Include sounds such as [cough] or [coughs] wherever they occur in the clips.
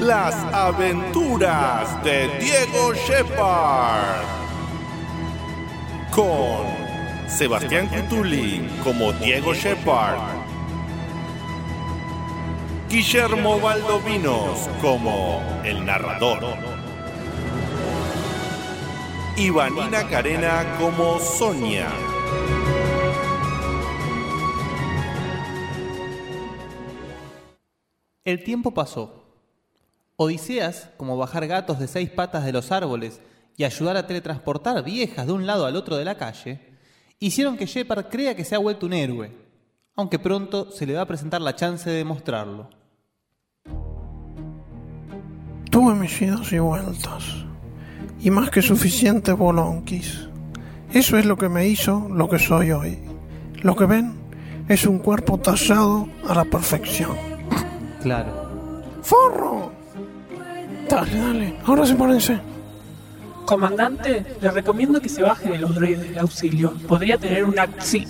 Las aventuras de Diego Shepard. Con Sebastián Cutuli como Diego Shepard. Guillermo Valdovinos como el narrador. Ivanina Carena como Sonia. El tiempo pasó. Odiseas, como bajar gatos de seis patas de los árboles y ayudar a teletransportar viejas de un lado al otro de la calle, hicieron que Shepard crea que se ha vuelto un héroe, aunque pronto se le va a presentar la chance de demostrarlo. Tuve mis idas y vueltas, y más que suficientes bolonquis. Eso es lo que me hizo lo que soy hoy. Lo que ven es un cuerpo tallado a la perfección. Claro. ¡Forro! Dale, dale, ahora sepárense. Comandante, le recomiendo que se baje de los droides de auxilio. Podría tener un acci...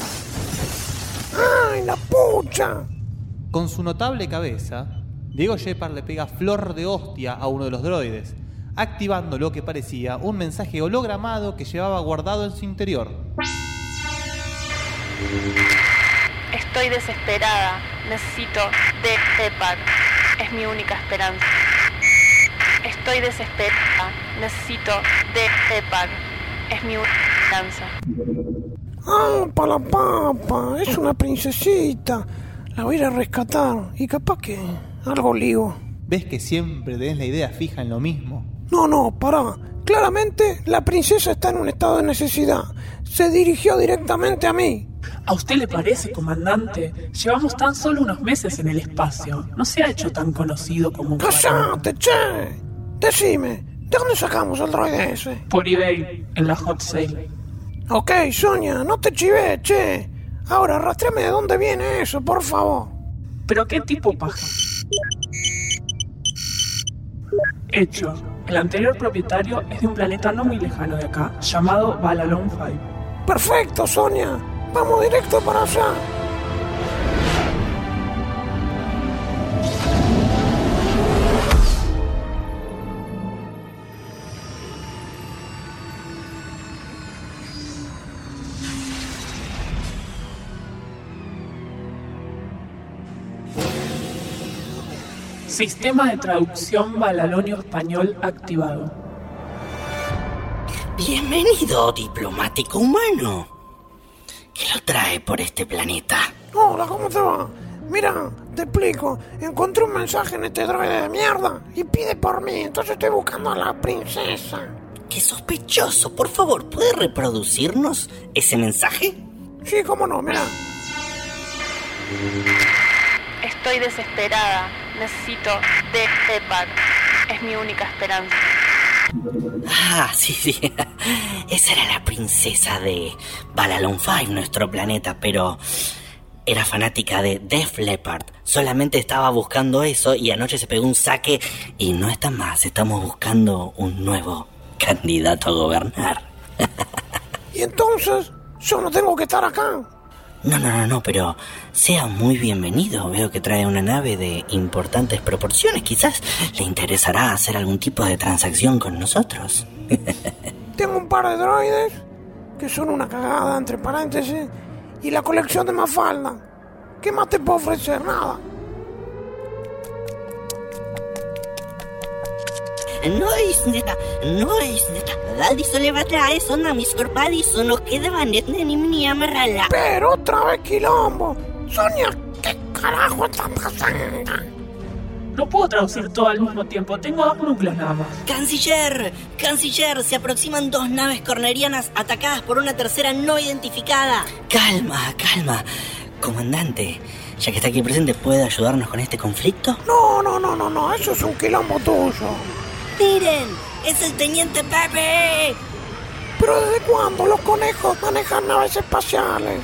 ¡Ay, la pucha! Con su notable cabeza, Diego Shepard le pega flor de hostia a uno de los droides, activando lo que parecía un mensaje hologramado que llevaba guardado en su interior. Estoy desesperada. Necesito de Shepard. Es mi única esperanza. Estoy desesperada. Necesito de Shepard. Es mi única esperanza. ¡Ah, para la papa! Es una princesita. La voy a ir a rescatar y capaz que algo ligo. ¿Ves que siempre tenés la idea fija en lo mismo? No, no, pará. Claramente la princesa está en un estado de necesidad. Se dirigió directamente a mí. ¿A usted le parece, comandante? Llevamos tan solo unos meses en el espacio. No se ha hecho tan conocido como... un varón. ¡Cállate, che! Decime, ¿de dónde sacamos el droide ese? Por eBay, en la hot sale. Ok, Sonia, no te chivé, che. Ahora rastreame de dónde viene eso, por favor. ¿Pero qué tipo paja? Hecho. El anterior propietario es de un planeta no muy lejano de acá, llamado Balalon 5. Perfecto, Sonia. Vamos directo para allá. Sistema de traducción balalonio español activado. Bienvenido, diplomático humano. ¿Qué lo trae por este planeta? Hola, ¿cómo te va? Mira, te explico. Encontré un mensaje en este droide de mierda y pide por mí, entonces estoy buscando a la princesa. Qué sospechoso. Por favor, ¿puede reproducirnos ese mensaje? Sí, cómo no, mira. Estoy desesperada. Necesito de Shepard. Es mi única esperanza. Ah, sí, sí. [laughs] Esa era la princesa de Balalon 5, nuestro planeta, pero era fanática de Def Leppard. Solamente estaba buscando eso y anoche se pegó un saque y no está más. Estamos buscando un nuevo candidato a gobernar. Y entonces, yo no tengo que estar acá. No, no, no, no, pero sea muy bienvenido. Veo que trae una nave de importantes proporciones. Quizás le interesará hacer algún tipo de transacción con nosotros. [laughs] Tengo un par de droides que son una cagada, entre paréntesis, y la colección de Mafalda. ¿Qué más te puedo ofrecer? Nada. Noi neta, noi neta. Daddy levanta a eso, na mis sono que deban ni ni amarrala. Pero otra vez quilombo. Sonia, ¿qué carajo está pasando? No puedo traducir todo al mismo tiempo, tengo dos núcleos nada más. Canciller, canciller, se aproximan dos naves cornerianas atacadas por una tercera no identificada. Ah, Calma, calma. Comandante, ya que está aquí presente, ¿puede ayudarnos con este conflicto? No, no, no, no, no, eso es un quilombo tuyo. Miren, es el teniente Pepe. ¿Pero desde cuándo los conejos manejan naves espaciales?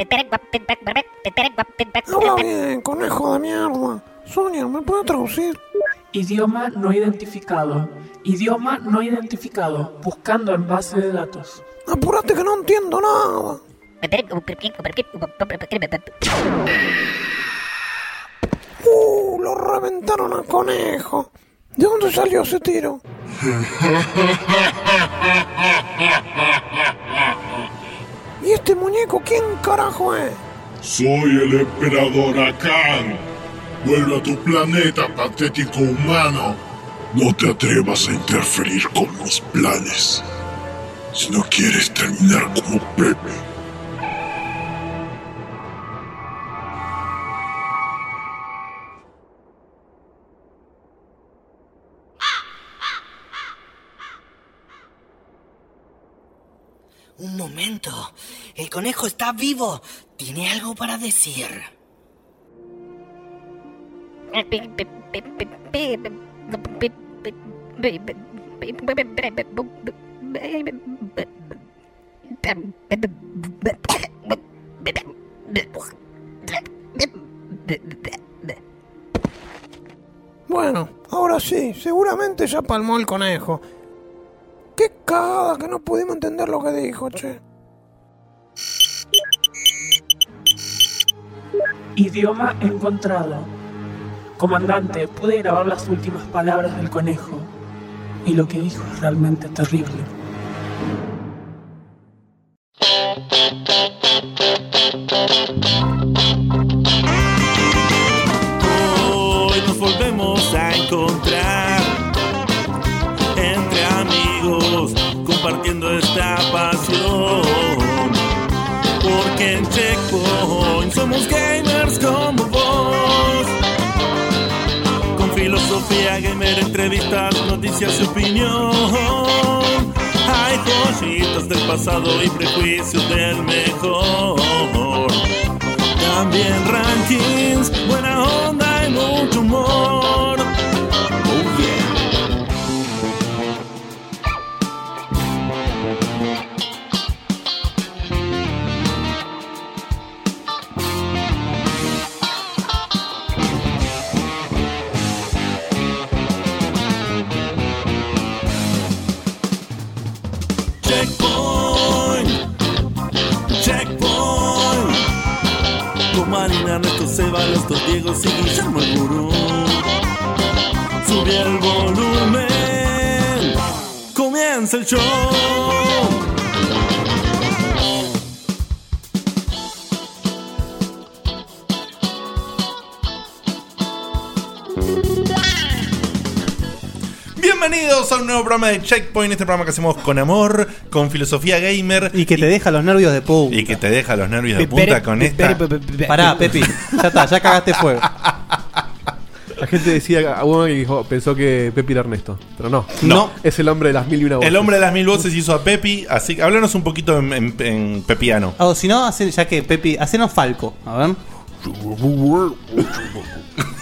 Pepe, guap- Habla bien, conejo de mierda. Sonia, ¿me puede traducir? Idioma no identificado. Idioma no identificado. Buscando en base de datos. Apúrate que no entiendo nada. Uh, lo reventaron al conejo. ¿De dónde salió ese tiro? ¿Y este muñeco quién carajo es? Soy el emperador Akan. Vuelve a tu planeta, patético humano. No te atrevas a interferir con los planes. Si no quieres terminar como Pepe. Un momento. El conejo está vivo. Tiene algo para decir. Bueno, ahora sí, seguramente ya palmó el conejo. Qué cagada que no pudimos entender lo que dijo, che. Idioma encontrado. Comandante, pude grabar las últimas palabras del conejo. Y lo que dijo es realmente terrible. Hoy nos volvemos a encontrar entre amigos compartiendo esta pasión. Porque en Checkpoint somos gamers como vos. Con filosofía gamer, entrevistas, noticias y opinión. Hay cositas del pasado y prejuicios del mejor. También rankings, buena onda y mucho humor. Oh yeah. Checkpoint, checkpoint. Con Marina, Ernesto Seba, los dos Diegos y Guillermo el Gurú. Sube el volumen, comienza el show. Bienvenidos a un nuevo programa de Checkpoint, este programa que hacemos con amor, con filosofía gamer Y que te deja los nervios de punta. y que te deja los nervios de punta con esta. Pará, Pepi. Ya está, ya cagaste fuego. La gente decía a uno y dijo, pensó que Pepi era Ernesto, pero no. No. Es el hombre de las mil y una voces. El hombre de las mil voces hizo a Pepi, así que háblanos un poquito en, en- en pepiano. Ah, O si no, hace- ya que Pepi, hacenos Falco. A ver.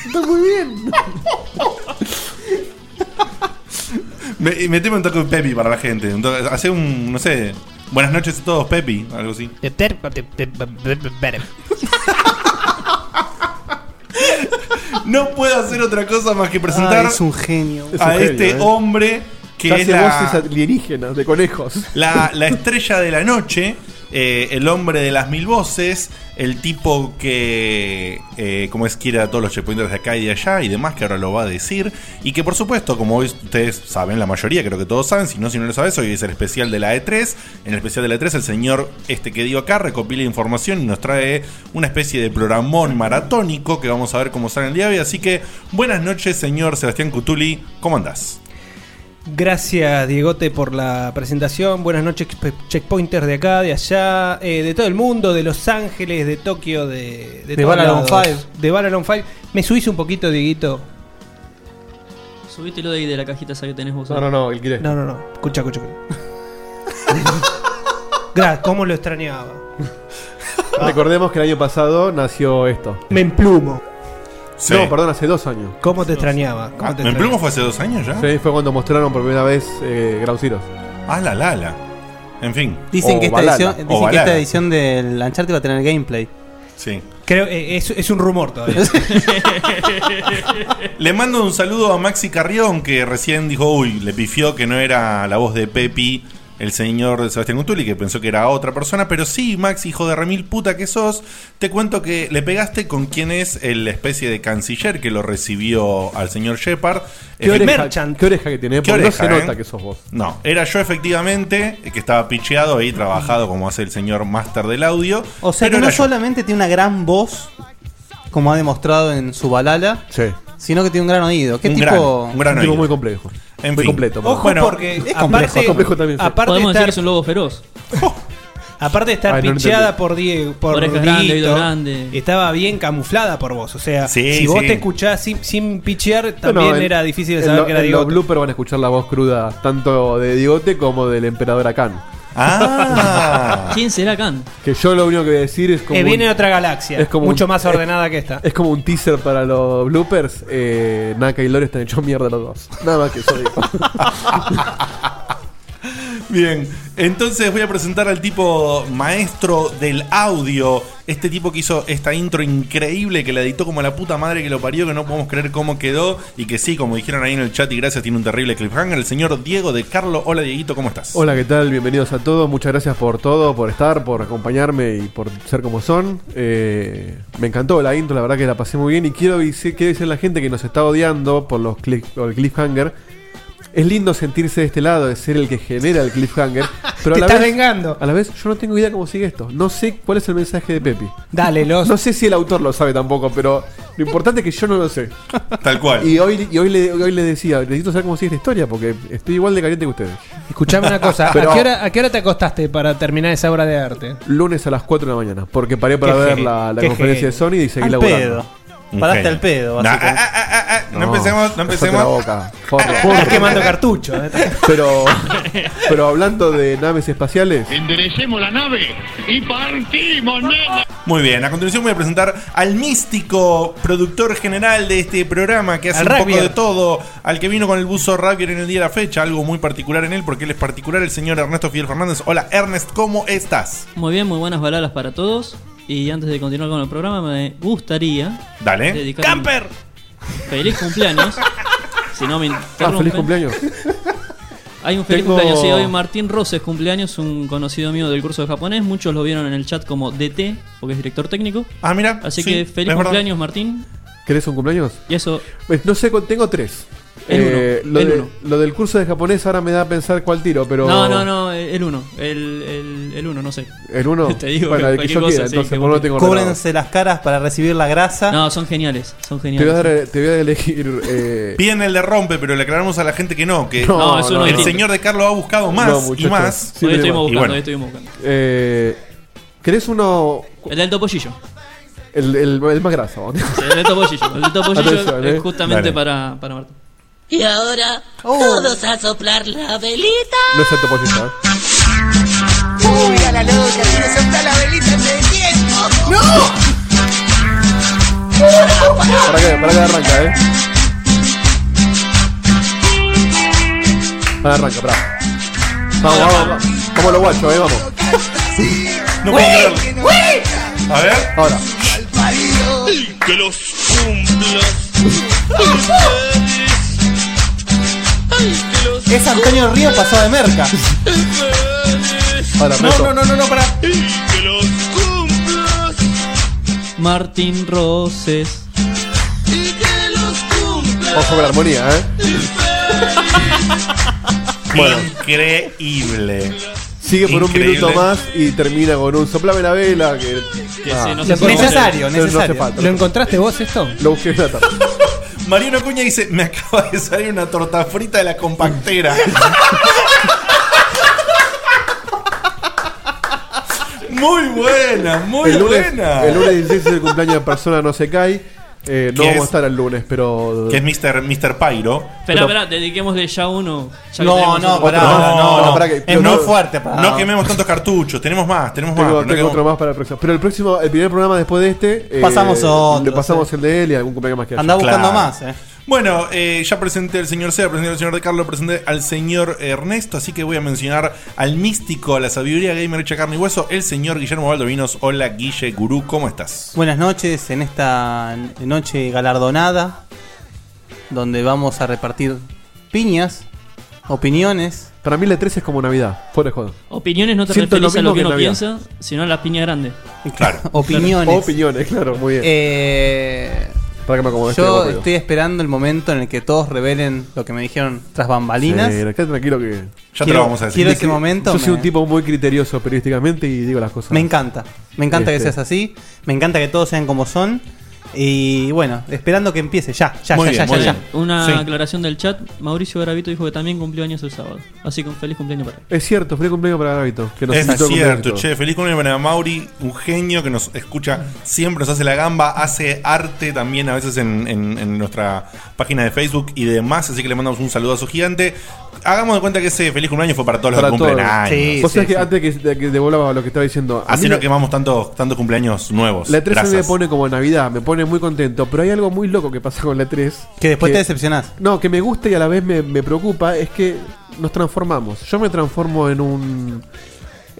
Está muy bien. Me, meteme un toque de Pepi para la gente. Entonces, hace un, no sé, buenas noches a todos, Pepi, algo así. Eh, [laughs] No puedo hacer otra cosa más que presentar Ay, Ah, es un genio. Es un a genio, este eh. hombre que es Hace la, voces alienígenas de conejos. la, la estrella de la noche, eh, el hombre de las mil voces, el tipo que, eh, como es que ir a todos los checkpointers de acá y de allá y demás, que ahora lo va a decir. Y que, por supuesto, como hoy ustedes saben, la mayoría, creo que todos saben, si no, si no lo sabes, hoy es el especial de la E3. En el especial de la E3, el señor este que digo acá recopila información y nos trae una especie de programón maratónico que vamos a ver cómo sale el día de hoy. Así que, buenas noches, señor Sebastián Cutuli, ¿cómo andás? Gracias, Diegote, por la presentación. Buenas noches, pe- checkpointers de acá, de allá, eh, de todo el mundo, de Los Ángeles, de Tokio, de. De todos Balan lados. 5. De Balan 5. Me subís un poquito, Dieguito. Subítelo de ahí de la cajita esa que tenés vos. No, no, no, el quiere. No, no, no. Escucha, escucha. Gracias, cómo lo extrañaba. Ah. Recordemos que el año pasado nació esto. Me emplumo. Sí. No, perdón, hace dos años. ¿Cómo te extrañaba? ¿Cómo Ah, te ¿Me extrañaba? plumo fue hace dos años ya? Sí, fue cuando mostraron por primera vez eh, Ground Zeroes. Ah, la la la. En fin. Dicen, O que esta, Balala. edición, O dicen que esta Balala. edición del Uncharted va a tener gameplay. Sí. Creo, eh, es, es un rumor todavía. Le mando un saludo a Maxi Carrión, que recién dijo, uy, le pifió que no era la voz de Pepi, el señor Sebastián Gutuli, que pensó que era otra persona. Pero sí, Maxi, hijo de remil puta que sos, te cuento que le pegaste con quien es el especie de canciller que lo recibió al señor Shepard. ¿Qué El oreja, merchant. qué oreja que tiene? ¿Qué Porque oreja, no se eh? nota que sos vos. No, era yo efectivamente, que estaba picheado ahí, trabajado como hace el señor máster del audio. O sea pero que no era yo. solamente tiene una gran voz, como ha demostrado en su balala, sino que tiene un gran oído. ¿Qué Un tipo? gran- un gran Un tipo oído. muy complejo. En Muy fin. completo. Ojo Bueno, porque es aparte, complejo, es complejo también, sí. aparte de Podemos estar, decir que es un lobo feroz. [laughs] aparte de estar Ay, no lo pincheada entendí. por Diego, por Orejas Dieguito, grandes, oído grande. estaba bien camuflada por vos. O sea, Sí, si vos sí. te escuchás sin, sin pichear, también Bueno, en- era difícil de en saber lo- que era en Diego. los bloopers van a escuchar la voz cruda tanto de Digote como del emperador Akan. [laughs] Ah. ¿Quién será Khan? que yo lo único que voy a decir es como Eh, viene un- de otra galaxia, es como mucho un- más es- ordenada que [laughs] esta. Es como un teaser para los bloopers. Eh, Naka y Lore están hechos mierda los dos. Nada más que eso digo. [laughs] Bien, entonces voy a presentar al tipo maestro del audio, este tipo que hizo esta intro increíble, que la editó como la puta madre que lo parió, que no podemos creer cómo quedó, y que sí, como dijeron ahí en el chat, y gracias, tiene un terrible cliffhanger, el señor Diego de Carlo. Hola Dieguito, ¿cómo estás? Hola, ¿qué tal? Bienvenidos a todos. Muchas gracias por todo, por estar, por acompañarme y por ser como son. Eh, me encantó la intro, la verdad que la pasé muy bien. Y quiero decir, quiero decirle a la gente que nos está odiando por los click, por el cliffhanger. Es lindo sentirse de este lado, de ser el que genera [laughs] el cliffhanger. Pero Te a la estás vez, vengando. A la vez, yo no tengo idea cómo sigue esto. No sé cuál es el mensaje de Pepi. Dale, los. No sé si el autor lo sabe tampoco, pero [laughs] lo importante es que yo no lo sé. Tal cual. Y hoy, y hoy, le, hoy le decía, necesito saber cómo sigue esta historia porque estoy igual de caliente que ustedes. Escuchame una cosa, Pero- ¿a, qué hora, a qué hora te acostaste para terminar esa obra de arte? Lunes a las 4 de la mañana, porque paré para Qué ver genio, la, la qué conferencia de Sony genio. y seguí Al laburando. pedo. Paraste al pedo, básicamente. ah, No empecemos, no empecemos. Ah, Estás quemando cartucho. eh. [laughs] Pero, pero hablando de naves espaciales, Enderecemos la nave y partimos, nena. Muy bien, a continuación voy a presentar al místico productor general de este programa que hace Al un poco Rugbier. de todo, al que vino con el buzo Rapier en el día de la fecha, algo muy particular en él porque él es particular, el señor Ernesto Fidel Fernández. Hola Ernest, ¿cómo estás? Muy bien, muy buenas baladas para todos. Y antes de continuar con el programa, me gustaría. Dale. dedicar un Feliz [laughs] cumpleaños. si no me interrumpen. Ah, feliz cumpleaños. Hay un feliz Tengo- cumpleaños, sí, hoy Martín Roses cumpleaños, un conocido mío del curso de japonés. Muchos lo vieron en el chat como DT, porque es director técnico. Ah, mira. Así sí, que es feliz verdad. cumpleaños, Martín. ¿querés un cumpleaños? Y eso. Pues No sé, cu- tengo tres. Eh, El uno, lo, el de- uno. lo del curso de japonés ahora me da a pensar cuál tiro, pero. No, no, no, el 1. El, el, el uno, no sé. El uno. [laughs] Te digo, Bueno, el que cualquier yo cosa, quiera, sí, entonces, que por no vos- tengo Cúbrense las caras para recibir la grasa. No, son geniales, son Te voy, a geniales. dar- te voy a elegir. eh, Piden el de rompe, pero le aclaramos a la gente que no, que No, No, eso no el es. señor de Carlos ha buscado más No, y muchachos. más. Sí, Hoy Estuvimos estuvimos Y buscando, bueno. eh, estuvimos buscando. eh, ¿Querés uno. El del topollillo. El, el- el más graso. El del topollillo. El del [laughs] topollillo Atención, eh. es justamente Dale. para, para Martín. Y ahora, todos a soplar la velita. No es el topollillo, ¿eh? Uy, a la loca, quiero soplar la velita de tiempo. ¡No! Para que, para que arranca, eh. Para arranca, bravo. Vamos, vamos, vamos. Como los guachos, eh, vamos. No A ver. Ahora. Que los cumplas. Es Antonio Río pasado de merca. [laughs] Ahora, no, [laughs] no, no, no, no, para. Que los cumplas. [laughs] Martín Roses. Y que los cumplas. Ojo con la armonía, eh. Bueno. Increíble. Sigue por Increíble. un minuto más y termina con un soplame la vela. Que, Que ah. sí, no se puede Necesario, No, no hace necesario. falta. ¿Lo encontraste vos esto? Lo busqué en la tarde. Mariano Cuña dice, me acaba de salir una torta frita de la [laughs] compactera. muy buena, muy el lunes, buena. El lunes 16 es el cumpleaños de persona no se cae. Eh, no Que vamos a es- estar el lunes, pero. Que es Mr. Mr. Pyro. Espera, espera, dediquémosle ya uno. ya que No, tenemos no, otro. pará, No, pará, no, no, pará que- es pero- muy fuerte, pará. No quememos tantos cartuchos, tenemos más, tenemos más. Tengo, pero no tengo quememos- otro más para el próximo. Pero el próximo, el primer programa después de este. Pasamos otro, Le pasamos el de él y algún cumpleaños más que haya. Claro. Bueno, eh, ya presenté al señor Seba, presenté al señor De Carlo, presenté al señor Ernesto, así que voy a mencionar al místico, a la sabiduría gamer hecha carne y hueso, el señor Guillermo Valdovinos. Hola, Guille Gurú, ¿cómo estás? Buenas noches en esta noche galardonada, donde vamos a repartir piñas, opiniones. Para mí la 13 es como Navidad, fuera de juego. Opiniones no te Siento referís lo a lo mismo que que uno en piensa, sino a las piñas grandes. Claro. Opiniones. Opiniones, claro, muy bien. Eh, Para que me acomode este yo gordo. estoy esperando el momento en el que todos revelen lo que me dijeron tras bambalinas. Sí, quédate tranquilo que. Ya te lo vamos a decir. quiero ese momento, Yo soy me- un tipo muy criterioso periodísticamente y digo las cosas. Me encanta, me encanta que Este. seas así, me encanta que todos sean como son. Y bueno, esperando que empiece, ya, ya, ya, ya, ya, ya. Una Sí. aclaración del chat. Mauricio Garavito dijo que también cumplió años el sábado. Así que un feliz cumpleaños para él. Es cierto, feliz cumpleaños para Gravito. Que nos Es invitó a cumpleaños y cierto, todo. che, feliz cumpleaños para Mauri, un genio que nos escucha siempre, nos hace la gamba, hace arte también a veces en, en- en nuestra página de Facebook y demás, así que le mandamos un saludazo gigante. Hagamos de cuenta que ese feliz cumpleaños fue para todos los Para que todos. cumplen años. Vos sabés que antes que, de que devolvamos lo que estaba diciendo. a Así mí no la- quemamos tantos tantos cumpleaños nuevos. La E 3 me Gracias. pone como Navidad, me pone muy contento, pero hay algo muy loco que pasa con la 3. Que después te decepcionás. No, que me gusta y a la vez me, me preocupa, es que nos transformamos. Yo me transformo en un...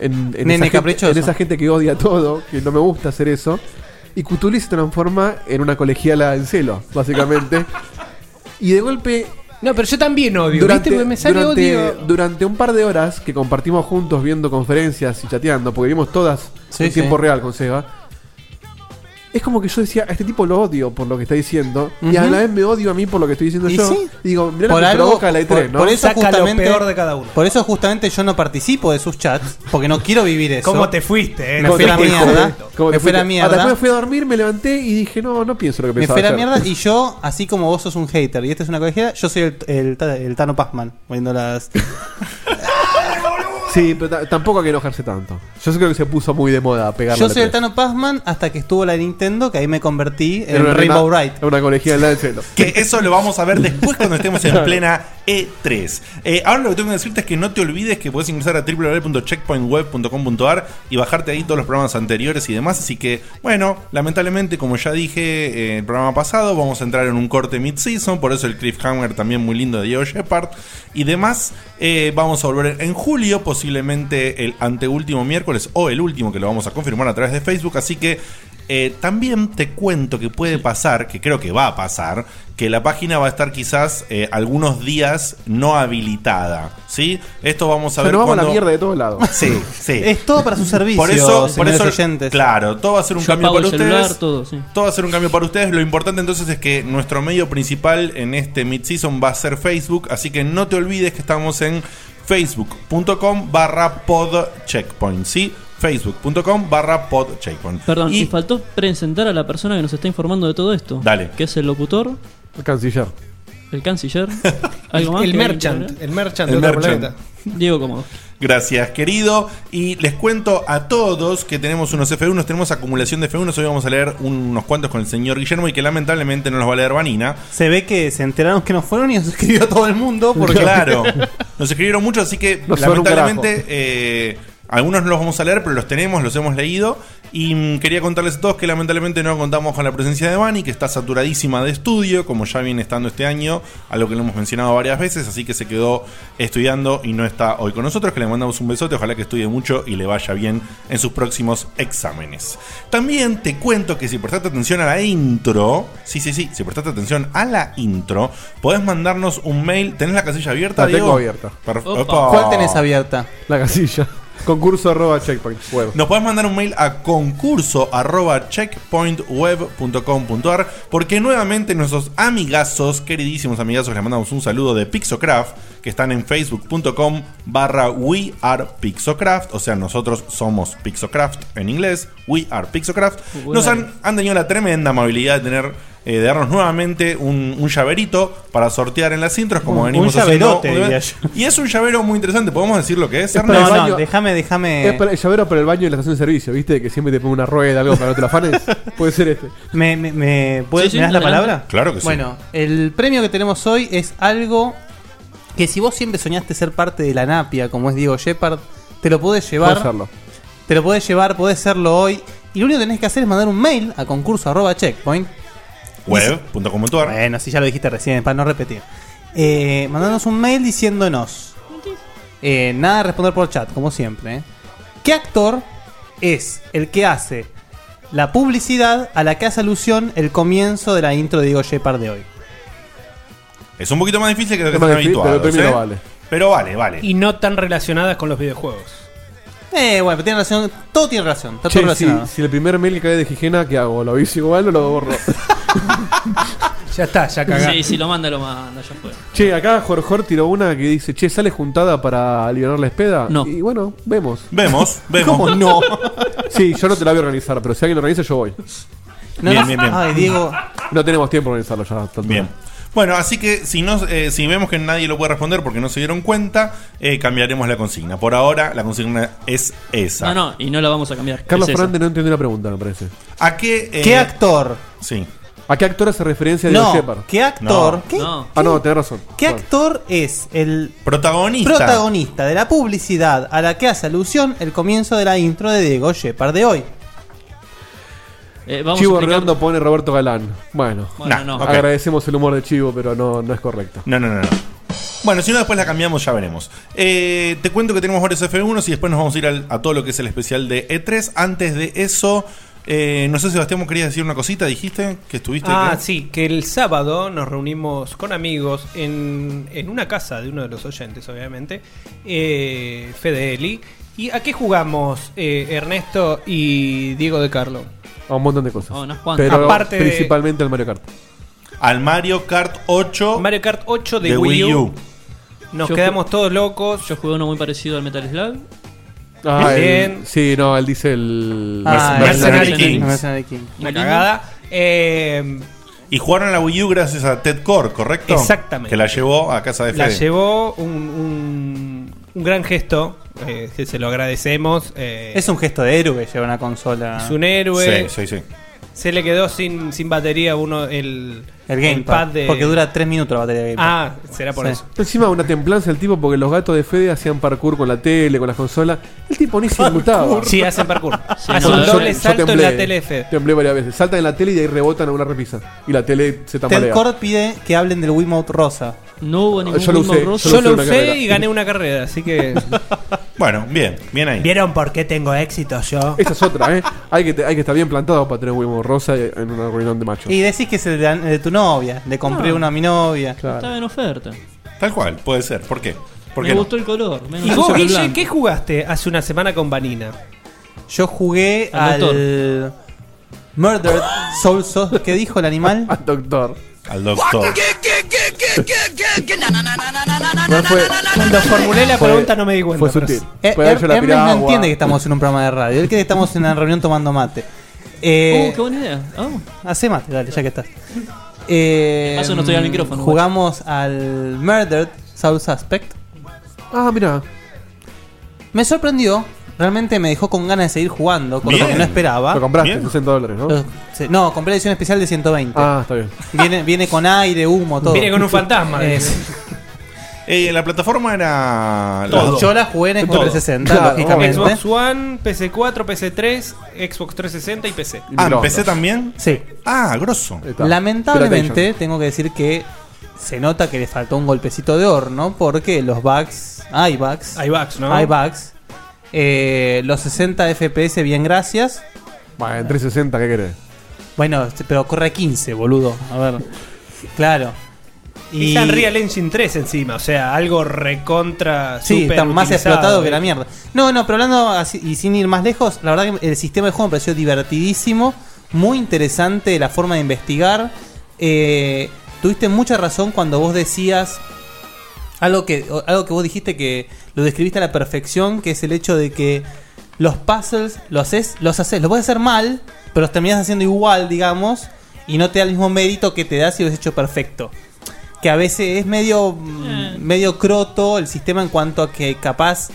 En, en Nene esa caprichoso. Gente, en esa gente que odia todo, que no me gusta hacer eso. Y Cutuli se transforma en una colegiala en celo, [laughs] básicamente. y de golpe... No, pero yo también odio. Durante, ¿viste? Me sale durante- odio. durante un par de horas que compartimos juntos viendo conferencias y chateando, porque vimos todas Sí, en sí. tiempo real con Seba, es como que yo decía, a este tipo lo odio por lo que está diciendo, y a Ujú. la vez me odio a mí por lo que estoy diciendo Y yo. sí. Y digo, mirá lo que provoca la E3, por, ¿no? por eso justamente, cada uno. Por eso justamente yo no participo de sus chats, porque no quiero vivir eso. ¿Cómo te fuiste, eh? Me ¿Cómo fui a te la fuiste? mierda. Como Me fui a que la fuiste- Ah, mierda. después fui a dormir, me levanté y dije, no, no pienso lo que Me pensaba. fue la ayer. mierda y yo, así como vos sos un hater y este es una colegiada, yo soy el, el, ta- el Tano Pazman, poniendo las... Sí, pero ta- tampoco hay que enojarse tanto. Yo creo que se puso muy de moda pegarle Yo a la soy el E3. Tano Pazman hasta que estuvo la de Nintendo, que ahí me convertí en Era una Rainbow rena- Ride. era Una colegiala en celo. Que eso lo vamos a ver después cuando estemos en plena E3. Eh, ahora lo que tengo que decirte es que no te olvides que podés ingresar a www.checkpointweb.com.ar y bajarte ahí todos los programas anteriores y demás. Así que, bueno, lamentablemente, como ya dije eh, el programa pasado, vamos a entrar en un corte mid-season. Por eso el cliffhanger también muy lindo de Diego Shepard y demás. Eh, vamos a volver en julio, posiblemente el anteúltimo miércoles o el último que lo vamos a confirmar a través de Facebook. Así que eh, también te cuento que puede pasar, que creo que va a pasar, que la página va a estar quizás eh, algunos días no habilitada. ¿Sí? Esto vamos a O sea, ver nos vamos a la cuándo- mierda de todos lados. Sí, sí. Es todo para su servicio, Por eso, por señores eso oyentes. claro, todo va a ser un Yo cambio apago para el celular, ustedes. Todo, sí. Todo va a ser un cambio para ustedes. Lo importante entonces es que nuestro medio principal en este mid-season va a ser Facebook. Así que no te olvides que estamos en facebook.com barra podcheckpoint. ¿Sí? Facebook.com barra podcheckpoint. Perdón, y, faltó presentar a la persona que nos está informando de todo esto. Dale. Que es el locutor, El canciller. el canciller, algo más. El que- merchant, el merchant de El otra merchant. planeta. Diego Cómodo. Gracias, querido. Y les cuento a todos que tenemos unos F1, tenemos acumulación de F1. Hoy vamos a leer unos cuantos con el señor Guillermo y que lamentablemente no los va a leer Vanina. Se ve que se enteraron que no fueron y nos [laughs] escribió todo el mundo. Porque... [laughs] Claro, nos escribieron mucho, así que Nos sobra un lamentablemente eh, algunos no los vamos a leer, pero los tenemos, los hemos leído. Y mm, quería contarles a todos que lamentablemente no contamos con la presencia de Vani, que está saturadísima de estudio, como ya viene estando este año, algo que lo hemos mencionado varias veces, así que se quedó estudiando y no está hoy con nosotros, que le mandamos un besote, ojalá que estudie mucho y le vaya bien en sus próximos exámenes. También te cuento que si prestaste atención a la intro, sí, sí, sí, si prestaste atención a la intro, podés mandarnos un mail, ¿tenés la casilla abierta? La Diego? tengo abierta. Perf- Opa. Opa. ¿Cuál tenés abierta? La casilla. Concurso arroba checkpoint. Bueno. Nos podés mandar un mail a concurso arroba checkpointweb.com.ar porque nuevamente nuestros amigazos, queridísimos amigazos, les mandamos un saludo de Pixocraft que están en facebook.com barra we are Pixocraft, o sea, nosotros somos Pixocraft en inglés, we are Pixocraft. Nos han, han tenido la tremenda amabilidad de tener... eh, de darnos nuevamente un, un llaverito para sortear en las intros como Un- un venimos llaverote, diría yo. y es un llavero muy interesante podemos decir lo que es Es para Ernesto? el baño. Déjame, déjame. Es para el llavero para el baño y la estación de servicio, ¿viste? Que siempre te pone una rueda, algo para que no te la [laughs] afanes. Puede ser este. ¿Me, me, me, ¿puedes- me das la palabra? Bueno, el premio que tenemos hoy es algo que si vos siempre soñaste ser parte de la napia, como es Diego Shepard, te lo podés llevar. Podés serlo. Te lo podés llevar, podés serlo hoy. Y lo único que tenés que hacer es mandar un mail a concurso arroba checkpoint web.com.ar. Bueno, si ya lo dijiste recién, para no repetir. Eh, mandanos un mail diciéndonos. eh, nada de responder por chat, como siempre. ¿eh? ¿Qué actor es el que hace la publicidad a la que hace alusión el comienzo de la intro de Diego Shepard de hoy? Es un poquito más difícil que lo que Es más están difícil, habituados. pero el premio ¿eh? lo vale. Pero vale, vale. Y no tan relacionadas con los videojuegos. Eh, bueno, pero tiene relación. Todo tiene relación. Está todo Che, si, relacionado. si el primer mail que cae de Gijena, ¿qué hago? ¿Lo aviso igual o lo borro? ya está, ya cagá. Sí, si lo manda, lo manda, ya fue. che, acá Jorjor tiró una que dice, che, ¿sale juntada para liberar la espeda? No. Y bueno, vemos. [laughs] Vemos, vemos. ¿Cómo [laughs] no? sí, yo no te la voy a organizar, pero si alguien lo organiza, yo voy. No, Bien, no. bien, bien. Ay, Diego. No tenemos tiempo de organizarlo ya. tanto. Bien. Bueno, así que si, no, eh, si vemos que nadie lo puede responder porque no se dieron cuenta, eh, cambiaremos la consigna. Por ahora, la consigna es esa. No, no, y no la vamos a cambiar. Carlos Es esa. Fernández no entendió la pregunta, me parece. ¿A qué, eh, ¿Qué actor? Sí. ¿A qué actor hace referencia No, Diego Shepard? ¿qué actor? No. ¿Qué- Ah, no, tenés razón. ¿Qué actor es el protagonista. protagonista de la publicidad a la que hace alusión el comienzo de la intro de Diego Shepard de hoy? Eh, vamos Chivo a explicar- Redondo pone Roberto Galán. Bueno, Bueno, no. Ok. agradecemos el humor de Chivo, pero no, no es correcto. No, no, no. no. Bueno, si no, después la cambiamos, ya veremos. Eh, te cuento que tenemos varios F1 y después nos vamos a ir al- a todo lo que es el especial de E3. Antes de eso, eh, no sé, Sebastián, ¿vos querías decir una cosita? ¿Dijiste que estuviste? Ah, creo? sí, que el sábado nos reunimos con amigos en, en una casa de uno de los oyentes, obviamente, eh, Fede Eli. ¿Y a qué jugamos eh, Ernesto y Diego de Carlo? A un montón de cosas. A unas cuantas. pero Aparte de- principalmente al Mario Kart. Al Mario Kart 8. Mario Kart 8 de, Wii, U. Nos Yo quedamos todos locos. Yo jugué uno muy parecido al Metal Slug. Uh, Ah, el- Bien. sí, no, él dice el. Ah, el- Mercenary el- Kings. Mercenary Kings. Una cagada. Eh, Y jugaron a la Wii U gracias a Ted Core, ¿correcto? Exactamente. Que la llevó a casa de Fede. La llevó un, un- Mm, un gran gesto, eh, que se lo agradecemos. eh, Es un gesto de héroe llevar una consola. Es un héroe. Ah. Sí, sí, sí. Se le quedó sin, sin batería uno el, El el Gamepad. pad de- Porque dura 3 minutos la batería de Gamepad. Ah, será por Sí. eso. Encima una templanza el tipo porque los gatos de Fede hacían parkour con la tele, con las consolas. El tipo ni se inmutaba. Sí, hacen parkour. Sí, hacen no, un yo- doble yo salto en temblé, la tele de Fede. Temblé varias veces. Saltan en la tele y de ahí rebotan a una repisa. Y la tele se Ted tambalea. Cord pide que hablen del Wiimote rosa. No hubo ningún Ah, Yo lo Wiimote usé, rosa. Yo lo una carrera. usé y gané una carrera, así que. [laughs] Bueno, bien, bien ahí. ¿Vieron por qué tengo éxito yo? Esa es otra, ¿eh? Hay que, te- hay que estar bien plantado para tener huevo rosa en una reunión de machos. Y decís que es el de, de tu novia. Le compré Ah. uno a mi novia. Estaba en oferta. Tal cual, puede ser. ¿Por qué? ¿Por Me qué no? gustó el color. Menos ¿Y sucio vos, que el Guille, blanco. qué jugaste hace una semana con Vanina? Yo jugué Al al, doctor. Murdered Soul Sauce. ¿Qué dijo el animal? Al doctor. Al doctor. Cuando formulé la Fue- pregunta no me di cuenta. Fue pero sutil. sí. Eh, Her- Hermes no entiende que estamos en un programa de radio. Él cree que estamos en una reunión tomando mate. Eh, Uh, qué buena idea. Oh. Hace mate, dale, ya que estás. Eh, De paso no estoy al micrófono, Jugamos al Murdered Soul Suspect. Ah, mira. Me sorprendió. Realmente me dejó con ganas de seguir jugando, cosa Bien. que no esperaba. Lo compraste, 60 dólares, ¿no? Lo- se- No, compré la edición especial de 120. Ah, está bien. Viene, viene con aire, humo, todo. Viene con un fantasma, Eh, dice. Eh, la plataforma era. Todo. Yo la jugué en Xbox Todo. 360, Claro, lógicamente. obvio. Xbox One, PC4, PC3, Xbox 360 y PC. Ah, ¿en PC también? Sí. Ah, grosso. Lamentablemente, tengo que decir que se nota que le faltó un golpecito de horno porque los bugs, hay bugs, Hay bugs, ¿no? Hay bugs. Eh, los 60 FPS, bien, gracias. Bueno, en 360, ¿qué querés? Bueno, este, pero corre a 15, boludo. A [laughs] ver. Claro. Y es Unreal Engine 3 encima, o sea, algo recontra Sí, super está más utilizado, explotado que ¿eh? la mierda. No, no, pero hablando así, y sin ir más lejos, la verdad que el sistema de juego me pareció divertidísimo, muy interesante la forma de investigar. Eh, tuviste mucha razón cuando vos decías algo que, o- algo que vos dijiste que lo describiste a la perfección, que es el hecho de que los puzzles los haces, los haces, los puedes hacer mal, pero los terminás haciendo igual, digamos, y no te da el mismo mérito que te da si lo has hecho perfecto. Que a veces es medio, mm, medio croto el sistema en cuanto a que capaz,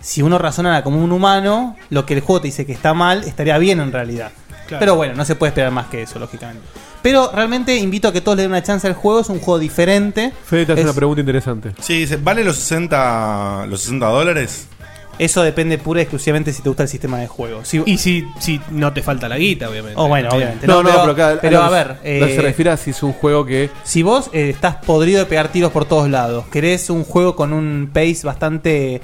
si uno razonara como un humano, lo que el juego te dice que está mal, estaría bien en realidad. Claro. Pero bueno, no se puede esperar más que eso, lógicamente. Pero realmente invito a que todos le den una chance al juego, es un juego diferente. Fede te hace Es- una pregunta interesante. Sí, dice, ¿vale los 60, los 60 dólares? Eso depende pura y exclusivamente si te gusta el sistema de juego. Si- Y si, si no te falta la guita, obviamente. Oh, bueno, obviamente. No, no, pero, acá- pero lo a que- ver. lo que se eh, refiere a si es un juego que. Si vos eh, estás podrido de pegar tiros por todos lados, querés un juego con un pace bastante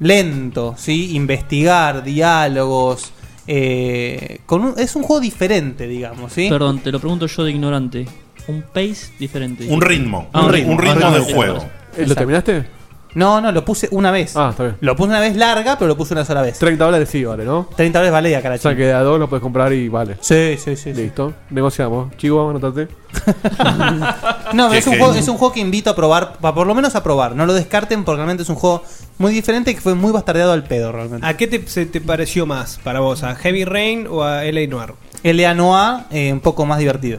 lento, ¿sí? Investigar, diálogos. eh, con un- es un juego diferente, digamos, ¿sí? Perdón, te lo pregunto yo de ignorante. Un pace diferente. Un ritmo. Ah, Un ritmo. Un ritmo Ah, de sí, juego. sí, sí. ¿Eh, ¿Lo terminaste? No, no, lo puse una vez. Ah, está bien. Lo puse una vez larga, pero lo puse una sola vez. 30 dólares sí vale, ¿no? 30 dólares vale ya, O sea caracho. que de a dos lo puedes comprar y vale. Sí, sí, sí. Listo. Negociamos. Chico, anotate. [laughs] No, Qué es un, genio. juego, es un juego que invito a probar, pa- por lo menos a probar. No lo descarten porque realmente es un juego muy diferente y que fue muy bastardeado al pedo realmente. ¿A qué te, se te pareció más para vos? ¿A Heavy Rain o a L.A. Noir? L.A. Noir, eh, un poco más divertido.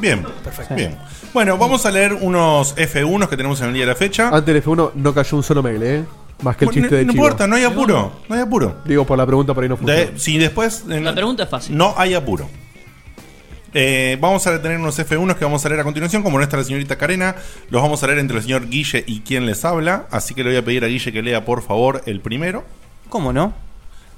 Bien, perfecto. Bien. Bueno, vamos a leer unos F1 que tenemos en el día de la fecha. Antes del F1 no cayó un solo melee, ¿eh? Más que el Bueno, chiste de no Chivo. importa, no hay apuro, no hay apuro. Digo, por la pregunta por ahí no funcionó. De- si después. La pregunta es fácil. No hay apuro. Eh, vamos a tener unos F1 que vamos a leer a continuación. Como no está la señorita Carena, los vamos a leer entre el señor Guille y quien les habla. Así que le voy a pedir a Guille que lea, por favor, el primero. ¿Cómo no?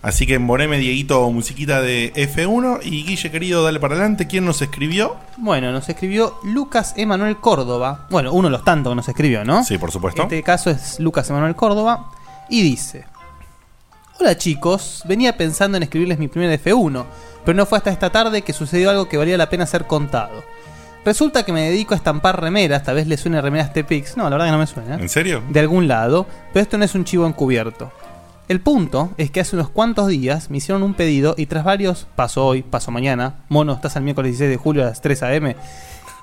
Así que emboreme, Dieguito, musiquita de F1. Y Guille, querido, dale para adelante. ¿Quién nos escribió? Bueno, nos escribió Lucas Emanuel Córdoba. Bueno, uno de los tantos que nos escribió, ¿no? Sí, por supuesto. Este caso es Lucas Emanuel Córdoba. Y dice: Hola chicos, venía pensando en escribirles mi primer F1, pero no fue hasta esta tarde que sucedió algo que valía la pena ser contado. Resulta que me dedico a estampar remeras, tal vez les suene remeras T-Pix. No, la verdad que no me suena. ¿eh? ¿En serio? De algún lado, pero esto no es un chivo encubierto. El punto es que hace unos cuantos días me hicieron un pedido y tras varios, paso hoy, paso mañana, mono, estás al miércoles 16 de julio a las 3 am,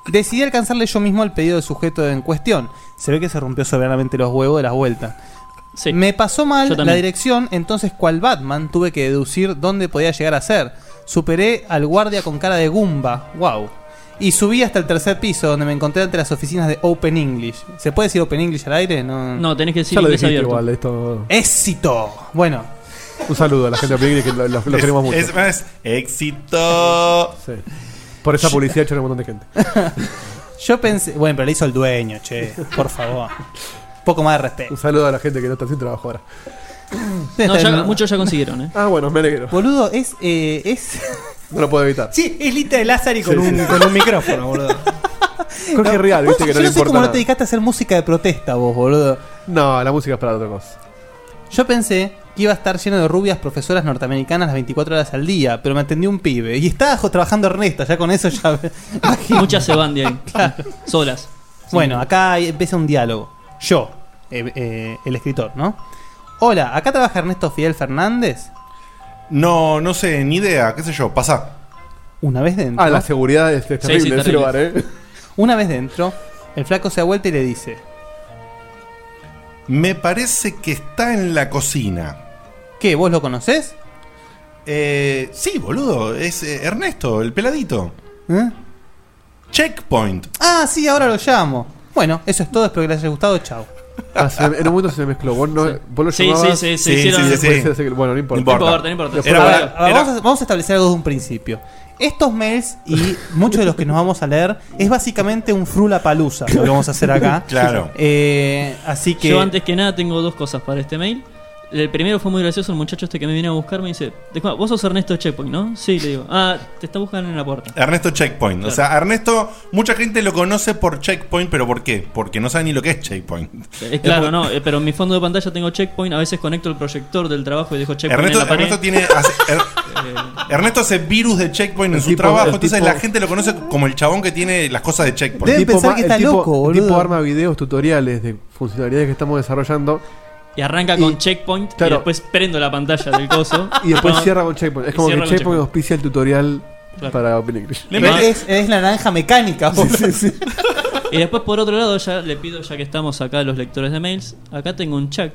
decidí alcanzarle yo mismo el pedido del sujeto en cuestión. Se ve que se rompió soberanamente los huevos de las vueltas. Me pasó Yo mal también. la dirección, entonces cual Batman tuve que deducir dónde podía llegar a ser. Superé al guardia con cara de Goomba, wow. Y subí hasta el tercer piso, donde me encontré ante las oficinas de Open English. ¿Se puede decir Open English al aire? No, No, tenés que decir Ya lo inglés dijiste abierto. igual, eh. esto. ¡Éxito! Bueno. Un saludo a la gente de Opinion, que lo, lo- lo Es- queremos mucho. Es más, éxito. Sí. Por esa publicidad echaron un montón de gente. [laughs] Yo pensé. Bueno, pero le hizo el dueño, che. Por favor. Poco más de respeto. Un saludo a la gente que no está sin trabajo ahora. No, [laughs] ya- muchos ya consiguieron, ¿eh? Ah, bueno, me alegro. Boludo, es. eh, es... No lo puedo evitar. Sí, es Lita de Lázaro con un- con [laughs] un micrófono, boludo. Jorge Real, viste que no le importa. cómo no nada. te dedicaste a hacer música de protesta vos, boludo. No, la música es para otra cosa. Yo pensé que iba a estar lleno de rubias profesoras norteamericanas las 24 horas al día, pero me atendió un pibe. Y estaba jo- trabajando Ernesto, ya con eso ya... [laughs] Muchas se van [laughs] de ahí. Solas. Bueno, acá empieza un diálogo. Yo, eh, eh, el escritor, ¿no? Hola, ¿acá trabaja Ernesto Fidel Fernández? No, no sé, ni idea, qué sé yo, pasa. Una vez dentro. Ah, la seguridad es, es Sí, terrible sí, en ese terrible. lugar, ¿eh? Una vez dentro, el flaco se da vuelta y le dice: Me parece que está en la cocina. ¿Qué? ¿Vos lo conocés? Eh, sí, boludo, es eh, Ernesto, el peladito. ¿Eh? Checkpoint. Ah, sí, ahora lo llamo. Bueno, eso es todo, espero que les haya gustado, chao. Ah, se- en un momento se mezcló. Vos, no, vos lo Sí, llamabas- sí, sí, se hicieron- después sí, sí. se hace- Bueno, no importa. Después A la- ver, a ver, Vamos, a, vamos a establecer algo de un principio. Estos mails [laughs] y muchos de los que nos vamos a leer es básicamente un frula palusa lo que vamos a hacer acá. Claro. Eh, así que. Yo antes que nada tengo dos cosas para este mail. El primero fue muy gracioso, el muchacho este que me viene a buscar me dice, "Disculpa, vos sos Ernesto Checkpoint, ¿no? Sí, le digo, ah, te está buscando en la puerta. Ernesto Checkpoint. O Claro. sea, Ernesto, mucha gente lo conoce por Checkpoint, pero ¿por qué? Porque no sabe ni lo que es Checkpoint. Eh, claro, no, eh, pero en mi fondo de pantalla tengo Checkpoint, a veces conecto el proyector del trabajo y dejo Checkpoint Ernesto, en la pared. Eh. Ernesto tiene. hace- [laughs] Er- Ernesto hace virus de Checkpoint en El su tipo- trabajo, el entonces tipo- la gente lo conoce como el chabón que tiene las cosas de Checkpoint. el tipo ma- el tipo- El tipo arma videos, tutoriales de funcionalidades que estamos desarrollando. Y arranca con Checkpoint y claro. después prendo la pantalla del coso. [laughs] Y después No, cierra con Checkpoint. Es como y que Ah. cierra con Checkpoint auspicia el tutorial Claro. Ah. para Open English. Le mete- es, es la naranja mecánica, boludo. Y después por otro lado ya le pido, ya que estamos acá los lectores de mails, acá tengo un chat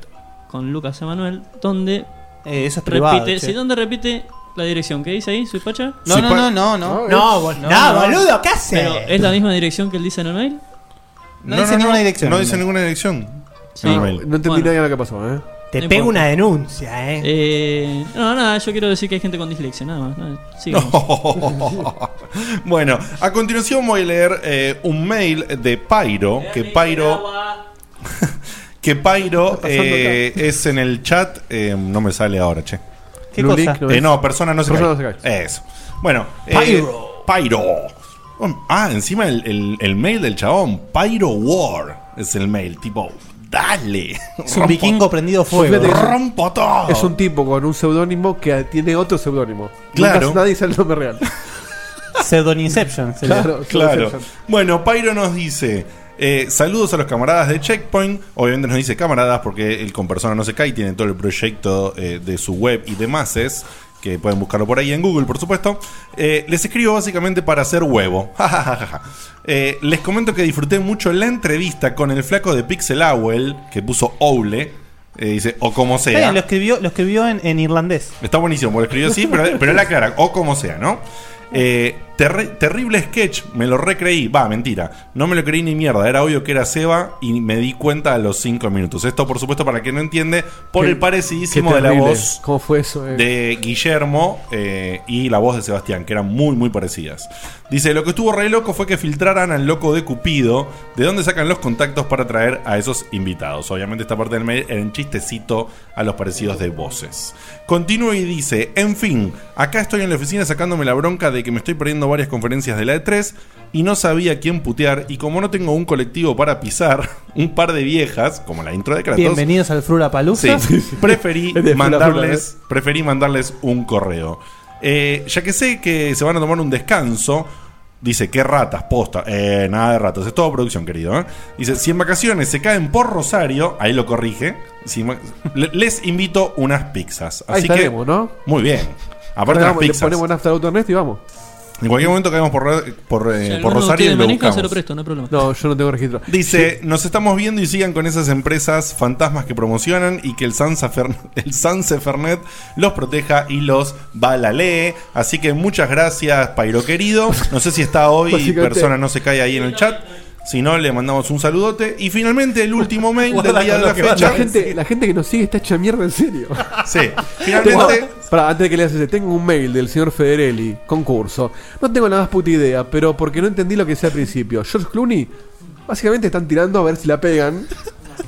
con Lucas Emanuel donde Eh, eso es privado, repite, che. sí, donde repite la dirección que dice ahí, ¿Soy Pacha? No, no, no, no, no. No, bol- no, boludo, ¿qué hace? Pero, ¿Es la misma dirección que él dice en el mail? No, no, no, no, No dice ninguna dirección. Sí. No, No entendí nada de lo que pasó, ¿eh? Te No pego importa. una denuncia, ¿eh? Eh, no, nada, yo quiero decir que hay gente con dislexia, nada más. nada, sigamos. Ah. bueno, a continuación voy a leer eh, un mail de Pairo, que Pairo... Que Pairo pasando eh, es en el chat. eh, no me sale ahora, che. ¿Qué Lulic, cosa? ¿no Eh, es? no, persona no se Persona cae. no se Eso. Bueno, eh, Pyro. Pyro. Ah, encima el, el- el mail del chabón. Pyro War es el mail. Tipo, dale. Es un vikingo prendido fuego. Fíjate que es un- Rompo todo. Es un tipo con un seudónimo que tiene otro seudónimo. Claro. Nunca nadie sabe el nombre real. Pseudoniception. sería. Claro, Claro. Bueno, Pyro nos dice. eh, saludos a los camaradas de Checkpoint. Obviamente nos dice camaradas porque él con persona no se cae y tiene todo el proyecto eh, de su web y demás. Es, que pueden buscarlo por ahí en Google, por supuesto. Eh, les escribo básicamente para hacer huevo. [laughs] Eh, les comento que disfruté mucho la entrevista con el flaco de Pixel Owl que puso Oule. eh, dice, o como sea. Está bien, lo escribió, lo escribió en, en irlandés. Está buenísimo, porque lo escribió así, pero, pero él aclara, o como sea, ¿no? Eh, terri- terrible sketch, me lo recreí. Va, mentira. No me lo creí ni mierda. Era obvio que era Seba y me di cuenta a los 5 minutos. Esto, por supuesto, para quien no entiende, por Qué- el parecidísimo qué de la terrible. voz ¿Cómo fue eso? eh? de Guillermo eh, y la voz de Sebastián, que eran muy, muy parecidas. Dice: Lo que estuvo re loco fue que filtraran al loco de Cupido, de dónde sacan los contactos para traer a esos invitados. Obviamente, esta parte del mail era un chistecito a los parecidos de voces. Continúa y dice: En fin, acá estoy en la oficina sacándome la bronca de que me estoy perdiendo varias conferencias de la E3 y no sabía quién putear. Y como no tengo un colectivo para pisar, [laughs] un par de viejas, como la intro de Kratos. Bienvenidos al Frura Palusa. [laughs] Sí, preferí Es de ¿eh? Frula mandarles, preferí mandarles un correo. Eh, ya que sé que se van a tomar un descanso, dice, qué ratas, posta. Eh, nada de ratas, es todo producción, querido. ¿eh? Dice, si en vacaciones se caen por Rosario, ahí lo corrige, si en vac- le- les invito unas pizzas. Ahí Así que, estaremos, ¿no? muy bien. Aparte las Ponemos- le pizzas. ponemos un after auto Nest y vamos. En cualquier momento caemos por, Ro- por, eh, Si por alguno de Rosario y ustedes lo maneja, buscamos. se lo presto, no hay problema. No, yo no tengo registro. Dice, nos estamos viendo y sigan con esas empresas fantasmas que promocionan y que el Sansa, Fern- [laughs] el Sanse Fernet los proteja y los balalee. Así que muchas gracias, Pairo querido. No sé si está hoy, [laughs] Básicamente. persona no se cae ahí en el chat. Si no, le mandamos un saludote. Y finalmente, el último mail del Guarda día con de la lo que van a fecha. La gente, la gente que nos sigue está hecha mierda en serio. [laughs] Sí. Finalmente- Para, antes de que leas ese, tengo un mail del señor Federelli, concurso. No tengo la más puta idea, pero porque no entendí lo que decía al principio. George Clooney, básicamente están tirando a ver si la pegan.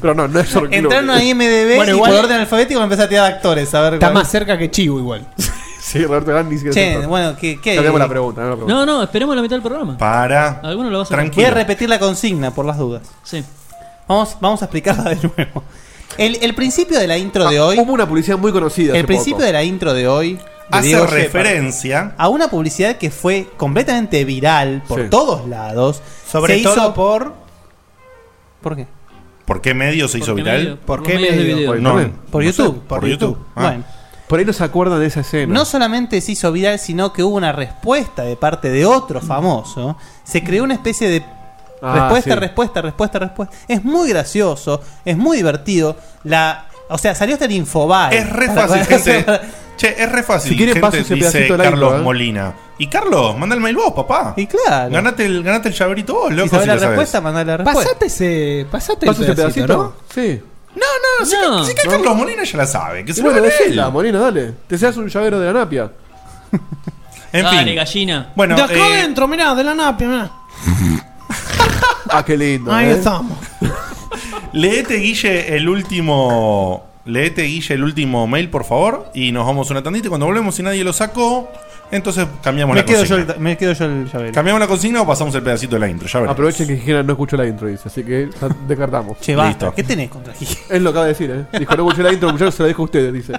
Pero no, no es George Clooney. Entraron a IMDB Bueno, y igual- por orden alfabético me empecé a tirar actores. A ver, Está cuál- más cerca que Chivo igual. [laughs] Sí, Roberto Gran ni siquiera Che, se entró. bueno, ¿qué- qué? No tenemos la pregunta, no la pregunta. No, Ah, no, esperemos la mitad del programa. Para. Alguno lo va a sacar. Voy a repetir la consigna por las dudas. Sí. Vamos, vamos a explicarla de nuevo. El, el principio de la intro de hoy. Ah, Hubo una publicidad muy conocida. El hace principio poco. de la intro de hoy. de Hace Diego referencia Shepard, a una publicidad que fue completamente viral por Sí. todos lados. Sobre Se todo hizo por. ¿Por qué? ¿Por qué medio se hizo viral? ¿Por qué medio? Por No, internet. Por no sé, YouTube. por YouTube. Ah. Bueno. Por ahí no se acuerdan de esa escena. No solamente se hizo viral, sino que hubo una respuesta de parte de otro Mm. famoso. Se creó una especie de Ah, respuesta, sí. respuesta, respuesta, respuesta. Es muy gracioso, es muy divertido. La, o sea, salió hasta el Infobae. Es re [laughs] fácil, gente. Che, es re fácil. Si quieren, gente, paso ese dice pedacito al Carlos aire, ¿eh? Molina. Y Carlos, manda el mail vos, papá. Y claro. Ganate el, ganate el llaverito vos, loco. Si sabés si la lo sabés. respuesta, mandá la respuesta. Pasate ese, pasate ¿Paso ese el pedacito, pedacito? ¿no? Sí. No, no, si que- si que Carlos Molina ya la sabe. Que Y se bueno, lo gane decila, él. Molina, dale. Te seas un llavero de la napia. En Dale, fin. gallina. Bueno, De acá eh, adentro, mirá, de la napia, mirá. [laughs] Ah, qué lindo. Ahí ¿eh? estamos. leete, Guille, el último. Leete, Guille, el último mail, por favor. Y nos vamos una tandita. Y cuando volvemos, si nadie lo sacó, entonces cambiamos Me la quedo, yo, consigna. el- me quedo yo el llavero. ¿Cambiamos la consigna o pasamos el pedacito de la intro? Ya veremos. Aprovechen que Gijena no escuchó la intro, dice, así que ya descartamos. Che, basta. ¿Qué tenés contra Gijena? [laughs] Es lo que acaba de decir, ¿eh? Dijo, no escuché la intro, muchachos, se la dejo a ustedes, dice.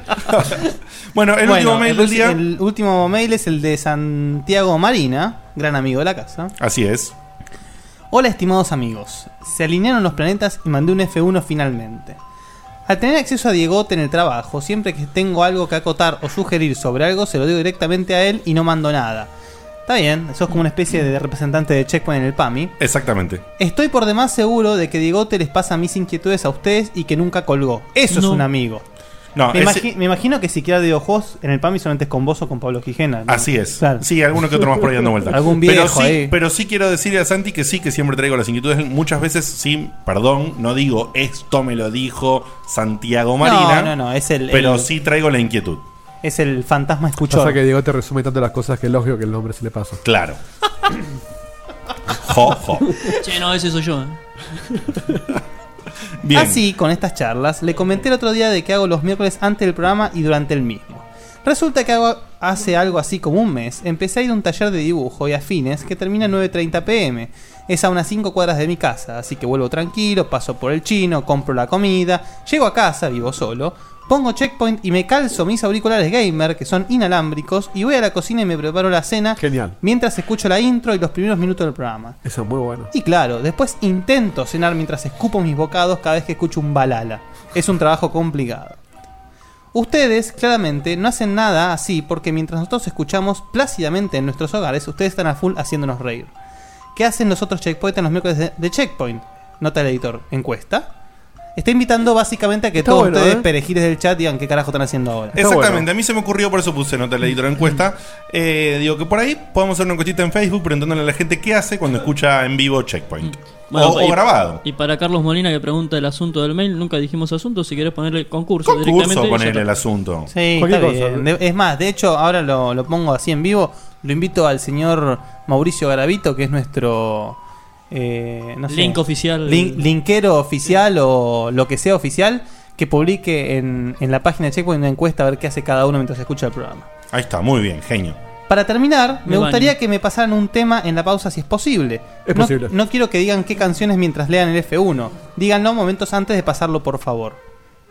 Bueno, el último mail del ulti- día. El último mail es el de Santiago Marina, gran amigo de la casa. Así es. Hola estimados amigos, se alinearon los planetas y mandé un F1 finalmente. Al tener acceso a Diegote en el trabajo, siempre que tengo algo que acotar o sugerir sobre algo, se lo digo directamente a él y no mando nada. Está bien, sos como una especie de representante de Checkpoint en el PAMI. Exactamente. Estoy por demás seguro de que Diegote les pasa mis inquietudes a ustedes y que nunca colgó. Eso es No. un amigo. No, me, ese- imagi- me imagino que si queda videojuegos en el PAMI solamente es con vos o con Pablo Gijena. ¿no? Así es. Sí, alguno que otro más por ahí dando vuelta. [laughs] Algún viejo pero sí, ahí. pero sí quiero decirle a Santi que sí, que siempre traigo las inquietudes. Muchas veces, sí, perdón, no digo esto me lo dijo Santiago Marina. No, no, no, es el- Pero el- sí traigo la inquietud. Es el fantasma escuchón. Pasa que Diego te resume tanto las cosas que es lógico que el nombre se le pasa. [laughs] Claro. Jo, jo. Che, no, ese soy yo. eh. Bien. Así, con estas charlas, le comenté el otro día de que hago los miércoles antes del programa y durante el mismo. Resulta que hago- hace algo así como un mes, empecé a ir a un taller de dibujo y afines que termina a 9.30 pm. Es a unas 5 cuadras de mi casa, así que vuelvo tranquilo, paso por el chino, compro la comida, llego a casa, vivo solo, pongo checkpoint y me calzo mis auriculares gamer, que son inalámbricos, y voy a la cocina y me preparo la cena Genial. mientras escucho la intro y los primeros minutos del programa. Eso es muy bueno. Y claro, después intento cenar mientras escupo mis bocados cada vez que escucho un balala. Es un trabajo complicado. Ustedes, claramente, no hacen nada así porque mientras nosotros escuchamos plácidamente en nuestros hogares, ustedes están a full haciéndonos reír. ¿Qué hacen los otros checkpoints en los miércoles de, de checkpoint? Nota el editor, encuesta. Está invitando básicamente a que Está todos bueno, ustedes, ¿eh? perejines del chat, digan qué carajo están haciendo ahora. Exactamente, a mí se me ocurrió, por eso puse nota en la editora encuesta. Eh, digo que por ahí podemos hacer una encuestita en Facebook preguntándole a la gente qué hace cuando escucha en vivo Checkpoint. Bueno, o, o y- grabado. Y para Carlos Molina que pregunta el asunto del mail, nunca dijimos asunto, si querés ponerle concurso, Concurso directamente. con el, ya el está. asunto. Sí, está bien. De- Es más, de hecho, ahora lo, lo pongo así en vivo. Lo invito al señor Mauricio Garavito, que es nuestro. eh, no sé, Link oficial. lin- linkero oficial o lo que sea oficial, que publique en, en la página de Checkpoint una encuesta a ver qué hace cada uno mientras escucha el programa. Ahí está, muy bien, genio. Para terminar, me, Me baño. gustaría que me pasaran un tema en la pausa si es posible. Es no, posible. No quiero que digan qué canciones mientras lean el F1. Díganlo momentos antes de pasarlo, por favor.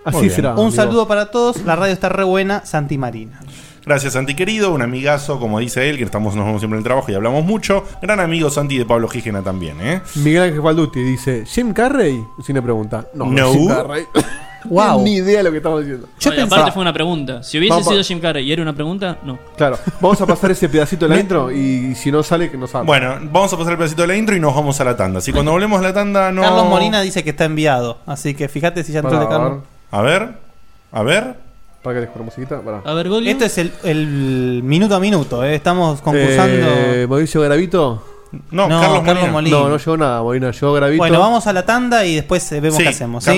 Así Muy bien. será, Un amigo. saludo para todos. La radio está re buena, Santi Marina. Gracias, Santi querido, un amigazo, como dice él, que estamos, nos vemos siempre en el trabajo y hablamos mucho. Gran amigo Santi de Pablo Gígena también, ¿eh? Miguel Ángel Balduti dice: ¿Jim Carrey? Sin una pregunta. No, No. Jim [laughs] Carrey. Wow. Ni idea de lo que estamos diciendo. No, y aparte fue una pregunta. Si hubiese Vamos. sido Jim Carrey y era una pregunta, no. Claro, vamos a pasar ese pedacito de la intro y si no sale, que no sale. Bueno, vamos a pasar el pedacito de la intro y nos vamos a la tanda. Así que cuando volvemos a la tanda, no. Carlos Molina dice que está enviado. Así que fíjate si ya entró el de Carlos. A ver, a ver. ¿Para que les ponga musiquita? Para. Esto Este es el, el minuto a minuto. eh. Estamos [laughs] concursando. Eh, Mauricio Gravito. No, No, Carlos Carlos Molina. Molina. No, no llegó nada, Molina. Llegó Gravito. bueno, vamos a la tanda y después eh, vemos qué hacemos. ¿sí?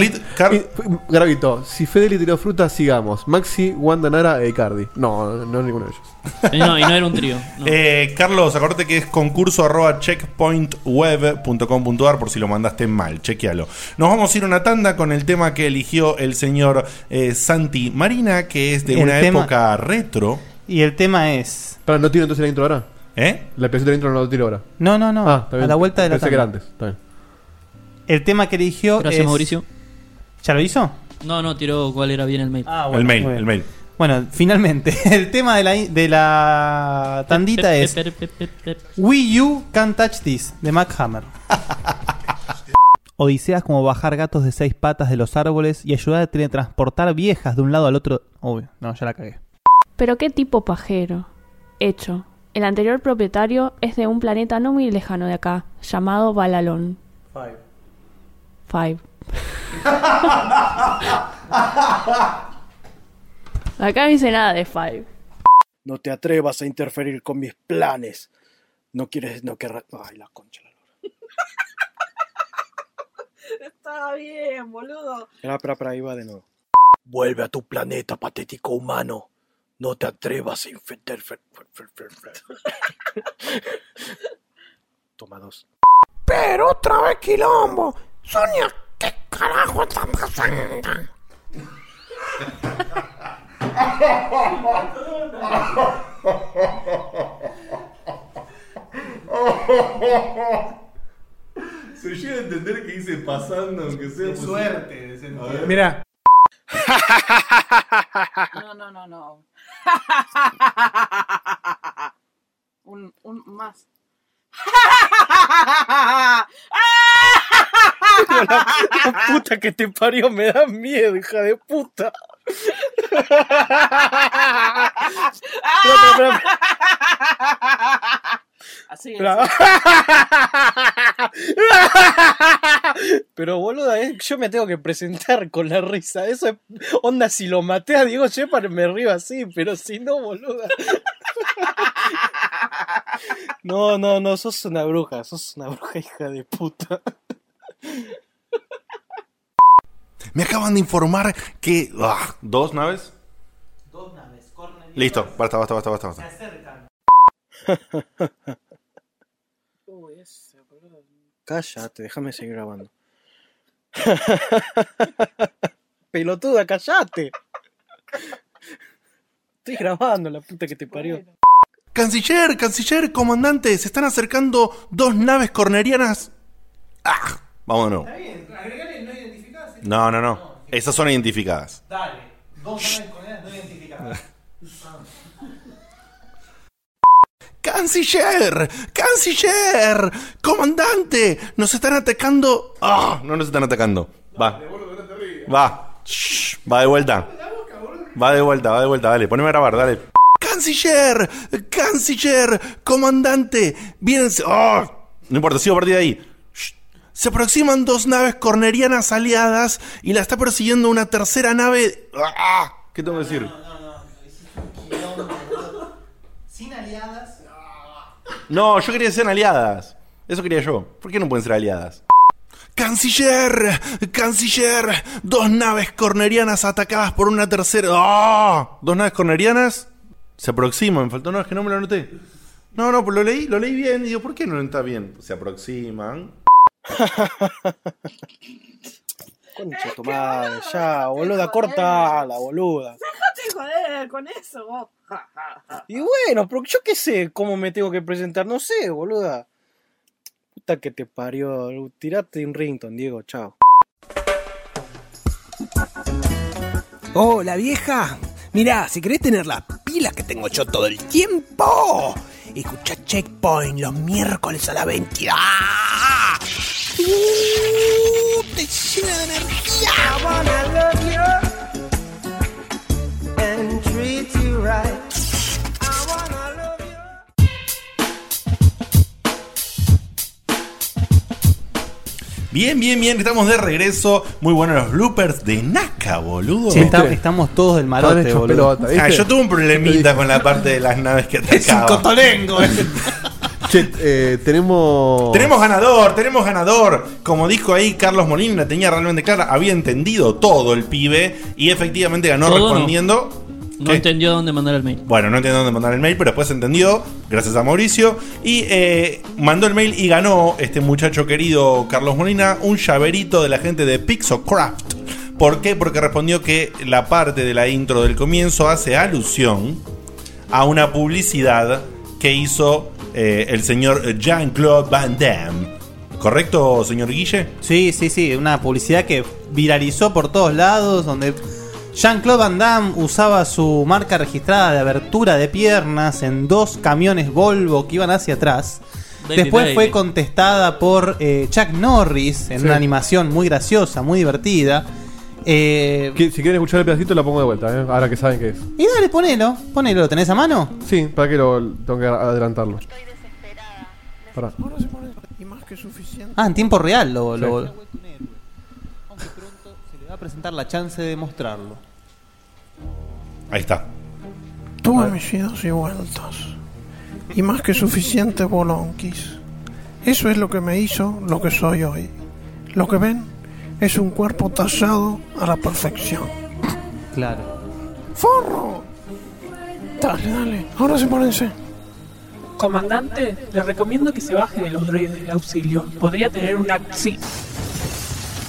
Eh, Gravito, si Fedeli tiró fruta, sigamos. Maxi, Wanda Nara e Icardi. No, no, no ninguno de ellos. No, y no era un trío. no. Eh, Carlos, acordate que es concurso arroba checkpointweb.com.ar por si lo mandaste mal, chequealo. Nos vamos a ir a una tanda con el tema que eligió el señor eh, Santi Marina, que es de El una tema- época retro. Y el tema es. Pero no tiro entonces la intro ahora. ¿Eh? La pedacito de la intro no lo tiro ahora. No, no, no. Ah, está bien. A la vuelta de la Pensé que era tanda. antes. Está bien. El tema que eligió. Gracias, es- Mauricio. ¿Ya lo hizo? No, no, tiró cuál era bien el mail. Ah, bueno, El mail, muy bien. el mail. Bueno, finalmente, [laughs] el tema de la, de la tandita es Wii U Can't Touch This de Mac Hammer. Odiseas como bajar gatos de seis patas de los árboles y ayudar a teletransportar viejas de un lado al otro. Uy, no, ya la cagué. Pero qué tipo pajero. Hecho. El anterior propietario es de un planeta no muy lejano de acá, llamado Balalón. Five. Five. [laughs] Acá no dice nada de Five. [laughs] No te atrevas a interferir con mis planes. No quieres, no querrás. Ay, la concha. Está bien, boludo. Espera, espera, espera, ahí va de nuevo. Vuelve a tu planeta, patético humano. No te atrevas a infectar. [laughs] Toma dos. Pero otra vez quilombo. Sonia, ¿qué carajo está pasando? Se llega a entender que hice pasando, aunque sea. De suerte, se entiende. Mirá. No, no, no, no. Un, un más. La, la [laughs] puta que te parió me da miedo, hija [laughs] de puta. Espera, espera, [laughs] espera. Así es. Espera. [laughs] Pero boluda, eh, yo me tengo que presentar con la risa. Eso es onda si lo maté a Diego Shepard me río así, pero si no, boluda. [laughs] No, no, no, sos una bruja, sos una bruja hija de puta. [laughs] Me acaban de informar que. Ah, ¿Dos naves? Dos naves, Listo, basta, basta, basta, basta. basta. Cállate, déjame seguir grabando. [laughs] Pelotuda, callate. Estoy grabando la puta que te parió. Canciller, canciller, comandante, se están acercando dos naves cornerianas. ¡Ah! Vámonos. No, no, no. Esas son identificadas. Dale, dos naves cornerianas no [laughs] identificadas. ¡Canciller! ¡Canciller! ¡Comandante! ¡Nos están atacando! ¡Ah! No nos están atacando. Va. Va. Shh, va de vuelta. Va de vuelta, va de vuelta. Dale, poneme a grabar, dale. ¡Canciller! ¡Canciller! ¡Comandante! ¡Vienen! ¡Ah! No importa, sigo a partir de ahí. Shh. Se aproximan dos naves cornerianas aliadas y la está persiguiendo una tercera nave. ¡Ah! ¿Qué tengo que decir? Sin aliadas. No, yo quería que sean aliadas. Eso quería yo. ¿Por qué no pueden ser aliadas? Canciller, canciller, dos naves cornerianas atacadas por una tercera. ¡Ah! Dos naves cornerianas se aproximan. Me faltó, no, es que no me lo anoté. No, no, pues lo leí, lo leí bien. Y digo, ¿por qué no está bien? Se aproximan. [laughs] Concha tu madre, ya, boluda, cortala, boluda. Déjate joder con eso, vos. Ja, ja, ja. Y bueno, pero yo qué sé cómo me tengo que presentar, no sé, boluda. Puta que te parió, tirate un rington, Diego, chao. Hola vieja, mirá, si querés tener las pilas que tengo yo todo el tiempo, escucha Checkpoint los miércoles a la 22. ¡Uh! te llena de energía. Bien, bien, bien. Estamos de regreso. Muy buenos los bloopers de Naka, boludo. Este, Sí, está- estamos todos del marote, Estaban hechos boludo. pelota, ¿viste? Ah, yo tuve un [laughs] problemita con la parte de las naves que atacaban. cotolengo, [laughs] Che, eh, tenemos. Tenemos ganador, tenemos ganador. Como dijo ahí Carlos Molina, tenía realmente clara, había entendido todo el pibe y efectivamente ganó Todo no. respondiendo. No entendió dónde mandar el mail. Bueno, no entendió dónde mandar el mail, pero después entendió, gracias a Mauricio. Y eh, mandó el mail y ganó este muchacho querido Carlos Molina un llaverito de la gente de Pixocraft. ¿Por qué? Porque respondió que la parte de la intro del comienzo hace alusión a una publicidad que hizo eh, el señor Jean-Claude Van Damme. ¿Correcto, señor Guille? Sí, sí, sí, una publicidad que viralizó por todos lados, donde Jean-Claude Van Damme usaba su marca registrada de abertura de piernas en dos camiones Volvo que iban hacia atrás. Baby, Después baby. fue contestada por eh, Chuck Norris en Sí. una animación muy graciosa, muy divertida. Eh, Que- Si quieren escuchar el pedacito, la pongo de vuelta, ¿eh? ahora que saben qué es. y dale, ponelo, ponelo, ¿lo tenés a mano? Sí, para que lo tengo que adelantarlo. Pará. Y más que suficiente. Ah, en tiempo real lo, Sí. lo- Se le va a presentar la chance de mostrarlo. Ahí está. Tuve mis idas y vueltas. Y más que suficiente bolonquis. Eso es lo que me hizo lo que soy hoy. Lo que ven es un cuerpo tallado a la perfección. Claro. ¡Forro! Dale, dale. Ahora sí ponerse. Comandante, le recomiendo que se baje de los droides de auxilio. Podría tener un axi.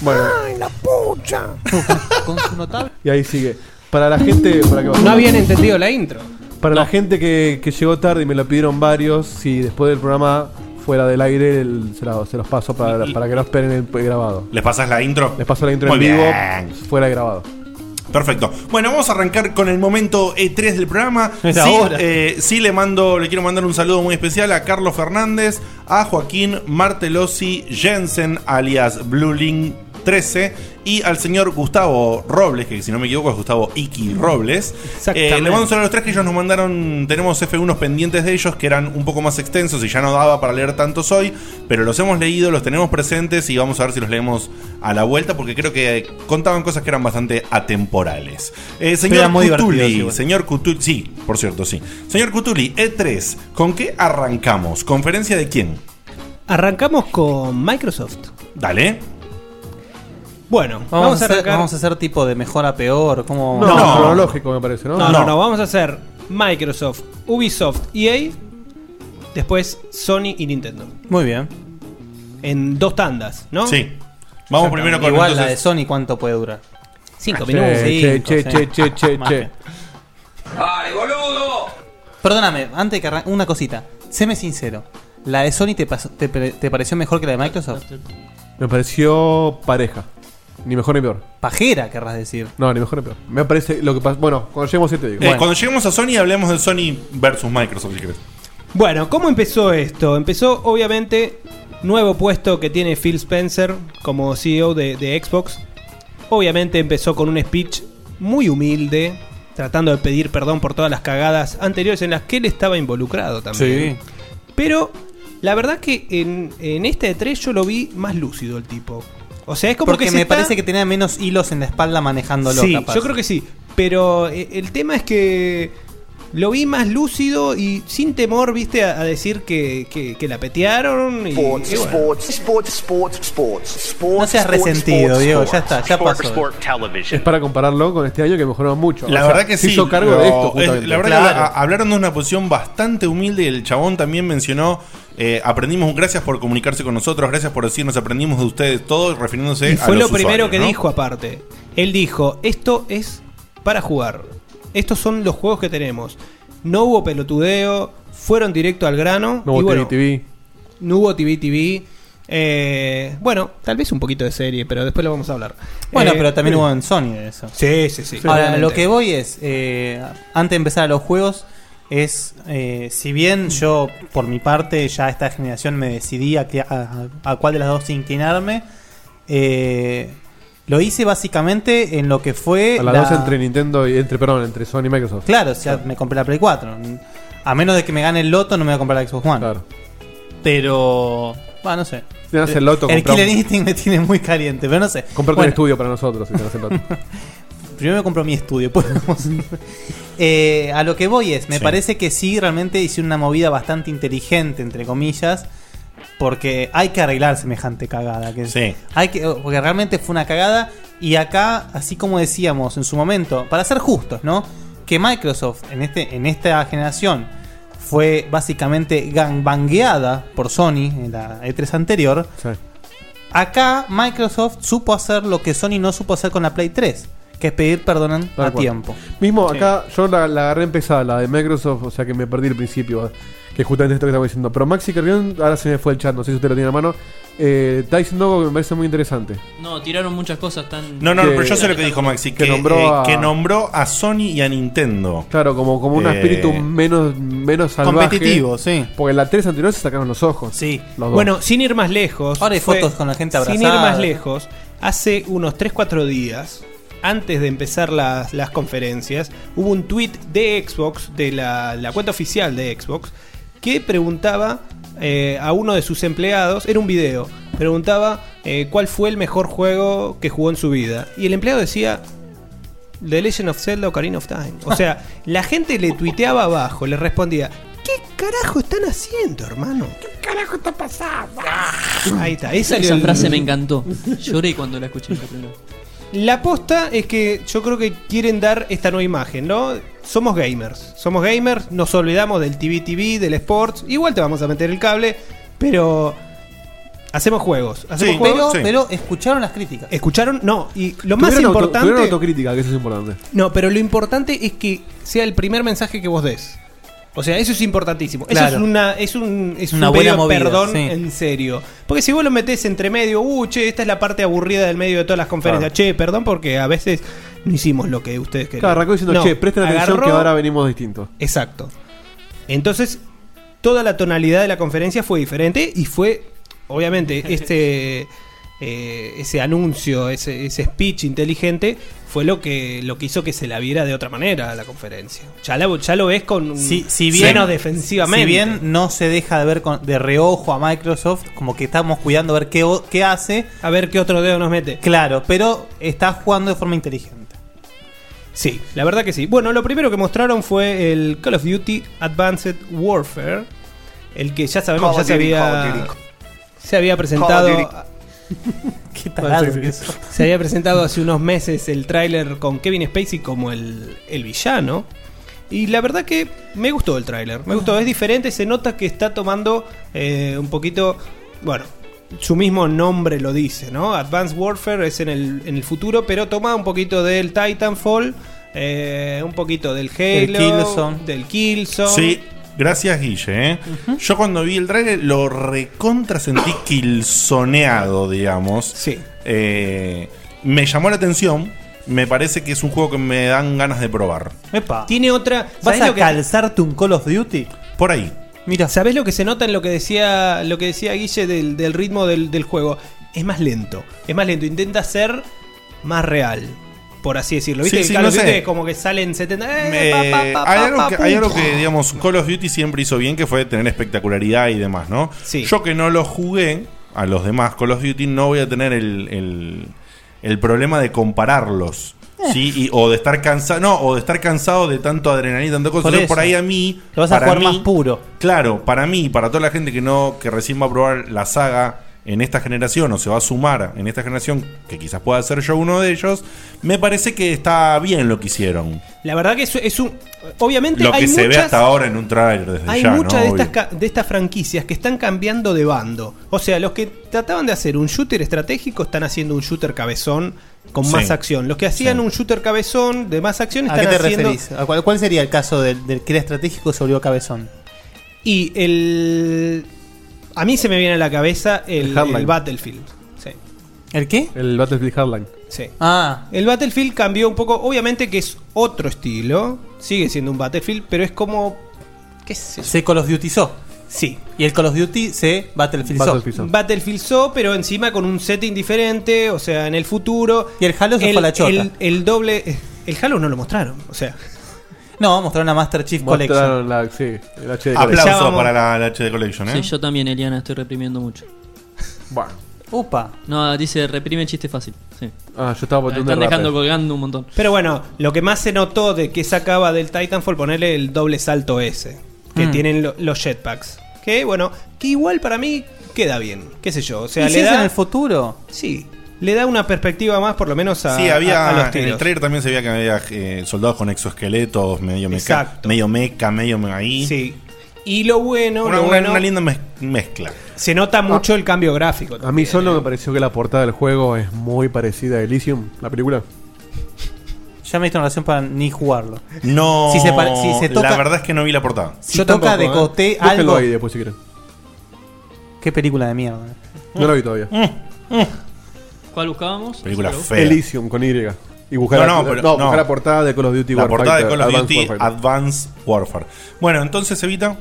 Bueno, ¡Ay, la pucha! [laughs] Con su notable. y ahí sigue. Para la gente. Para que No habían entendido la intro. Para la gente que, que llegó tarde y me lo pidieron varios, si después del programa fuera del aire, el- se, la- se los paso para, para que no esperen el grabado. ¿Les pasas la intro? Les paso la intro Muy en vivo, bien. fuera grabado. Perfecto. Bueno, vamos a arrancar con el momento E3 del programa. Es sí, ahora. eh, sí le mando, le quiero mandar un saludo muy especial a Carlos Fernández, a Joaquín Martelossi Jensen, alias Blueling 13, y al señor Gustavo Robles, que si no me equivoco es Gustavo Iki Robles. Exactamente. Eh, le mando un saludo a los tres que ellos nos mandaron, tenemos F1 pendientes de ellos que eran un poco más extensos y ya no daba para leer tantos hoy, pero los hemos leído, los tenemos presentes y vamos a ver si los leemos a la vuelta porque creo que contaban cosas que eran bastante atemporales. Eh, Pero señor eran muy Cutuli, divertidos igual. señor Cutuli, sí, por cierto, sí. Señor Cutuli, E3, ¿con qué arrancamos? ¿Conferencia de quién? Arrancamos con Microsoft. Dale. Eh, Bueno, vamos, Vamos, a a hacer, arrancar. vamos a hacer tipo de mejor a peor. ¿cómo? No, No. cronológico me parece, ¿no? No, no, no, vamos a hacer Microsoft, Ubisoft, EA, después Sony y Nintendo. Muy bien. En dos tandas, ¿no? Sí. Vamos primero con Igual la de entonces- Sony, ¿cuánto puede durar? Ah, Cinco minutos. Cinco, Che, che, sí. che, che, che, Más che. bien. Perdóname, antes que arranque, una cosita. Séme sincero. ¿La de Sony te, pasó- te, pre- te pareció mejor que la de Microsoft? Me pareció pareja. Ni mejor ni peor. Pajera, querrás decir. No, ni mejor ni peor. Me parece lo que pasa. Bueno, cuando lleguemos a 7 digo. Eh, Cuando lleguemos a Sony, hablemos de Sony versus Microsoft, si querés. Bueno, ¿cómo empezó esto? Empezó, obviamente, nuevo puesto que tiene Phil Spencer como CEO de, de Xbox. Obviamente empezó con un speech muy humilde, tratando de pedir perdón por todas las cagadas anteriores en las que él estaba involucrado también. Pero la verdad que en, en este E3 yo lo vi más lúcido el tipo. O sea, es como Porque que se me está- parece que tenía menos hilos en la espalda manejándolo. Sí, capaz. yo creo que sí. Pero eh, el tema es que lo vi más lúcido y sin temor, viste, a, a decir que, que- que la petearon. Y, Sports, y bueno. sports, sports, sports, sports, sports. No seas sports, resentido, sports, Diego, ya sports, está, ya sports, pasó. sports, Es television. para compararlo con este año que mejoraron mucho. La O sea, verdad que se sí. hizo cargo pero de esto, es- justamente. la verdad que ha- hablaron de una posición bastante humilde y el chabón también mencionó. eh, aprendimos, gracias por comunicarse con nosotros, gracias por decirnos, aprendimos de ustedes todos, refiriéndose Y a fue lo los primero usuarios, que ¿no? dijo aparte. Él dijo, esto es para jugar. Estos son los juegos que tenemos. No hubo pelotudeo, fueron directo al grano. No y hubo bueno, TV. No hubo TV TV. Eh, bueno, tal vez un poquito de serie, pero después lo vamos a hablar. Bueno, Eh, pero [clears throat] también hubo en Sony de eso. Sí, sí, sí. Ahora, Obviamente. lo que voy es, eh, antes de empezar a los juegos, es, eh, si bien yo, por mi parte, ya esta generación me decidí a, que- a- a cuál de las dos inclinarme, eh, lo hice básicamente en lo que fue... A la 12 entre Nintendo y entre, perdón, entre Sony y Microsoft. Claro, o sea, me compré la Play 4. A menos de que me gane el loto, no me voy a comprar la Xbox One. Pero... Bueno, no sé. Te das el loto, El compra un- Killer Instinct me tiene muy caliente, pero no sé. Comprate un Bueno, estudio para nosotros. si te das el loto. [laughs] Primero me compro mi estudio, [laughs] pues vamos. Eh, a lo que voy es, me Sí. parece que sí, realmente hice una movida bastante inteligente, entre comillas, porque hay que arreglar semejante cagada. Que Sí. hay que, porque realmente fue una cagada y acá, así como decíamos en su momento, para ser justos, ¿no? Que Microsoft en, este, en esta generación fue básicamente gangbangueada por Sony en la E3 anterior. Acá Microsoft supo hacer lo que Sony no supo hacer con la Play 3, que es pedir perdón Tal a cual. tiempo. Mismo acá, yo la, la agarré empezada, la de Microsoft, o sea que me perdí el principio, que es justamente esto que estaba diciendo. Pero Maxi Carrión, ahora se me fue el chat, no sé si usted lo tiene a mano, eh, está diciendo algo que me parece muy interesante. No, tiraron muchas cosas tan. No, no, pero yo sé lo que dijo Maxi, que, eh, que que nombró, nombró a... a- Sony y a Nintendo. Claro, como, como un Eh, espíritu menos, menos salvaje. competitivo, sí. Porque en la 3 anterior se sacaron los ojos. Sí. Los dos. Bueno, sin ir más lejos. Ahora hay fotos con la gente Sin ir abrazada. más lejos, hace unos 3-4 días, antes de empezar las, las conferencias, hubo un tweet de Xbox, de la, la cuenta oficial de Xbox, que preguntaba eh, a uno de sus empleados, era un video, preguntaba eh, cuál fue el mejor juego que jugó en su vida. Y el empleado decía, The Legend of Zelda Ocarina of Time. O sea, la gente le tuiteaba abajo, le respondía, ¿qué carajo están haciendo, hermano? ¿Qué carajo está pasando? Ahí está, ahí salió Esa el- frase me encantó. Lloré cuando la escuché la primera vez. ¿Eh? La posta es que yo creo que quieren dar esta nueva imagen, ¿no? Somos gamers. Somos gamers, nos olvidamos del TV TV, del sports. Igual te vamos a meter el cable, pero hacemos juegos. Hacemos Sí, juegos. pero, pero escucharon las críticas. ¿Escucharon? No, y lo más Tuvieron auto- importante. tuvieron autocrítica, que eso es importante. No, pero lo importante es que sea el primer mensaje que vos des. O sea, eso es importantísimo. Eso Claro. es una es un es Una un buena pedido movida, perdón sí. en serio. Porque si vos lo metés entre medio, uh, che, esta es la parte aburrida del medio de todas las conferencias. Che, perdón porque a veces no hicimos lo que ustedes querían. Claro, arrancó diciendo, No, che, presten atención agarró- que ahora venimos distintos. Exacto. Entonces, toda la tonalidad de la conferencia fue diferente y fue, obviamente, este eh, ese anuncio, ese, ese speech inteligente, fue lo que, lo que hizo que se la viera de otra manera a la conferencia. Ya, la- ya lo ves con un Si, si bien, seno defensivamente. Si bien no se deja de ver con- de reojo a Microsoft, como que estamos cuidando a ver qué, o- qué hace. A ver qué otro dedo nos mete. Claro, pero está jugando de forma inteligente. Sí, la verdad que sí. Bueno, lo primero que mostraron fue el Call of Duty Advanced Warfare, el que ya Call sabemos ya of se Duty, Call había of Duty. se había Call presentado of [laughs] Qué tarado que eso. Se había presentado hace unos meses el tráiler con Kevin Spacey como el, el villano. Y la verdad que me gustó el tráiler. Me gustó, es diferente, se nota que está tomando eh, un poquito... Bueno, su mismo nombre lo dice, ¿no? Advanced Warfare es en el, en el futuro, pero toma un poquito del Titanfall, eh, un poquito del Halo, Killzone. del Killzone. Sí, gracias Guille. ¿eh? Yo cuando vi el trailer lo recontra sentí kilsoneado, digamos. Eh, Sí. me llamó la atención. Me parece que es un juego que me dan ganas de probar. Tiene otra. ¿Vas a calzarte un Call of Duty? Por ahí. Mira, ¿sabés lo que se nota en lo que decía, lo que decía Guille del, del ritmo del, del juego? Es más lento. Es más lento. Intenta ser más real. Por así decirlo. Sí, ¿Viste? que sí, Call of no Duty sé. es como que salen 70. eh, Eh, pa, pa, pa, hay, pa, algo pa, que, hay pum. algo que, digamos, Call of Duty siempre hizo bien, que fue tener espectacularidad y demás, ¿no? Yo que no lo jugué a los demás Call of Duty, no voy a tener el, el- el problema de compararlos. Eh. ¿Sí? Y- o de estar cansado no, o de estar cansado de tanto adrenalina y tanto cosa. Yo eso. por ahí a mí Lo vas a para jugar mí- más puro. Claro, para mí y para toda la gente que no que recién va a probar la saga en esta generación o se va a sumar en esta generación, que quizás pueda ser yo uno de ellos, me parece que está bien lo que hicieron. La verdad que es, es un. Obviamente Lo que hay se muchas, ve hasta ahora en un trailer desde Hay ya, muchas ¿no? de, estas, Obvio. ca- de estas franquicias que están cambiando de bando. O sea, los que trataban de hacer un shooter estratégico están haciendo un shooter cabezón con Sí. más acción. Los que hacían un shooter cabezón de más acción ¿A están qué te haciendo. referís? ¿A cuál, cuál sería el caso del, del que era estratégico y se volvió cabezón? Y el. A mí se me viene a la cabeza el, El Hardline. el Battlefield. Sí. ¿El qué? El Battlefield Hardline. Sí. Ah. El Battlefield cambió un poco. Obviamente que es otro estilo. Sigue siendo un Battlefield, pero es como. ¿Qué sé yo? Se Call of Dutyzó. Sí. Y el Call of Duty se Battlefieldizó. Battlefield So, pero encima con un setting diferente, o sea, en el futuro. Y el Halo se fue a la chota. El, el doble. eh, El Halo no lo mostraron, o sea. No, mostraron a Master Chief Mostraron Collection. la, sí, el HD Aplauso Collection. para la, la HD Collection, ¿eh? Sí, yo también, Eliana, estoy reprimiendo mucho. Bueno. Upa. No, dice reprime el chiste fácil. Sí. Ah, yo estaba Están botando dejando el rapper. colgando un montón. Pero bueno, lo que más se notó de que sacaba del Titanfall, ponerle el doble salto ese. Que Mm. tienen lo- los jetpacks. Que bueno, que igual para mí queda bien. ¿Qué sé yo? O sea, ¿Y le si es da. en el futuro? Sí. Le da una perspectiva más, por lo menos, a, Sí, había a- a los en el tiros. trailer también se veía que había eh, soldados con exoesqueletos, medio meca, Exacto. medio meca, medio me- ahí. Sí. Y lo bueno, Una, lo una- bueno- una linda mez- mezcla. Se nota mucho el cambio gráfico. A mí solo me pareció que la portada del juego es muy parecida a Elysium, la película. Ya me diste una razón para ni jugarlo. No, Si se pare- si se toca- la verdad es que no vi la portada. Si Yo toca de coté algo. Déjenlo ¿eh? ahí después si quieren. Qué película de mierda. No lo vi todavía. Mm, ¿Cuál buscábamos? ¿Cuál buscamos? Elysium con Y. Y buscar, No, la, no, pero- buscar no. la portada de Call of Duty la portada de Call of Advanced Duty Warfighter. Advanced Warfare. Bueno, entonces Evita,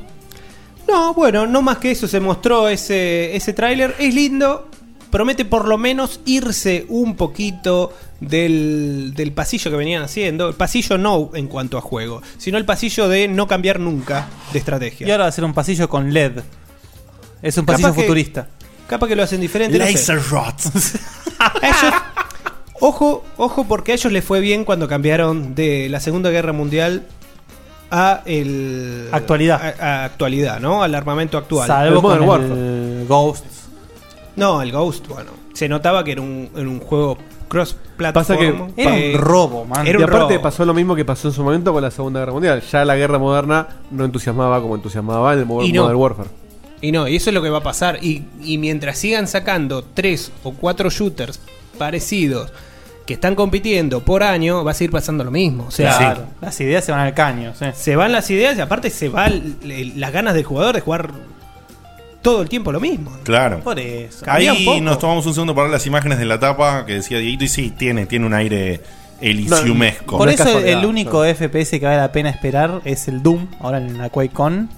No, bueno, no más que eso se mostró ese, ese tráiler. Es lindo, promete por lo menos irse un poquito del, del pasillo que venían haciendo. El pasillo no en cuanto a juego, sino el pasillo de no cambiar nunca de estrategia. Y ahora va a ser un pasillo con LED. Es un Capaz pasillo que- futurista. Capaz que lo hacen diferente. no sé. Laser A ellos- ojo, ojo, porque a ellos les fue bien cuando cambiaron de la Segunda Guerra Mundial a el Actualidad. a, a actualidad, ¿no? Al armamento actual. Salvo con el Ghost. No, el Ghost, bueno. Se notaba que era un, era un juego cross-platform. Pasa que eh, Era y un aparte robo. pasó lo mismo que pasó en su momento con la Segunda Guerra Mundial. Ya la guerra moderna no entusiasmaba como entusiasmaba en el Y Modern no. Warfare. Y no, y eso es lo que va a pasar. Y, y mientras sigan sacando tres o cuatro shooters parecidos que están compitiendo por año, va a seguir pasando lo mismo. O sea, Claro, Las ideas se van al caño. sí. se van las ideas y aparte se van las ganas del jugador de jugar todo el tiempo lo mismo. claro. Por eso. Cambia un Ahí poco. nos tomamos un segundo para ver las imágenes de la tapa que decía Dieguito y sí, tiene, tiene un aire elisiumesco. Por eso el- el único FPS que vale la pena esperar es el Doom, ahora en la QuakeCon.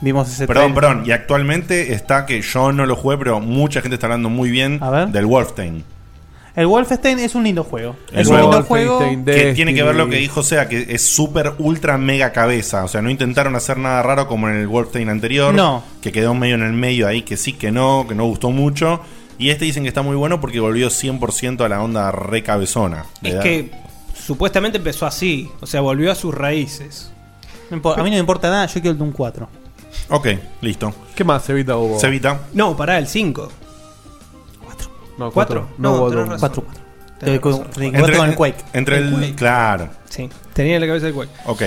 Vimos ese Perdón, trailer. perdón. Y actualmente está que yo no lo jugué, pero mucha gente está hablando muy bien del Wolfenstein. El Wolfenstein es un lindo juego. El es un lindo Wolfenstein juego. Que tiene que ver lo que dijo Sea, que es súper ultra mega cabeza. O sea, no intentaron hacer nada raro como en el Wolfenstein anterior. No. Que quedó medio en el medio ahí, que sí, que no, que no gustó mucho. Y este dicen que está muy bueno porque volvió 100% a la onda re cabezona. Es que supuestamente empezó así, o sea, volvió a sus raíces. No impo- A mí no me importa nada, yo quiero el Doom 4. Ok, listo. ¿Qué más, Cevita hubo? Cevita. No, pará, el 5. No, ¿Cuatro? cuatro. No, hubo tenés Doom. razón. Cuatro, cuatro. Tenés Eh, con- razón. con- Entre- con el Quake. Entre el. Claro. Sí, tenía en la cabeza el Quake. Ok.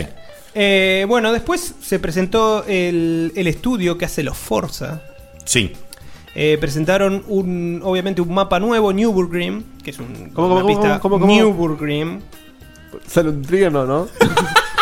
Eh, bueno, después se presentó el, el estudio que hace los Forza. Sí. Eh, presentaron un, obviamente un mapa nuevo, Newburgrim, que es un, ¿Cómo, una cómo, pista cómo, cómo, cómo? Newburgrim. Sale un trígono, ¿no?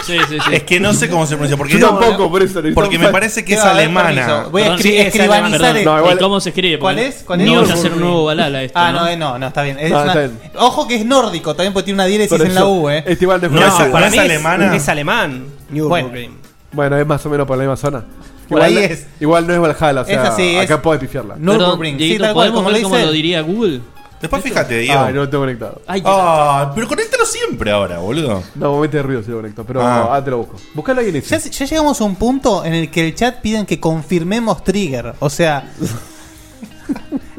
Sí, sí, sí. Es que no sé cómo se pronuncia. Porque Yo tampoco, por eso necesito- Porque me parece que es No, a ver, alemana. permiso. Voy a Perdón, sí, escri- es escribanizar alemán, perdón. el- No, igual- ¿Y ¿Cómo se escribe? ¿Cuál Porque es? ¿Cuál es? no vamos a hacer un nuevo balala este, esto. Ah, no, eh, no, no, está bien. Es No, una- está bien. Ojo que es nórdico también porque tiene una diéresis Por en la eso, U, eh. este igual de- Uh, No, No, es- para para mí mí es es alemana. Es alemán, Newburgrim. Bueno, es más o menos por la misma zona. Por Igual, ahí es. igual no es Valhalla, o sea, Es así, acá es- podés pifiarla. No, Perdón, Nürburgring, sí, Dieguito, tal cual, ¿podemos como ver lo cómo dice lo él. diría Google? Después fíjate, Diego. Ah, no lo tengo conectado. Ay, Ah, pero conéctalo siempre ahora, boludo. No, momento de ruido si lo conecto, pero Ah. ah. te lo busco. Buscalo ahí en ese. Ya, ya llegamos a un punto en el que el chat piden que confirmemos Trigger. O sea.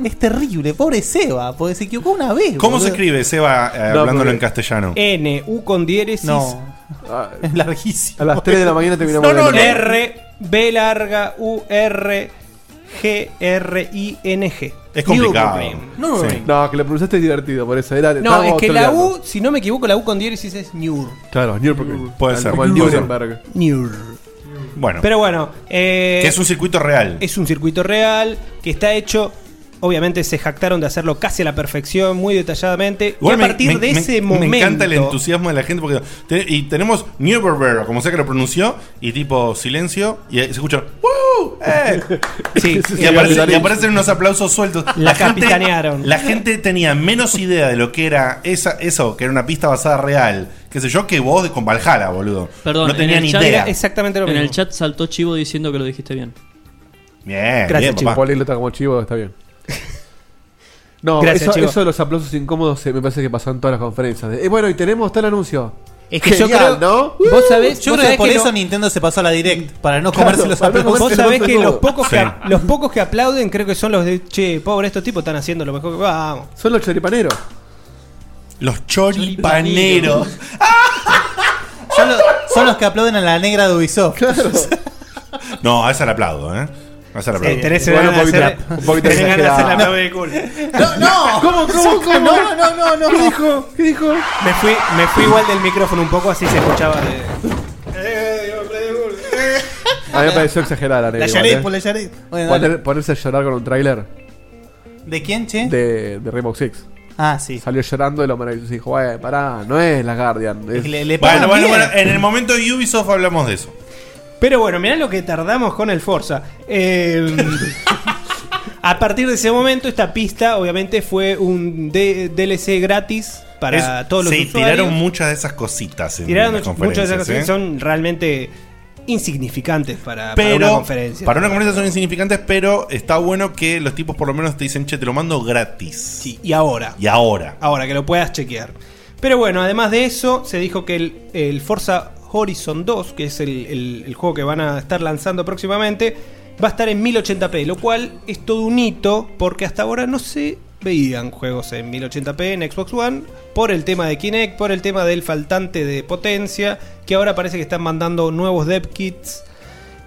es terrible, pobre Seba, porque se equivocó una vez. ¿Cómo se boludo. escribe, Seba, eh, No, hablándolo porque- en castellano? N, U con diéresis. No. Es larguísimo. A las 3 de la mañana terminamos No, no, hablando. R, B larga, U, R, G, R, I, N, G. Nürburgring. No, Nürburgring. no, que lo pronunciaste es divertido, por eso. Era, No, estábamos es que la troleando. U, si no me equivoco, la U con diéresis es Nür. Claro, Nürburgring. Puede ser. Como el Puede ser. Nürburgring. Bueno. Pero bueno. eh, Que es un circuito real. Es un circuito real que está hecho. Obviamente se jactaron de hacerlo casi a la perfección, muy detalladamente. Igual y a partir de ese momento. Me encanta el entusiasmo de la gente porque te- y tenemos Nürburgring, como sea que lo pronunció, y tipo silencio, y ahí se escucha ¡Woo! ¡Eh! Sí, y, aparece- y aparecen unos aplausos sueltos. La gente- capitanearon. La gente tenía menos idea de lo que era esa, eso, que era una pista basada real, qué sé yo, que vos de- con Valhalla, boludo. Perdón, no tenían en el chat- idea. exactamente lo En mismo. el chat saltó Chivo diciendo que lo dijiste bien. Bien, Gracias, bien, Chivo. papá. Políglota como chivo, [laughs] está bien. No, Gracias, eso, Chivo. eso de los aplausos incómodos eh, me parece que pasó en todas las conferencias. De, eh, bueno, y tenemos tal anuncio. Es que Genial, yo creo. ¿no? Vos sabés. Yo creo vos que sabés por eso lo- Nintendo se pasó a la Direct, para no Claro, comerse los para no aplausos. Vos sabés que los pocos que, Sí. los pocos que aplauden creo que son los de che, pobre, estos tipos están haciendo lo mejor que vamos. Son los choripaneros. Los choripaneros. Son los, son los que aplauden a la negra de Ubisoft. No, a esa la aplaudo, ¿eh? A esa la aplaudo. Sí, tenés Igual un ganas de poquito- hacer- un poquito tenés ganas de hacer la exagerado. aplauso de No, no. ¿Cómo, cómo, cómo? No, no, no, no. ¿Qué dijo? ¿Qué dijo? Me fui, me fui igual del micrófono un poco, así se escuchaba de. A mí me pareció exagerada la negra. La igual, lloré, eh. pues la lloré. Bueno, dale. Poner- ponerse a llorar con un tráiler ¿De quién, che? de, de Rainbow Six. Ah, sí. Salió llorando de lo maravilloso y dijo, "Güey, pará, no es la Guardian. es- bueno, bueno, bueno, en el momento de Ubisoft hablamos de eso. Pero bueno, mirá lo que tardamos con el Forza. [laughs] Eh, a partir de ese momento, esta pista obviamente fue un D- DLC gratis para Es- todos los sí, usuarios. tiraron muchas de esas cositas. En Tiraron las much- muchas de esas cosas que conferencias, ¿eh? son realmente insignificantes para, para pero, una conferencia. Para una conferencia son insignificantes, pero está bueno que los tipos por lo menos te dicen, che, te lo mando gratis. y ahora. Y ahora. Ahora, que lo puedas chequear. Pero bueno, además de eso, se dijo que el, el Forza Horizon 2, que es el, el- el juego que van a estar lanzando próximamente, va a estar en 1080p, lo cual es todo un hito, porque hasta ahora no se veían juegos en 1080p en Xbox One, por el tema de Kinect, por el tema del faltante de potencia, que ahora parece que están mandando nuevos dev kits.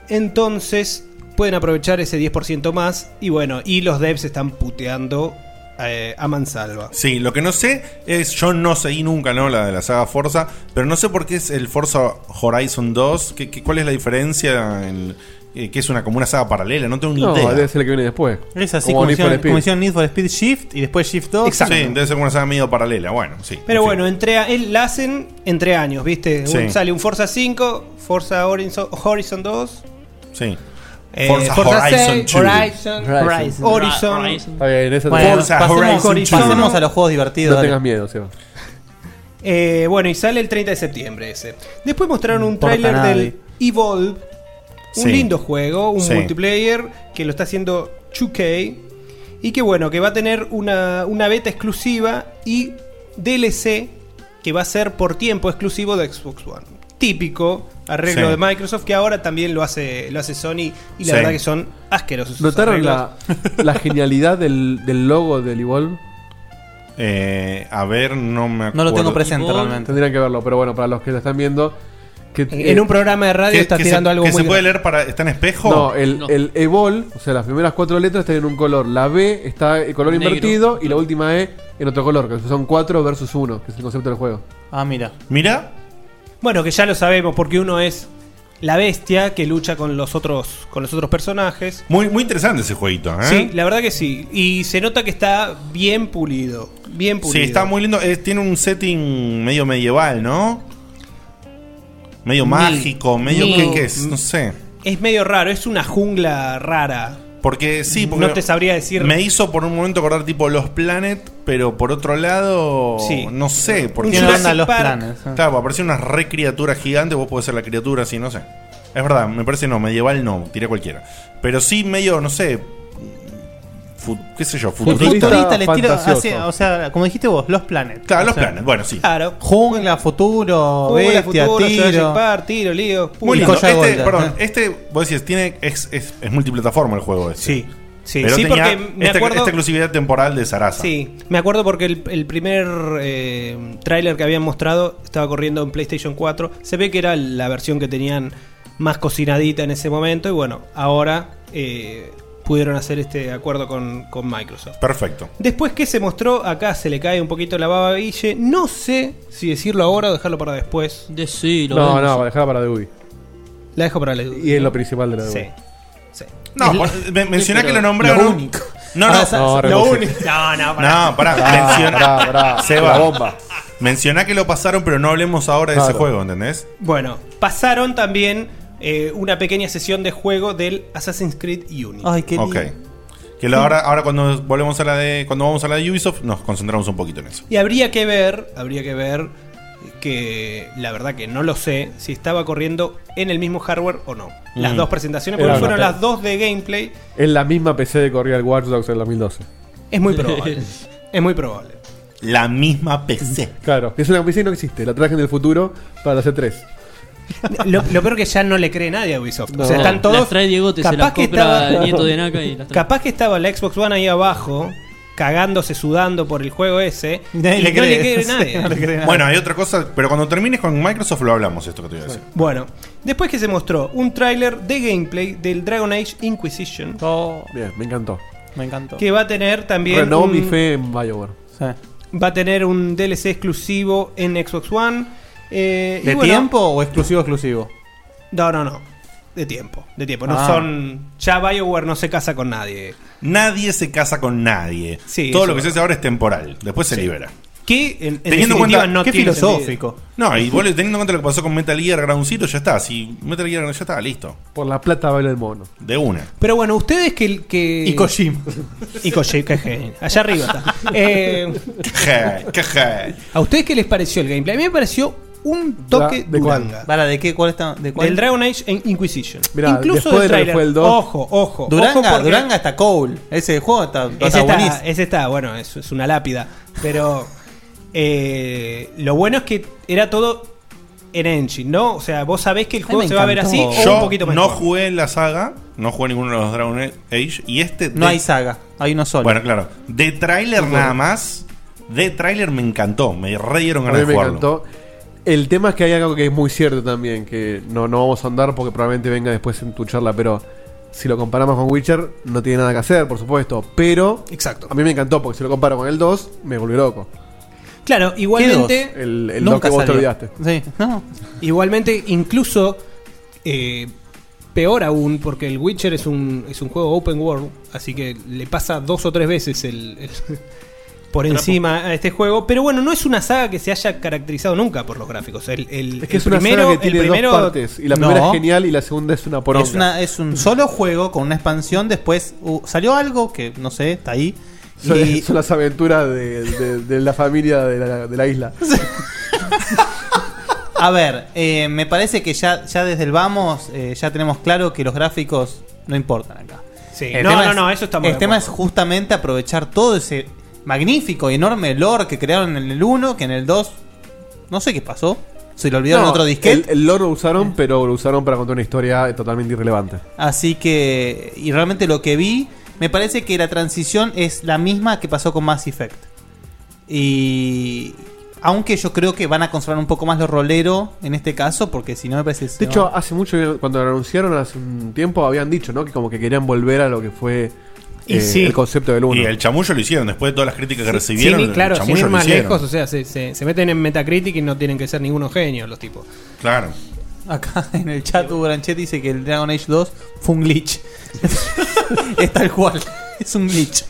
Entonces, pueden aprovechar ese 10% más, y bueno, y los devs están puteando eh, a mansalva. Sí, lo que no sé es, yo no seguí nunca, ¿no? La de la saga Forza, pero no sé por qué es el Forza Horizon 2. ¿Qué, qué- cuál es la diferencia? en- eh, que es una, como una saga paralela, no tengo ni No, idea. debe ser el que viene después. Es así como, Need for hicieron, Speed. como hicieron Need for Speed Shift y después Shift 2. Sí, debe ser una saga medio paralela, bueno, sí. Pero bueno, entre a- él la hacen entre años, ¿viste? Sí. Un- sale un Forza 5, Forza Horizon, Horizon 2, Sí. eh, Forza, Horizon 2. Horizon, Horizon, Horizon. Está bien, esa Bueno, Forza pasemos- Horizon pasemos Two. a los juegos divertidos, No dale. tengas miedo, Seba. Eh, bueno, y sale el 30 de septiembre ese. Después mostraron un importa tráiler nada, del Evolve, un Sí. lindo juego, un Sí. multiplayer que lo está haciendo 2K y que bueno, que va a tener una, una beta exclusiva y DLC que va a ser por tiempo exclusivo de Xbox One. Típico arreglo Sí. de Microsoft que ahora también lo hace lo hace Sony y la Sí. verdad que son asquerosos. esos ¿Notaron arreglos. la, la genialidad del, del logo del Evolve? Eh, a ver, no me acuerdo. Tendrían que verlo, pero bueno, para los que lo están viendo. Que, eh, En un programa de radio está tirando se, algo que muy se puede grande. leer para está en espejo No, el, el Evol, o sea, las primeras cuatro letras están en un color. La B está en color Negro. invertido y la última E en otro color, que son 4 versus 1, que es el concepto del juego. Ah, mira. Mira. Bueno, que ya lo sabemos porque uno es la bestia que lucha con los otros, con los otros personajes. Muy, muy interesante ese jueguito, ¿eh? Sí, la verdad que sí. Y se nota que está bien pulido. Bien Sí, pulido. está muy lindo. Eh, tiene un setting medio medieval, ¿no? Medio Ni- mágico, medio. ni- ¿qué, qué es? No sé. Es medio raro, es una jungla rara. Porque sí, porque. No te sabría decir- Me hizo por un momento acordar tipo Los Planet, pero por otro lado. Sí. No sé. Porque Tiene onda Jurassic Los Park. Planet, eh. Claro, aparecen unas re criaturas gigantes, vos podés ser la criatura así, no sé. Es verdad, me parece no, medieval no, tiré cualquiera. Pero sí medio, no sé. fu- ¿Qué sé yo? [laughs] Futurista, Futurista. le tiro hacia- o sea, como dijiste vos, los planetas. Claro, Los Planet, bueno, sí. Claro. Jungla, futuro, Jungla, bestia, futuro, Jurassic tiro. Park, Oh, tiro, lío. pum. Muy Y lindo. Joya Este, Golda, perdón, ¿eh? este, vos decís, tiene, es, es, es multiplataforma el juego. Este. Sí, sí, sí, porque me esta, acuerdo- esta exclusividad temporal de Sarasa. Sí, me acuerdo porque el, el primer eh, tráiler que habían mostrado estaba corriendo en PlayStation 4. Se ve que era la versión que tenían más cocinadita en ese momento. Y bueno, ahora eh, pudieron hacer este acuerdo con, con Microsoft. Perfecto. Después que se mostró, acá se le cae un poquito la baba a Guille. No sé si decirlo ahora o dejarlo para después. Decilo. No, no, para dejarla para Dewey. La dejo para la Y es lo principal de la Sí. Dewey. No, por- me- mencioná que lo nombraron. No, no, Ah, sa- No, lo único. No, no, pará. No, pará, Pará, menciona- pará, pará. Seba, La bomba. Mencioná que lo pasaron, pero no hablemos ahora de Claro. ese juego, ¿entendés? Bueno, pasaron también eh, una pequeña sesión de juego del Assassin's Creed Unity. Ok. Que lo- ahora, ahora cuando volvemos a la de. Cuando vamos a la de Ubisoft, nos concentramos un poquito en eso. Y habría que ver, habría que ver que la verdad que no lo sé si estaba corriendo en el mismo hardware o no. Las Mm. dos presentaciones, porque Era fueron una- las dos de gameplay, Es la misma PC de corría el Watch Dogs en 2012. es muy [laughs] probable. es muy probable. La misma PC. Claro, es una PC que no existe. La traje del futuro para la C3. Lo, lo peor que ya no le cree nadie a Ubisoft. No. O sea, están todos. Las trae Diegote, se las compra el nieto de Naka y las trae. Capaz que estaba la Xbox One ahí abajo, cagándose, sudando por el juego ese. Nadie y le no cree, le cree [laughs] [laughs] sí, nadie. no le cree nadie. Bueno, hay otra cosa, pero cuando termines con Microsoft lo hablamos, esto que te voy a decir. Bueno, después que se mostró un tráiler de gameplay del Dragon Age Inquisition. Bien, me encantó. Me encantó. Que va a tener también. Renovó un- mi fe en Bioware. Va a tener un DLC exclusivo en Xbox One. eh, y ¿De bueno- tiempo o exclusivo exclusivo? No, no, no. De tiempo. De tiempo. No Ah. son. Ya Bioware no se casa con nadie. Nadie se casa con nadie. Sí, Todo eso lo que es se hace ahora es temporal. Después se Sí. libera. Que en, en Teniendo en definitiva cuenta. no tiene sentido. No, y vos, teniendo en cuenta lo que pasó con Metal Gear Ground Zero, ya está. Si Metal Gear ya está, listo. Por la plata baila el mono. De una. Pero bueno, ustedes que. que... Y Kojima. Y Kojima, qué genio. Allá arriba [laughs] está. [laughs] Eh, ¿A ustedes qué les pareció el gameplay? A mí me pareció un toque ¿De cuál? Duranga. Para, ¿de qué? ¿Cuál está? ¿De cuál? Del Dragon Age en Inquisition. Mirá, Incluso después de lo del que trailer. fue el dos. ojo, ojo. Duranga, ojo porque- Duranga está Cole. Ese juego está, está Ese buenísimo. está, ese está, bueno, es, es una lápida. Pero eh, lo bueno es que era todo en engine, ¿no? O sea, vos sabés que el juego se va a ver así o Yo un poquito no mejor. jugué la saga, no jugué ninguno de los Dragon Age y este... No hay saga, hay uno solo. Bueno, claro. De tráiler nada más, de tráiler me encantó, me re dieron A ganas mí de me jugarlo. encantó. El tema es que hay algo que es muy cierto también, que no, no vamos a andar porque probablemente venga después en tu charla, pero si lo comparamos con Witcher, no tiene nada que hacer, por supuesto. Pero Exacto. a mí me encantó porque si lo comparo con el 2, me volvió loco. Claro, igualmente. dos? El- el Nunca dos que vos te salió. olvidaste. Igualmente, incluso. eh, peor aún, porque el Witcher es un, es un juego open world. Así que le pasa dos o tres veces el. [laughs] el- Por Trapo. encima a este juego, pero bueno, no es una saga que se haya caracterizado nunca por los gráficos. El, el- Es que el es una primero, saga que el tiene primero- dos partes, y la primera No. es genial y la segunda es una poronga. Es, una- es un solo juego con una expansión. Después uh, salió algo que no sé, está ahí. Son, [laughs] y- son las aventuras de, de- de la familia de la, de la isla. a ver, eh, me parece que ya, ya desde el vamos eh, ya tenemos claro que los gráficos no importan acá. Sí. El No, tema no, es- no, eso estamos El de tema es justamente aprovechar todo ese magnífico y enorme lore que crearon en el 1, que en el 2 no sé qué pasó. Se lo olvidaron No, otro disquete. El, el lore lo usaron, pero lo usaron para contar una historia totalmente irrelevante. Así que, y realmente lo que vi, me parece que la transición es la misma que pasó con Mass Effect. Y. Aunque yo creo que van a conservar un poco más lo rolero en este caso, porque si no me parece. De hecho, hace mucho, cuando lo anunciaron hace un tiempo, habían dicho, ¿no? Que como que querían volver a lo que fue Y eh, sí. el concepto del 1. Y el chamullo lo hicieron, después de todas las críticas que Sin recibieron, ir- claro, el sin ir chamullo lo más hicieron. lejos, o sea, se, se- se meten en Metacritic y no tienen que ser ninguno genio los tipos. Claro. Acá [laughs] en el chat Hugo Branchet dice que el Dragon Age 2 fue un glitch. [laughs] es tal cual. [laughs] Es un glitch.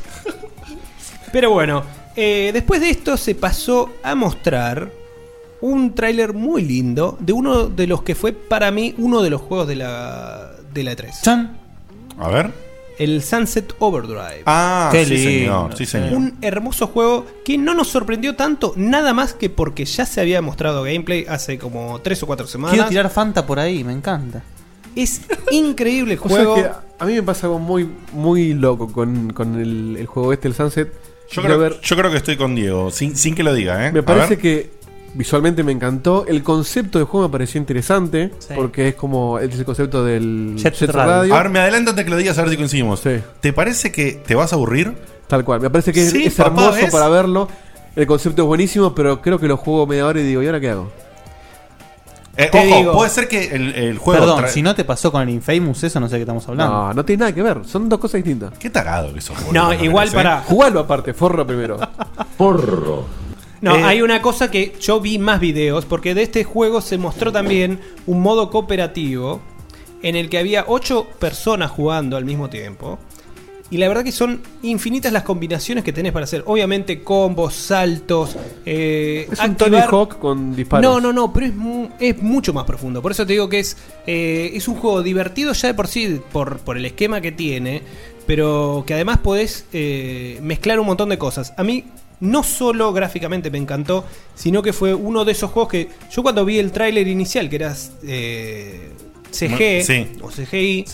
Pero bueno, eh, después de esto se pasó a mostrar un tráiler muy lindo de uno de los que fue para mí uno de los juegos de la, de la 3. A ver. El Sunset Overdrive. Ah, Qué sí, lindo. señor, sí, señor. Un hermoso juego que no nos sorprendió tanto, nada más que porque ya se había mostrado gameplay hace como 3 o 4 semanas. Quiero tirar Fanta por ahí, me encanta. Es increíble el O sea juego. que a mí me pasa algo muy, muy loco con, con el, el juego este, el Sunset. Yo De creo, haber- yo creo que estoy con Diego, sin, sin que lo diga, ¿eh? me A parece ver. que visualmente me encantó. El concepto del juego me pareció interesante. Porque es como es el concepto del Jet Radio. A ver, me adelanto antes que lo digas, a ver si coincidimos. ¿Te parece que te vas a aburrir? Tal cual, me parece que es- Sí, es papá, hermoso ¿ves? para verlo. El concepto es buenísimo, pero creo que lo juego media hora y digo, ¿y ahora qué hago? Eh, Te ojo, digo- puede ser que el, el juego. Perdón, tra- si no te pasó con el Infamous, eso no sé de qué estamos hablando. No, no tiene nada que ver, son dos cosas distintas. Qué tarado que sos, No, igual para- Jugalo aparte, forro primero. forro. No, Eh, hay una cosa que yo vi más videos, porque de este juego se mostró también un modo cooperativo en el que había ocho personas jugando al mismo tiempo. Y la verdad que son infinitas las combinaciones que tenés para hacer. Obviamente combos, saltos, eh, Es un Tony activar- Hawk con disparos. no, no, no, pero es, mu- es mucho más profundo. Por eso te digo que es, eh, es un juego divertido ya de por sí, por, por el esquema que tiene, pero que además podés eh, mezclar un montón de cosas. A mí no solo gráficamente me encantó, sino que fue uno de esos juegos que yo cuando vi el tráiler inicial, que era eh, CG Sí. o CGI,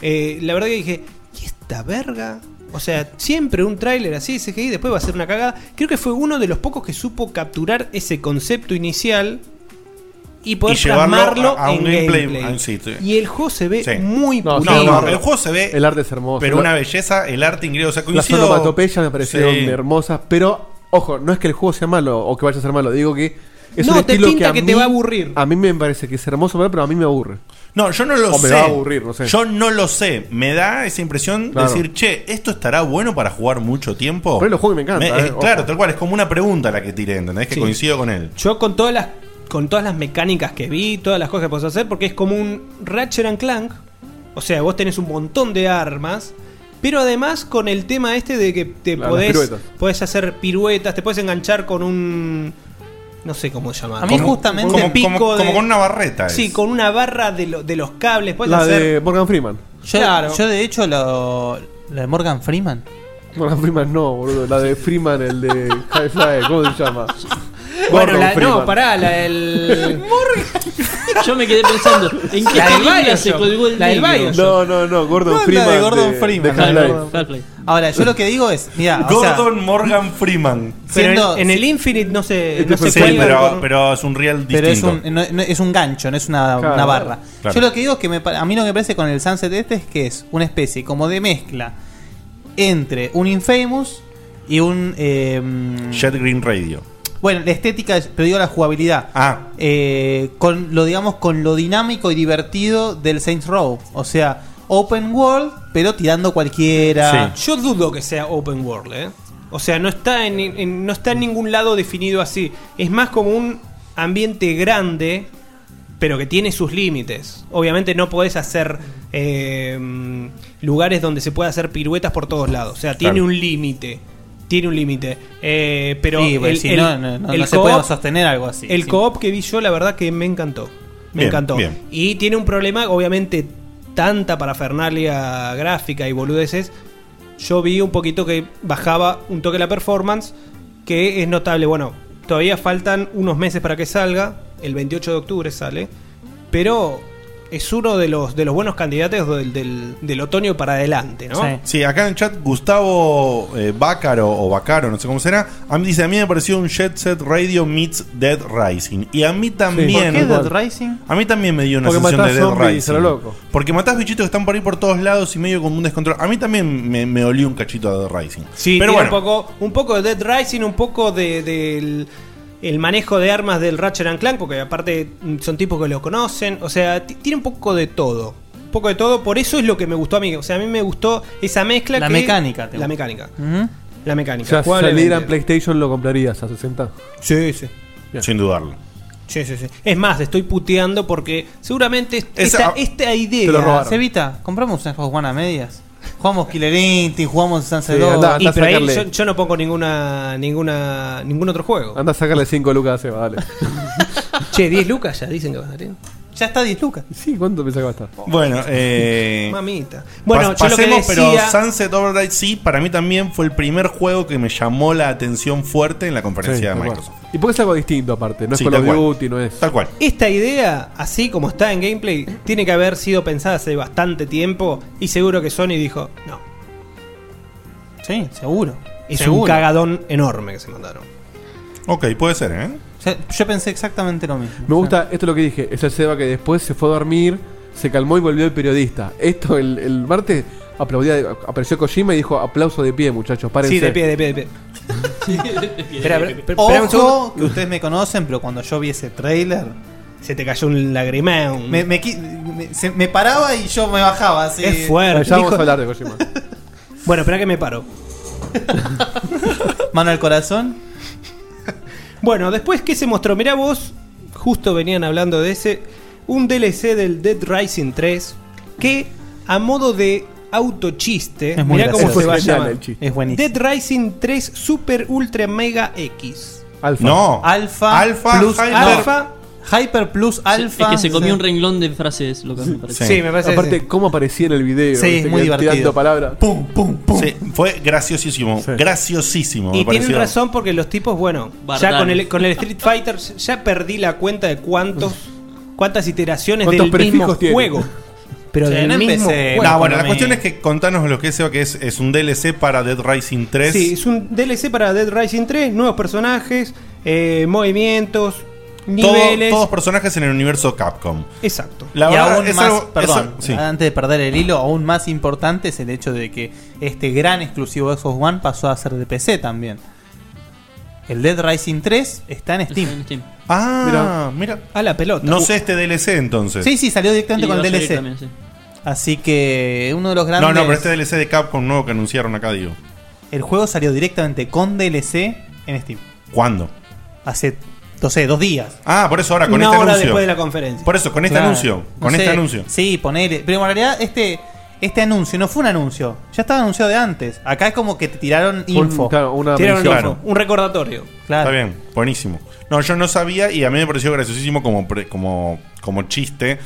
eh, la verdad que dije, ¿y esta verga? O sea, siempre un tráiler así, CGI, después va a ser una cagada. Creo que fue uno de los pocos que supo capturar ese concepto inicial y poder Y llevarlo plasmarlo a- a un en gameplay, gameplay. ah, sí, sí. Y el juego se ve Sí. muy No, pulido. no, no, el juego se ve. El arte es hermoso. Pero La- una belleza, el arte inglés. O sea, Las coincido. onomatopeyas me parecieron Sí. hermosas, pero ojo, no es que el juego sea malo o que vaya a ser malo, digo que es No, un te estilo pinta a que mí, te va a aburrir. A mí me parece que es hermoso, ver, pero a mí me aburre. No, yo no lo O sé. me va a aburrir, no sé. Yo no lo sé. Me da esa impresión de Claro. decir, che, ¿esto estará bueno para jugar mucho tiempo? Pero es el juego que me encanta, es- eh, claro, ojo. tal cual. Es como una pregunta la que tiré, ¿entendés? Que Sí. coincido con él. Yo con todas las con todas las mecánicas que vi, todas las cosas que puedes hacer, porque es como un Ratchet and Clank. O sea, vos tenés un montón de armas, pero además con el tema este de que te Claro, las podés, piruetas. podés hacer piruetas, te podés enganchar con un no sé cómo llamarlo. A mí Con- justamente- con un como- pico como- de- como con una barreta Sí, es. con una barra de, lo- de los cables, podés La hacer de Morgan Freeman. Yo, Claro. yo, de hecho, lo, la de Morgan Freeman. Morgan Freeman no, boludo. La de Freeman, el de [laughs] Hi-Fi, ¿cómo se llama? Bueno, Gordon la, no, Freeman. pará, la [laughs] del. Yo me quedé pensando, ¿en qué La del película se Bioshock, colgó el la del vidrio? Bioshock. No, no, no, Gordon No, la de Freeman. Gordon Freeman, de la de Half-Life. Gordon- Ahora, yo lo que digo es, mira, Gordon Morgan Freeman. Siendo- eh, en el Infinite no este se, no se Sí, cuelgan pero, con- pero es un real Pero es distinto. un, no- no- es un gancho, no es una, Claro. una barra. Claro. Yo lo que digo es que me pa- a mí lo que me parece con el Sunset este es que es una especie como de mezcla entre un Infamous y un... eh, mm, Jet Green Radio. bueno, la estética, pero digo la jugabilidad. Ah. Eh, con lo, digamos, con lo dinámico y divertido del Saints Row. O sea, open world, pero tirando cualquiera. Yo dudo que sea open world, ¿eh? O sea, no está en, en- no está en ningún lado definido así. Es más como un ambiente grande, pero que tiene sus límites. Obviamente no podés hacer eh, lugares donde se pueda hacer piruetas por todos lados. O sea, tiene Claro. un límite. Tiene un límite. Eh, pero Sí, porque si no, no- no- no se co-op- puede sostener algo así. El Sí. co-op que vi yo, la verdad que me encantó. Me Bien, encantó. bien. Y tiene un problema, obviamente, tanta parafernalia gráfica y boludeces. Yo vi un poquito que bajaba un toque la performance, que es notable. Bueno, todavía faltan unos meses para que salga. El 28 de octubre sale. Pero es uno de los, de los buenos candidatos del, del- del otoño para adelante, ¿no? Sí, acá en el chat Gustavo eh, Bácaro o Bacaro, no sé cómo será, a mí dice, a mí me pareció un Jet Set Radio meets Dead Rising. Y a mí también... ¿Por qué Dead Rising? A mí también me dio una Porque sensación de matás Dead zombies, Rising. a lo loco. Porque matás bichitos que están por ahí por todos lados y medio con un descontrol. A mí también me, me olió un cachito a Dead Rising. Sí, pero tiene bueno. un poco, un poco de Dead Rising, un poco de- del el manejo de armas del Ratchet and Clank, porque aparte mm, son tipos que lo conocen. O sea, ti- tiene un poco de todo. Un poco de todo, por eso es lo que me gustó a mí. O sea, a mí me gustó esa mezcla La que- mecánica, te La gusta. mecánica. Ujú. La O mecánica. sea, si Probablemente. saliera en PlayStation lo comprarías a 60. Sí, sí. Sin dudarlo. Sí, sí, sí. Es más, estoy puteando porque seguramente est- esta, ah, esta idea. Cevita, compramos un Xbox One a medias. Jugamos Killer Instinct, jugamos Sunset Sí, Overdrive. Y andá, andá a pero ahí sacarle, yo, yo no pongo ninguna, ninguna, ningún otro juego. Anda a sacarle 5 lucas a Seba, dale. Che, 10 lucas ya dicen que va a salir. Ya está 10 lucas. Sí, ¿cuánto pensás que va a estar? Bueno, [laughs] eh, Mamita. Bueno, Bueno, yo lo que pasemos, decía- pero Sunset Overdrive sí, para mí también fue el primer juego que me llamó la atención fuerte en la conferencia Sí, de tal cual. Microsoft. Y porque es algo distinto aparte, no es Sí, Call of tal cual. Duty, no es. Tal cual. Esta idea, así como está en gameplay, tiene que haber sido pensada hace bastante tiempo y seguro que Sony dijo, no. Sí, seguro. Es un Seguro. cagadón enorme que se mandaron. Ok, puede ser, ¿eh? O sea, yo pensé exactamente lo mismo. Me gusta, esto es lo que dije, es el Seba que después se fue a dormir, se calmó y volvió el periodista. Esto el, el martes aplaudía, apareció Kojima y dijo aplauso de pie, muchachos, párense. Sí, de pie, de pie, de pie. Espera, espera, espera un segundo. Ojo, que ustedes me conocen, pero cuando yo vi ese trailer. Se te cayó un lagrimón. Me, me qui- me- se- me paraba y yo me bajaba así. Es fuerte. Ya vamos a Dijo- hablar de Kojima. Bueno, espera que me paro. [laughs] Mano al corazón. Bueno, después que se mostró, mirá vos, justo venían hablando de ese, un DLC del Dead Rising 3 que a modo de autochiste, Es muy mirá cómo gracioso. se va a Es genial llamar. el chiste. Es buenísimo. Dead Rising 3 Super Ultra Mega X. Alfa. No. Alfa. Alfa, Plus Hyper. Alfa. Hyper Plus Alfa. Es que se comió Sí. un renglón de frases locas, me parece. Aparte, cómo aparecía en el video. Sí, ¿viste? es muy Que iban divertido. Tirando palabras. Pum, pum, pum. fue graciosísimo. Graciosísimo, me Y tienen pareció. razón porque los tipos, bueno, Bardanes. ya con el, con el Street Fighter ya perdí la cuenta de cuántos cuántas iteraciones ¿Cuántos del mismo prefijos tiene? juego. Pero Sí, del no mismo empecé, juego. No, bueno, la cuestión es que contanos lo que es, que es, es un DLC para Dead Rising 3. Sí, es un DLC para Dead Rising 3, nuevos personajes, eh, movimientos, Todo- niveles. todos personajes en el universo Capcom. Exacto. La y verdad, aún es más, algo- perdón, es- sí. antes de perder el hilo, aún más importante es el hecho de que este gran exclusivo de Xbox One pasó a ser de PC también. El Dead Rising 3 está en [laughs] Steam. Ah, mira. A la pelota. No sé este DLC entonces. Sí, sí, salió directamente Y con va el a salir DLC. también, Así que uno de los grandes. No, no, pero este DLC de Capcom nuevo que anunciaron acá, digo. El juego salió directamente con DLC en Steam. ¿Cuándo? Hace, no sé, dos días. Ah, por eso ahora con Una este hora anuncio. después de la conferencia. Por eso, con este Claro. anuncio. No Con sé, este anuncio. Sí, ponele. Pero en realidad, este, este anuncio no fue un anuncio. Ya estaba anunciado de antes. Acá es como que te tiraron info. Tiraron info, un recordatorio. Claro. Está bien, buenísimo. No, yo no sabía y a mí me pareció graciosísimo como, pre- como, como chiste.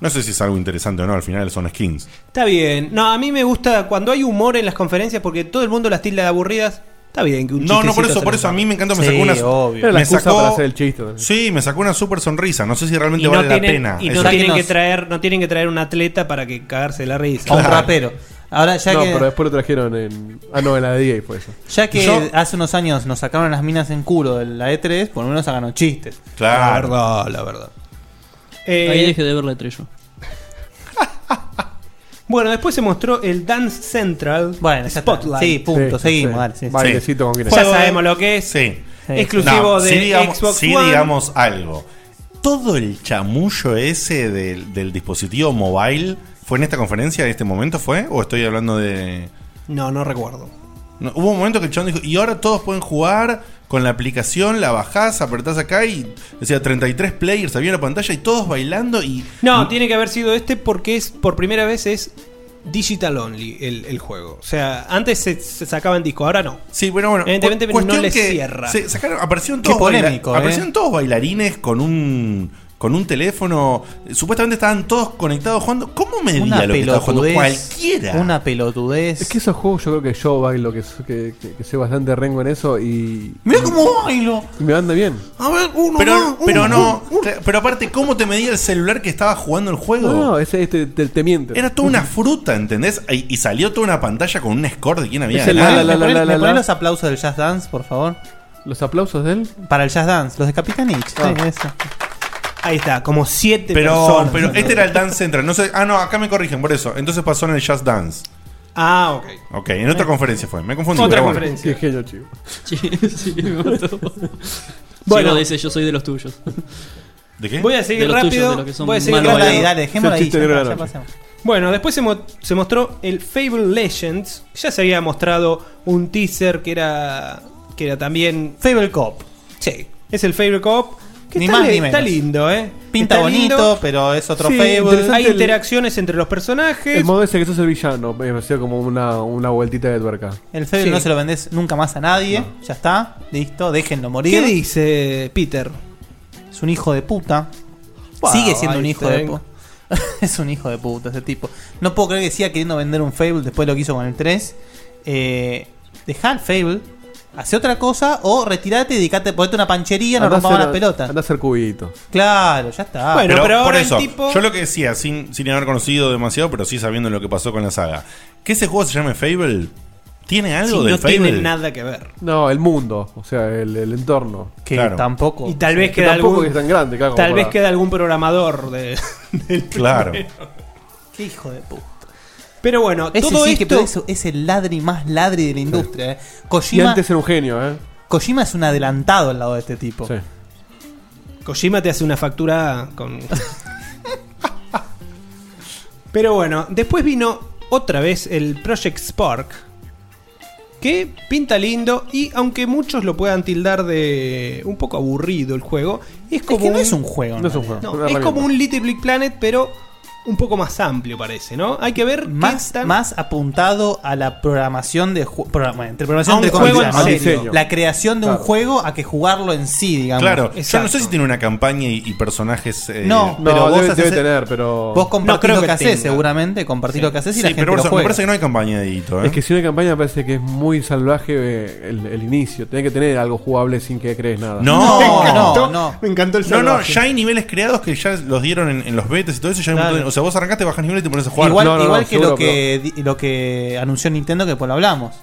No sé si es algo interesante o no, al final son skins. Está bien. No, a mí me gusta cuando hay humor en las conferencias porque todo el mundo las tilda de aburridas. Está bien que un No, no, por chistecito eso, se por les eso a da. mí me encantó. Me sacó una. Era la me excusa sacó- para hacer el chiste. también. Sí, me sacó una super sonrisa. No sé si realmente Y no vale la tienen- pena. Y eso. no tienen, que traer, no tienen que traer un atleta para que cagarse de la risa. O un rapero. Ahora ya no, que- pero después lo trajeron en. Ah, no, en la de DJ fue eso. Ya que Yo- hace unos años nos sacaron las minas en culo de la E3, por lo menos sacaron chistes. Claro. Ah, La verdad, la verdad. Ahí Eh, dejé de ver la estrella. Bueno, después se mostró el Dance Central bueno, Spotlight. Sí, punto, seguimos, dale, sí. Bailecito con Guinness. Ya Juego- sabemos lo que es. Sí. Exclusivo No, de sí digamos- Xbox sí One. digamos algo. Todo el chamullo ese del, del dispositivo mobile fue en esta conferencia, en este momento fue, o estoy hablando de. No, no recuerdo. No, hubo un momento que el chabón dijo, y ahora todos pueden jugar con la aplicación, la bajás, apretás acá y decía 33 players, había una pantalla y todos bailando y... No, tiene que haber sido este porque es por primera vez es digital only el, el juego. O sea, antes se, se sacaba en disco, ahora no. Sí, bueno, bueno. Evidentemente cu- no cuestión le que cierra. se sacaron- aparecieron todos ¿eh? ¿eh? baila- aparecieron todos bailarines con un con un teléfono. Supuestamente estaban todos conectados jugando. ¿Cómo medía Una lo que estaba jugando? pelotudez. Cualquiera. Una pelotudez. Es que esos juegos yo creo que yo bailo, que, que, que, que soy bastante rengo en eso y. ¡Mira cómo bailo! Y me anda bien. A ver, uno, pero, pero no, claro, pero aparte, ¿cómo te medía el celular que estaba jugando el juego? No, no, ese este, te, te miente. Era toda [laughs] una fruta, ¿entendés? Y, y salió toda una pantalla con un score de quién había ¿Me ganado. ponen- ¿Me ponen los aplausos del Jazz Dance, por favor? ¿Los aplausos de él? Para el Jazz Dance, los de Capitanich. Sí, eso. Ahí está, como siete Pero, personas. pero este era el Dance Central. No sé, ah, no, acá me corrigen por eso. Entonces pasó en el Just Dance. Ah, ok. Ok, en otra conferencia fue. Me confundí. Otra pero bueno. conferencia. Qué genio, chivo. Sí, sí, me [laughs] mató. Bueno. Bueno, dice, yo soy de los tuyos. ¿De qué? Voy a seguir De los tuyos, rápido. de los que son voy a seguir malos rápido. bailando. Dale, dejémoslo ahí, ya está, ya pasemos. Bueno, después se, mo- se mostró el Fable Legends. Ya se había mostrado un teaser que era que era también Fable Cop. Sí, es el Fable Cop Que Ni está, más li- ni menos. está lindo, ¿eh? Pinta Está bonito, pero es otro Fable. Hay el- interacciones entre los personajes. El modo ese que sos el villano, me pareció como una, una vueltita de tuerca. El Fable Sí. no se lo vendés nunca más a nadie. Ya está, listo, déjenlo morir. ¿Qué dice Peter? Es un hijo de puta. Wow, Sigue siendo ahí un hijo te de vengo. puta. [laughs] es un hijo de puta ese tipo. No puedo creer que siga queriendo vender un Fable después de lo que hizo con el 3. Eh, dejá el Fable, hace otra cosa o retirate y dedicate, ponete una panchería, no Andá a rompamos hacer- la pelota. Andá a hacer cubitos. Claro, ya está. Ah, pero, por eso, yo lo que decía, sin, sin haber conocido demasiado, pero sí sabiendo lo que pasó con la saga, que ese juego se llame Fable, ¿tiene algo Sí, del no Fable? tiene nada que ver. No, el mundo, o sea, el, el entorno. Que Claro. tampoco- Y tal vez que queda tampoco algún, que es tan grande, claro, tal como vez para- queda algún programador de, [laughs] del Claro. primero. Qué hijo de puta. Pero bueno, Ese todo sí que esto por eso es el ladri más ladri de la industria. eh. Kojima, Y antes era un genio, ¿eh? Kojima es un adelantado al lado de este tipo. Kojima te hace una factura con. Pero bueno, después vino otra vez el Project Spark. Que pinta lindo y aunque muchos lo puedan tildar de un poco aburrido el juego, es como no es un juego, en No es un realidad. juego, No, es una es como herramienta. un Little Big Planet, pero un poco más amplio parece, ¿no? Hay que ver más, más apuntado a la programación de ju- programa- bueno, entre programación A un entre juego comillas, en ¿no? serio. la creación de Claro. un juego a que jugarlo en sí, digamos. Claro, yo no Exacto. sé si tiene una campaña y, y personajes. eh, No, No, pero vos debe, haces- debe tener, pero. Vos compartís lo que, haces, tenga. seguramente, compartís lo que haces y la gente pero por lo eso, juega. me parece que no hay campaña de Edito, ¿eh? Es que si no hay campaña me parece que es muy salvaje eh, el, el inicio. Tiene que tener algo jugable sin que crees nada. No, Me encantó el No, no, salvaje. ya hay niveles creados que ya los dieron en, en los betas y todo eso. Ya hay un Claro. montón de- o sea, vos arrancaste, bajas niveles y te pones a jugar. Igual, igual que, lo que di- lo que anunció Nintendo, que después lo hablamos.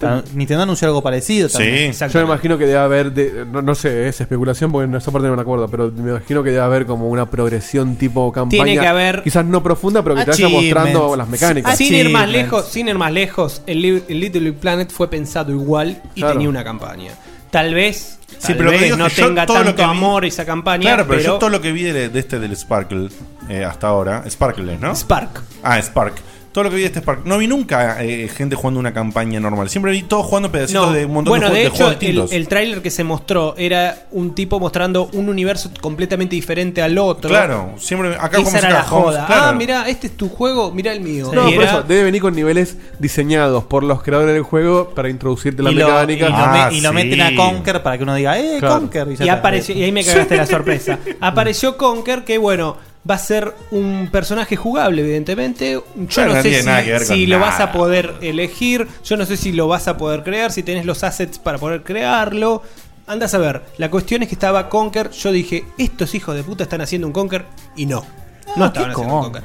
Pero Nintendo anunció algo parecido también. Yo me imagino que debe haber, de- no, no sé, es especulación porque en esa parte no me acuerdo, pero me imagino que debe haber como una progresión tipo campaña. Tiene que haber- Quizás no profunda, pero que te vaya Achievements. mostrando las mecánicas. Sin ir más lejos, sin ir más lejos, el, li- el Little Big Planet fue pensado igual y Claro. tenía una campaña. Tal vez, Sí, tal pero lo que vez digo es no que yo tenga todo lo tanto que vi- amor esa campaña, Claro, pero, pero, yo todo lo que vi de, de este del Sparkle eh, hasta ahora, Sparkle, ¿no? Spark. Ah, Spark. Todo lo que vi de este Spark. No vi nunca eh, gente jugando una campaña normal. Siempre vi todos jugando pedacitos No. de un montón bueno, de, de, juegos- hecho, de el, juegos distintos. el tráiler que se mostró era un tipo mostrando un universo completamente diferente al otro. Claro, siempre acá Esa como era saca la Holmes, joda. claro. Ah, mirá, este es tu juego, mirá el mío. No, Y por era- eso, debe venir con niveles diseñados por los creadores del juego para introducirte las Y lo, y mecánicas. lo me- y Ah, lo meten a Conker para que uno diga, ¡eh, Claro. Conker! ya Ah, Y, está. apareció, y ahí me cagaste la sorpresa. Apareció Conker, que bueno, va a ser un personaje jugable, evidentemente. Yo Claro, no no sé tiene si, nada que ver con si lo nada. vas a poder elegir, yo no sé si lo vas a poder crear, si tenés los assets para poder crearlo. Andas a ver, la cuestión es que estaba Conker, yo dije, estos hijos de puta están haciendo un Conker, y no. Ah, No estaban haciendo un Conker.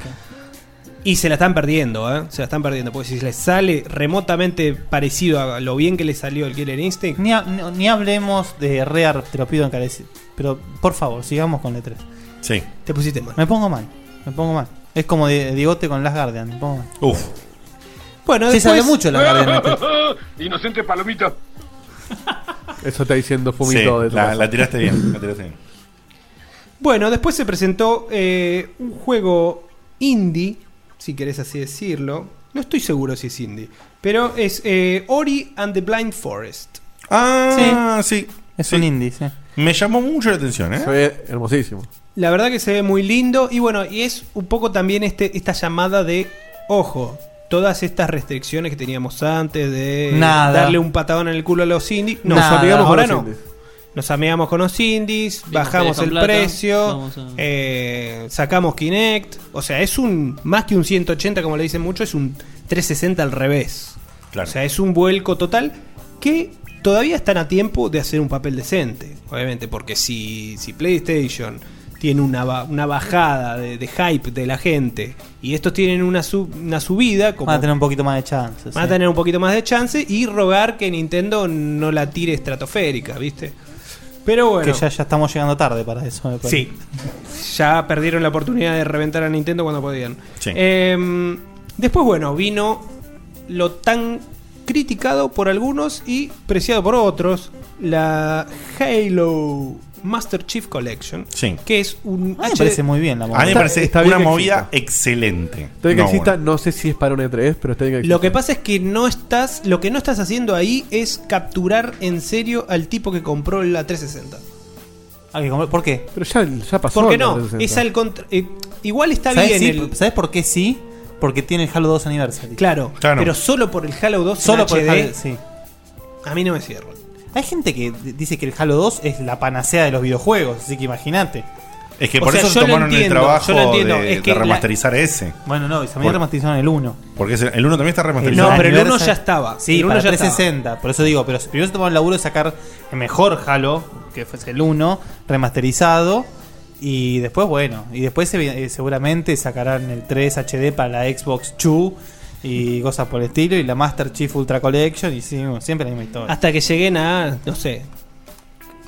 Y se la están perdiendo, ¿eh? Se la están perdiendo, porque si les sale remotamente parecido a lo bien que les salió el Killer Instinct, Ni, ha- [laughs] ni- ni hablemos de Rare, te lo pido encarecido. Pero por favor, sigamos con E3. Sí. te pusiste mal. Me pongo mal, me pongo mal. Es como de Diegote con Las Guardian, me pongo mal. Uf. Bueno, Se después- sabe mucho de Las [laughs] Guardian. [laughs] en E3. Inocente palomita. Eso está diciendo Sí, Fumito de tu la, casa. la tiraste bien, la tiraste bien. Bueno, después se presentó eh, un juego indie, si querés así decirlo. No estoy seguro si es indie, pero es eh, Ori and the Blind Forest. Ah, sí. Es sí. un indie, sí. Me llamó mucho la atención, ¿eh? Se ve hermosísimo. La verdad que se ve muy lindo y bueno, y es un poco también este, esta llamada de, ojo, todas estas restricciones que teníamos antes de Nada. darle un patadón en el culo a los indies. No, Nada. ahora Ahora no. indies. Nos ameamos con los indies, bajamos con el plata, precio, vamos a- eh, sacamos Kinect. O sea, es un, más que un 180 como le dicen mucho, es un 360 al revés. Claro. O sea, es un vuelco total que todavía están a tiempo de hacer un papel decente. Obviamente, porque si, si PlayStation tiene una, ba- una bajada de, de hype de la gente y estos tienen una, sub- una subida, como Van a tener un poquito más de chances. van a sí. tener un poquito más de chance y rogar que Nintendo no la tire estratosférica, ¿viste? Pero bueno. Que ya, ya estamos llegando tarde para eso, me parece. Sí. Ya perdieron la oportunidad de reventar a Nintendo cuando podían. Sí. Eh, después, bueno, vino lo tan criticado por algunos y preciado por otros, la Halo Master Chief Collection, Sí. que es un... me HD parece muy bien la A mí me parece está una bien que movida excelente. Está bien que No, exista, no sé si es para un E3, pero está bien que exista. Lo que pasa es que no estás, lo que no estás haciendo ahí es capturar en serio al tipo que compró la 360. Hay Ah, que comprar- ¿Por qué? Pero ya, ya pasó. ¿Por qué la no? 360. Es al contra- eh, igual está ¿Sabes, bien sí? el- ¿Sabes por qué sí? Porque tiene el Halo 2 Anniversary. Claro, pero solo por el Halo 2 en Solo por el HD. Halo- sí. A mí no me cierro. Hay gente que d- dice que el Halo 2 es la panacea de los videojuegos, así que imagínate. Es que por eso se tomaron el trabajo de, de remasterizar ese. Bueno, no, y se me Por- remasterizaron el 1 Porque ese- el 1 también está No, remasterizado. pero el 1 ya estaba. Sí, El uno para ya 360. Por eso digo, pero primero se tomó el laburo de sacar el mejor Halo, que fue el 1, remasterizado. Y después, bueno, y después eh, seguramente sacarán el 3 HD para la Xbox 2 y cosas por el estilo. Y la Master Chief Ultra Collection. Y sí, siempre la misma historia. Hasta que lleguen a, no sé,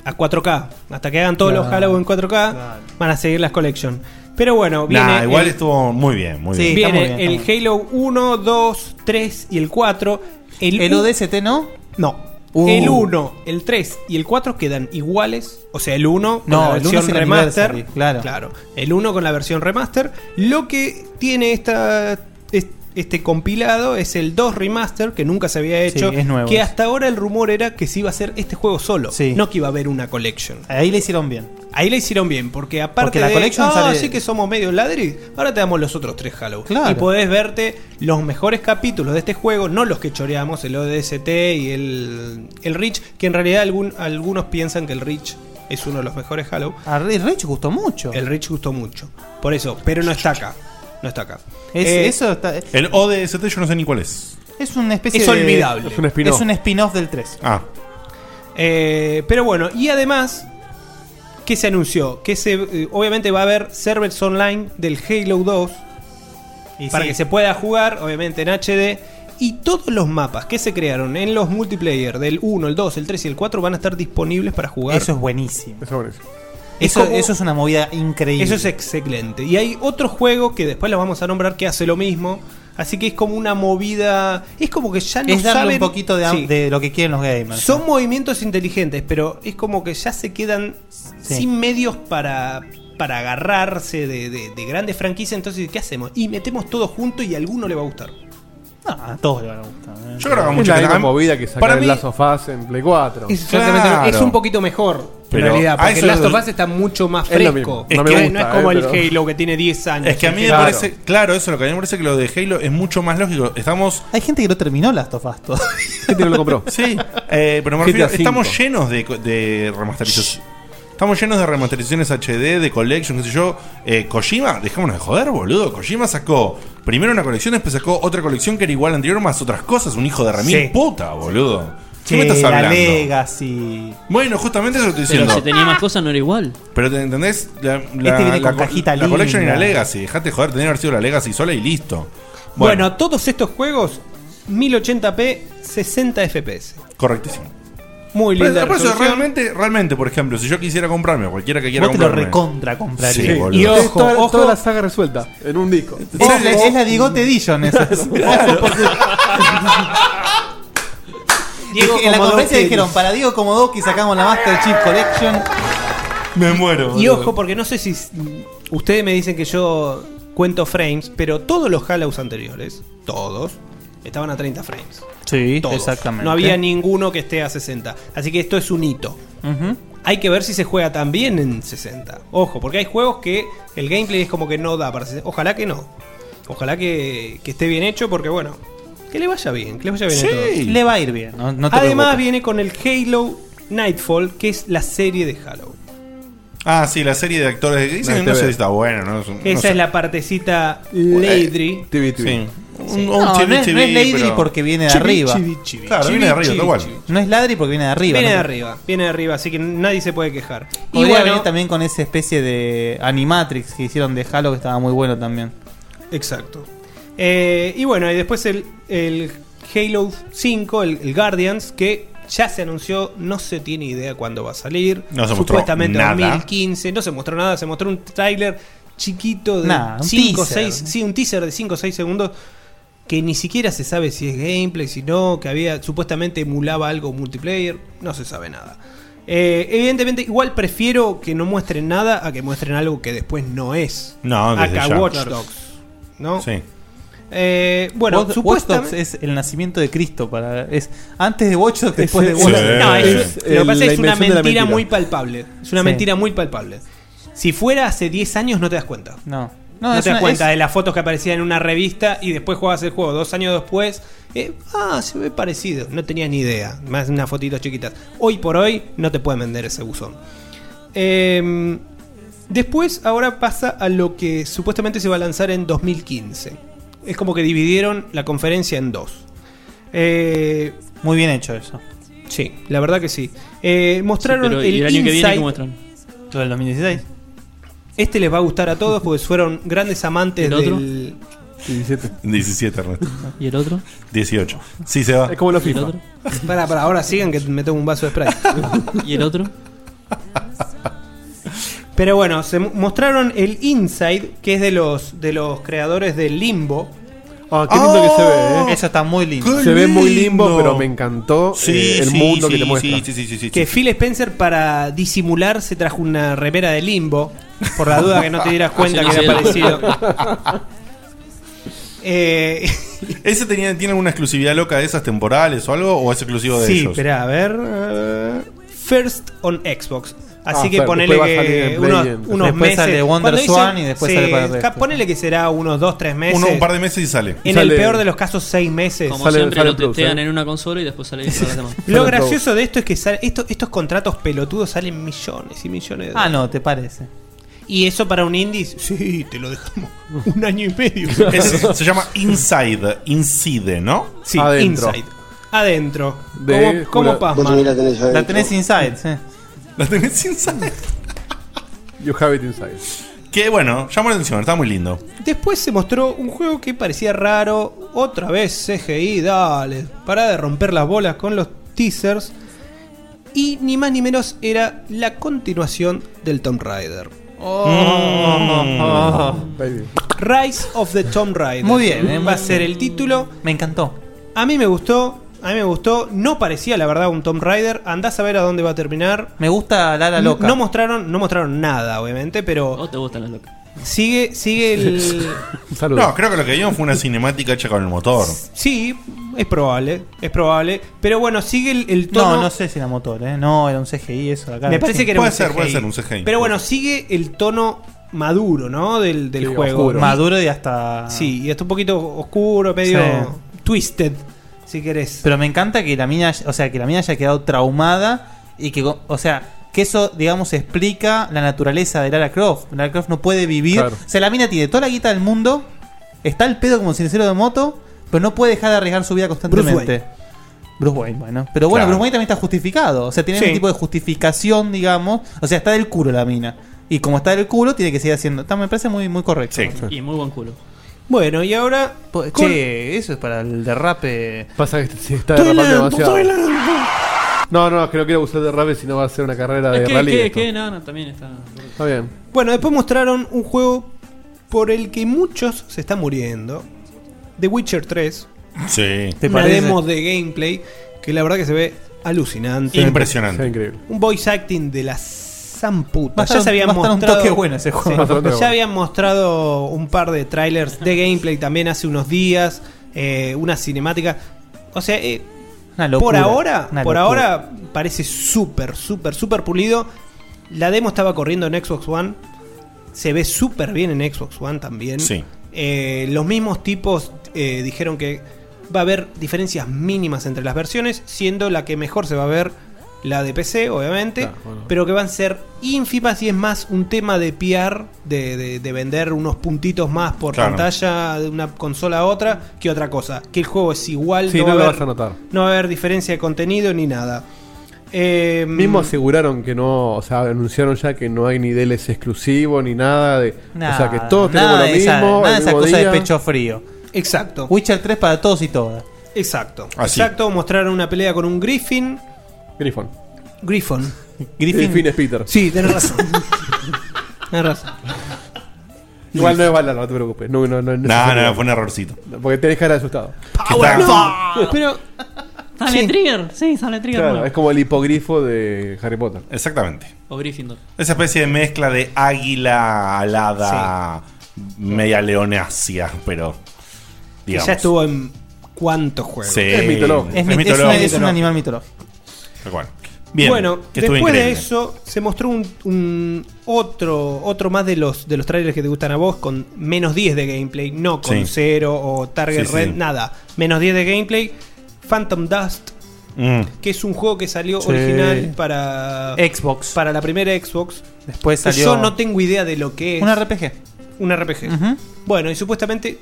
a 4K. Hasta que hagan todos los Claro, Halo en 4K, van a seguir las Collection. Pero bueno, viene. Nah, igual el- estuvo muy bien, muy bien. viene el Halo 1, 2, 3 y el 4. El, ¿El u- ODST no? No. Uh. El 1, el 3 y el 4 quedan iguales. O sea, el 1 con No, la el uno versión es el remaster. anniversary, claro. El 1 con la versión remaster. Lo que tiene esta, es- este compilado es el 2 remaster que nunca se había Sí, hecho. es nuevo que ese. hasta ahora el rumor era que se iba a hacer este juego solo. No que iba a haber una collection. Ahí le hicieron bien. Ahí le hicieron bien, porque aparte Porque la de, collection "Ah, sale- sí que somos medio ladri, ahora te damos los otros tres Halo. Claro. Y podés verte los mejores capítulos de este juego, no los que choreamos, el ODST y el, el Reach, que en realidad algún- algunos piensan que el Reach es uno de los mejores Halo. Ah, el Reach gustó mucho. El Reach gustó mucho. Por eso, pero no está acá. No está acá. Es- Eh, eso está- El ODST yo no sé ni cuál es. es una especie es de- olvidable. Es un spin-off. Es un spin-off del 3. Ah, Eh, pero bueno, y además, ¿qué se anunció? Que se, eh, obviamente va a haber servers online del Halo 2 para sí. que se pueda jugar, obviamente en HD. Y todos los mapas que se crearon en los multiplayer del 1, el 2, el 3 y el 4 van a estar disponibles para jugar. Eso es buenísimo. Eso es buenísimo. Eso- eso es una movida increíble. Eso es excelente. Y hay otro juego que después lo vamos a nombrar que hace lo mismo. Así que es como una movida. Es como que ya no es darle saben- un poquito de, am- Sí. de lo que quieren los gamers. Son movimientos inteligentes, pero es como que ya se quedan sin medios para, para agarrarse de, de- de grandes franquicias. Entonces, ¿qué hacemos? Y metemos todo junto y a alguno le va a gustar. Ah, a todos le van a gustar. ¿eh? Yo creo que a es mucha la gente- misma movida que para sacar mí- el Last of Us en Play 4. Exactamente, es un poquito mejor. Pero en realidad, a porque eso- el Last of Us está mucho más Es lo fresco. mismo. No Es me que gusta, no es como eh, el pero- Halo que tiene 10 años. es que a mí me Claro. parece, claro, eso es lo que a mí me parece que lo de Halo es mucho más lógico. Estamos Hay gente que no terminó las tofas todavía. Gente que lo compró. Sí, eh, pero me GTA refiero, V. estamos llenos de, co- de remasterizaciones. Estamos llenos de remasterizaciones HD, de collection, qué sé yo. Eh, Kojima, dejémonos de joder, boludo. Kojima sacó primero una colección, después sacó otra colección que era igual a la anterior, más otras cosas. Un hijo de remil Sí. puta, boludo. ¿Qué Che, me estás la hablando? Legacy. Bueno, justamente eso estoy Pero diciendo. si tenía más cosas no era igual. Pero te entendés, la, la, viene la con co- cajita la Collection y la linda. Legacy. Dejate de joder, tenía que haber sido la Legacy sola y listo. Bueno, todos estos juegos, 1080p, 60 FPS. Correctísimo. Muy Pero- linda. pero eso, resolución. realmente, realmente, por ejemplo, si yo quisiera comprarme, o cualquiera que quiera Vos te lo comprarme. recontra compraría. Sí, Sí. boludo. Y ojo, Es toda, ojo. toda la saga resuelta en un [laughs] disco. Es la- es la Digote Edition [laughs] esa. [laughs] Ojo, porque- Diego en la Komodowski. conferencia dijeron, para Diego Komodowski sacamos la Master Chief Collection. Me muero. Y ojo, porque no sé si s- ustedes me dicen que yo cuento frames, pero todos los Halos anteriores, todos, estaban a 30 frames. Sí, Todos. exactamente. No había ninguno que esté a 60. Así que esto es un hito. Ujú. Hay que ver si se juega también en 60. Ojo, porque hay juegos que el gameplay es como que no da para 60. Ojalá que no. Ojalá que, que esté bien hecho, porque bueno, que le vaya bien, que le vaya bien a todos. Le va a ir bien. No, no te Además preocupes. viene con el Halo Nightfall, que es la serie de Halo. Ah, sí, la serie de actores. que Dicen No, que no te sé veo. si está bueno, ¿no? No Esa sé. es la partecita Ladry. Sí. Sí. Un, un No, chibi, no es- chibi, no es Lady pero- porque viene de arriba. Claro, viene de arriba, tal cual. No es ladri porque viene de arriba. Viene ¿no? de arriba, viene de arriba, así que nadie se puede quejar. Y Podría bueno, venir también con esa especie de Animatrix que hicieron de Halo que estaba muy bueno también. exacto. Eh, y bueno, y después el, el Halo 5, el, el Guardians, que ya se anunció, no se tiene idea cuándo va a salir. No se mostró Supuestamente nada. 2015, no se mostró nada, se mostró un tráiler chiquito de Nah, un 5 teaser. 6, sí, un teaser de 5 o 6 segundos que ni siquiera se sabe si es gameplay, si no, que había supuestamente emulaba algo multiplayer, no se sabe nada. Eh, evidentemente, igual prefiero que no muestren nada a que muestren algo que después no es. No, desde Acá ya. Watch Dogs. ¿no? Sí. Eh, bueno, Watch- Watch supuestamente- Dogs es el nacimiento de Cristo. Para, es antes de Watch Dogs, después de Sí. Watch Dogs. No, es- lo que pasa es que es una mentira, mentira. muy palpable. Es una Sí. mentira muy palpable. Si fuera hace 10 años no te das cuenta. No. No, es te das una- cuenta es- de las fotos que aparecían en una revista y después jugabas el juego. Dos años después, eh, ah, se ve parecido. No tenía ni idea. Más unas fotitos chiquitas. Hoy por hoy no te pueden vender ese buzón. Eh, después, ahora pasa a lo que supuestamente se va a lanzar en 2015. Es como que dividieron la conferencia en dos. Eh, Muy bien hecho eso. Sí, la verdad que sí. Eh, mostraron Sí, pero ¿y el año que viene Inside- qué muestran? Todo el 2016. Este les va a gustar a todos porque fueron grandes amantes ¿El otro? del. 17. 17, Ernesto. ¿Y el otro? 18. Sí, se va. ¿Y el otro? Para, para, ahora sigan que me tomo un vaso de spray. ¿Y el otro? Pero bueno, se mu- mostraron el Inside, que es de los, de los creadores del Limbo. Ah, qué lindo que se ve, ¿eh? Eso está muy lindo. Se ve muy limbo, pero me encantó eh, el mundo que te muestra. Que Phil Spencer para disimular se trajo una remera de limbo. Por la duda que no [laughs] te dieras cuenta Sí, que sí, era sí. parecido. [laughs] Eh, ¿Ese tenía, tiene alguna exclusividad loca de esas temporales o algo? ¿O es exclusivo de sí, ellos? espera, a ver. eh, First on Xbox. Así Ah, que claro, ponele después va a salir que en Play unos, y en- unos Después meses. sale Wonder Cuando dicen- Swan y después sí, sale para el resto. ca- Ponele que será unos 2, 3 meses. Uno, un par de meses y sale. En Sale- el peor de los casos, 6 meses. Como siempre lo testean en una consola y después [laughs] sale para las demás. Lo gracioso de esto es que sale- esto- estos contratos pelotudos salen millones y millones de Ah, dólares. no, ¿te parece? Y eso para un indie, sí, te lo dejamos un año y medio. [laughs] [laughs] Es- se llama Inside, Incide, ¿no? Sí, Inside. Adentro. De- ¿Cómo, cómo Jura- pasma? Vos también la tenés adentro. La tenés inside, sí. La tenés inside. You have it inside. Que bueno, llamó la atención, está muy lindo. Después se mostró un juego que parecía raro. Otra vez CGI, dale. Para de romper las bolas con los teasers. Y ni más ni menos era la continuación del Tomb Raider. Mm. Oh. Mm. Rise of the Tomb Raider. Muy bien, eh, va a muy ser bien. el título. Me encantó. A mí me gustó. A mí me gustó. No parecía, la verdad, un Tomb Raider. Andás a ver a dónde va a terminar. Me gusta Lara Loca. No mostraron, no mostraron nada, obviamente, pero. No te gustan las locas. Sigue, [laughs] sigue el. No, creo que lo que vieron fue una cinemática hecha con el motor. Sí, es probable, es probable. Pero bueno, sigue el, el tono. No, no sé si era motor, ¿eh? No, era un CGI eso. de Acá Me parece que era Puede un ser, CGI. puede ser un CGI. Pero bueno, sigue el tono maduro, ¿no? Del, del juego. oscuro. Y- Maduro y hasta- Sí, y hasta un poquito oscuro, medio Sí. twisted, si querés. Pero me encanta que la mina, o sea, que la mina haya quedado traumada y que, o sea, que eso, digamos, explica la naturaleza de Lara Croft. Lara Croft no puede vivir. Claro. O sea, la mina tiene toda la guita del mundo, está el pedo como sincero de moto, pero no puede dejar de arriesgar su vida constantemente. Bruce Wayne. Bruce Wayne, bueno. Pero bueno, Claro. Bruce Wayne también está justificado. O sea, tiene Sí. un tipo de justificación, digamos. O sea, está del culo la mina. Y como está del culo, tiene que seguir haciendo. Está- me parece muy, muy correcto. Y muy buen culo. Bueno, y ahora. con- Che, eso es para el derrape. Pasa que se está derrapando Eh, demasiado. No, no, que no quiero abusar de Rabe, sino va a ser una carrera de Es que, rally. que, esto. que, no, no, también está. Está bien. Bueno, después mostraron un juego por el que muchos se están muriendo. The Witcher 3. Sí. una demo de gameplay que la verdad que se ve alucinante. Impresionante. Se ve increíble. Un voice acting de la san Va a puta. estar Ya un- se habían va a estar un mostrado. toque bueno ese juego. Sí. Va a estar un toque Ya bueno. habían mostrado un par de trailers de gameplay también hace unos días. eh, una cinemática. O sea, eh, por locura, ahora, una por locura. ahora parece súper, súper, súper pulido. La demo estaba corriendo en Xbox One. Se ve súper bien en Xbox One también. Sí. Eh, los mismos tipos eh, dijeron que va a haber diferencias mínimas entre las versiones, siendo la que mejor se va a ver la de PC, obviamente, pero que van a ser ínfimas y es más un tema de PR, de, de- de vender unos puntitos más por Claro. pantalla de una consola a otra, que otra cosa. Que el juego es igual, Sí, no, no, va lo a vas a haber, notar. no va a haber diferencia de contenido ni nada. Eh, Mismo aseguraron que no, o sea, anunciaron ya que no hay ni DLC exclusivo ni nada de. o sea, que todos tenemos lo de esa- mismo. nada el de esa mismo cosa día. de pecho frío. Exacto. Witcher 3 para todos y todas. Exacto. Ah, Así. Exacto, mostraron una pelea con un Griffin. Griffon. Griffon. [laughs] Griffin. Griffin es Peter. Sí, tenés razón. [laughs] tenés razón. Igual no es bala, no te preocupes. No, no, no, No, no, fue un errorcito. Porque tenés cara de asustado. No, pero. Sale Trigger, sí, sale Trigger. Claro, nuevo. es como el hipogrifo de Harry Potter. Exactamente. O Gryffindor. Esa especie de mezcla de águila alada media leonácea, pero. Que digamos. ya estuvo en cuántos juegos. Sí. Es mitológico. Es mi- es una- mitológico. es un animal mitológico. Tal cual. Bien, bueno, que estuvo después de increíble. eso se mostró un, un otro otro más de los de los trailers que te gustan a vos con menos 10 de gameplay, no con Sí. cero o target Sí, sí. red, nada. Menos 10 de gameplay, Phantom Dust, Mm. que es un juego que salió Sí. original para Xbox, para la primera Xbox. Después Que salió- Yo no tengo idea de lo que es. Un RPG. Un RPG. Ujú. Bueno, y supuestamente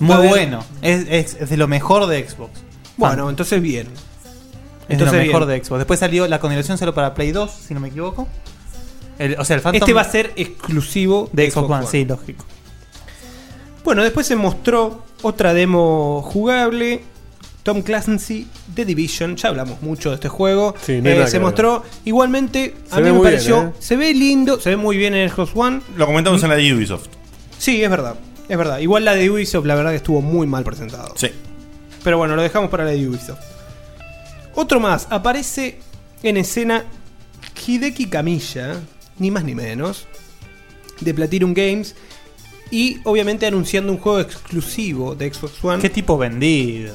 Muy Va a haber- bueno. Es, es- es de lo mejor de Xbox. Bueno, entonces bien. Es Entonces de lo mejor bien. de Xbox. Después salió la continuación salió para Play 2, si no me equivoco. El- o sea, el Phantom este va a ser exclusivo de Xbox One, sí, lógico. Bueno, después se mostró otra demo jugable. Tom Clancy The Division, ya hablamos mucho de este juego. Sí, no hay Eh, nada se que mostró igualmente, Se a mí ve me muy bien, pareció, ¿eh? se ve lindo, se ve muy bien en el Xbox One. Lo comentamos en la de Ubisoft. Sí, es verdad, es verdad. Igual la de Ubisoft, la verdad que estuvo muy mal presentado. Sí. Pero bueno, lo dejamos para la de Ubisoft. Otro más, aparece en escena Hideki Kamiya, ni más ni menos, de Platinum Games. Y obviamente anunciando un juego exclusivo de Xbox One. ¿Qué tipo vendido?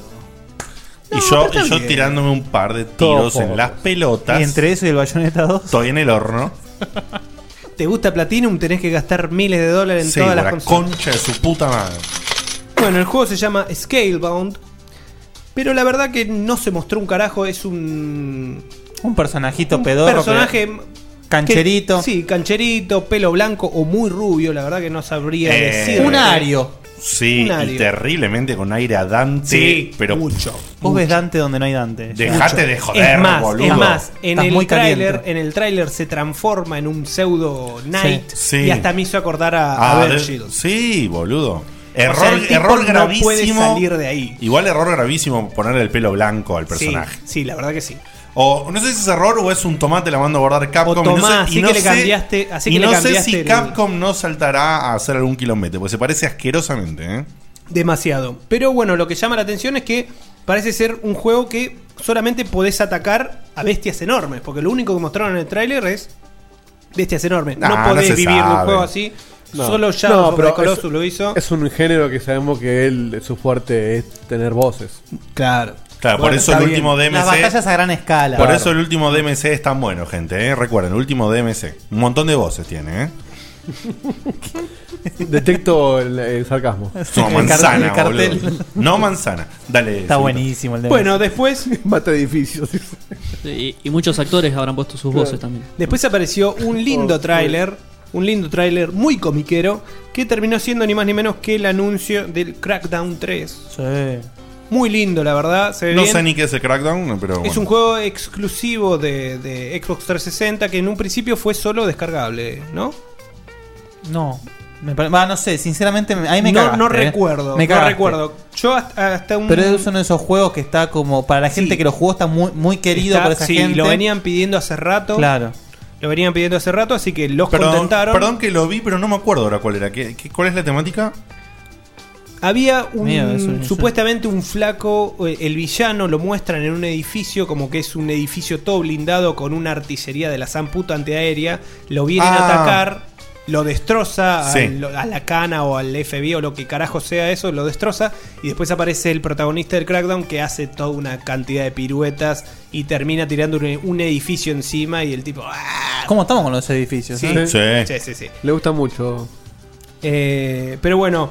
Y yo, y yo tirándome un par de Todo tiros poco. en las pelotas. Y entre eso y el Bayonetta 2. Estoy en el horno. ¿Te gusta Platinum? Tenés que gastar miles de dólares en Sí, todas por las la consolas. concha de su puta madre. Bueno, el juego se llama Scalebound. Pero la verdad que no se mostró un carajo. Es un Un personajito pedorro. personaje pero- que- Cancherito. sí, cancherito, pelo blanco o muy rubio. La verdad que no sabría Eh, decir. Un ario. Sí, Un ario. y terriblemente con aire a Dante. Sí, pero mucho. Vos ves Dante donde no hay Dante. Dejate Mucho. de joder, es más, boludo. es más, en Estás muy el, caliente. tráiler, en el tráiler se transforma en un peudo Knight Sí. y hasta me hizo acordar a, a Ah, Bear de- Shield. sí, boludo. Error, sea, el tipo error no gravísimo. puede salir de ahí. Igual error gravísimo ponerle el pelo blanco al personaje. Sí, sí, la verdad que sí. O no sé si es error o es un tomate la mando a guardar Capcom. y no sé, tomá, y así no que le sé- cambiaste- así y que le no sé cambiaste si el- Capcom no saltará a hacer algún kilómetro, porque se parece asquerosamente, ¿eh? Demasiado. Pero bueno, lo que llama la atención es que parece ser un juego que solamente podés atacar a bestias enormes. Porque lo único que mostraron en el tráiler es bestias enormes. Nah, no podés no se vivir de un sabe. juego así. No. Solo ya No, pero Colossus es- lo hizo. Es un género que sabemos que él, su fuerte es tener voces. Claro. Claro, por eso el último DMC. Las batallas a gran escala. Por eso el último DMC es tan bueno, gente, ¿eh? Recuerden, el último DMC. Un montón de voces tiene, ¿eh? Detecto el, [laughs] el sarcasmo. No, manzana, boludo. No manzana. Dale. Silvito. Bueno, después. Mata edificios. Y, y muchos actores habrán puesto sus voces también. Después apareció un lindo tráiler, un lindo tráiler muy comiquero, que terminó siendo ni más ni menos que el anuncio del Crackdown 3. Muy lindo, la verdad. se ve No bien. sé ni qué es el Crackdown, pero bueno. Es un juego exclusivo de, de Xbox 360 que en un principio fue solo descargable, ¿no? No. Me pare- va, no sé, sinceramente me- ahí me no, cagaste, no eh. recuerdo. Me no cagaste. recuerdo. Yo hasta, hasta un. Pero es uno de esos juegos que está como para la gente que lo jugó está muy, muy querido está- por esa sí, gente. lo venían pidiendo hace rato. Claro. Lo venían pidiendo hace rato, así que los Perdón, contentaron. perdón que lo vi, pero no me acuerdo ahora cuál era. ¿Qué, qué- cuál es la temática? Había un, Mira, eso no sé. supuestamente un flaco, eh, el villano lo muestran en un edificio, como que es un edificio todo blindado con una artillería de la San puta antiaérea, lo vienen a Ah. atacar, lo destroza Sí. al- a la cana o al FB o lo que carajo sea eso, lo destroza y después aparece el protagonista del Crackdown que hace toda una cantidad de piruetas y termina tirando un, un edificio encima y el tipo... ¡ah! ¿Cómo estamos con los edificios? Sí. eh? Sí, sí, sí. Le gusta mucho. Eh, pero bueno,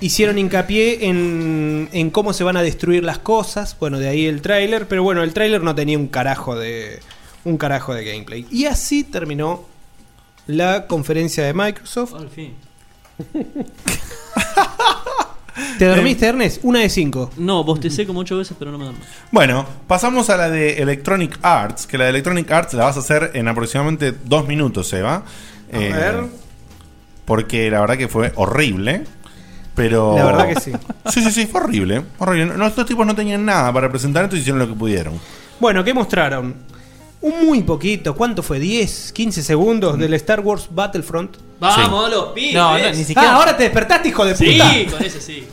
hicieron hincapié en, en cómo se van a destruir las cosas. Bueno, de ahí el tráiler. Pero bueno, el tráiler no tenía un carajo de. un carajo de gameplay. Y así terminó la conferencia de Microsoft. Al fin. ¿Te dormiste, Ernest? Una de cinco. No, bostecé como ocho veces, pero no me dormí. Bueno, pasamos a la de Electronic Arts, que la de Electronic Arts la vas a hacer en aproximadamente dos minutos, Eva. A ver. Porque la verdad que fue horrible. Pero. La verdad que sí. [laughs] Sí, sí, sí, fue horrible. horrible. No, estos tipos no tenían nada para presentar, entonces hicieron lo que pudieron. Bueno, ¿qué mostraron? Un muy poquito, ¿cuánto fue? ¿10, 15 segundos del Star Wars Battlefront? ¡Vamos, los pibes! No, no, ni siquiera. Ah, ahora te despertaste, hijo de Sí, [laughs] puta. con ese sí.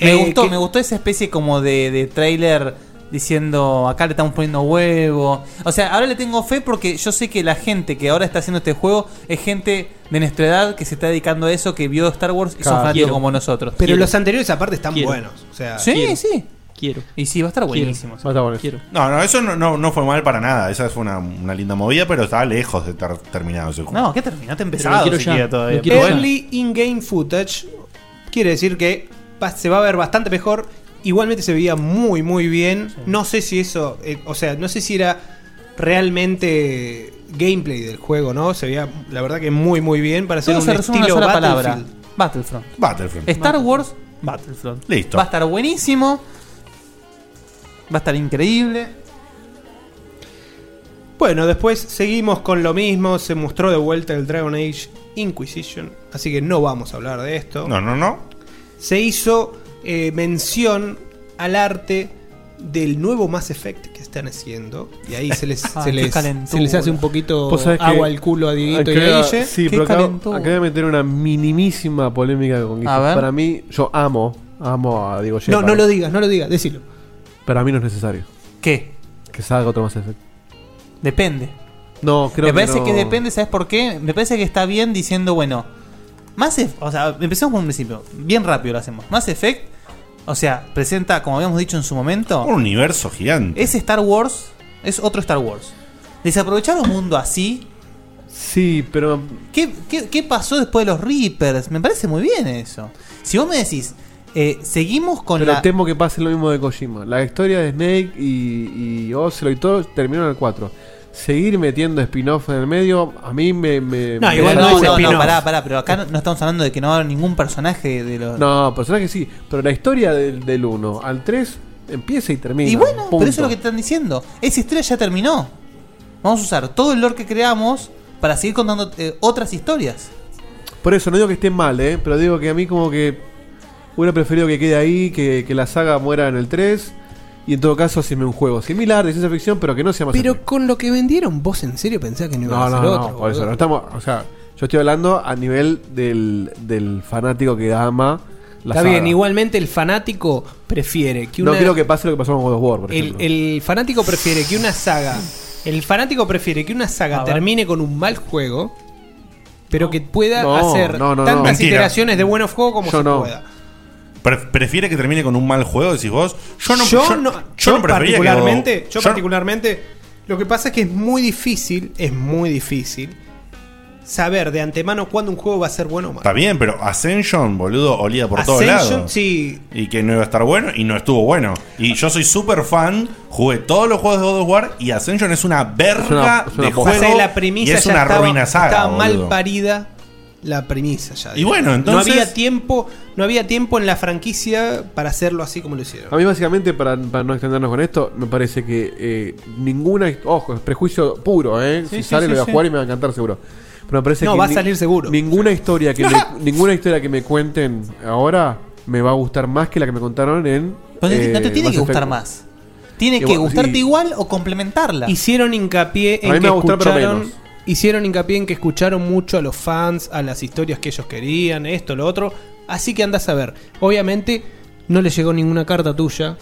Me Eh, gustó, que- me gustó esa especie como de, de trailer diciendo, acá le estamos poniendo huevo. O sea, ahora le tengo fe porque yo sé que la gente que ahora está haciendo este juego es gente de nuestra edad que se está dedicando a eso, que vio Star Wars y son Claro. fanáticos Quiero. como nosotros. Pero Quiero. los anteriores aparte están Quiero. buenos, o sea- sí, Quiero. sí. Quiero. Y sí, va a estar Quiero. buenísimo. Va a estar buenísimo. No, no, eso no, no, no fue mal para nada. Esa fue una, una linda movida, pero estaba lejos de estar terminado ese juego. No, ¿qué terminaste empezado? siquiera todavía. Early in-game footage quiere decir que va- se va a ver bastante mejor. Igualmente se veía muy, muy bien. No sé si eso, eh, o sea, no sé si era realmente gameplay del juego, ¿no? Se veía, la verdad, que muy, muy bien para ser Todo un se resume en estilo una sola palabra. Battlefield. Battlefront. Battlefront. Star Wars Battlefront. Listo. Va a estar buenísimo. Va a estar increíble. Bueno, después seguimos con lo mismo. Se mostró de vuelta el Dragon Age Inquisition. Así que no vamos a hablar de esto. No, no, no. Se hizo eh, mención al arte del nuevo Mass Effect que están haciendo. Y ahí se [laughs] les, Ah, se qué les, calentura. se les hace un poquito Vos sabés que agua al culo a Dieguito y a acá- Guille. Sí, Qué pero acá, calentura. acá voy a meter una minimísima polémica con Guille. A ver. Para mí, yo amo, amo a Diego No, Shepard. no lo digas, no lo digas, decilo. Para mí no es necesario. ¿Qué? Que salga otro Mass Effect. Depende. No, creo me parece no. que depende, ¿sabes por qué? Me parece que está bien diciendo, bueno, Mass Effect, o sea, empecemos por un principio, bien rápido lo hacemos. Mass Effect, o sea, presenta, como habíamos dicho en su momento, Un universo gigante. es Star Wars, es otro Star Wars. Desaprovechar un mundo así. Sí, pero. ¿Qué, qué, qué pasó después de los Reapers? Me parece muy bien eso. Si vos me decís, eh, seguimos con Pero la. temo que pase lo mismo de Kojima. La historia de Snake y, y Oslo y todo terminó en el 4. Seguir metiendo spin-off en el medio, a mí me. Eh, me me da no, cosa. no, no, pará, pará, pero acá no, no estamos hablando de que no va a haber ningún personaje de los. No, personaje sí, pero la historia del, 1 al 3 empieza y termina. Y bueno, punto. pero eso es lo que te están diciendo. Esa historia ya terminó. Vamos a usar todo el lore que creamos para seguir contando eh, otras historias. Por eso, no digo que esté mal, ¿eh? pero digo que a mí como que hubiera preferido que quede ahí, que, que la saga muera en el 3. Y en todo caso, haceme un juego similar de ciencia ficción, pero que no sea más. Pero con lo que vendieron, vos en serio pensás que no iban a No, no, hacer no, otro. ¿eh? por eso boludo? no estamos. O sea, yo estoy hablando a nivel del, del fanático que ama Está la saga. bien, igualmente el fanático prefiere que no una. quiero que pase lo que pasó con God of War, por el, ejemplo. el fanático prefiere que una saga. El fanático prefiere que una saga termine con un mal juego. Pero que pueda No, hacer no, no, no. tantas Mentira. iteraciones de buenos juegos como se pueda. Pre- ¿Prefiere que termine con un mal juego, decís vos? Yo no, yo, no- preferiría yo que- particularmente, yo, yo no- particularmente, lo que pasa es que es muy difícil, es muy difícil saber de antemano cuándo un juego va a ser bueno o malo. Está bien, pero Ascension, boludo, olía por todos Ascension, lados. sí. Y que no iba a estar bueno y no estuvo bueno. Y yo soy súper fan, jugué todos los juegos de God of War y Ascension es una verga Es una- es una de posta. juego. Pasa que la premisa y es ya una estaba, ruina saga. estaba mal boludo. parida la premisa ya. Y bueno, entonces- no había tiempo, no había tiempo en la franquicia para hacerlo así como lo hicieron. A mí, básicamente, para, para no extendernos con esto, me parece que eh, ninguna. Ojo, es prejuicio puro, ¿eh? Sí, si sí, sale, sí, lo voy a sí. jugar y me va a encantar seguro. Pero me parece No, que va a ni- salir seguro. Ninguna [laughs] historia, que me, ninguna historia que me cuenten ahora me va a gustar más que la que me contaron en. Pero Pues no te- no te eh, tiene que Mass gustar Effect. más. Tiene Que que, bueno, gustarte sí. igual o complementarla. Hicieron hincapié A mí en me que va a gustar, pero escucharon, menos. hicieron hincapié en que escucharon mucho a los fans, a las historias que ellos querían, esto, lo otro. Así que andás a ver. Obviamente no le llegó ninguna carta tuya.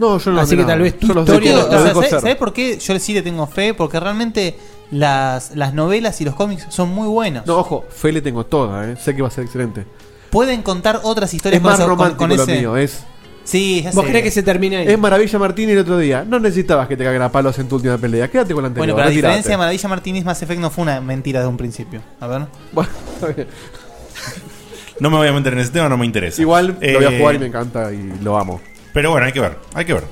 No, yo Así que tal vez tu historia Yo- no o está- sea, ¿sabes, sabes por qué yo sí le tengo fe? Porque realmente las, las novelas y los cómics son muy buenos. No, ojo, fe le tengo toda, ¿eh? Sé que va a ser excelente. Pueden contar otras historias Es más con, eso- con- romántico con lo ese. mío, es. Sí, ya ¿Vos sé. crees que se termina ahí? Es Maravilla Martínez el otro día. No necesitabas que te caguen a palos en tu última pelea. Quédate con la anterior. Bueno, pero a retirate. diferencia de Maravilla Martínez, Mass Effect no fue una mentira de un principio. A ver. [laughs] No me voy a meter en ese tema, no me interesa. Igual Eh, lo voy a jugar y me encanta y lo amo. Pero bueno, hay que ver, hay que ver.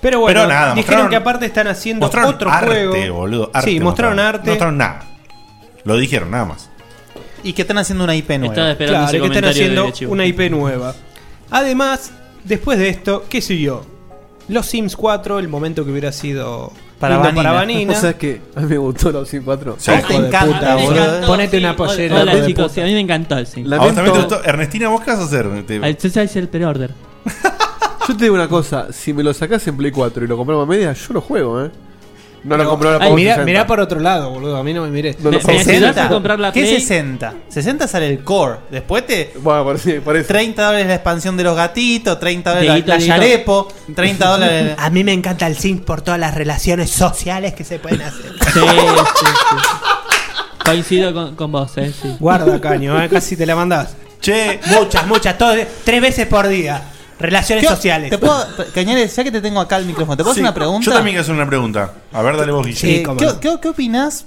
Pero bueno, Pero nada, dijeron mostraron- que aparte están haciendo Mostraron otro arte, juego. boludo. arte sí, mostraron, arte. No mostraron nada. Lo dijeron, nada más. Y que están haciendo una IP nueva. Estaba esperando ese claro, que están comentario de haciendo Chivo. una IP nueva. Además, después de esto, ¿qué siguió? Los Sims 4, el momento que hubiera sido lindo para Vanina. [laughs] O sea, es que a mí me gustó los Sims 4. Sí. Hijo de puta, boludo. Ponete una pollera. Hola, hijo de chicos, puta. sí, a mí me encantó el sí. Lamento- ¿A vos también te gustó? Ernestina, ¿vos qué vas a hacer? Te- El sí, sí, es el [laughs] pre-order. Yo te digo una cosa. Si me lo sacás en Play 4 y lo compramos a media, yo lo juego, ¿eh? No lo compró la Ay, pagó mirá, 60. mirá por otro lado, boludo. A mí no me miré. No lo Me- pagó. necesitas comprar la ¿Qué Play? 60? 60 sale el core. Después te. Bueno, 30 dólares la expansión de los gatitos, 30 dólares Dieguito, la, la Dieguito. yarepo, [laughs] 30 dólares. [laughs] A mí me encanta el zinc por todas las relaciones sociales que se pueden hacer. Sí, Eh, sí, sí. Coincido con, con vos, eh, sí. Guarda, caño, eh, casi te la mandás. Che. Muchas, muchas, todo- tres veces por día. Relaciones ¿Qué- sociales. ¿Te puedo, Cañares, ya que te tengo acá el micrófono, ¿te puedo Sí, hacer una pregunta? Yo también quiero hacer una pregunta. A ver, dale vos, Eh, Guillermo. ¿qué, qué, qué opinás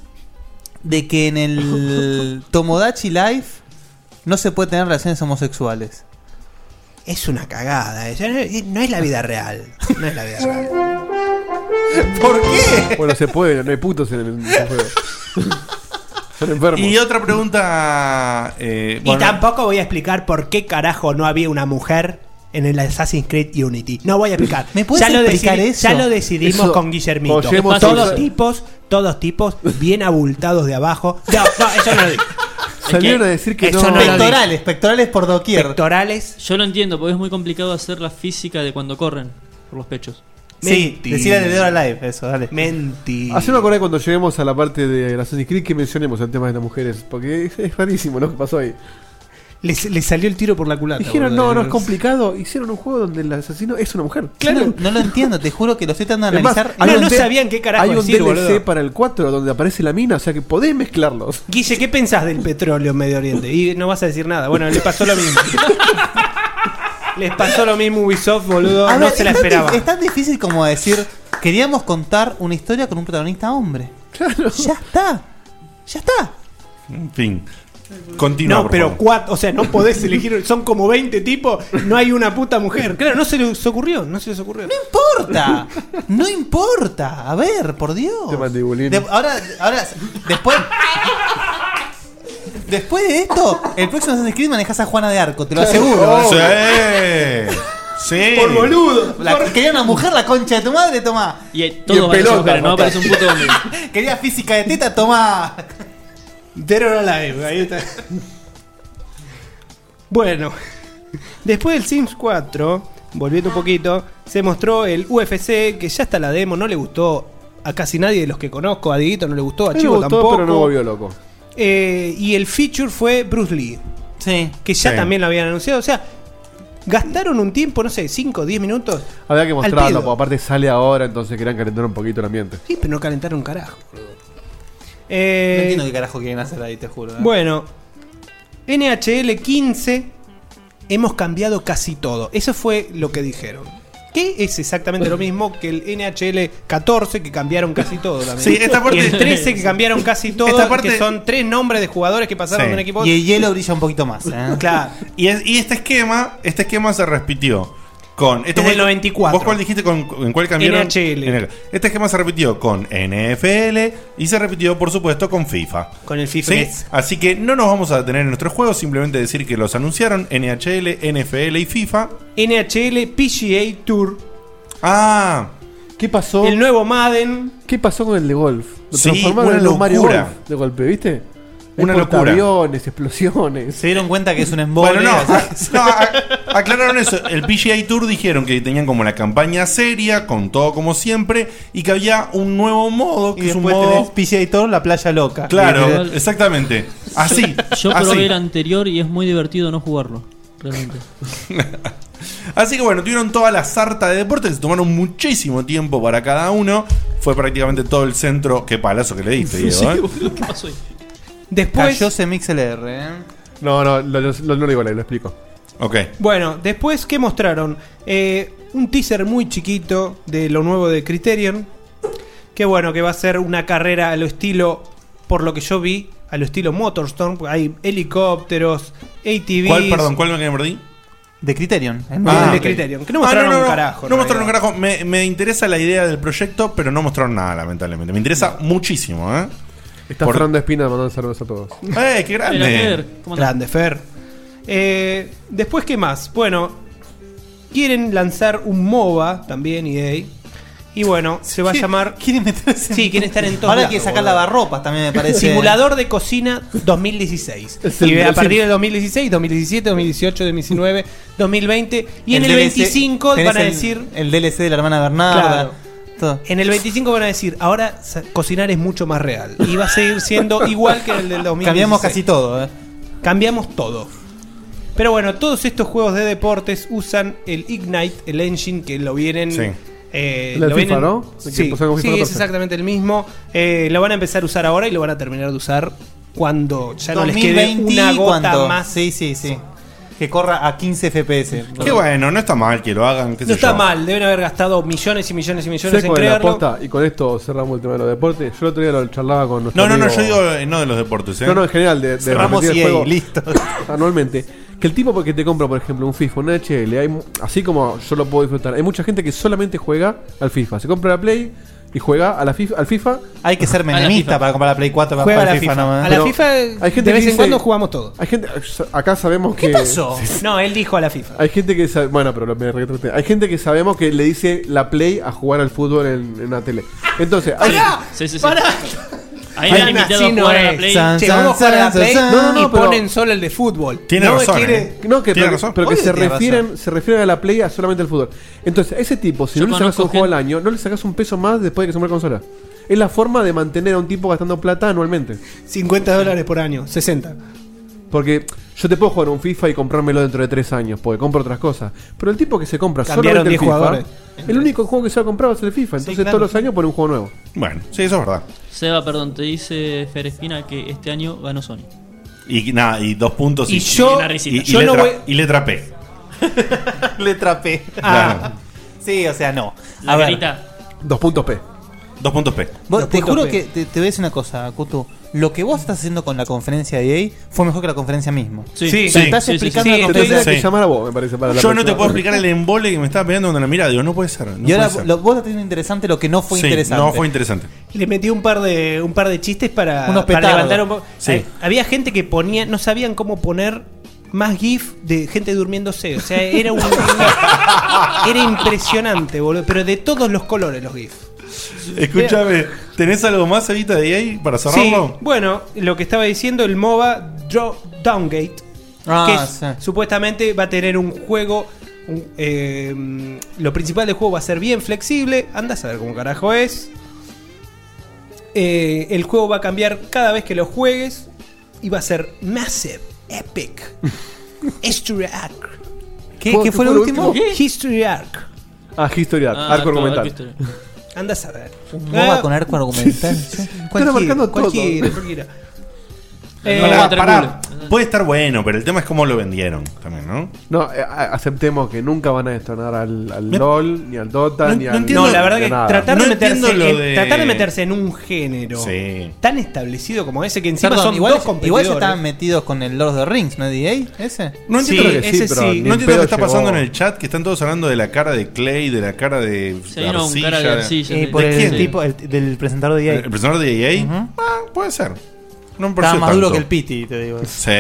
de que en el Tomodachi Life no se puede tener relaciones homosexuales? Es una cagada. eh. No- No es la vida real. [laughs] No es la vida real. ¿Por qué? [laughs] Bueno, se puede, no hay putos en el en [laughs] el juego. Son enfermos. Y otra pregunta. eh, Y bueno, tampoco voy a explicar por qué carajo no había una mujer en el Assassin's Creed Unity. No voy a explicar. ¿Me puedes lo explicar eso? Ya lo decidimos Eso, con Guillermito. oyemos todos eso. tipos, todos tipos, bien abultados de abajo. No, no, eso [laughs] no lo digo. eh. Salieron a decir que Eso no. lo digo. Pectorales, pectorales por doquier. Pectorales. Yo lo entiendo, porque es muy complicado hacer la física de cuando corren por los pechos. Sí, decirle de Dora Live, eso, dale. Menti. Así me acordé cuando lleguemos a la parte de Assassin's Creed que mencionemos el tema de las mujeres, porque es, es rarísimo lo que pasó ahí. Le, le salió el tiro por la culata. Dijeron, boludo. no, no es complicado. Hicieron un juego donde el asesino es una mujer. Claro, no, lo entiendo, te juro que lo estoy tratando de Es más, analizar. hay un D- Hay un DLC para el 4 donde aparece la mina, o sea que podés mezclarlos. Guille, ¿qué pensás del petróleo en Medio Oriente? Y no vas a decir nada. Bueno, le pasó [laughs] lo mismo. Les pasó lo mismo Ubisoft, boludo. A no ver, se la es tan di- esperaba. Es tan difícil como decir, queríamos contar una historia con un protagonista hombre. Claro. Ya está. Ya está. En fin. Continúa. no, por pero favor. cuatro, o sea, no podés [laughs] elegir, son como 20 tipos, no hay una puta mujer. [laughs] Claro, no se les ocurrió, no se les ocurrió. No importa, no importa, a ver, por Dios. De- ahora, ahora, después. Después de esto, el próximo Assassin's Creed manejas a Juana de Arco, te lo Claro. aseguro. ¿eh? Sí. Oh, ¿eh? Sí. Por boludo. Quería una mujer, la concha de tu madre, tomá. Y eh, Y en todo parece pelota, mujer, no papá. aparece un [laughs] puto hombre. Quería física de teta, tomá. Dead or Alive, ahí está. Bueno, después del Sims 4, volviendo un poquito, se mostró el UFC, que ya está la demo, no le gustó a casi nadie de los que conozco, a Dieguito no le gustó, a [laughs] Me Chivo gustó, tampoco. pero no volvió loco. Eh, y el feature fue Bruce Lee. Sí. Que ya Sí. también lo habían anunciado. O sea, gastaron un tiempo, no sé, 5 o 10 minutos. Había que Al mostrarlo, pedo. porque aparte sale ahora, entonces querían calentar un poquito el ambiente. Sí, pero no calentaron un carajo. No Eh, entiendo qué carajo quieren hacer ahí, te juro. ¿eh? Bueno, NHL 15, hemos cambiado casi todo. Eso fue lo que dijeron. Que es exactamente lo mismo que el NHL 14, que cambiaron casi todo también. Sí, esta parte- Y el 13, que cambiaron casi todo. Esta parte- Que son tres nombres de jugadores que pasaron Sí. de un equipo. a Y otro. el hielo brilla un poquito [laughs] más, ¿eh? Claro. Y, es- y este esquema, este esquema se repitió con. Desde el 94. ¿Vos cuál dijiste con, en cuál cambiaron? NHL. En el- Este esquema se repitió con NFL y se repitió, por supuesto, con FIFA. Con el FIFA. E ¿Sí? Así que no nos vamos a detener en nuestros juegos, simplemente decir que los anunciaron NHL, NFL y FIFA. NHL PGA Tour. Ah. ¿Qué pasó? El nuevo Madden. ¿Qué pasó con el de golf? Lo Sí, transformaron una en los Mario locura. Golf de golpe, ¿viste? Una Hay locura. portaaviones, explosiones. Se dieron cuenta que es un embole. Bueno, no, a- no, a- aclararon eso. El PGA Tour dijeron que tenían como la campaña seria, con todo como siempre, y que había un nuevo modo, que es un Después tenés modo... PGA Tour, la playa loca. Claro, Y- exactamente. Así. Yo probé así. el anterior y es muy divertido no jugarlo. [laughs] Realmente. Así que bueno, tuvieron toda la sarta de deportes, se tomaron muchísimo tiempo para cada uno. Fue prácticamente todo el centro. Qué palazo que [laughs] le diste, Diego. ¿eh? ¿Qué pasó ahí? Después. Cayó ese MixLR, ¿eh? No, no, lo, lo- lo- no lo digo, lo explico. Ok. Bueno, después, ¿qué mostraron? Eh, un teaser muy chiquito de lo nuevo de Criterion. Que bueno, que va a ser una carrera a lo estilo, por lo que yo vi, a lo estilo Motorstorm. porque Hay helicópteros, ATVs. ¿Cuál, perdón, cuál me perdí? De Criterion. Ah, ok. de Criterion, que no Ah, mostraron un carajo, en No mostraron un carajo. Me, me interesa la idea del proyecto, pero no mostraron nada, lamentablemente. Me interesa muchísimo, ¿eh? Está Por- Fernando Espina mandando saludos a todos. ¡Eh, qué grande! Grande, Fer. Eh, después, ¿qué más? Bueno, quieren lanzar un MOBA también, EA. Y bueno, se va a Quiere- llamar. Quieren meterse. Sí, quieren estar en todos Ahora lados, quiere sacar boludo. lavarropas también, me parece. Simulador de cocina 2016. Es el Y de a los partir Sims. de 2016, 2017, 2018, 2019, 2020. Y en el, DLC 25 tenés van a el- decir. El, DLC de la hermana Bernarda. Claro. esto? En el 25 van a decir, ahora sa- cocinar es mucho más real. Y va a [laughs] seguir siendo igual que el del 2016. Cambiamos casi todo, ¿eh? Cambiamos todo. Pero bueno, todos estos juegos de deportes usan el Ignite, el engine que lo vienen... Sí. eh, El de lo FIFA, vienen- ¿no? El que Sí, pusieron con sí, FIFA es 14. exactamente el mismo. Eh, lo van a empezar a usar ahora y lo van a terminar de usar cuando ya no les quede 2020, una gota ¿cuánto? más. Sí, sí, sí. Que corra a 15 FPS. Qué bueno, no está mal que lo hagan. qué No sé está yo. mal, deben haber gastado millones y millones y millones ¿Sabes en cuál es la crearlo. aposta? Y con esto cerramos el tema de los deportes. Yo el otro día lo charlaba con nuestro No, no, no, amigo- yo digo eh, no de los deportes. ¿eh? No, no, en general, de, de Cerramos repetir el EA, juego listo. [coughs] Anualmente. Que el tipo porque te compra, por ejemplo, un FIFA, un HL, hay, mu- así como yo lo puedo disfrutar, hay mucha gente que solamente juega al FIFA. Se compra la Play y juega a la FIFA, al FIFA. Hay que [laughs] ser menemista para comprar la Play 4 para jugar al FIFA, nomás. Pero FIFA, de que vez en dice- cuando jugamos todo. Hay gente, acá sabemos que. [laughs] No, él dijo a la FIFA. Hay gente que sabe, bueno, pero me retraté. Hay gente que sabemos que le dice la play a jugar al fútbol en, en la tele. Entonces, hay- Sí, sí, sí. Pará. Ahí me han invitado a jugar a la Play. Che, vamos a jugar a la Play No, no, y no, pero- ponen solo el de fútbol. Tiene no me razón, quiere- ¿eh? No, que, Tiene pero, razón. pero que Obvio se tiene razón. refieren, se refieren a la Play a solamente al fútbol. Entonces, a ese tipo, si Yo no le sacas conozco un juego al año, no le sacas un peso más después de que se muera la consola. Es la forma de mantener a un tipo gastando plata anualmente. 50 dólares por año, 60. Porque yo te puedo jugar un FIFA y comprármelo dentro de 3 años, porque compro otras cosas. Pero el tipo que se compra Cambiaron solamente 10 el FIFA, jugadores. el único juego que se va a comprar va a ser el FIFA. Entonces, claro. todos los años pone un juego nuevo. Bueno, sí, eso es verdad. Seba, perdón, te dice Fer Espina que este año ganó Sony. Y nada, y dos puntos Y yo- y, y yo letra, no voy- y letra P. Letra P. Claro. Sí, o sea, no. La carita. Dos puntos P. Dos puntos P. Vos, te juro P. que te, te voy a decir una cosa, Kutu. Lo que vos estás haciendo con la conferencia de EA fue mejor que la conferencia misma. Te estás explicando la Te tendría conferencia. que llamar a vos, me parece, para la Yo no te próxima. puedo explicar el embole que me estaba pegando en la mirada. Digo, no puede ser. no Y ahora puede ser. lo- vos estás teniendo interesante lo que no fue Sí, interesante. No fue interesante. Le metí un par de un par de chistes para, Unos para petardos. levantar un poco. Sí. Eh, había gente que ponía, no sabían cómo poner más GIF de gente durmiéndose. O sea, era un. [laughs] era impresionante, boludo. Pero de todos los colores los GIF. Escúchame, ¿tenés algo más ahorita de ahí para Sí, cerrarlo? bueno, lo que estaba diciendo, el MOBA Draw Downgate. Ah, que es- sí. supuestamente va a tener un juego. un- eh, lo principal del juego va a ser bien flexible. Anda a saber cómo carajo es. Eh, el juego va a cambiar cada vez que lo juegues. Y va a ser massive, [laughs] epic. History Arc. ¿Qué- qué fue lo último? ¿Qué? History Arc. Ah, History Arc, Ah, arco todo, argumental. arco Anda a saber. Un MOBA con arco [laughs] argumental. Cualquiera, marcando todo. cualquiera, cualquiera. Eh, Pará, otra pará. Puede estar bueno, pero el tema es cómo lo vendieron también, ¿no? No, eh, a- aceptemos que nunca van a destronar al, al LOL, ni al Dota, ni al. No, la verdad que tratar, de meterse en, en- tratar de meterse en un género Sí. tan establecido como ese que encima Perdón, son igual, dos igual competidores. ya estaban metidos con el Lord of the Rings, ¿no? ¿DA? ¿Ese? No entiendo Sí, lo que ese sí, no ni en entiendo lo pedo que está pasando llegó. en el chat, que están todos hablando de la cara de Clay, de la cara de Sí, no, cara de arcilla, Eh, ¿De por el quién? tipo, el- del presentador de EA. ¿El, el personaje de EA? Ah, puede ser. No me Estaba pareció más tanto. duro que el Piti, te digo. Sí.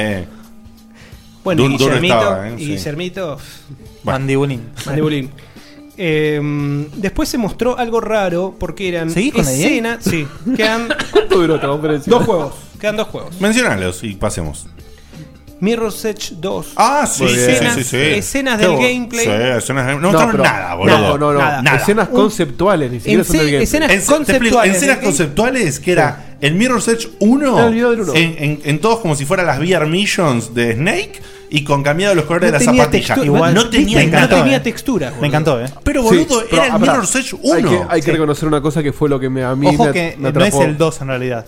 Bueno, y Du- duro Guillermito, estaba, ¿eh? y Sí. Guillermito, Mandibulín. Mandibulín. Eh, después se mostró algo raro porque eran ¿Seguís con la idea? escenas. Sí, [laughs] quedan dos juegos. Quedan dos juegos. Mencionalos y pasemos. Mirror's Edge 2. Ah, sí, sí, escenas, sí, sí, sí. escenas Qué del bo- gameplay. Sí, escenas del- no mostraron pero- nada, boludo. No, no, no. Nada. Nada. Escenas Un- conceptuales, ni siquiera son del gameplay. En- te explico, en escenas conceptuales que era el Mirror's Edge 1, Era el video del uno. En, en- en todos como si fuera las VR Missions de Snake y con cambiado los colores No de la tenía zapatilla. textu- Igual, no ¿viste? tenía, Me encantó, no tenía eh. textura. Me encantó, eh. Pero, Sí, boludo, pero, era el ah, pará. Mirror's Edge Hay 1. que, hay que Sí. reconocer una cosa que fue lo que me, a mí Ojo me, que me no es atrapó. el 2 en realidad.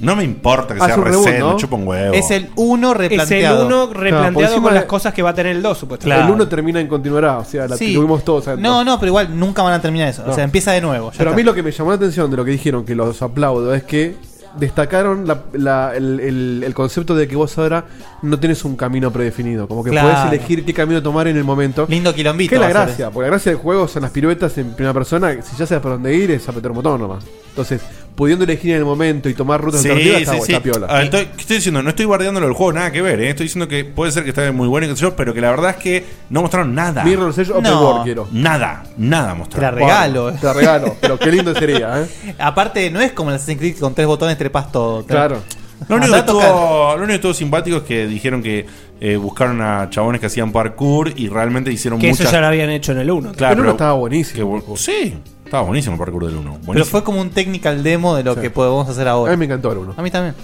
No me importa que Ah, sea reset, me chupa un huevo. Es el 1 replanteado. Es el 1 Claro, replanteado por encima con las de- cosas que va a tener el 2, supuestamente. El 1 termina en continuará, o sea, la Sí. tuvimos todos. adentro. No, no, pero igual nunca van a terminar eso. O No. sea, empieza de nuevo. ya Pero a está. mí lo que me llamó la atención de lo que dijeron, que los aplaudo, es que destacaron la- la- el, el- el concepto de que vos ahora no tenés un camino predefinido, como que Claro. podés elegir qué camino tomar en el momento. Lindo quilombito. Que es la va a ser gracia, porque la gracia del juego son las piruetas en primera persona, que si ya sabes por dónde ir es apretar un botón nomás. Entonces, pudiendo elegir en el momento y tomar rutas Sí, alternativas sí, está, sí. está piola. Ah, estoy, ¿qué estoy diciendo? No estoy guardándolo del juego, nada que ver. eh. Estoy diciendo que puede ser que esté muy bueno, y qué sé yo, pero que la verdad es que no mostraron nada. Mirror's Edge Open No. World quiero. Nada, nada Te la mostraron. regalo. Te la regalo, pero qué lindo sería, ¿eh? Aparte, no es como el Assassin's Creed que con tres botones trepas todo. Claro. [laughs] Lo único, que Andá a tocar. estuvo, lo único que estuvo simpático es que dijeron que eh, buscaron a chabones que hacían parkour y realmente hicieron Que muchas... eso ya lo habían hecho en el 1. Claro, pero- estaba buenísimo. sí. Estaba buenísimo el parkour del 1. Pero fue como un technical demo de lo que podemos hacer ahora. A mí me encantó el 1. A mí también.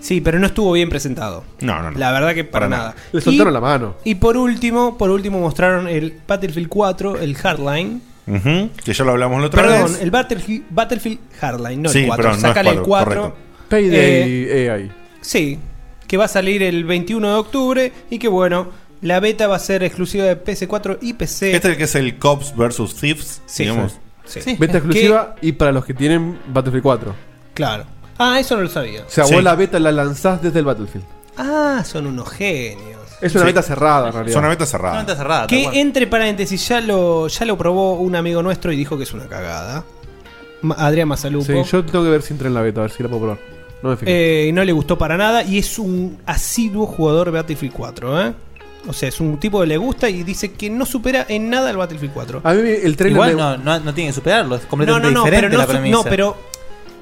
Sí, pero no estuvo bien presentado. No, no, no. La verdad que para, Para nada. nada. Le Y- soltaron la mano. Y por último, por último mostraron el Battlefield 4, el Hardline. Ujú, Que ya lo hablamos la otra eh. Perdón, vez. el Battlefield, Battlefield Hardline, no Sí, el 4. perdón, no es Sácale el 4, 4. correcto. Payday AI. Sí, que va a salir el 21 de octubre y que bueno, la beta va a ser exclusiva de PS4 y PC. Este es el que es el Cops vs Thieves, Sí. digamos. Sí. Beta exclusiva y para los que tienen Battlefield 4. Claro. Ah, eso no lo sabía. O sea, vos la beta la lanzás desde el Battlefield. Ah, son unos genios. Es una Sí. beta cerrada, en realidad. Es una beta cerrada. Una beta cerrada, Que tal cual. entre paréntesis, ya lo, ya lo probó un amigo nuestro y dijo que es una cagada. Ma- Adrián Mazalupo. Sí, yo tengo que ver si entra en la beta, a ver si la puedo probar. No me fijé. Eh, y no le gustó para nada y es un asiduo jugador de Battlefield 4, ¿eh? O sea, es un tipo que le gusta y dice que no supera en nada el Battlefield 4. A mí el trailer Igual me- no, no, no tiene que superarlo, es No, completamente no, no, diferente pero no, la su- premisa. no, pero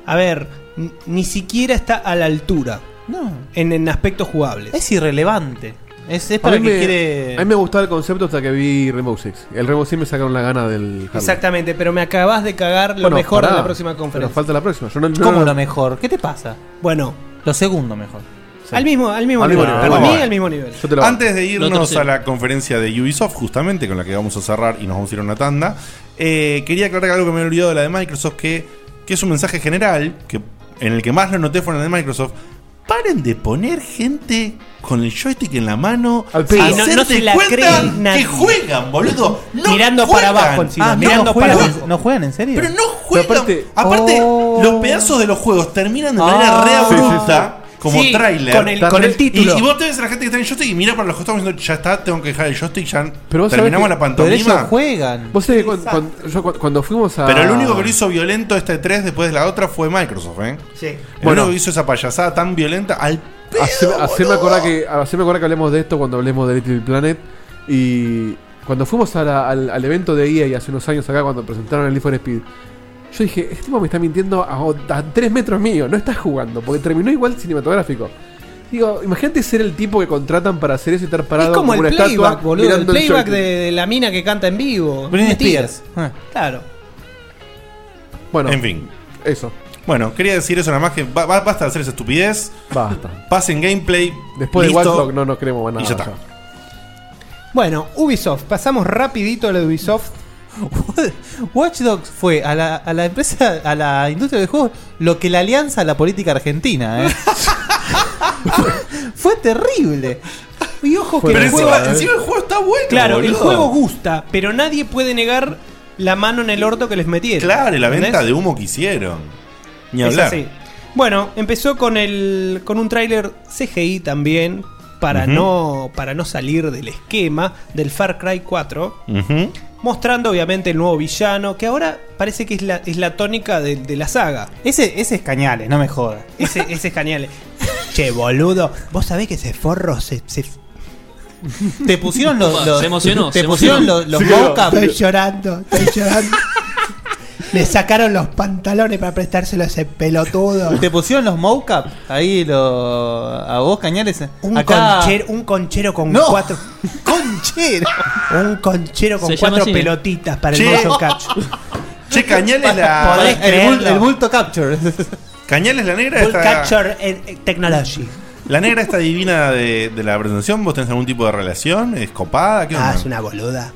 a ver, n- ni siquiera está a la altura No. en, en aspectos jugables. Es irrelevante. Es, es A para el mí que me- quiere. A mí me gustaba el concepto hasta que vi Rainbow Six. El Rainbow Six me sacaron la gana del hardware. Exactamente, pero me acabas de cagar lo Bueno, mejor pará, de la próxima Pero conferencia. falta la próxima. Yo no, no- ¿Cómo lo mejor? ¿Qué te pasa? Bueno, Lo segundo mejor. al mismo al mismo Al nivel, mismo nivel, para vamos. mí al mismo nivel. Antes de irnos a la conferencia de Ubisoft, justamente con la que vamos a cerrar y nos vamos a ir a una tanda, eh, quería aclarar algo que me he olvidado de la de Microsoft, que, que es un mensaje general, que en el que más lo noté fue en la de Microsoft. Paren de poner gente con el joystick en la mano al pedo. Ah, Sí, no- no se la cree nadie. que juegan, boludo. No Mirando juegan. para abajo encima, Ah, no, mirando juegan. para abajo. ¿No juegan en serio? Oh. Pero no juegan. aparte, los pedazos de los juegos terminan de manera Ah. re Sí, sí, abrupta, sí. como Sí, trailer. con el- con el Y- título. Y, vos te ves a la gente que está en el joystick y mira para los costados diciendo, ya está, tengo que dejar el joystick, ya Pero vos sabés terminamos que- la pantomima. juegan. Vos sabés que cuando, cuando- yo cu- cuando fuimos a. Pero el único que lo hizo violento este 3 después de la otra fue Microsoft, ¿eh? Sí. El Bueno. Ah, único que hizo esa payasada tan violenta al Haceme, haceme acordar que, haceme acordar que hablemos de esto cuando hablemos de Little Planet. Y cuando fuimos a la- al, al evento de EA hace unos años acá, cuando presentaron el Need for Speed, yo dije: Este tipo me está mintiendo a, o- a tres metros mío, no está jugando, porque terminó igual cinematográfico. Digo, imagínate ser el tipo que contratan para hacer eso y estar parado Es como el una playback, estatua boludo. El mirando el playback de, joystick. de la mina que canta en vivo. Britney Mentira. Ah. Spears. Claro. Bueno, en fin. Eso. Bueno, quería decir eso nada más que ba- ba- basta de hacer esa estupidez. Basta. Pasen gameplay. Después listo, de Watch Dogs no nos creemos más nada. Y ya está. Bueno, Ubisoft. Pasamos rapidito a lo de Ubisoft. Watch Dogs fue a la, a la empresa, a la industria del juego, lo que la alianza a la política [laughs] argentina. ¿eh? fue terrible. Y ojo que Pero el juego. encima- encima el juego está bueno. Claro, el boludo. juego gusta, pero nadie puede negar la mano en el orto que les metieron. Claro, y la venta ¿entendés? de humo que hicieron. Ni Es hablar. así. Bueno, empezó con el con un tráiler CGI también para Ujú. no para no salir del esquema del Far Cry 4, Ujú. mostrando obviamente el nuevo villano que ahora parece que es la es la tónica de, de la saga. Ese, ese es Cañales, no me jodas. Ese ese es genial. che, boludo, vos sabés que ese forro se, se Te pusieron los. Opa, los- se emocionó, Te se pusieron emocionó. los, los Se quedó. mocap. Estoy llorando, estoy llorando. Le sacaron los pantalones para prestárselo a ese pelotudo. Te pusieron los mocap ahí lo, a vos, Cañales. Un, Acá- conchero, un conchero con No. cuatro. ¡Conchero! Un conchero con Se llama cuatro así, ¿eh? pelotitas para Che. el motion capture. Che, Cañales la. Podés el, creerlo. bulto capture. [laughs] Cañales la negra Full está. capture eh, eh, technology. La negra está divina de, de la presentación. ¿Vos tenés algún tipo de relación? ¿Es copada? ¿Qué Ah, onda? es una boluda.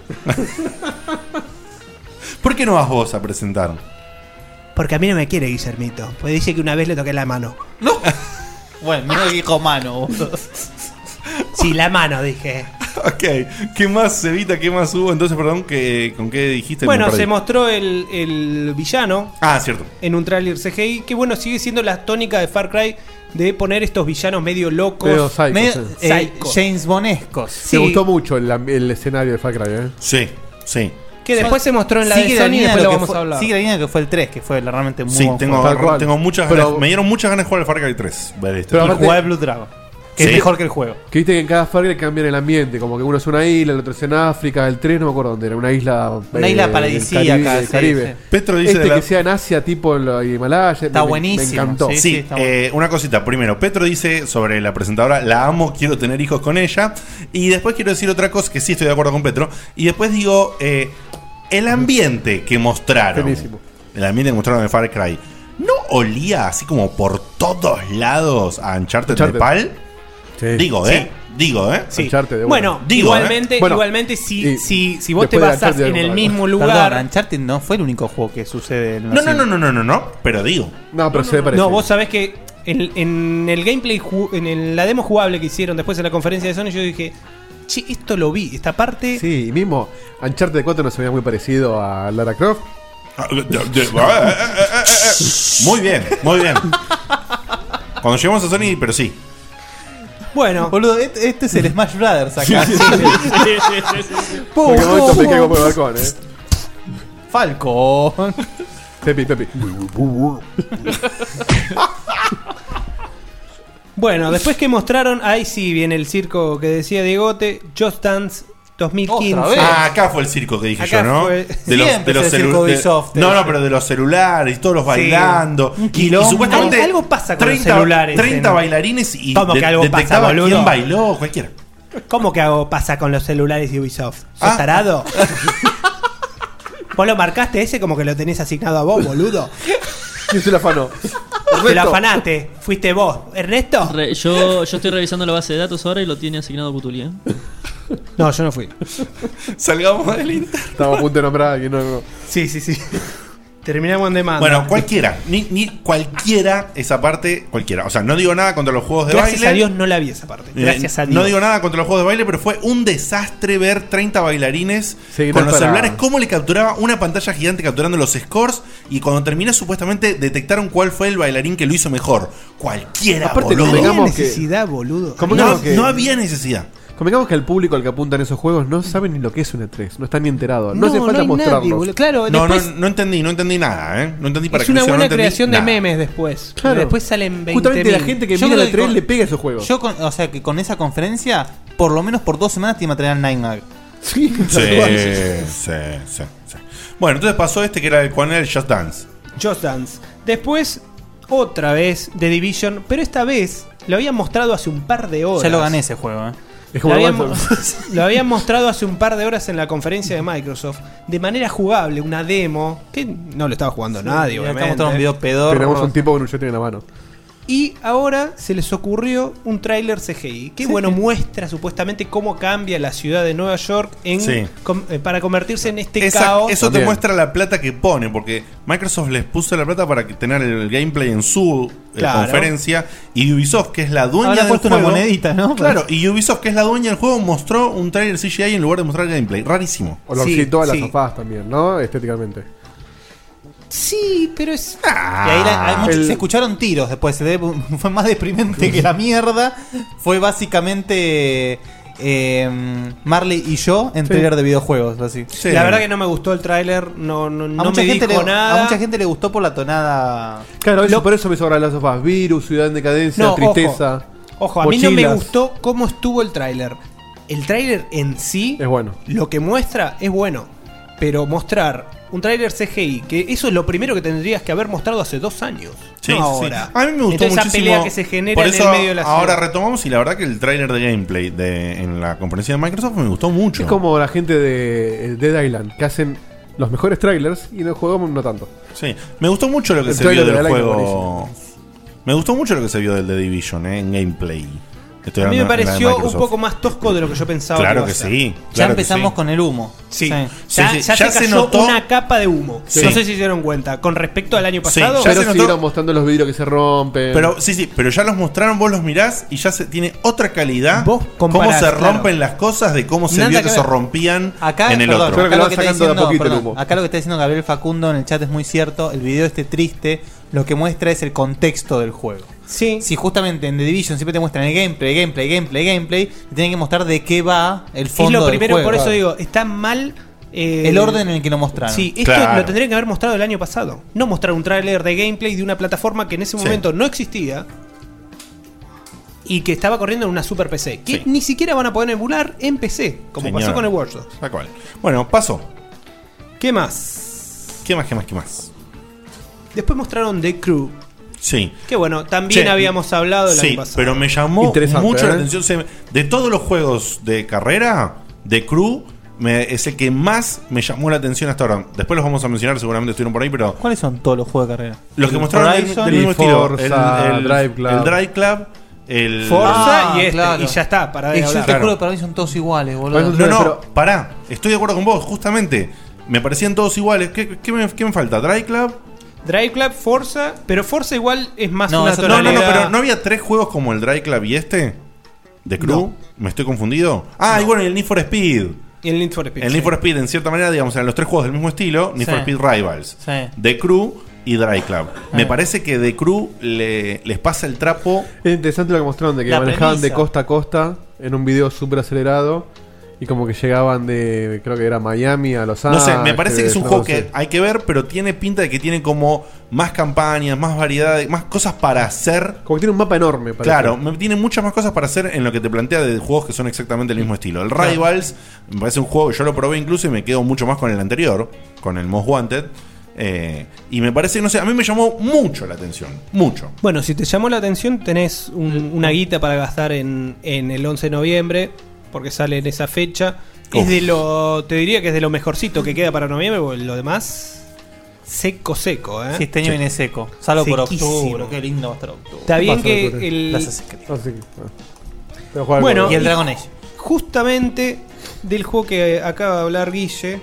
¿Por qué no vas vos a presentar? [laughs] Porque a mí no me quiere Guillermito. Porque dice que una vez le toqué la mano. Bueno, menos que dijo mano, boludo. Sí, la mano, dije. Este Ok. ¿Qué más, Evita? ¿Qué más hubo? Entonces, perdón, que ¿con qué dijiste? Bueno, Me perdí. se mostró el, el villano Ah, cierto. en un tráiler CGI. Que bueno, sigue siendo la tónica de Far Cry de poner estos villanos medio locos. Medio psychos, sí. Eh, psychos. James Bonescos. Me gustó mucho el, am- el escenario de Far Cry, ¿eh? Sí, sí. Que después se mostró en la de Sigue Sony y línea después de lo que vamos fue- a hablar. Sigue la línea que fue el 3, que fue la- realmente muy Sí, buen tengo, juego. tengo muchas Pero- ganas. Me dieron muchas ganas de jugar al Far Cry 3. Ver este. Pero Y aparte- jugar- de Blue Dragon. Que Sí. es mejor que el juego. Que viste que en cada Far Cry cambian el ambiente, como que uno es una isla, el otro es en África, el 3 no me acuerdo dónde era, una isla... eh, Una isla paradisíaca, del Caribe, del sí, Caribe. sí. Petro dice Este de la- que sea en Asia, tipo en la Himalaya, me- me- me encantó. Sí, eh, una cosita. Primero, Petro dice sobre la presentadora, la amo, quiero tener hijos con ella. Y después quiero decir otra cosa que sí estoy de acuerdo con Petro. Y después digo, eh, el ambiente que mostraron. el ambiente que mostraron en Far Cry, ¿no olía así como por todos lados a Uncharted, Uncharted. Nepal? Digo, Sí. ¿eh? Digo, ¿eh? Sí. bueno, ¿eh? igualmente, igualmente si, si, si vos te basás en el mismo lugar. Perdón, Uncharted no fue el único juego que sucede en No, no, no, no, no, no, pero digo. No, pero se ve No, vos sabés que en, en el gameplay, ju- en el- la demo jugable que hicieron después de la conferencia de Sony, yo dije, eh, che, esto lo vi, esta parte. Sí, y mismo Uncharted 4 no se veía muy parecido a Lara Croft. Ah, eh, [laughs] Muy bien, muy bien. Cuando llegamos a Sony, pero sí. Bueno, boludo, este, este [laughs] es el Smash Brothers acá. Sí, sí, [laughs] Pum, Porque momento me pum. caigo por el balcón, eh. Falcón. Pepi, Pepi. [laughs] Bueno, después que mostraron, ahí sí viene el circo que decía Diegote, Just Dance 2015. Ah, acá fue el circo que dije yo, Acá ¿no? fue- De los, Siempre de los es el circo celu- de- Ubisoft, No, ese. no, pero de los celulares, todos los bailando. Un Y- quilombo. Y, supuestamente Algo- algo pasa con los 30 celulares 30 en- bailarines y ¿Cómo que de- algo pasa, detectaba boludo? quién bailó, cualquiera. ¿Cómo que hago pasa con los celulares de Ubisoft? ¿Sos Ah. [laughs] tarado? Vos lo marcaste ese como que lo tenés asignado a vos, boludo. Yo se la afanó. Te lo afanaste. Fuiste vos. ¿Ernesto? Re- yo, yo estoy revisando la base de datos ahora y lo tiene asignado Cutuli. ¿eh? No, yo no fui. Salgamos del internet. Estamos a punto de nombrar a alguien nuevo. Sí, sí, sí. Terminamos en demanda. Bueno, cualquiera, ni, ni cualquiera esa parte, cualquiera. O sea, no digo nada contra los juegos de Gracias baile. a Dios no la vi esa parte. Eh, Gracias a Dios. No digo nada contra los juegos de baile, pero fue un desastre ver 30 bailarines no con es los para- celulares. Cómo le capturaba una pantalla gigante capturando los scores. Y cuando terminó, supuestamente detectaron cuál fue el bailarín que lo hizo mejor. Cualquiera, Aparte, boludo. convengamos que- necesidad, boludo. No- no había necesidad. Convengamos que el público al que apuntan esos juegos no sabe ni lo que es un E3, no está ni enterado. No, No, hace no falta hay nadie, mostrarlos. boludo. Claro, No, después- no, no entendí, no entendí nada, ¿eh? No entendí para es qué una lo hicieron, buena no entendí creación de nada. memes después. Claro. Después salen 20 Justamente mil. la gente que Yo mira creo la 3 con- le pega esos juegos. Yo con- o sea que con esa conferencia, por lo menos por dos semanas te iba a traer Nine Gag. Sí, Sí, sí, sí, sí. Bueno, entonces pasó este que era el cual era el Just Dance. Just Dance. Después, otra vez, The Division, pero esta vez lo habían mostrado hace un par de horas. Ya lo gané ese juego, eh. lo, [laughs] habían, [laughs] lo habían mostrado hace un par de horas en la conferencia de Microsoft, de manera jugable, una demo, que no lo estaba jugando nadie, acá obviamente. mostraron un video pedorro. Tenemos un tipo con un joystick en la mano. Y ahora se les ocurrió un tráiler CGI, que bueno, muestra supuestamente cómo cambia la ciudad de Nueva York en, Sí. com- eh, para convertirse en este Esa- caos. eso te muestra la plata que pone, porque Microsoft les puso la plata para que tener el gameplay en su eh, Claro. conferencia. Y Ubisoft, que es la dueña Habrá del puesto una juego- monedita, ¿no? Claro, y Ubisoft, que es la dueña del juego, mostró un trailer CGI en lugar de mostrar gameplay. Rarísimo. Olorcito a las sofás también, ¿no? Estéticamente. Sí, pero es. Ah. Y ahí la- hay muchos- El- se escucharon tiros después. se debe- [laughs] Fue más deprimente que la mierda. Fue básicamente eh, Marley y yo en Sí. trailer de videojuegos. Así. La verdad que no me gustó el tráiler, no, no, a no mucha me gente dijo le, nada. A mucha gente le gustó por la tonada. Claro, eso, por eso me sobran las sofás. Virus, ciudad en decadencia, No, ojo. tristeza. Ojo, a mí no me mochilas. gustó cómo estuvo el tráiler. El tráiler en sí, Es bueno. lo que muestra es bueno, pero mostrar un tráiler CGI, que eso es lo primero que tendrías que haber mostrado hace dos años. Sí, no sí, sí. ahora. A mí me gustó Entonces, muchísimo. esa pelea que se genera Por en eso el medio de la Ahora ciudad. retomamos y la verdad que el trailer de gameplay de, en la conferencia de Microsoft me gustó mucho. Es como la gente de eh, Dead Island, que hacen los mejores trailers y en el juego no tanto. Sí, me gustó mucho lo que El se vio trailer de del la Liga juego. Me gustó mucho lo que se vio del The Division eh, en gameplay. Estoy A mí me hablando de la de pareció un Microsoft. poco más tosco de lo que yo pensaba. Claro iba a que ser. sí, Ya claro que empezamos sí. con el humo. Sí. Sí. Ya, Sí, sí, ya ya se, se cayó notó- una capa de humo. Sí. No sé si se dieron cuenta. Con respecto al año Sí, pasado, ya Pero se notó- siguieron mostrando los vidrios que se rompen. Pero sí, sí, pero ya los mostraron, vos los mirás y ya se tiene otra calidad. cómo comparás, se claro. rompen las cosas, de cómo se Nada vio que, que se ver. rompían Acá, en el perdón, otro. acá lo que está diciendo- perdón, acá lo que está diciendo Gabriel Facundo en el chat es muy cierto. El video este triste lo que muestra es el contexto del juego. Sí. Si justamente en The Division siempre te muestran el gameplay, gameplay, gameplay, gameplay, te tienen que mostrar de qué va el es fondo lo del primero. juego. Por eso digo, está mal. eh, El orden en el que lo mostraron. Sí, esto lo tendrían que haber mostrado el año pasado. No mostrar un tráiler de gameplay de una plataforma que en ese Sí. momento no existía y que estaba corriendo en una super PC. Que ni siquiera van a poder emular en PC, como Señora. pasó con el Watch Dogs. Tal cual. Bueno, paso. ¿Qué más? ¿Qué más, qué más, qué más? Después mostraron The Crew. Sí. Que bueno, también Che, habíamos hablado del sí, año pasado. pero me llamó Interesante, mucho ¿eh? la atención. se me- de todos los juegos de carrera, de crew, me- es el que más me llamó la atención hasta ahora. Después los vamos a mencionar, seguramente estuvieron por ahí, pero ¿Cuáles son todos los juegos de carrera? los que mostraron del- Horizon, del mismo estilo. Forza, Drive Club. el Drive Club, el- Forza y este, y ya está, para de Ah, Y yo hablar. te Claro. juro que para mí son todos iguales, boludo. No, no, pará. Estoy de acuerdo con vos, justamente. Me parecían todos iguales. ¿Qué, qué me, qué me falta? ¿Drive Club? Drive Club, Forza, pero Forza igual es más No, una eso- no, no, no, tonalidad- pero ¿no había tres juegos como el Drive Club y este? ¿De Crew? ¿Me estoy confundido? Ah, y bueno, y el Need for Speed. Y el Need for Speed. El sí. Need for Speed, en cierta manera, digamos, eran los tres juegos del mismo estilo, Need Sí. for Speed Rivals, Sí. Ah. The Crew y Drive Club. Me parece que The Crew le- les pasa el trapo Es interesante lo que mostraron de que La manejaban premisa. de costa a costa en un video súper acelerado y como que llegaban de, creo que era Miami a Los No Ángeles. sé, me parece que es un no juego sé. que hay que ver, pero tiene pinta de que tiene como más campañas, más variedad, más cosas para hacer. Como que tiene un mapa enorme. parece. Claro, me- tiene muchas más cosas para hacer en lo que te plantea de juegos que son exactamente el mismo estilo. El Rivals me parece un juego que yo lo probé incluso y me quedo mucho más con el anterior, con el Most Wanted. eh, y me parece, no sé, a mí me llamó mucho la atención. Mucho. Bueno, si te llamó la atención, tenés un- una guita para gastar en, en el 11 de noviembre, porque sale en esa fecha. Es Uf. de lo, te diría que es de lo mejorcito que queda para noviembre, porque lo demás, seco, seco, ¿eh? Si este año viene seco, salvo por Sequísimo. octubre, qué lindo va a estar octubre. Está bien Paso que octubre. el- Las Assassin's Creed. Ah, Bueno, y el Dragon Age. Justamente del juego que acaba de hablar Guille,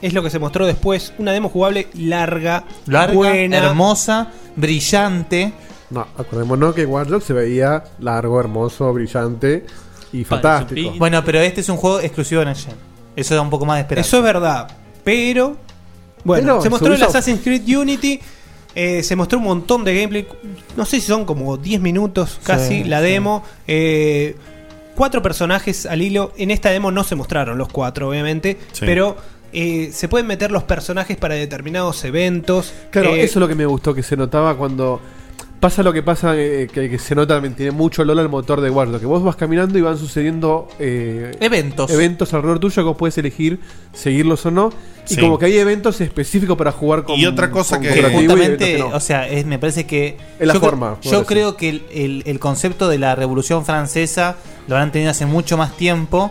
es lo que se mostró después. Una demo jugable larga, Larga, buena, hermosa, brillante. No, acordémonos que Watchdog se veía largo, hermoso, brillante y fantástico. Bueno, pero este es un juego exclusivo de Next Gen. Eso da un poco más de esperanza. Eso es verdad, pero. Bueno, Pero se mostró el Ubisoft- Assassin's Creed Unity. eh, se mostró un montón de gameplay. No sé si son como 10 minutos Sí, casi la sí. demo. eh, cuatro personajes al hilo. En esta demo no se mostraron los cuatro, obviamente. Sí. Pero eh, se pueden meter los personajes para determinados eventos. Claro, eh, eso es lo que me gustó, que se notaba cuando. Pasa lo que pasa, eh, que, que se nota, tiene mucho olor al motor de Warlock. Que vos vas caminando y van sucediendo eh, Eventos. eventos alrededor tuyo que vos puedes elegir seguirlos o no. Y Sí. como que hay eventos específicos para jugar con. Y otra cosa con que- cooperativo y justamente, eventos que no. o sea, es- me parece que Es la yo, cre- forma, Yo parece. creo que el, el- el concepto de la Revolución Francesa lo habrán tenido hace mucho más tiempo.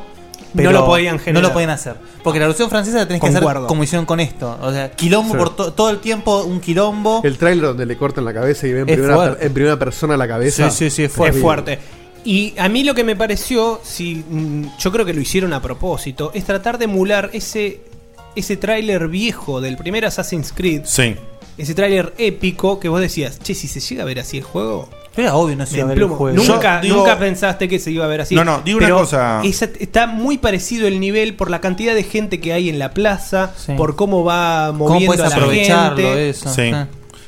Pero No lo podían No generar. lo podían hacer. Porque la Revolución Francesa la tenés que Concuerdo. hacer como hicieron con esto. O sea, quilombo Sí. por to- todo el tiempo, un quilombo. El tráiler donde le cortan la cabeza y ven Es primera fuerte. per- en primera persona la cabeza. Sí, sí, sí, es Es fuerte. Y a mí lo que me pareció, si mm, yo creo que lo hicieron a propósito, es tratar de emular ese, ese tráiler viejo del primer Assassin's Creed. Sí. Ese tráiler épico que vos decías, che, si se llega a ver así el juego. Era obvio, no se me iba a ver emplumo". el juego. Nunca, Yo digo- nunca pensaste que se iba a ver así. No, no, digo una pero cosa. esa- está muy parecido el nivel por la cantidad de gente que hay en la plaza, por cómo va moviendo a la gente. Sí.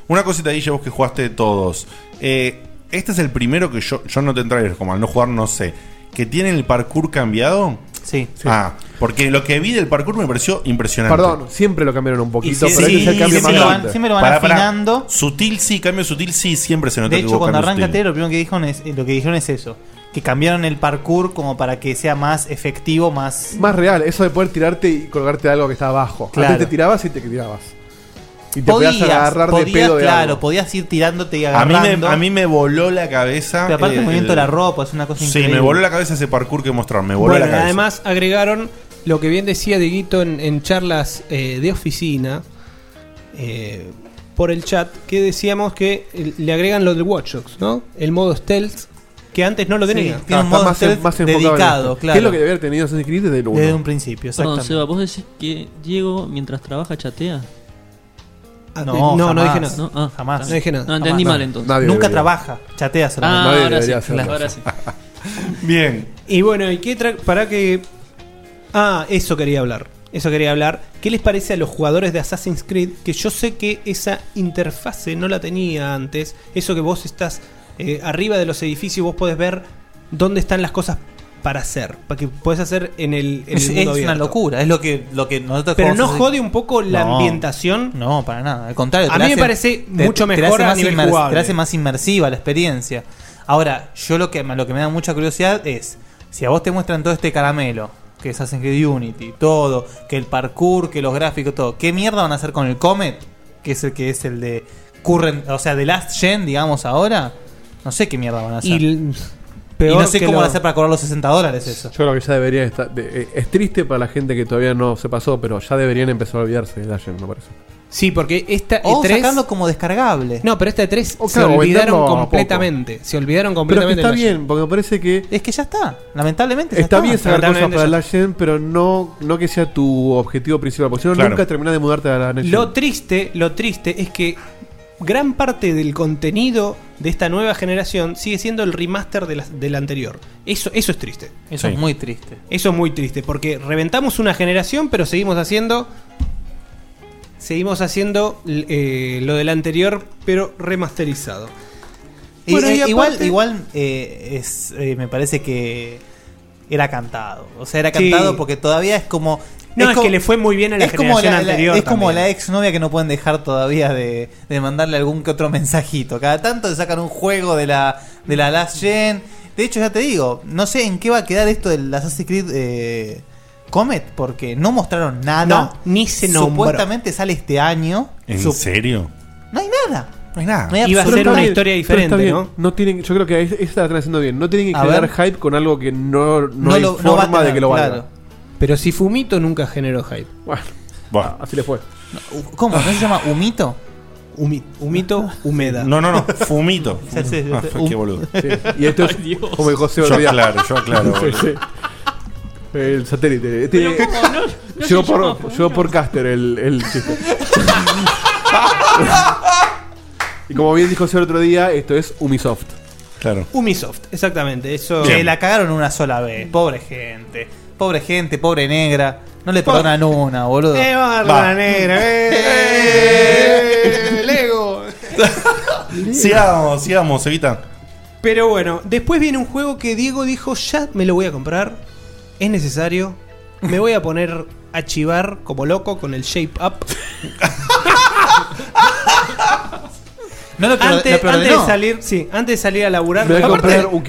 Una cosita, Guille, vos que jugaste de todos. Eh, este es el primero que yo, yo no te traer, como al no jugar, no sé. ¿Que tiene el parkour cambiado? Sí. Ah, porque lo que vi del parkour me pareció impresionante. Perdón, siempre lo cambiaron un poquito, sí, pero sí, este es el cambio más siempre lo van- grande. siempre lo van Pará, pará. afinando. Sutil sí, cambio sutil sí, siempre se nota De que hecho, hubo cuando cambio arranca sutil. Tero, lo primero que dijeron es, eh, lo que dijeron es eso. Que cambiaron el parkour como para que sea más efectivo, más... Más real, eso de poder tirarte y colgarte de algo que está abajo. Claro. Antes te tirabas y te tirabas. Y te podías podías, agarrar de podías, pedo de claro, algo. podías ir tirándote y A mí, agarrando. me, a mí me voló la cabeza. Pero aparte el movimiento de la ropa, es una cosa Sí, increíble. me voló la cabeza ese parkour que mostraron, me voló Bueno, la cabeza. además agregaron lo que bien decía Dieguito en, en charlas eh, de oficina eh, por el chat, que decíamos que eh, le agregan lo del Watch Dogs, ¿no? El modo stealth, que antes no lo Sí, tenía. tiene un modo stealth dedicado, ¿Qué es lo que debería haber tenido Assassin's Creed desde el uno? Desde un principio, Perdón, Seba, ¿vos decís que Diego mientras trabaja chatea? Ah, No, no, no jamás. dije nada. ah, Jamás. No dije nada. No, entendí Jamás. mal entonces. Nunca trabaja, chatea solamente. Ah, ahora sí, ahora [laughs] sí. Bien. Y bueno, ¿y qué tra- para que Ah, eso quería hablar. Eso quería hablar. ¿Qué les parece a los jugadores de Assassin's Creed? Que yo sé que esa interfase no la tenía antes. Eso que vos estás eh, arriba de los edificios, vos podés ver dónde están las cosas para hacer. Para que podés hacer en el. en el Es, mundo es una abierto. locura, es lo que, lo que nosotros Pero no jugamos hace- jode un poco la No. ambientación. No, para nada. Al contrario, A te mí la me hace- parece mucho te la mejor hace a más nivel inmer- jugable. Te la hace más inmersiva la experiencia. Ahora, yo lo que, lo que me da mucha curiosidad es: si a vos te muestran todo este caramelo, que es Assassin's Creed Unity, todo, que el parkour, que los gráficos, todo, ¿qué mierda van a hacer con el Comet? Que es el que es el de current, o sea, de Last Gen, digamos ahora. No sé qué mierda van a hacer. Y l- peor. Y no sé que cómo lo- van a hacer para cobrar los 60 dólares eso. Yo creo que ya debería estar. de- eh, es triste para la gente que todavía no se pasó, pero ya deberían empezar a olvidarse de Ashen, me parece. Sí, porque esta O E3 sacarlo como descargable. No, pero esta E3 Oh, O se claro, olvidaron venderlo a completamente. Se olvidaron Pero que completamente. está de la- bien, porque me parece que. Es que ya está, lamentablemente. ya Está bien sacar cosas Lamentablemente para ya la Gen, pero no, no que sea tu objetivo principal. Porque si no, Claro. nunca terminás de mudarte a la Next Gen. Lo triste, lo triste es que gran parte del contenido de esta nueva generación sigue siendo el remaster de la, del anterior. Eso, eso es triste. Eso es muy triste. Eso es muy triste, porque reventamos una generación, pero seguimos haciendo. Seguimos haciendo l- eh, lo del anterior, pero remasterizado. Y- Bueno, eh, y igual aparte- igual eh, es, eh, me parece que era cantado. O sea, era Sí. cantado porque todavía es como. No, es como- que le fue muy bien a la es como generación la- anterior es como también. la exnovia que no pueden dejar todavía de, de mandarle algún que otro mensajito. Cada tanto le sacan un juego de la, de la Last Gen. De hecho, ya te digo, no sé en qué va a quedar esto del Assassin's Creed eh, Comet, porque no mostraron nada. No, ni se nombró. Supuestamente sale este año. ¿En Sup- serio? No hay nada. No hay nada. Pero está bien, pero está bien. ¿no? tienen, yo creo que es- esa la están haciendo bien. No tienen que A generar ver. hype con algo que no, no, hay lo- no va a forma de tener, que lo valga. claro. Pero si Fumito nunca generó hype. Bueno, Ah, así le fue. ¿Cómo? ¿No se llama Humito? humito, humeda. No, no, no. [laughs] Fumito. Sí, sí, sí. Ah, fue- qué [laughs] boludo. Sí. Y esto es Ay, Dios. como el José Yo Olivia. aclaro, yo aclaro. [laughs] Sí, boludo. sí. El satélite. Este- Pero ¿cómo? No- no llegó, se por, llama, llegó por Caster el, el chiste. y como bien dijo José el otro día, esto es Ubisoft. Claro. Ubisoft, exactamente. Eso. Que la cagaron una sola vez. Pobre gente. Pobre gente, pobre negra. No le perdonan una, boludo. Eh, vamos a darle Va. una negra, eh. Eh, Lego. Sigamos, sigamos, Evita. Pero bueno, después viene un juego que Diego dijo, ya me lo voy a comprar, es necesario, me voy a poner a chivar como loco con el Shape Up. No lo preor- antes, lo preordenó. antes de salir, sí, antes de salir a laburar. Aparte,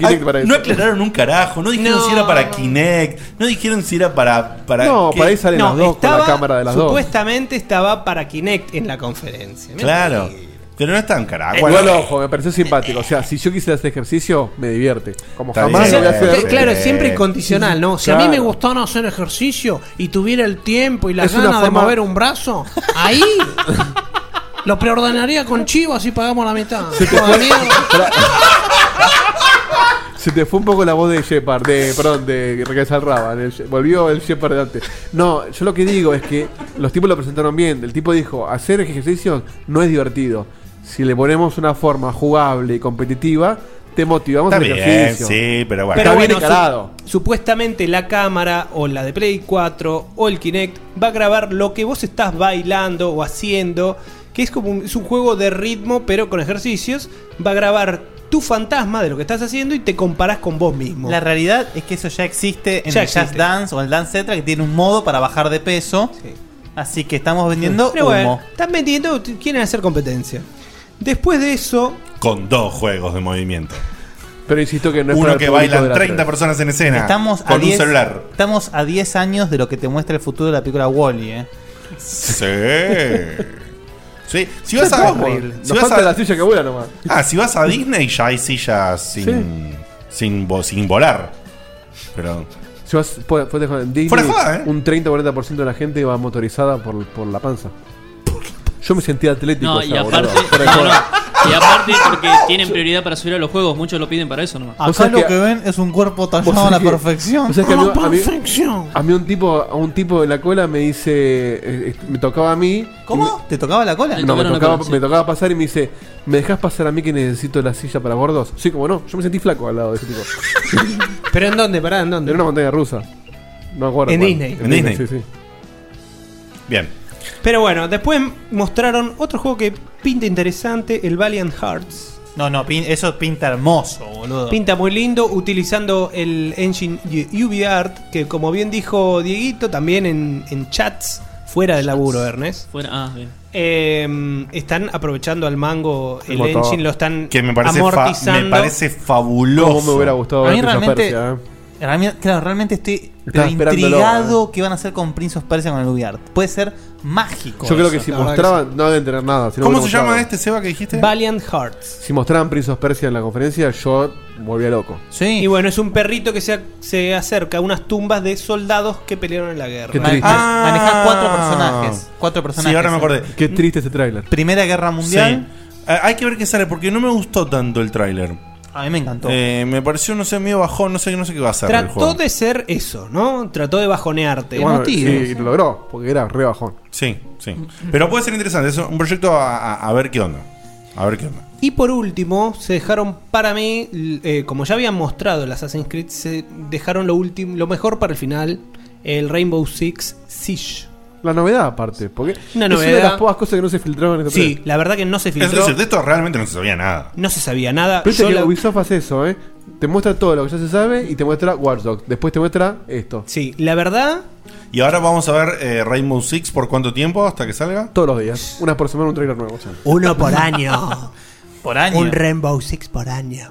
ay, No eso. aclararon un carajo, no dijeron No. si era para Kinect, no dijeron si era para. para No, ¿qué? para ahí salen las dos con la estaba- cámara de las dos. Supuestamente estaba para Kinect en la conferencia. Claro. Pero no es tan carajo. Eh, Bueno, igual, ojo, me pareció simpático. O sea, si yo quisiera hacer este ejercicio, me divierte. Como Está jamás bien, lo voy a hacer. sí. Claro, siempre incondicional, ¿no? Si a mí me Claro. gustara hacer ejercicio y tuviera el tiempo y las Es una ganas forma- de mover un brazo, ahí [laughs] lo preordenaría con Chivo, así pagamos la mitad. Se te, Joder, fue, mierda. se te fue un poco la voz de Shepard, de, perdón, de Raquel Salraba. volvió el Shepard de antes. No, yo lo que digo es que los tipos lo presentaron bien. El tipo dijo, hacer ejercicios no es divertido. Si le ponemos una forma jugable y competitiva, te motivamos Está al bien, ejercicio. sí, pero bueno. Está Pero bien bueno, encarado. su- supuestamente la cámara o la de Play 4 o el Kinect va a grabar lo que vos estás bailando o haciendo, que es como un, es un juego de ritmo pero con ejercicios, va a grabar tu fantasma de lo que estás haciendo y te comparás con vos mismo. La realidad es que eso ya existe en Ya el Just existe. Dance o el Dance Central que tiene un modo para bajar de peso. Así que estamos vendiendo Pero humo. bueno, están vendiendo, t- quieren hacer competencia. Después de eso, Con dos juegos de movimiento. Pero insisto que no es para Uno el que público de bailan la 30 tres. personas en escena. Estamos a con un 10 celular. Estamos a 10 años de lo que te muestra el futuro de la película Wally, -E, [laughs] Sí. Sí, si Ya vas a. estamos. Nos Si vas falta a la silla que vuela nomás. Ah, si vas a Disney ya hay sillas sin, sin, vo- sin volar. Pero. Si vas- fu- fuera de joda, en Disney, Fuera de joda, ¿eh? un 30-40% de la gente va motorizada por, por la panza. Yo me sentía atlético. No, o sea, y boludo. aparte, Fuera de no, joda. no. y aparte [laughs] porque tienen prioridad para subir a los juegos, muchos lo piden para eso nomás. Acá O sea lo que- que ven es un cuerpo Vos tallado a la sabés que- perfección. vos sabés que A a, la mí, a mí- perfección. a mí un tipo, a un tipo de la cola me dice, eh, eh, me tocaba a mí. ¿Cómo? ¿Te tocaba la cola? Le No, me tocaron la tocaba, cola, sí. me tocaba pasar y me dice, ¿me dejas pasar a mí que necesito la silla para gordos? Sí, como no, yo me sentí flaco al lado de ese tipo. [laughs] ¿Pero en dónde? ¿Pará? ¿En dónde? En una montaña rusa. No me acuerdo. En cuál. Disney. En Disney. Sí, sí. Bien. Pero bueno, después mostraron otro juego que pinta interesante, el Valiant Hearts. No, no, pin- eso pinta hermoso, boludo. Pinta muy lindo utilizando el engine U- UbiArt, que como bien dijo Dieguito, también en, en chats, fuera del laburo, Ernest. Fuera, ah, bien. eh, están aprovechando al mango el, El motor. engine, lo están Que me parece fa- amortizando. me parece fabuloso. Cómo me hubiera gustado A mí ver Prince of realmente- Persia, eh. Realmente, claro, realmente estoy pero Estaba esperándolo, eh. intrigado qué van a hacer con Prince of Persia con el UbiArt. Puede ser mágico. Yo creo eso. que si mostraban, no deben tener nada. si no hubiera mostrado. este Seba que dijiste? Valiant Hearts. Si mostraban Prince of Persia en la conferencia, yo volvía loco. Y bueno, es un perrito que se, a- se acerca a unas tumbas de soldados que pelearon en la guerra. Qué triste. Ah, Manejás cuatro personajes. Cuatro personajes. ¿eh? Sí, ahora me acordé. Eh, Qué triste ese tráiler. Primera Guerra Mundial. Hay que ver qué sale, porque no me gustó tanto el tráiler. A mí me encantó. Eh, me pareció, no sé, medio bajón, no sé, no sé qué va a ser el Trató juego. de ser eso, ¿no? Trató de bajonearte. Y bueno, Emotivo. Y lo logró, porque era re bajón. Sí, sí. Pero puede ser interesante, es un proyecto a, a- a ver qué onda. A ver qué onda. Y por último, se dejaron para mí, l- eh, como ya habían mostrado el Assassin's Creed, se dejaron lo, último, lo mejor para el final, el Rainbow Six Siege. La novedad, aparte, porque Una es una de novedad. las pocas cosas que no se filtraron en este Sí, la verdad que no se filtró. Es decir, de esto realmente no se sabía nada. No se sabía nada. Pero viste Yo que la- Ubisoft hace eso, ¿eh? Te muestra todo lo que ya se sabe y te muestra Watch Dogs. Después te muestra esto. Sí, la verdad. Y ahora vamos a ver eh, Rainbow Six por cuánto tiempo hasta que salga. Todos los días. Una por semana, un trailer nuevo. Uno [laughs] por año. por año. Un Rainbow Six por año.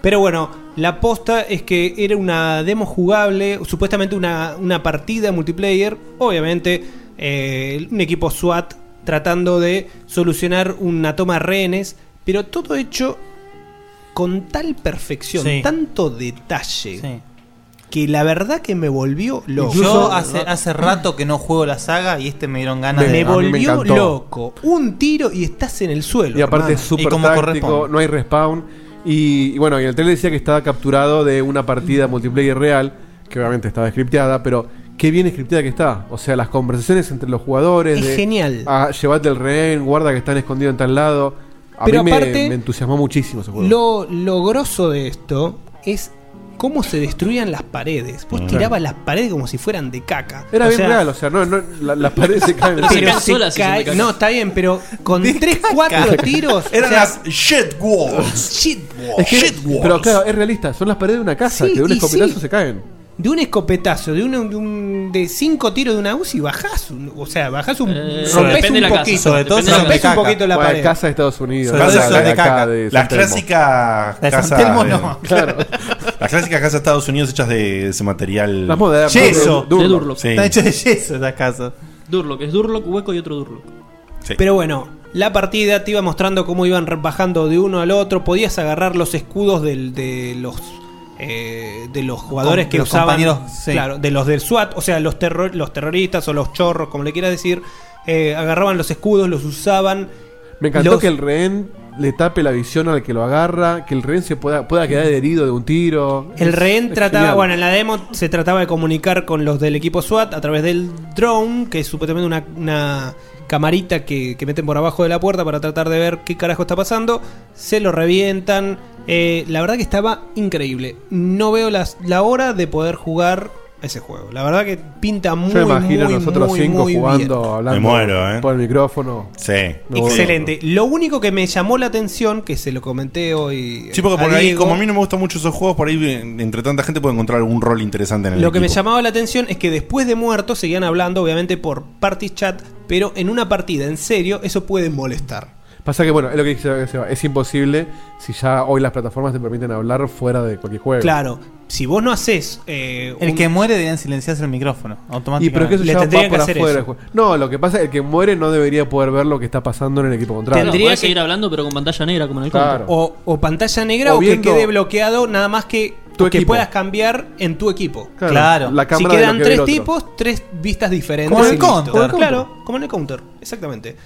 Pero bueno, la posta es que era una demo jugable, supuestamente una, una partida multiplayer, obviamente eh, un equipo SWAT tratando de solucionar una toma de rehenes, pero todo hecho con tal perfección, Sí. tanto detalle, que la verdad que me volvió loco. Yo hace, hace rato que no juego la saga y este me dieron ganas me, de. volvió loco. Un tiro y estás en el suelo. Y aparte es hermano. súper táctico, no hay respawn. Y, y bueno, y el trailer decía que estaba capturado de una partida multiplayer real, que obviamente estaba scripteada, pero qué bien scripteada que está. O sea, las conversaciones entre los jugadores. Es genial. Ah, llevate el rehén, guarda que están escondidos en tal lado. A Pero mí me- aparte- me, entusiasmó muchísimo ese juego. Lo, lo grosso de esto es cómo se destruían las paredes. Vos Ah. Mm. tirabas las paredes como si fueran de caca. Era O bien sea, real, o sea, no, no, la- las paredes [laughs] se caen. Pero se caen solas si son de caca. No, está bien, pero con 3, [laughs] 4 tiros. Eran o sea, las shit walls. shit walls. Es que- pero claro, es realista, son las paredes de una casa Sí, que de un y escopetazo sí. se caen. De un escopetazo, de un, de, un- de cinco tiros de una UCI, bajás. un- o sea, bajás un. rompés un poquito. rompés un poquito la Bueno, pared. casa de Estados Unidos. Casa casa de acá, caca. de Las San Telmo. clásicas De San casas. Telmo de- [laughs] no, [laughs] claro. Las clásicas casas de Estados Unidos hechas de ese material. Las modernas, Yeso. de- de Durlock. Durlock. Sí. Está hecho de yeso esas casas. Durlock, es Durlock, hueco y otro Durlock. Pero bueno, la partida te iba mostrando cómo iban re- bajando de uno al otro. Podías agarrar los escudos del- de los eh, de los jugadores Com- que los usaban. compañeros, sí. Claro, de los del SWAT, o sea, los, terror- los terroristas o los chorros, como le quieras decir. eh, agarraban los escudos, los usaban. Me encantó Los- que el rehén le tape la visión al que lo agarra, que el rehén se pueda, pueda quedar herido de un tiro. Mm. El Es- rehén es trataba, genial. bueno, en la demo se trataba de comunicar con los del equipo SWAT a través del drone, que es supuestamente una, una camarita que, que meten por abajo de la puerta para tratar de ver qué carajo está pasando. Se lo revientan. Eh, la verdad que estaba increíble. No veo las, la hora de poder jugar ese juego. La verdad que pinta muy, Yo me imagino muy, nosotros muy, cinco muy bien. jugando, hablando Me muero, ¿eh? por el micrófono. Sí. Me vuelvo Excelente. Lo único que me llamó la atención, que se lo comenté hoy. Sí, porque por a ahí, Diego, como a mí no me gustan mucho esos juegos, por ahí eh, entre tanta gente puedo encontrar algún rol interesante en el Lo que me equipo. llamaba la atención es que después de muertos seguían hablando, obviamente, por party chat, pero en una partida en serio, eso puede molestar. Pasa que, bueno, es lo que dice Seba, es imposible si ya hoy las plataformas te permiten hablar fuera de cualquier juego. Claro, si vos no haces. eh, El un- que muere deberían silenciarse el micrófono. Automáticamente. Y pero que eso Le ya va tendrían para hacer afuera del eso. juego. No, lo que pasa es que el que muere no debería poder ver lo que está pasando en el equipo contrario. Tendría que seguir hablando, pero con pantalla negra, como en el contra. Claro. O, o pantalla negra O o, viendo- que quede bloqueado, nada más que, Tu que equipo. puedas cambiar en tu equipo. Claro, Claro. la si cámara de quedan lo que ve el tres otro. tipos, tres vistas diferentes. Como en el y listo. Counter. Claro, como en el counter, exactamente.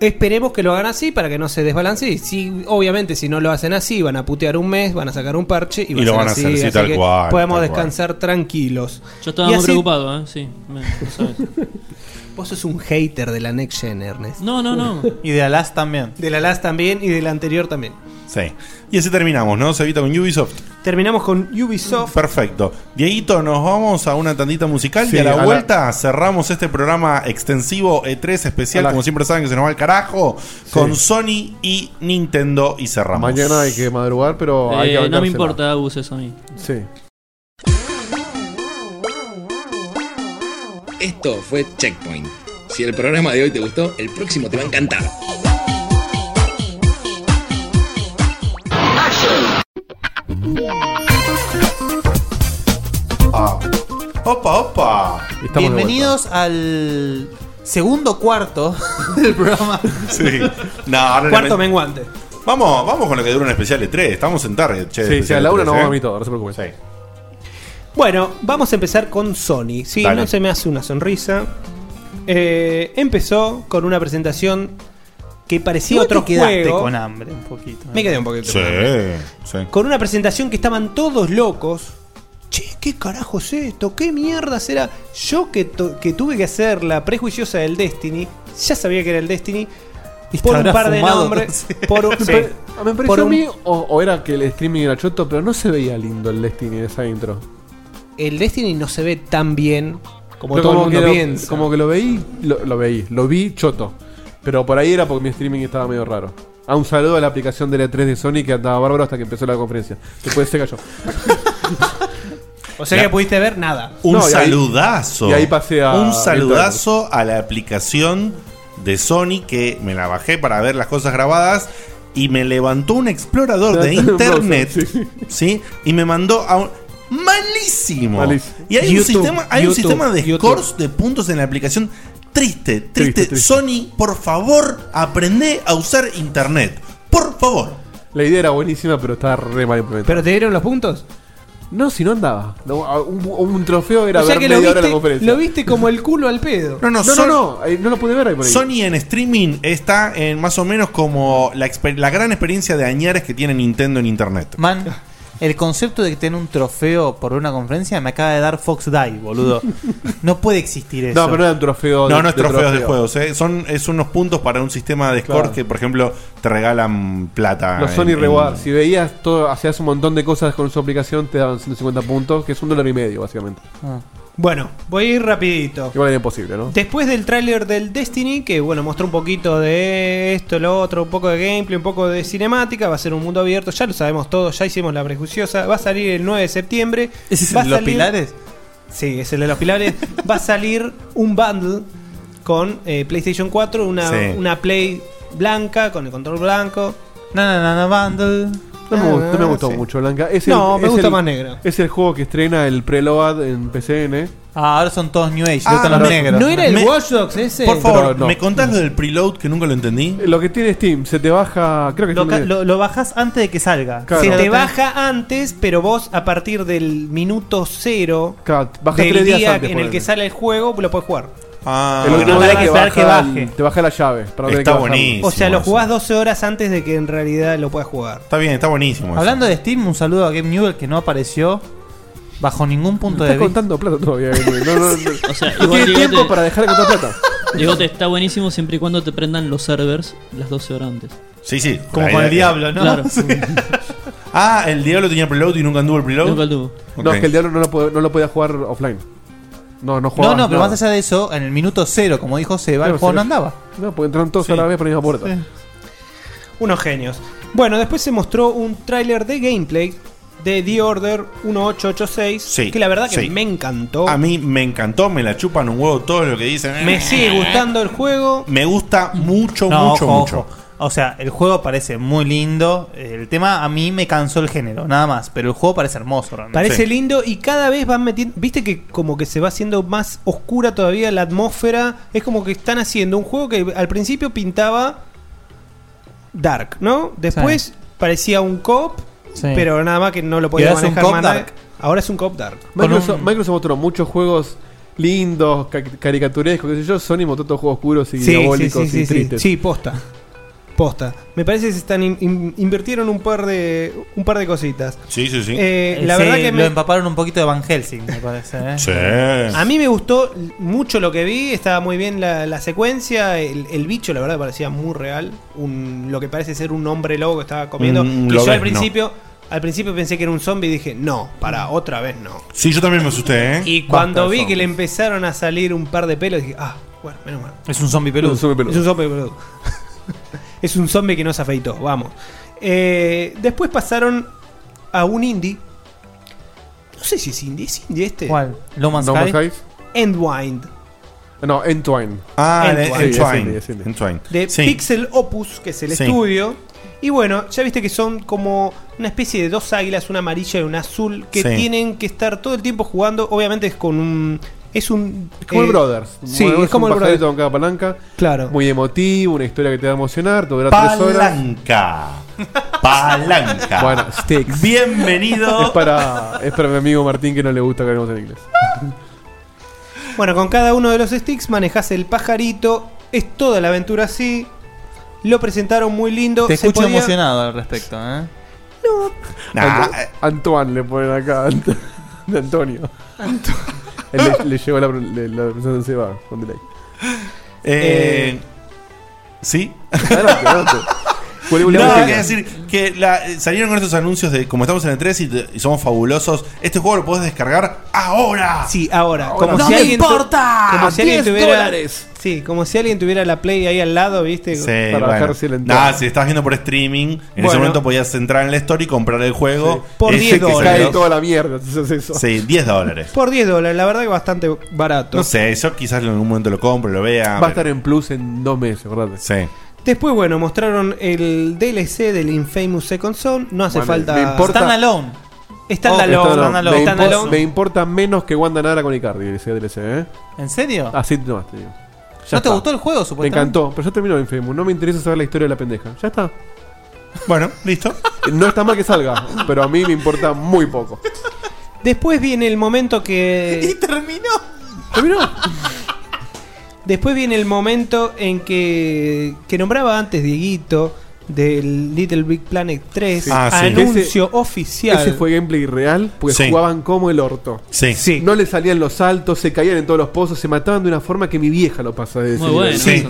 Esperemos que lo hagan así para que no se desbalance. Y si, obviamente, si no lo hacen así, van a putear un mes, van a sacar un parche y, Y lo ser van a así, hacer, sí, así tal que cual, Podemos tal cual. descansar tranquilos. Yo estaba Y muy así- preocupado, ¿eh? Sí. me- no sabes. [laughs] Vos sos un hater de la Next Gen, Ernest. No, no, no. Y de Alas también. [laughs] De la Last también y de la anterior también. Sí. Y así terminamos, ¿no? Se evita con Ubisoft. Terminamos con Ubisoft. Perfecto. Dieguito, nos vamos a una tandita musical Sí, y a la a la- vuelta cerramos este programa extensivo E3 especial, A la- como siempre saben que se nos va al carajo, con Sony y Nintendo y cerramos. Mañana hay que madrugar, pero hay Eh, que no bancársela. me importa, Abus, eso a mí. Sí. Esto fue Checkpoint. Si el programa de hoy te gustó, el próximo te va a encantar. Ah. Opa, opa. Bienvenidos al segundo cuarto [laughs] del programa. Sí. No, ahora Cuarto lament- menguante. Vamos, vamos con lo que dura un especial de 3. Estamos en target, che. E Sí, sí, a la Laura una no vamos a mí todo, no se preocupen. Bueno, vamos a empezar con Sony. Sí, Dale. no se me hace una sonrisa. Eh, empezó con una presentación que parecía Igual otro te quedaste juego. con hambre un poquito. Me quedé un poquito. Sí, sí. Con una presentación que estaban todos locos. Che, ¿qué carajo es esto? ¿Qué mierda será? Yo que, tu- que tuve que hacer la prejuiciosa del Destiny, ya sabía que era el Destiny, por un Habrá par de fumado, [laughs] nombres. no sé. Por un, Me sí. pare- Ah, me pareció Por a un- mí, o, o era que el streaming era choto, pero no se veía lindo el Destiny de esa intro. el Destiny no se ve tan bien como Pero todo el mundo que lo, piensa. Como que lo veí, lo, lo veí, lo vi choto. Pero por ahí era porque mi streaming estaba medio raro. Ah, un saludo a la aplicación de la 3 de Sony que andaba bárbaro hasta que empezó la conferencia. Después se cayó. O sea que pudiste ver nada. Un No, y ahí- saludazo. y ahí pasé a- Un saludazo a la aplicación de Sony que me la bajé para ver las cosas grabadas y me levantó un explorador [laughs] de internet. ¿Sí? Y me mandó a un. Malísimo. Malísimo. Y hay, un YouTube, sistema, hay un YouTube, sistema de YouTube. scores de puntos en la aplicación triste, triste. triste. Sony, por favor, aprende a usar internet. Por favor. La idea era buenísima, pero estaba re mal implementada. ¿Pero te dieron los puntos? No, si no andaba. No, a- un, un trofeo era O sea ver que lo media hora la viste, conferencia. lo viste como el culo al pedo. No, no, No, no, Son- no, eh, no lo pude ver ahí por ahí. Sony en streaming está en más o menos como la, exper- la gran experiencia de añares que tiene Nintendo en internet. Man, el concepto de que tener un trofeo por una conferencia me acaba de dar Fox Die, [laughs] boludo. No puede existir eso. No, pero no eran trofeos No, no es trofeos de juegos, eh. son es unos puntos para un sistema de score Claro. que, por ejemplo, te regalan plata. Los en- Sony en- Reward, si veías todo, hacías un montón de cosas con su aplicación, te daban 150 puntos, que es un dólar y medio, básicamente. Bueno, voy a ir rapidito. Igual era imposible, ¿no? Después del tráiler del Destiny, que bueno, mostró un poquito de esto, lo otro, un poco de gameplay, un poco de cinemática, va a ser un mundo abierto, ya lo sabemos todo, ya hicimos la prejuiciosa, va a salir el 9 de septiembre. ¿Ese es va el de a los pilares? Sí, es el de los pilares. va a salir un bundle con eh, PlayStation 4, una, Sí. una Play blanca, con el control blanco. No, no, no, bundle. No me, gustó, no me Ah, gustó sí. mucho, Blanca. Es No, el- me es gusta el- más negra. Es el juego que estrena el preload en PCN. Ah, ahora son todos New Age, le gustan los negros. Me- Dogs ese? Por favor, Pero no. ¿me contás lo del preload que nunca lo entendí? Lo que tiene Steam, se te baja. Creo que Lo, Steam ca- tiene- lo- lo bajás antes de que salga. Claro. Se Claro. te baja antes, pero vos a partir del minuto cero Claro, baja del tres días día antes, en el ponele. que sale el juego, lo puedes jugar. Ah, el último Tenés día que que esperar baja, que el- te baja la llave. para no tener Está que bajarlo. buenísimo. O sea, lo jugás 12 horas antes de que en realidad lo puedas jugar. Está bien, está buenísimo. eso. Hablando de Steam, un saludo a Game Newell que no apareció bajo ningún punto Me de Estás vista. contando plata todavía. Gabriel. No, no, no. O sea, No igual tiene Diegote- tiempo para dejar de contar plata. Diegote, está buenísimo siempre y cuando te prendan los servers las 12 horas antes. Sí, sí. Como con La idea el que- diablo, ¿no? Claro. Sí. [laughs] ah, el diablo tenía preload y nunca anduvo el preload. Nunca anduvo. No, Ok. es que el diablo no lo, po- no lo podía jugar offline. No, no jugaba. No, no, pero más allá de eso, en el minuto cero, como dijo Seba, el juego no andaba. No, porque entraron todos a la vez por la misma puerta. Unos genios. Bueno, después se mostró un tráiler de gameplay de The Order 1886. Sí, que la verdad que sí. me encantó. A mí me encantó, me la chupan un huevo todo lo que dicen. Me sigue gustando el juego. Me gusta mucho, No, mucho, ojo, mucho. ojo. O sea, el juego parece muy lindo. El tema a mí me cansó el género, nada más. Pero el juego parece hermoso realmente. Parece lindo y cada vez van metiendo. Viste que como que se va haciendo más oscura todavía la atmósfera. Es como que están haciendo un juego que al principio pintaba dark, ¿no? Después parecía un cop, Sí. pero nada más que no lo podía ahora es un manejar co-op más dark. nadie. Ahora es un cop dark. Microsoft, Microsoft mostró muchos juegos lindos, ca- caricaturescos, qué sé yo. Sony mostró todos juegos oscuros y Sí, sí, diabólicos sí, sí, y sí. tristes. Sí, posta. Posta. Me parece que se están in- in- invirtieron un par de un par de cositas. Sí, sí, sí. Eh, la verdad que lo me- empaparon un poquito de Van Helsing, me parece. ¿eh? A mí me gustó mucho lo que vi, estaba muy bien la, la secuencia, el, el bicho la verdad parecía muy real, un, lo que parece ser un hombre lobo que estaba comiendo. Un y yo al lobezno. principio, al principio pensé que era un zombie y dije, no, para, otra vez no. Sí, yo también me asusté, ¿eh? Y cuando vi que le empezaron a salir un par de pelos, dije, ah, bueno, menos mal. Es un zombie peludo. Es un zombie peludo. Es un zombie [laughs] peludo. es un zombie que no se afeitó, vamos. Eh, después pasaron a un indie. No sé si es indie, ¿es indie este? ¿Cuál? ¿No Man's No Man's Sky? Endwind. No, Entwine. Ah, Entwine. Entwine. Sí, Entwine. es indie, es indie. Entwine. de Sí. Pixel Opus, que es el Sí. estudio. Y bueno, ya viste que son como una especie de dos águilas, una amarilla y una azul, que Sí. tienen que estar todo el tiempo jugando. Obviamente es con un. Es un. Es como eh, el Brothers. Sí, Bueno, es como un el Brothers. pajarito con cada palanca. Claro. Muy emotivo, una historia que te va a emocionar, te dura tres horas. Palanca. Palanca. Bueno, sticks. Bienvenido. Es para, es para mi amigo Martín que no le gusta que hablemos en inglés. Bueno, con cada uno de los sticks manejás el pajarito. Es toda la aventura así. Lo presentaron muy lindo. Te se escucho podía- emocionado al respecto, ¿eh? Anto- eh. Antoine le ponen acá. Ant- [laughs] de Antonio. Él le, le llegó la, le- la presentación se va con delay. Eh, [laughs] ¿Sí? Eh, Adelante, adelante. Huele- huele No, es a música. decir, que la- eh, salieron con estos anuncios de como estamos en el 3 y, te- y somos fabulosos, este juego lo podés descargar ahora. Sí, ahora. Ahora. Como ¡No si me alguien tu- importa! Como si alguien 10 tuviera. dólares. Sí, como si alguien tuviera la play ahí al lado, ¿viste? Sí, Para bueno. bajarse la entrada. Nah, si estabas viendo por streaming, en ese Bueno. momento podías entrar en la story y comprar el juego. Por Ese 10 que salió- Cae toda la mierda. si haces eso. Sí, 10 dólares. Por 10 dólares, la verdad que bastante barato. No sé, yo quizás en algún momento lo compro, lo vea. Va a estar en plus en dos meses, ¿verdad? Sí. Después, bueno, mostraron el DLC del Infamous Second Son. No hace Bueno, falta. me importa- Standalone. Standalone. Está Oh, no, Standalone. Me, impo- Standalone. me importa menos que Wanda Nara con Icardi, ese DLC, ¿eh? ¿En serio? Así nomás te digo. Ya ¿No te gustó el juego, Me supuestamente? encantó, pero ya terminó Infamous. No me interesa saber la historia de la pendeja. Ya está. Bueno, listo. No está mal que salga, pero a mí me importa muy poco. Después viene el momento que. Y terminó. Después viene el momento en que. que nombraba antes Dieguito. Del Little Big Planet 3. Sí. Ah, sí. Anuncio Ese- oficial. Ese fue gameplay real porque Sí. jugaban como el orto. Sí. No le salían los saltos, se caían en todos los pozos, se mataban de una forma que mi vieja lo pasa de ese nivel. Sí.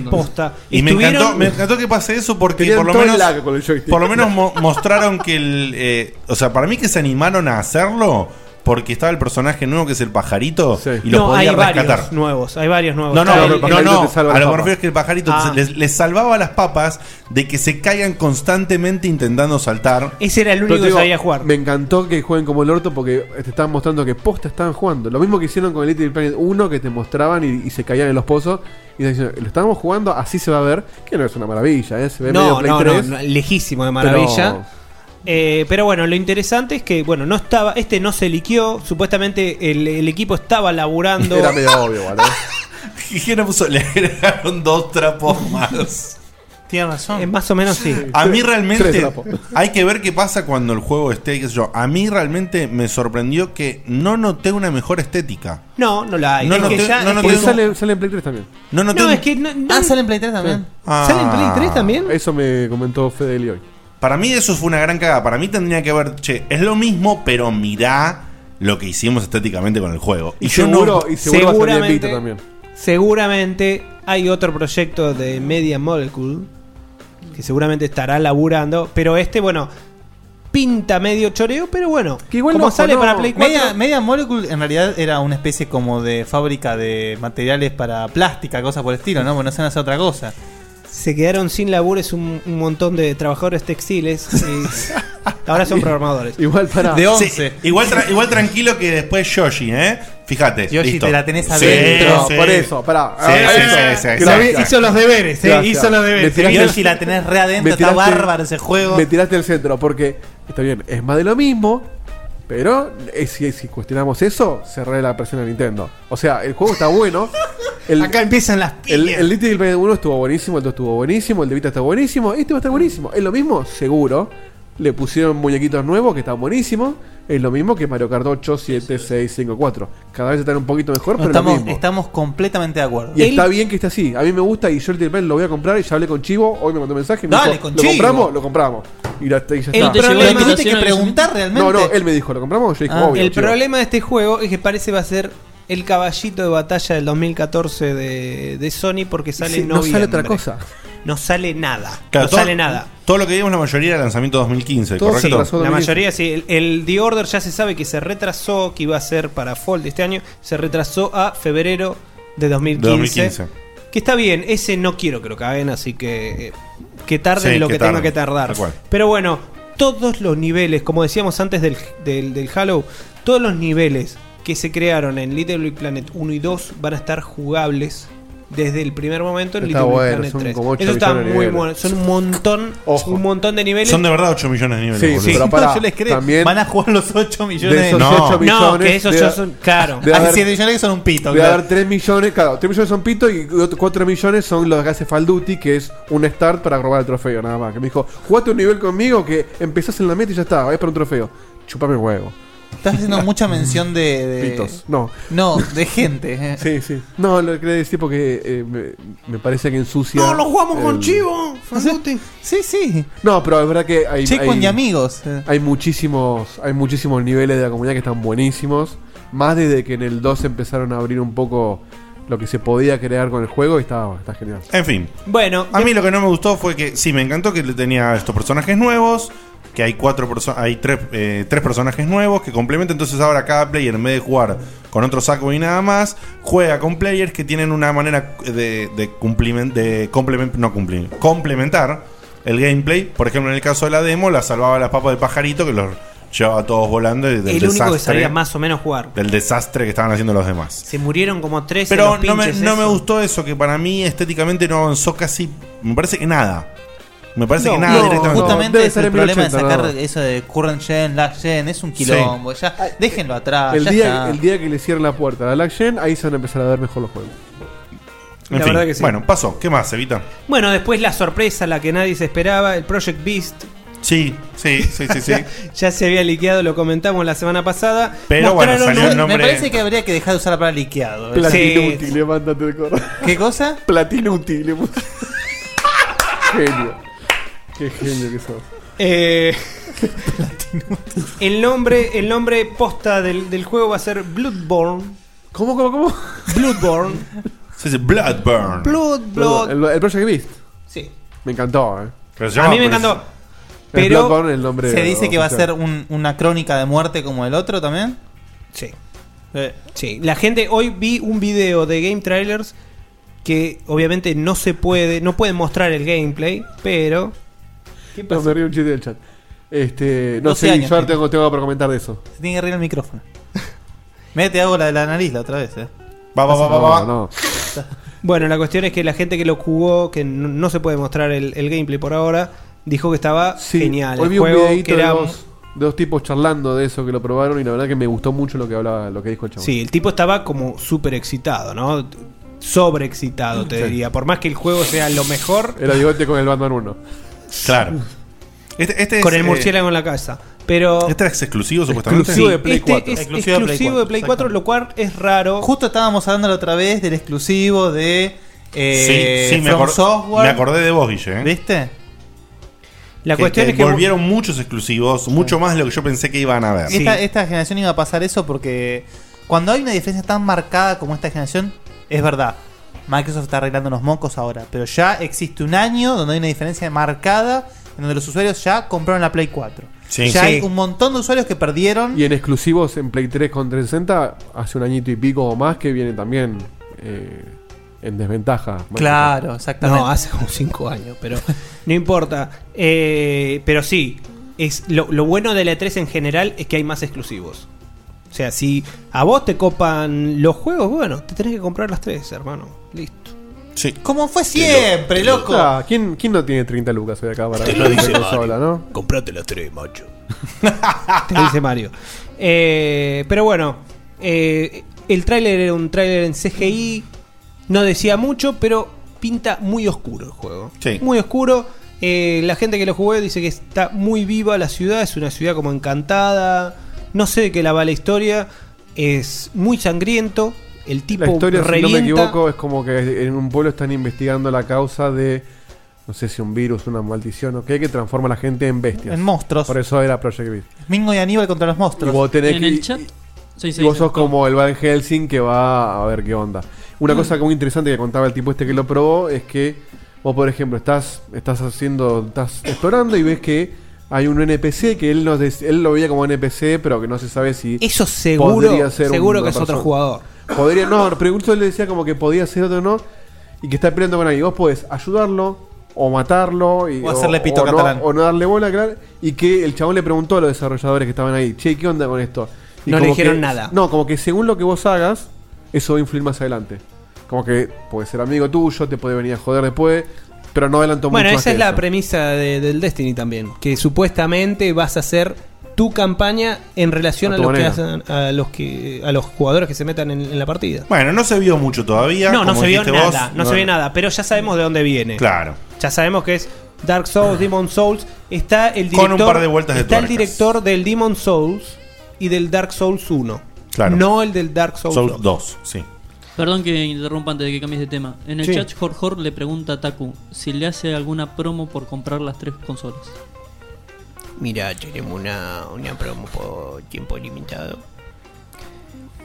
Y me encantó, me encantó que pase eso porque Tenían por lo todo el menos, lag con el joystick. por lo menos mo- mostraron que el. eh, o sea, para mí que se animaron a hacerlo porque estaba el personaje nuevo que es el pajarito y lo no, podía hay rescatar. varios nuevos. Hay varios nuevos. No, no, Está no, el- no, no. A lo que me refiero es que el pajarito Ah. les, les salvaba a las papas de que se caigan constantemente intentando saltar. Ese era el Pero te digo, Me encantó que jueguen como el orto porque te estaban mostrando que posta estaban jugando. Lo mismo que hicieron con el Little Planet 1 que te mostraban y, y se caían en los pozos. Y te dicen, lo estábamos jugando, así se va a ver. Que no es una maravilla, ¿eh? Se ve medio No, Play no, 3. no, no, lejísimo de maravilla. Pero- Eh, pero bueno, lo interesante es que, bueno, no estaba, este no se liqueó, supuestamente el, el equipo estaba laburando. [laughs] Era [laughs] medio obvio, ¿vale? [laughs] Higiene puso, le agregaron dos trapos más. Tiene razón. Eh, más o menos sí. A mí realmente hay que ver qué pasa cuando el juego esté, qué sé yo. A mí realmente me sorprendió que no noté una mejor estética. No, no la hay. No es que noté- ya- no es noté que- un- Sale, sale en Play 3 también. No, no, es que. No, no- Ah. ¿Sale en Play 3 también? Eso me comentó Fedeli hoy. Para mí eso fue una gran cagada. Para mí tendría que haber, che, es lo mismo, pero mirá lo que hicimos estéticamente con el juego. Y seguro- y seguro va a salir en Vita también. Seguramente hay otro proyecto de Media Molecule que seguramente estará laburando, pero este, bueno, pinta medio choreo, pero bueno, como sale para Play 4. Media, Media Molecule en realidad era una especie como de fábrica de materiales para plástica, cosas por el estilo, ¿no? Porque no se hacer otra cosa. Se quedaron sin labores un, un montón de trabajadores textiles [laughs] y ahora son programadores. Igual para- Sí, igual, tra- igual tranquilo que después Yoshi, ¿eh? Fíjate. Yoshi, listo. te la tenés Sí, adentro. sí. Por eso, pará. Sí, Ah, sí, eso. sí, sí, sí. Gracias. Hizo los deberes, eh, Gracias. hizo los deberes. Me tiraste- Yoshi la tenés re adentro, me está bárbaro ese juego. Me tiraste al centro porque, está bien, es más de lo mismo, pero eh, si, si cuestionamos eso, cerré la presión a Nintendo. O sea, el juego [laughs] está bueno. El, Acá empiezan las el, el Little Planet 1 estuvo buenísimo, el 2 estuvo buenísimo, el de Vita está buenísimo, este va a estar buenísimo. Es lo mismo, seguro. Le pusieron muñequitos nuevos que están buenísimos. Es lo mismo que Mario Kart 8, 7, 6, 5, 4. Cada vez están un poquito mejor, pero es lo estamos, mismo. estamos completamente de acuerdo. Y está bien que esté así. A mí me gusta y yo el Planet lo voy a comprar. Y ya hablé con Chivo. Hoy me mandó un mensaje. y Me Dale, dijo, con ¿Lo Chivo. compramos? Lo compramos. Y la, y ya El está. problema- ¿Pero tuviste que preguntar No, no, realmente? él me dijo, ¿lo compramos? Yo dije, Ah, obvio. el Chivo. problema de este juego es que parece va a ser el caballito de batalla del 2014 de, de Sony porque sale Sí, en no sale noviembre. otra cosa. No sale nada. Claro, no todo- sale nada. Todo lo que vimos la mayoría era lanzamiento 2015, Todo sí, ¿correcto? la mayoría sí. El, el The Order ya se sabe que se retrasó, que iba a ser para Fall de este año. Se retrasó a febrero de 2015. 2015. Que está bien, ese no quiero que lo caguen, así que eh, que tarden Sí, lo que que, tarden, tenga que tardar. tal cual. Pero bueno, todos los niveles, como decíamos antes del, del, del Halo, todos los niveles que se crearon en Little Big Planet 1 y 2 van a estar jugables desde el primer momento en Está Little Big bueno, Planet son 3. como ocho Eso está millones de muy niveles. bueno. Son un montón, un montón de niveles. Son de verdad 8 millones de niveles. Sí, boludo. sí, pero pará, yo les creo. también- Van a jugar los 8 millones. De esos No. 8 millones. No, que esos debe- ya son- claro. debe Hay haber- siete millones que son un pito, Debe claro. haber 3 millones, claro, 3 millones son pito y 4 millones son los que hace Falduti, que es un start para robar el trofeo, nada más. Que me dijo, jugaste un nivel conmigo que empezás en la meta y ya está, es para un trofeo. Chupame el huevo. Estás [laughs] haciendo mucha mención de, Eh. de- Pitos, no. No, de gente. eh. Sí, sí. No, lo quería decir porque eh, me, me parece que ensucia. No, lo jugamos Eh, con Chivo, Falduti. Sí, sí. No, pero es verdad que hay. Checkpoint hay- y amigos. eh. Hay muchísimos, hay muchísimos niveles de la comunidad que están buenísimos. Más desde que en el 2 empezaron a abrir un poco lo que se podía crear con el juego y está, está genial. En fin. Bueno, a mí lo que no me gustó fue que sí, me encantó que le tenía estos personajes nuevos, que hay cuatro perso- hay tres, eh, tres personajes nuevos que complementan. Entonces ahora cada player, en vez de jugar con otro saco y nada más, juega con players que tienen una manera de, de, cumplimen- de complement- no cumplir, complementar el gameplay. Por ejemplo, en el caso de la demo, la salvaba las papas de pajarito que los llevaba a todos volando y del el único que sabía más o menos jugar. del desastre que estaban haciendo los demás. Se murieron como 13 Pero los no me, pinches no me esos. gustó eso, que para mí estéticamente no avanzó casi. Me parece que nada. Me parece No, que este nada no, directamente. Justamente es el problema de sacar eso de current gen, last gen, es un quilombo. Ya, déjenlo atrás. el, Ah, ya día, está. el día que le cierren la puerta a la Black Gen, ahí se van a empezar a ver mejor los juegos. En fin, Bueno, pasó. ¿Qué más, Evita? Bueno, después la sorpresa, la que nadie se esperaba, el Project Beast. Sí, sí, sí, sí, sí. [laughs] ya, ya se había liqueado, lo comentamos la semana pasada. Pero bueno, Mostraron salió un- el nombre. Me parece que habría que dejar de usar la palabra liqueado. ¿eh? Platinútil, le mándate el coro. ¿Qué cosa? Platinútil, le puse. [laughs] Genio. Qué genio que sos. [laughs] Eh, el nombre, el nombre posta del, del juego va a ser Bloodborne. ¿Cómo, cómo, cómo? Bloodborne. Se dice Bloodburn. Blood, Blood. El, el Project Beast. Sí. Me encantó, eh. A mí me encantó. El Pero Bloodborne, el nombre se dice que va a oficial. ser un- una crónica de muerte como el otro también. Eh, Sí. Sí, la gente, hoy vi un video de game trailers que obviamente no se puede, no pueden mostrar el gameplay, pero... ¿Qué No, me río un chiste del chat. Este, no 12 sé, años yo ahora tiene. tengo, tengo algo para comentar de eso. Se tiene que reír el micrófono. Mete hago la de la nariz la otra vez. eh. Va, va, va, va, va. [laughs] Bueno, la cuestión es que la gente que lo jugó, que no, no se puede mostrar el, el gameplay por ahora, dijo que estaba genial. Hoy el vi un juego videito que era- de dos, de dos tipos charlando de eso que lo probaron y la verdad que me gustó mucho lo que hablaba, lo que dijo el chavo. Sí, el tipo estaba como súper excitado, ¿no? Sobreexcitado, te Sí. diría. Por más que el juego sea lo mejor, Era bigote con el Batman 1. [laughs] Claro. Este, este con es, el eh, murciélago en la casa. Pero. ¿Este es exclusivo, supuestamente? Exclusivo de Play Este 4. es exclusivo, de Play 4, lo cual es raro. Justo estábamos hablando la otra vez del exclusivo de eh, sí, sí, me, From acor- Software. me acordé de vos, Guille. ¿Viste? La La cuestión cuestión es que- volvieron muchos exclusivos, mucho más de lo que yo pensé que iban a ver. Esta, esta generación iba a pasar eso porque cuando hay una diferencia tan marcada como esta generación, es verdad. Microsoft está arreglando unos mocos ahora, pero ya existe un año donde hay una diferencia marcada en donde los usuarios ya compraron la Play 4. Sí. ya Sí. hay un montón de usuarios que perdieron. Y en exclusivos en Play 3 con 360, hace un añito y pico o más que viene también eh, en desventaja. Claro, exactamente. No, [laughs] hace como 5 años, pero [laughs] no importa. Eh, pero sí, es lo, lo bueno de la E3 en general es que hay más exclusivos. O sea, si a vos te copan los juegos, bueno, te tenés que comprar las tres, hermano. Listo. Sí. Como fue siempre, loco. Ah, ¿quién, ¿Quién no tiene 30 lucas hoy acá para Te lo para dice consola, no? Comprate las tres, macho. Te dice Mario. Eh, pero bueno, eh, el tráiler era un tráiler en CGI. No decía mucho, pero pinta muy oscuro el juego. Sí. Muy oscuro. Eh, la gente que lo jugó dice que está muy viva la ciudad. Es una ciudad como encantada. No sé de qué la va la historia. Es muy sangriento. El tipo La historia, revienta. si no me equivoco, es como que en un pueblo están investigando la causa de, no sé si un virus, una maldición o qué, que transforma a la gente en bestias. En monstruos. Por eso era Project Beat. Mingo y Aníbal contra los monstruos. Y vos tenés que- Sí, sí, y vos sí. sos como el Van Helsing que va a ver qué onda. Mm. Una cosa que muy interesante que contaba el tipo este que lo probó es que vos, por ejemplo, estás, estás haciendo, estás explorando y ves que hay un NPC que él, nos des- él lo veía como NPC, pero que no se sabe si. Eso seguro- seguro una que es otro jugador. Podría, no, pero incluso él le decía como que podía ser otro no y que está peleando con alguien. Vos podés ayudarlo. O matarlo y, O hacerle pito no- catalán. o no darle bola, claro. Y que el chabón le preguntó a los desarrolladores que estaban ahí, che, ¿qué onda con esto? Y No le como dijeron que- nada. No, como que según lo que vos hagas, eso va a influir más adelante. Como que puede ser amigo tuyo, te puede venir a joder después, pero no adelantó Bueno, mucho. más esa es que la eso. premisa de- del Destiny también. Que supuestamente vas a hacer tu campaña en relación A a, tu los que, manera. hacen- a los que a los jugadores que se metan en, en la partida. Bueno, no se vio mucho todavía. No, no como se vio dijiste vos. nada, no, se vio nada, pero ya sabemos de dónde viene. Claro. Ya sabemos que es Dark Souls, Demon Souls, está el Con un director par de vueltas de está el tuercas. director del Demon Souls y del Dark Souls 1. Claro. No el del Dark Souls, Souls 2, sí. Perdón que interrumpa antes de que cambies de tema. En el Sí. chat, Jorjor le pregunta a Taku si le hace alguna promo por comprar las tres consolas. Mira, tenemos una, una promo por tiempo limitado.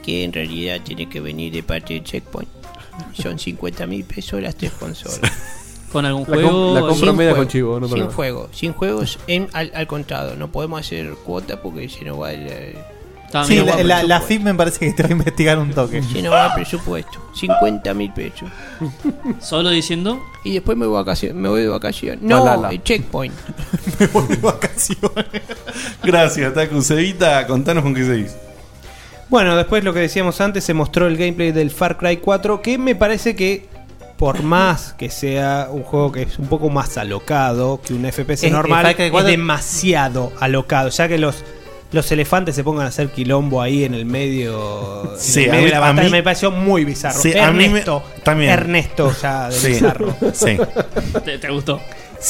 Que en realidad tiene que venir de parte de Checkpoint. [laughs] Son 50 mil pesos las tres consolas. Con algún La juego, com- la compra Sin media juego, con chivo, no sin problema. juego, sin juegos en- al, al contado. No podemos hacer cuota porque se nos va el. eh, Ah, Sí, se nos va la, el la- la FIP me parece que te va a investigar un toque. presupuesto. Se nos va el presupuesto. 50 mil pesos. Solo diciendo. Y después me voy, a vacacio- me voy de vacaciones. No, No, Ah, la, la. eh, Checkpoint. Gracias, Taku Cevita. Contanos con qué seguís. Bueno, después lo que decíamos antes, se mostró el gameplay del Far Cry 4, que me parece que, [laughs] por más que sea un juego que es un poco más alocado que un FPS Es- normal, el Far Cry es 4 demasiado alocado, ya que los, los elefantes se pongan a hacer quilombo ahí en el medio, en el Sí, medio a mí- de la a batalla, mí- me pareció muy bizarro. Sí, a mí me- Ernesto, también. Ernesto ya de Sí, bizarro. [laughs] sí. [laughs] ¿Te, te gustó?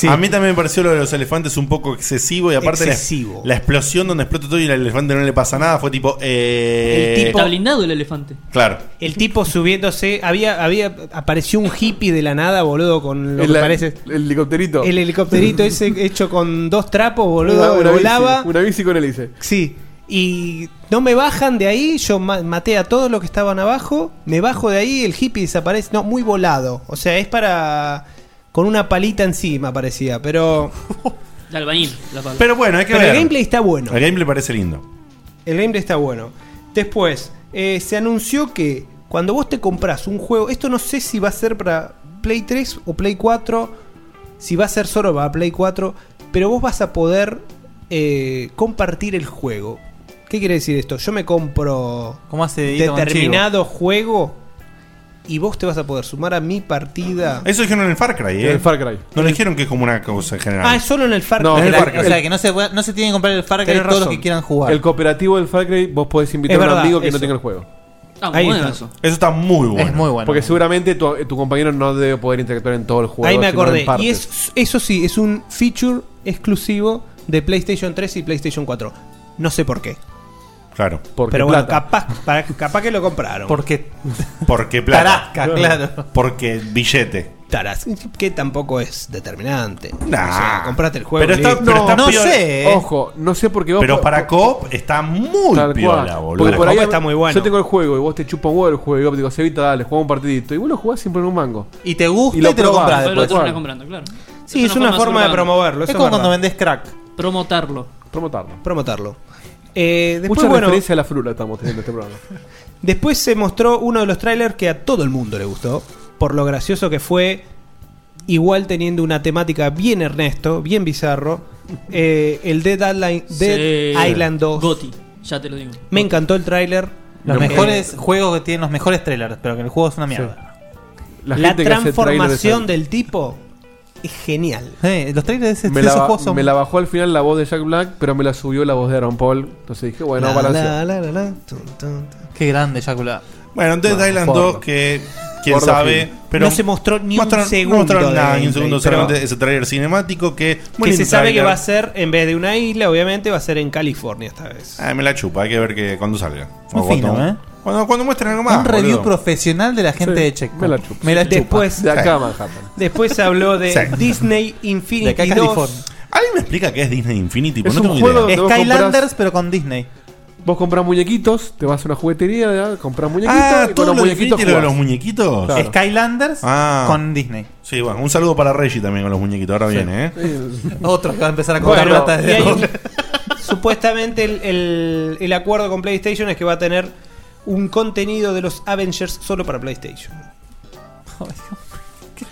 A mí también me pareció lo de los elefantes un poco excesivo y aparte la- Excesivo. La, explosión donde explota todo y al elefante no le pasa nada fue tipo... Eh, El tipo- Está blindado el elefante. Claro. El tipo subiéndose, había, había, apareció un hippie de la nada, boludo, con lo El- que parece. El helicópterito. El helicópterito ese hecho con dos trapos, Una- boludo, una bici, volaba. una bici con hélice. Sí. Y no me bajan de ahí, yo ma- maté a todos los que estaban abajo, me bajo de ahí, el hippie desaparece. No, muy volado. O sea, es para... Con una palita encima parecía, pero... De albañil. La palabra. Pero bueno, hay que Pero ver. el gameplay está bueno. El gameplay parece lindo. El gameplay está bueno. Después, eh, se anunció que cuando vos te compras un juego, esto no sé si va a ser para Play 3 o Play 4, si va a ser solo para Play 4, pero vos vas a poder eh, compartir el juego. ¿Qué quiere decir esto? Yo me compro ¿Cómo hace Dieguito determinado juego y vos te vas a poder sumar a mi partida. Eso dijeron en el Far Cry, ¿eh? En el Far Cry. No le dijeron que es como una cosa en general. Ah, es solo en el Far No, Cry. en el Far Cry. O sea, que no se, puede- no se tienen que comprar el Far Cry Tenés todos los razón. que quieran jugar. El cooperativo del Far Cry, vos podés invitar Es a un verdad, amigo que eso. no tenga el juego. Ah, muy bueno eso. está muy bueno. Es muy bueno. Porque seguramente tu, tu compañero no debe poder interactuar en todo el juego. Ahí me sino en acordé. partes. Y es, eso sí, es un feature exclusivo de PlayStation 3 y PlayStation 4. No sé por qué. Claro. Porque pero bueno, capaz, para- capaz que lo compraron. Porque. Porque plata. Tarasca, claro. Porque billete. Taras, que tampoco es determinante. Nah. O sea, comprate el juego. Pero está- listo. eh. pero está No piola. sé. Ojo, no sé por qué vos- Pero para coop está muy Tal piola, cual. boludo. Porque por ahí está muy bueno. Yo tengo el juego y vos te chupa un huevo el juego. Y vos te digo, Cevita, dale, juega un partidito. Y vos lo jugás sin poner un mango. Y te gusta y, te lo probás. compras después. comprando, claro. Sí, es una forma de promoverlo. Es como cuando vendés crack. Promotarlo. Promotarlo. Promotarlo. Eh, después, Mucha bueno, referencia a la frula estamos teniendo en este programa. [laughs] Después se mostró uno de los trailers que a todo el mundo le gustó, por lo gracioso que fue, igual teniendo una temática bien Ernesto, bien bizarro, eh, el Dead, Island, Dead Sí. Island 2. Goti, ya te lo digo. Me encantó el tráiler. Los Eh, mejores juegos que tienen los mejores trailers, pero que el juego es una mierda. La, transformación del tipo es genial. los trailers Me la, ba- me la bajó al final la voz de Jack Black, pero me la subió la voz de Aaron Paul. Entonces dije, bueno, La, balancea. la, la, la, tun, tun, tun. Qué grande, Jacula. Bueno, entonces Bueno, Island porno. 2 que quién Porno sabe, film. pero No se mostró ni un mostraron- segundo No mostraron de nada, ni un gameplay, segundo, pero- solamente ese trailer cinemático que muy Que se lindo sabe que tráiler. va a ser, en vez de una isla, obviamente, va a ser en California esta vez. Ah, me la chupa, hay que ver que cuando salga. Muy O fino, cuando- ¿eh? Cuando, cuando muestren algo más. Un review boludo. [laughs] profesional de la gente Sí, de Checkpoint. me la chupo. Me la chupa. Después, Después se [laughs] habló de Sí. Disney Infinity 2. ¿Alguien me explica qué es Disney Infinity? Porque Es no un tengo juego idea. donde vos Skylanders, pero con Disney. Vos compras muñequitos, te vas a una juguetería, ya, compras muñequitos. Ah, y con todo los lo de muñequitos Infinity, lo de los jugás. muñequitos. Claro. Skylanders Ah. con Disney. Sí, bueno, un saludo para Reggie también con los muñequitos. Ahora viene, ¿eh? Otro que va a empezar a cobrar Bueno, plata y hay desde [laughs] un- Supuestamente el, el- el acuerdo con PlayStation es que va a tener un contenido de los Avengers solo para PlayStation.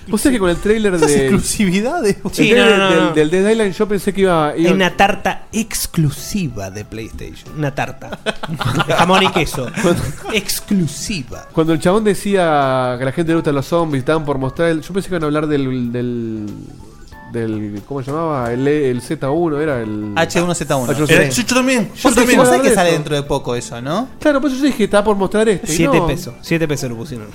Vos sabés que con el trailer Esas de. exclusividades, El Sí, no, no, tráiler no, del, no. del Dead Island yo pensé que iba. Es iba- una tarta exclusiva de PlayStation. Una tarta. De jamón y [laughs] queso. exclusiva. Cuando el chabón decía que a la gente le gustan los zombies, estaban por mostrar. el- yo pensé que iban a hablar del. del, del- ¿Cómo se llamaba? El, el Z1, era H1Z1. el. H1Z1. Era- yo- yo también, yo también. Vos sabés que sale dentro de poco eso, ¿no? Claro, pues yo dije, está por mostrar este. y Siete no. [laughs] pesos. Siete pesos lo pusieron.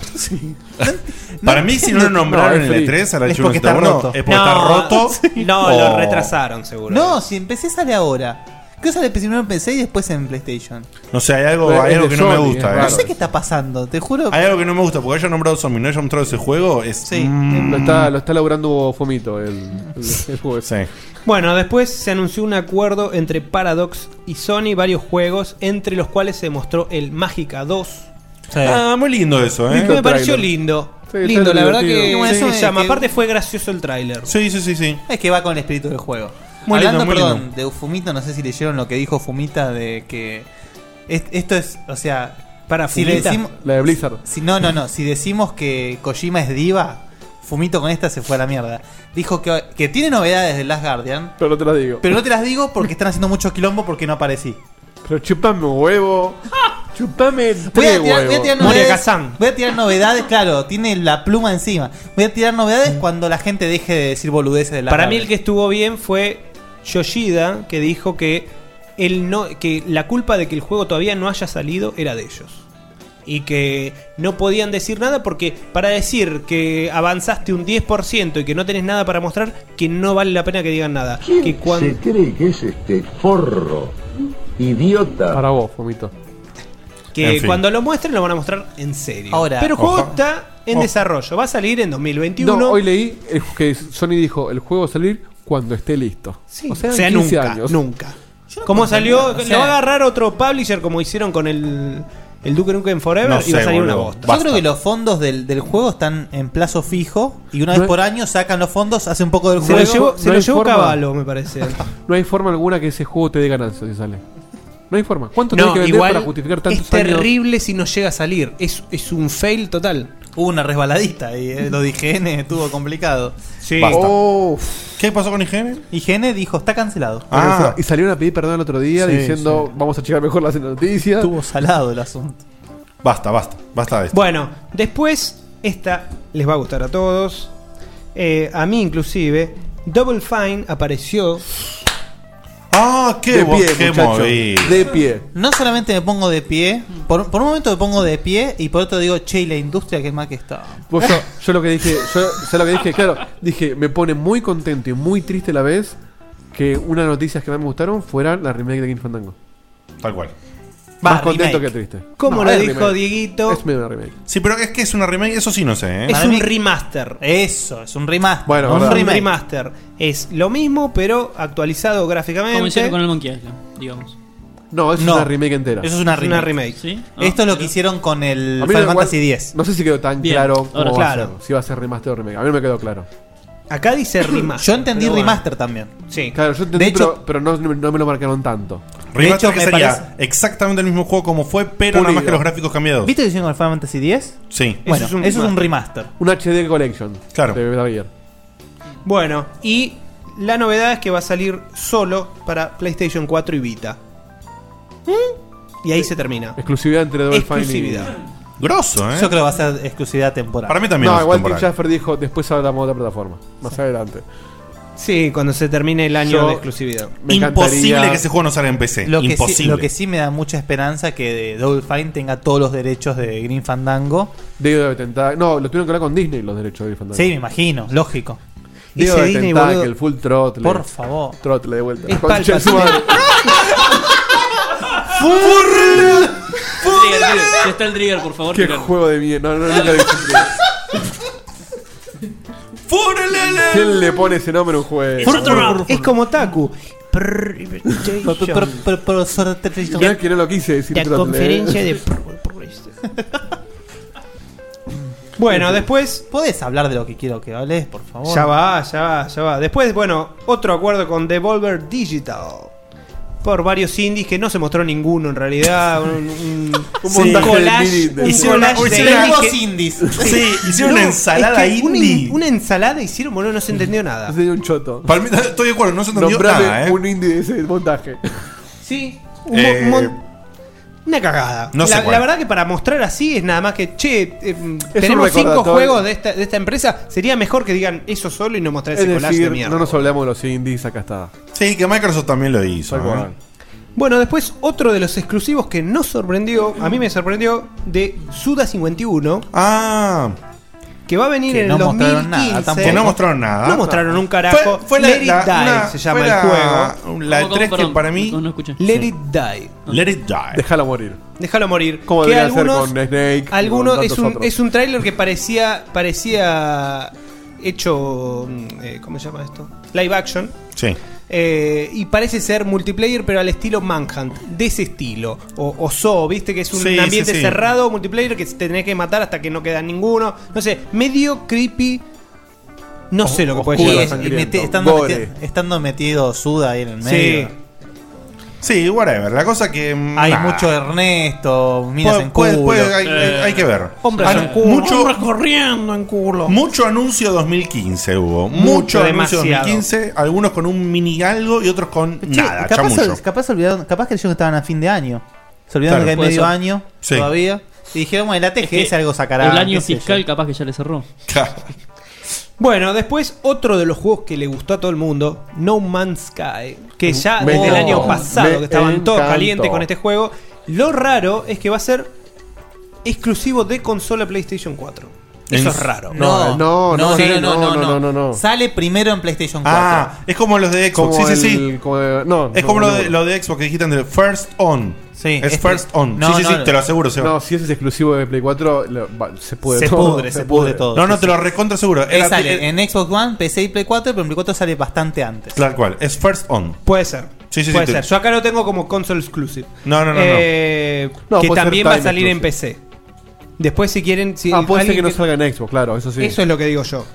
[laughs] Para mí, si no lo nombraron en el 3 a la Es porque está roto. es porque está No, [laughs] roto. no, o- lo retrasaron seguro. No, si empecé sale ahora. ¿Qué sale primero en PC y después en PlayStation? No sé, hay algo, hay algo que no me gusta. No eh. sé qué está pasando, te juro. Hay algo que no me gusta, porque haya nombrado Zombie, no haya mostrado ese juego, es. mm. Sí. Lo está, lo está laburando Fomito el, el, el juego. Bueno, después se anunció un acuerdo entre Paradox y Sony, varios juegos, entre los cuales se mostró el Mágica 2. Ah, muy lindo eso, ¿eh? me pareció lindo. lindo, la verdad que Bueno, eso me es llama. que- Aparte fue gracioso el tráiler. Sí, sí, sí, sí. Es que va con el espíritu del juego. Muy lindo, Hablando, muy perdón, de Fumito, no sé si leyeron lo que dijo Fumita de que es- esto es, o sea, para si le Fumita. decimos La de Blizzard. Si no, no, no, si decimos que Kojima es diva, Fumito con esta se fue a la mierda. Dijo que, que tiene novedades de Last Guardian, pero no te las digo. Pero no te las digo porque están haciendo mucho quilombo porque no aparecí. Pero chupame [laughs] un huevo. Chupame tres Voy a tirar, voy a huevos. tirar novedades. Voy a tirar novedades, claro, tiene la pluma encima. Voy a tirar novedades cuando la gente deje de decir boludeces de la Mm. Para mí el que estuvo bien fue Yoshida, que dijo que él no, que la culpa de que el juego todavía no haya salido era de ellos. Y que no podían decir nada porque para decir que avanzaste un 10% y que no tenés nada para mostrar, que no vale la pena que digan nada. Que cuando, se cree que es este forro idiota? Para vos, Fomito. que En fin. cuando lo muestren lo van a mostrar en serio. Ahora- Pero el juego Ojo. está en Ojo. desarrollo, va a salir en 2021. No, hoy leí eh, que Sony dijo: el juego va a salir cuando esté listo. o sea, o en sea, 15 nunca, años. nunca. ¿Cómo salió? comprendo, o Le sea- va a agarrar otro publisher como hicieron con el, el Duke Nukem Forever No y va a sé, salir una boludo. bosta. Yo creo que los fondos del, del juego están en plazo fijo y una vez No hay- por año sacan los fondos, hace un poco del Se juego. lo llevó- se No lo hay llevó forma. Cavallo, me parece. [laughs] No hay forma alguna que ese juego te dé ganancias si sale. No hay forma. ¿Cuánto No, tiene que vender igual para justificar tantos es años? terrible si no llega a salir. Es, es un fail total. Hubo una resbaladita y eh, lo de IGN estuvo complicado. Sí. Oh. Basta. ¿Qué pasó con IGN? IGN dijo, está cancelado. Bueno, o sea, Y salieron a pedir perdón el otro día Ah. Sí, diciendo: vamos a checar mejor las noticias. Estuvo salado el asunto. Basta, basta, basta de esto. Bueno, después esta les va a gustar a todos. Eh, a mí inclusive. Double Fine apareció. Eh. Ah, qué De bo- pie, qué muchacho. movido. De pie. No solamente me pongo de pie, por, por un momento me pongo de pie y por otro digo, che, y la industria que más que está. Vos, Pues yo, yo lo que dije, yo, yo lo que dije, claro, dije, me pone muy contento y muy triste a la vez que una de las noticias que más me gustaron fueran la remake de King Fandango. Tal cual. Más Va, contento remake. que triste. Como No, eh, lo es dijo remake. Dieguito. Es medio una remake. Sí, pero es que es una remake, eso sí no sé, ¿eh? Es un remaster. Eso, es un remaster. Bueno, un verdad. remake. remaster. Es lo mismo, pero actualizado gráficamente. Como hicieron con el Monkey Island, digamos. No, eso No. es una remake entera. Eso es una remake. ¿Sí? Ah, Esto es lo que hicieron con A mí el no- Final igual, Fantasy X. No sé si quedó tan Bien, claro ahora cómo va a claro. ser, si va a ser remaster o remake. A mí no me quedó claro. Acá dice [coughs] remaster. Yo entendí pero bueno. remaster también. Sí. Claro, yo entendí, De hecho- pero, pero no, no me lo marcaron tanto. Remaster hecho, que me sería parece- exactamente el mismo juego como fue, pero nada más Pulido. que los gráficos cambiados. ¿Viste lo que hicieron con el Final Fantasy X? Sí. Bueno, eso es un, remaster. Un HD Collection. Claro. De Metal Gear. Bueno, y la novedad es que va a salir solo para PlayStation 4 y Vita. Y ahí se termina. Exclusividad entre Double Fine y- Exclusividad. Grosso, ¿eh? Yo creo que va a ser exclusividad temporal. No, igual Tim Schafer dijo, después hablamos de otra plataforma. Más adelante. Sí, cuando se termine el año Yo- de exclusividad. me Imposible encantaría- que ese juego no salga en PC. Lo que, sí, Imposible. lo que sí me da mucha esperanza que de Double Fine tenga todos los derechos de Green Fandango. Digo de Tentac- No, lo tuvieron que hablar con Disney los derechos de Green Fandango. Sí, me imagino, lógico. Digo de Tentac, boludo, el full throttle. Por favor. Throttle de vuelta. Es Concha de Palpatine. su madre. Trigger, trigger. Ya está el trigger, por favor. Qué tiralo. juego de mierda. No, no, nunca lo disfruté. ¿Quién le pone ese nombre a un juego? Es, otro- es como Taku. Mirá que no lo quise decir. La throttle, conferencia eh. [laughs] de- [laughs] Bueno, después. ¿Podés hablar de lo que quiero que hables, por favor? Ya va, ya va, ya va. Después, bueno, otro acuerdo con Devolver Digital. por varios indies que no se mostró ninguno en realidad. Un, [laughs] un, Un montaje collage, de- de- un Hicieron una- collage de hicieron indies dos que- [laughs] indies. Sí, hicieron una ensalada que una- indie. Una, ensalada hicieron, boludo, no se entendió nada. Se dio un choto. estoy de acuerdo, no se entendió Nombrame nada, ¿eh? un indie de ese montaje. Sí. Un mo- Eh, un mon- una cagada. No sé la, cuál. la verdad que para mostrar así es nada más que, che, eh, tenemos recordatorio. cinco juegos de esta, de esta empresa, sería mejor que digan eso solo y no mostrar Es ese collage de decir, mierda. no nos hablamos de los indies, acá está. Sí, que Microsoft también lo hizo. ¿eh? Tal ¿no? cual. Bueno, después otro de los exclusivos que nos sorprendió, a mí me sorprendió, de Suda 51. Ah. Que va a venir Que en no el 2015. mostraron nada tampoco. Que no mostraron nada. No mostraron un carajo. Fue- fue la- Let It la- Die una- se llama fue el la- juego. la ¿Cómo, cómo, 3 que perdón? para mí- No, no escuché. Let Sí. It Die. Let it die. Déjalo morir. Déjalo morir. Como que debería ser algunos, con Snake. algunos- y con es, tantos un, otros. es un tráiler que parecía parecía eh, hecho mm, eh, ¿cómo se llama esto? Live action. Sí. Eh, y parece ser multiplayer, pero al estilo Manhunt, de ese estilo. O, o Zoo, viste que es un Sí, ambiente sí, sí. cerrado, multiplayer que te tenés que matar hasta que no queda ninguno. No sé, medio creepy. No sé lo que puede Sí, llegar a es- ser. meti- estando, meti- estando metido Suda ahí en el medio. Sí, whatever. La cosa que. mm, Hay nah. mucho Ernesto, minas Puede- en puede- culo. puede- hay, hay- hay que ver. Ah, Mucho, Eh. corriendo en culo. mucho anuncio 2015 hubo. Mucho, Mucho, anuncio demasiado. 2015. Algunos con un mini algo y otros con Che, nada. capaz, chamuyo. capaz, olvidaron, capaz que ellos estaban a fin de año. Se olvidaron Claro. que hay Puede medio ser. año Sí. todavía. Y dijeron, bueno, la TGS algo sacará. El año qué sé yo. fiscal capaz que ya le cerró. Bueno, después otro de los juegos que le gustó a todo el mundo, No Man's Sky, que ya Me desde el encantó. año pasado Me que estaban todos encantó. calientes con este juego. Lo raro es que va a ser exclusivo de consola PlayStation 4. Eso es raro. No, no, no, sí, no, no, no, no, no, no. Sale primero en PlayStation 4. Ah, es como los de Xbox. Como sí, sí, el- sí. es no, como lo, no. de, lo de Xbox que dijiste antes, First On. Sí, es este- First On. sí, sí, sí, te lo aseguro, Seba. No, si ese es exclusivo de Play 4, lo- va- se pudre se [laughs] todo. pudre, se pudre todo. No, no, sí, te sí. lo recontra seguro. Eh, Era- sale eh, en Xbox One, PC y Play 4, pero en Play 4 sale bastante antes. Tal cual, es First On. Puede ser. Sí, sí, Puede sí. ser. Yo acá lo tengo como console exclusive. No, no, no, no. Eh, No, que puede ser también va a time salir en exclusive. PC. Después, si quieren. Si Ah, puede ser alguien que no que- salga en Xbox, claro, eso sí. Eso es lo que digo yo.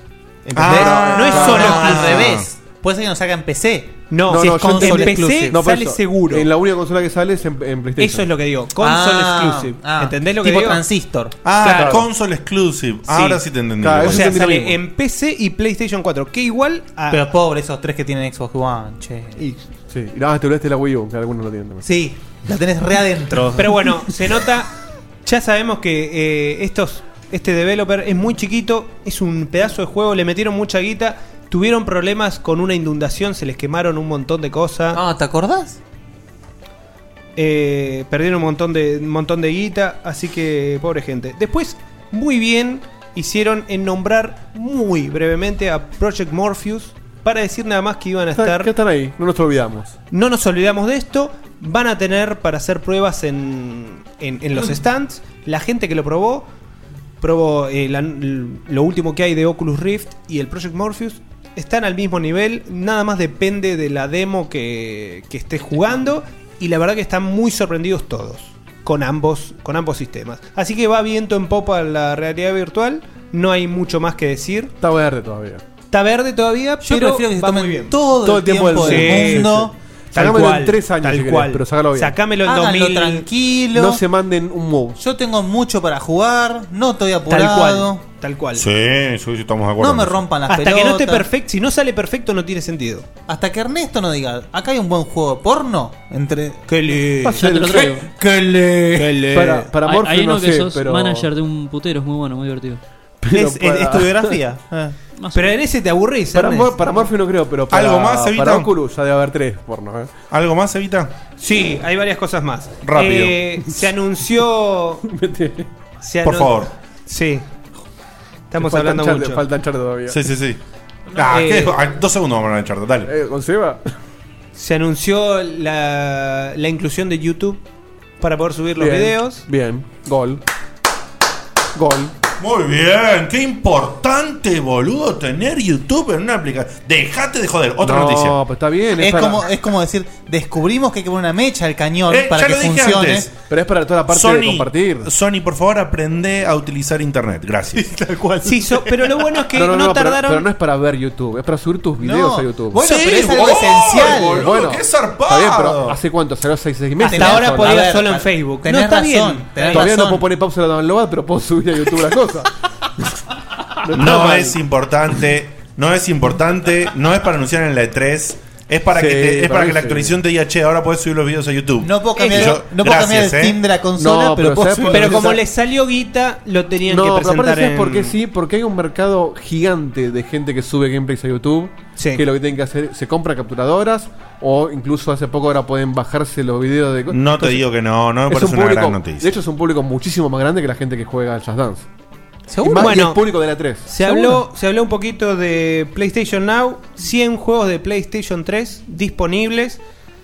¿Entendés? Ah, no es no, solo no, al no. revés. Puede ser que nos saca en PC. No, si es console exclusive. No, por sale eso. seguro. En la única consola que sale es en, en PlayStation. Eso es lo que digo. Console Ah, exclusive. ah. ¿Entendés lo que Tipo digo? transistor. Ah, console exclusive. Ahora sí te entendí. o sea, sale en PC y PlayStation 4. Que igual a. Pero pobre esos tres que tienen Xbox One, che. Sí, y nada más te olvidaste la Wii U, que algunos lo tienen también. Sí, la tenés re adentro. Pero bueno, se nota. Ya sabemos que eh, estos, este developer es muy chiquito, es un pedazo de juego, le metieron mucha guita, tuvieron problemas con una inundación, se les quemaron un montón de cosas. Ah, ¿te acordás? Eh, perdieron un montón de un montón de guita, así que pobre gente. Después, muy bien hicieron en nombrar muy brevemente a Project Morpheus para decir nada más que iban a estar ¿Qué están ahí? No nos olvidamos. no nos olvidamos de esto. Van a tener para hacer pruebas en, en- en los Mm. stands. La gente que lo probó, probó eh, la- lo último que hay de Oculus Rift y el Project Morpheus. Están al mismo nivel, nada más depende de la demo que, que estés jugando. Y la verdad que están muy sorprendidos todos con ambos, con ambos sistemas. Así que va viento en popa la realidad virtual. No hay mucho más que decir. Está verde todavía. Está verde todavía, Yo pero prefiero que se va tomen muy bien. todo, el tiempo, del mundo. Sacámelo en tres años, tal si querés, cual. pero sacalo bien. Sacámelo en Háganlo 2000. tranquilo. No se manden un mouse. Yo tengo mucho para jugar, no estoy apurado. Tal cual. Tal cual. Sí, sí, sí, estamos de acuerdo. No me rompan las Hasta que no esté pelotas. perfecto, si no sale perfecto no tiene sentido. Hasta que Ernesto no diga, acá hay un buen juego de porno. Entre. Qué lindo. Ya te lo traigo. Qué lindo. Para- para Hay- Morpheus hay uno no que sé, sos pero- manager de un putero, es muy bueno, muy divertido. Es- es- para- es tu biografía. [laughs] Ah. Ah. Pero en ese te aburrís. Para, Ernest. Mor- para Morphe no creo, pero para, ¿Algo más, Evita? para Oculus ya debe haber tres porno. ¿eh? ¿Algo más, Evita? Sí, hay varias cosas más. Rápido. Eh, se [laughs] anunció. se Por anun- favor. Sí. Estamos Faltan hablando Charter- mucho. Faltan Charter todavía. Sí, sí, sí. Ah, Eh, ¿qué? Ah, dos segundos vamos a echar, dale. Eh, ¿Con Seba? Se anunció la, la inclusión de YouTube para poder subir los Bien, videos. Bien, gol. Gol. Muy bien, qué importante, boludo, tener YouTube en una aplicación. Dejate de joder, otra No, noticia. pues está bien, Es, como, es como decir, descubrimos que hay que poner una mecha al cañón Eh, para ya que lo dije funcione. antes. Pero es para toda la parte de compartir. Sony, por favor, aprende a utilizar internet. Gracias. Tal cual. Sí, so- pero lo bueno es que [laughs] No, no, no, no, pero- tardaron. Pero, no es para ver YouTube, es para subir tus videos a YouTube. bueno, Sí, pero es algo wow, esencial. boludo, qué zarpado. Está bien, pero ¿hace cuánto? ¿Salió 6, 6 meses? Hasta ahora podía podía solo en Facebook. No está bien. Todavía no puedo poner pausa a la download, pero puedo subir a YouTube la cosa. [laughs] No es importante. No es importante. No es para anunciar en la E3. Es para Sí, que, te- es para para mí que la sí. actualización te diga, che, ahora puedes subir los videos a YouTube. No puedo cambiar- Y ¿eh?". no puedo cambiar el Steam de la consola, No, pero pero puedo ¿sabes subir- por qué? Pero como les salió guita, lo tenían No, que pero aparte presentar ¿sabes en... por qué sí? Porque hay un mercado gigante de gente que sube gameplays a YouTube. Que lo que tienen que hacer, se compra capturadoras o incluso hace poco ahora pueden bajarse los videos de... No te digo que no, no me es parece un una público- gran noticia. De hecho es un público muchísimo más grande que la gente que juega al Just Dance. Seguro. Y más- y Bueno, el público de la 3. Se habló, se habló un poquito de PlayStation Now, 100 juegos de PlayStation 3 disponibles,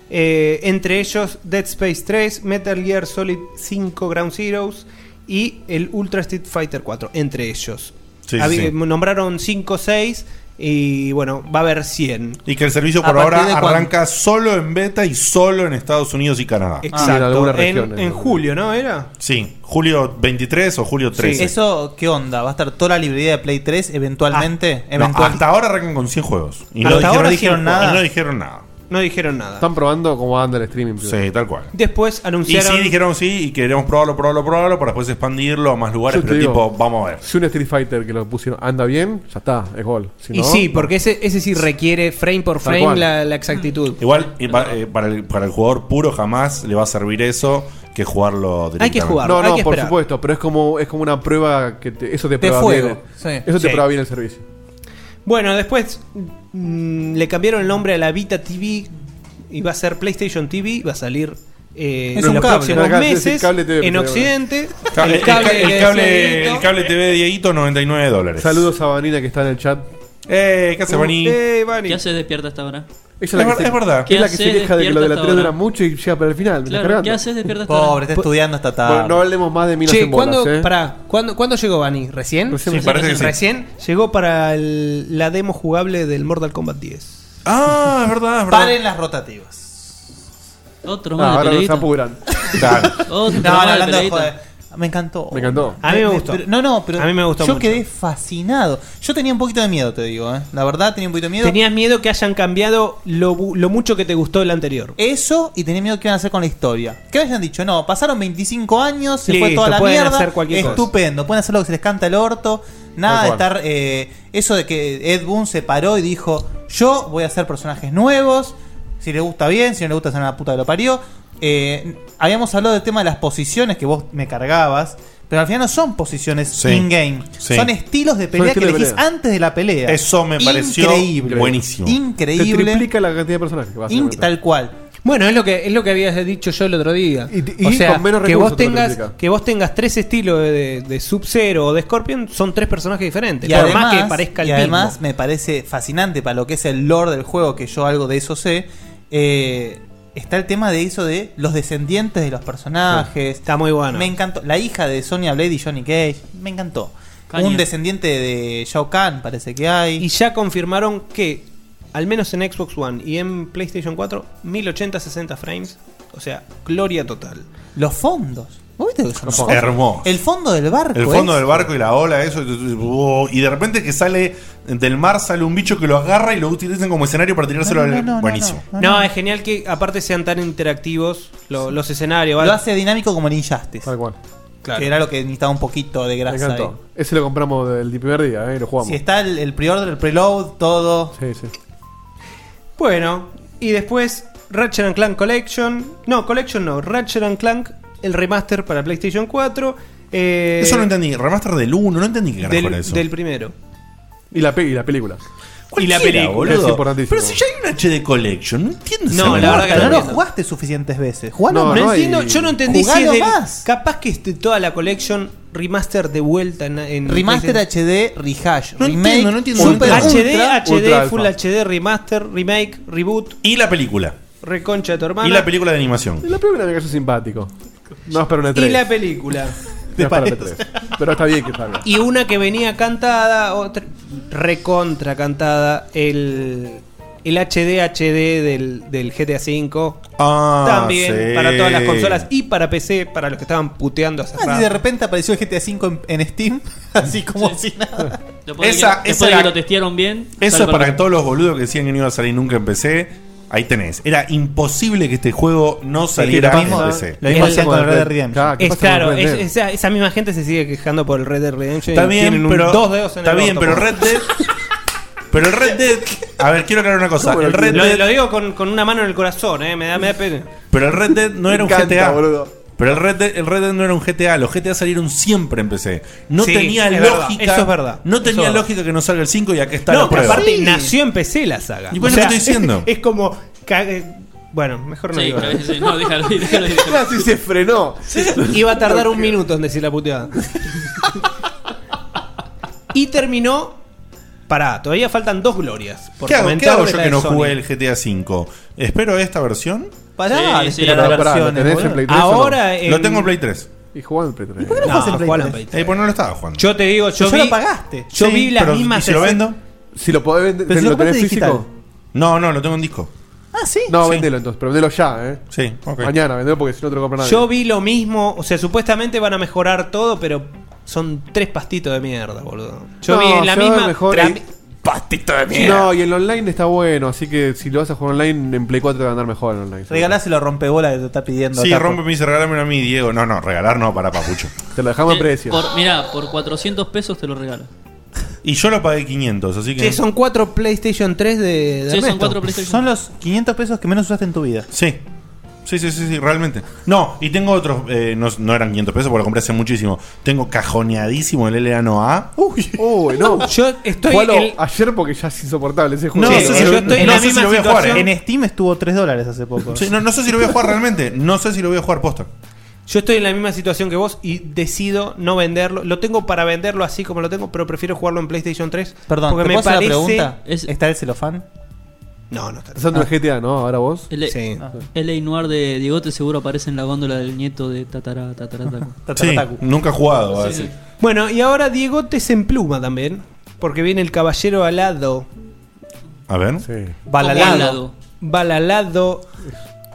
eh, entre ellos Dead Space 3, Metal Gear Solid 5 Ground Zeroes y el Ultra Street Fighter 4, entre ellos. Sí, sí. Habi- Nombraron 5 o 6 y bueno, va a haber 100. Y que el servicio por ahora arranca solo en beta y solo en Estados Unidos y Canadá. Exacto, en, en julio, ¿no? ¿Era? Sí, julio 23 o julio 13. ¿Eso qué onda? ¿Va a estar toda la librería de Play 3 eventualmente? Ah, No, hasta ahora arrancan con 100 juegos. Y no, Hasta y que no ahora dijeron 100 nada. juegos. Y no dijeron nada. No dijeron nada. Están probando cómo anda el streaming. Sí, tal cual. Después anunciaron... Y sí, dijeron sí, y queremos probarlo, probarlo, probarlo, para después expandirlo a más lugares, Yo te pero digo, tipo, vamos a ver. Si un Street Fighter que lo pusieron anda bien, ya está, es gol. Si Y no, sí, no. porque ese, ese sí requiere frame por Tal frame cual. la, la exactitud. Igual, y pa- eh, para, el, para el jugador puro jamás le va a servir eso que jugarlo directamente. No, no, por supuesto, pero es como, es como una prueba que te- eso te De prueba fuego, bien. sí. Eso Sí. te prueba bien el servicio. Bueno, después mm, le cambiaron el nombre a la Vita TV. Iba a ser PlayStation TV, iba a salir eh, Es en un los cable, próximos es el cable meses TV, en pero bueno. Occidente. Ca- El cable, el cable, el cable TV de Dieguito, 99 dólares. Saludos a Vanina que está en el chat. Eh, ¿qué Uh, hace, Bani? ¿Qué haces despierta hasta ahora? Esa es, la que se- Es la que se queja de que lo de la 3 dura mucho y llega para el final. me está Claro, cargando. ¿qué haces despierta hasta ahora? Pobre, está estudiando hasta tarde. Bueno, no hablemos más de minas Che, en bolas, ¿cuándo, eh. pará, ¿cuándo, cuándo llegó Bani? ¿Recién? Recién, Sí, recién, parece que sí. Recién llegó para el- la demo jugable del Mortal Kombat 10. Ah, es verdad, es verdad. Paren las rotativas. Otro Ah, más de ahora peleita. nos [laughs] apuran. Claro. Otro no, más no, de hablando de peleita. joder. Me encantó. Me encantó. A mí me gustó. pero- no, no, pero A mí me gustó yo mucho. quedé fascinado. Yo tenía un poquito de miedo, te digo, ¿eh? La verdad, tenía un poquito de miedo. Tenías miedo que hayan cambiado lo, bu- lo mucho que te gustó el anterior. Eso y tenía miedo que iban a hacer con la historia. Que hayan dicho, no, pasaron 25 años, se fue Listo, toda la pueden mierda. hacer cualquier cosa. estupendo, pueden hacer lo que se les canta el orto. Nada de Tal cual. estar. eh, eso de que Ed Boon se paró y dijo, yo voy a hacer personajes nuevos. Si le gusta bien, si no le gusta, hacer una puta que lo parió. Eh, habíamos hablado del tema de las posiciones que vos me cargabas. Pero al final no son posiciones Sí, in-game. sí. Son estilos de Son pelea estilos que de elegís pelea. antes de la pelea. Eso me pareció buenísimo. Increíble. Te triplica la cantidad de personajes. básicamente. tal cual. Bueno, es lo que es lo que habías dicho yo el otro día. y o sea, con menos que recursos vos te lo tengas triplica. que vos tengas tres estilos de, de Sub-Zero o de Scorpion son tres personajes diferentes, Y por además, más que parezca el y además mismo. me parece fascinante para lo que es el lore del juego, que yo algo de eso sé. eh, está el tema de eso de los descendientes de los personajes. Está muy bueno. Me encantó. La hija de Sonya Blade y Johnny Cage. Me encantó. Caño. Un descendiente de Shao Kahn, parece que hay. Y ya confirmaron que al menos en Xbox One y en PlayStation 4 1080 60 frames, o sea, gloria total. Los fondos. ¿Vos viste lo que son los Hermoso. fondos? Hermoso. El fondo del barco. El fondo es- del barco y la ola, eso. oh, y- Y de repente que sale del mar, sale un bicho que lo agarra y lo utilizan como escenario para tirárselo al. Buenísimo. No, es genial que aparte sean tan interactivos lo- los escenarios. Lo hace dinámico como el Injustice. Tal cual. Que era lo que necesitaba un poquito de Me grasa. ahí. encantó. Ese lo compramos del del primer día, eh, lo jugamos. Si está el, el pre-order, el preload, todo. Sí, sí. Bueno, y después Ratchet and Clank Collection. No, Collection no, Ratchet and Clank, el remaster para PlayStation 4. eh, Eso no entendí. Remaster del 1, no entendí qué carajo del, era eso. del primero. Y la, pe- y la película. Y la película, Es boludo. importantísimo. Pero si ya hay una HD Collection, no entiendo esa No, mierda. la verdad que no lo jugaste suficientes veces. Jugalo No, más. entiendo, yo no entendí si Jugalo es del- más. Capaz que esté toda la Collection remaster de vuelta en. en Remaster PlayStation. HD, rehash, No remake, entiendo, no entiendo. Super HD, Ultra, HD, Ultra Alpha. Full HD, Remaster, Remake, Reboot, Y la película. Reconcha de tu hermana. Y la película de animación. La película me cayó simpático. No espero una Y 3. la película. No espero [laughs] una 3. Pero está bien que salga. Y una que venía cantada, otra recontra cantada, el el HD HD del, del GTA V. Ah, también sí. para todas las consolas y para PC, para los que estaban puteando hace Ah, rato. y de repente apareció el GTA V en, en Steam, [laughs] así como si nada. Después de Esa- que, esa después de que era- lo testearon bien. Eso es sale para perfecto. todos los boludos que decían que no iba a salir nunca en PC. Ahí tenés. Era imposible que este juego no saliera lo mismo- en PC. lo mismo hacían con el Red Dead Redemption. Ah, Es claro, es- esa, esa misma gente se sigue quejando por el Red Dead Redemption. Está y bien, tienen un- pero- dos dedos en está el bien, orto, pero por- Red [laughs] Dead- Pero el Red Dead. A ver, quiero aclarar una cosa. El Red lo, Dead- lo digo con, con una mano en el corazón, eh, me da, me da pena. pero el Red Dead no Me era un encanta, GTA. boludo. Pero el Red, Dead, el Red Dead no era un GTA. Los GTA salieron siempre en PC. No Sí, tenía es verdad, lógica. eso es verdad. No Eso tenía es verdad. lógica que no salga el 5 y acá está no, la pero prueba. aparte nació en PC la saga. Y bueno, ¿qué estoy diciendo? [laughs] Es, es como. cague- Bueno, mejor no Sí, [laughs] digo. claro, [laughs] sí, no, déjalo, déjalo, déjalo. Así se frenó. Iba a tardar un minuto en decir la puteada. y terminó. Pará, todavía faltan dos glorias. por ¿Qué hago, comentar qué hago de yo la que de no Sony. jugué el GTA V? ¿Espero esta versión? Pará, Sí, sí, espera pero las pará, ¿lo versiones, tenés en boludo. Play 3 o no? Ahora en- Lo tengo en Play 3. Y jugando en Play 3. no jugás en Play jugalo en 3? Play Eh, pues no lo estaba jugando. Yo te digo, yo vi. Yo vi las mismas. sesen- Si lo podés vender, Pero si ¿lo, lo tenés compraste físico? digital. No, no, lo tengo en disco. Ah, sí. No, Sí. vendelo entonces, pero vendelo ya, ¿eh? Sí, Mañana, vendelo porque si no te lo compra nadie. Yo vi lo mismo, o sea, supuestamente van a mejorar todo, pero son tres pastitos de mierda, boludo. Yo No, vi en la se va a ver misma. mejor tra- y- Pastito de No, y el online está bueno, así que si lo vas a jugar online, en Play 4 te va a andar mejor en online. Regaláselo a rompebola que te está pidiendo. Sí, Taco. rompe me dice, regálame a mí, Diego. No, no, regalar no, para papucho. Te lo dejamos Eh, Por, mirá, por 400 pesos te lo regalo. Y yo lo pagué 500, así que. Che, son cuatro PlayStation 3 de. de Sí, son Ernesto. cuatro PlayStation. Son los 500 pesos que menos usaste en tu vida. Sí. Sí, sí, sí, sí, realmente. No, y tengo otros, eh, no, no eran 500 pesos porque lo compré hace muchísimo. Tengo cajoneadísimo el LA no A. Uy, [laughs] no. Yo estoy Jugalo el- ayer porque ya es insoportable ese No, juego. no sé si lo- eh, no sé si lo voy a jugar, ¿eh? En Steam estuvo 3 dólares hace poco. Sí, no, no sé si lo voy a jugar realmente. No sé si lo voy a jugar posta. Yo estoy en la misma situación que vos y decido no venderlo. Lo tengo para venderlo así como lo tengo, pero prefiero jugarlo en PlayStation 3. Perdón, porque ¿te me puedo hacer parece. la pregunta? ¿Está el celofán? No, no está. Estás hablando del GTA, ¿no? Ahora vos. El, Ah. LA Noir de Diegote seguro aparece en la góndola del nieto de Tatara Tatarataku. Sí, nunca he jugado. así. Bueno, y ahora Diego te se empluma también. Porque viene el caballero alado. A ver. Balalado. Balalado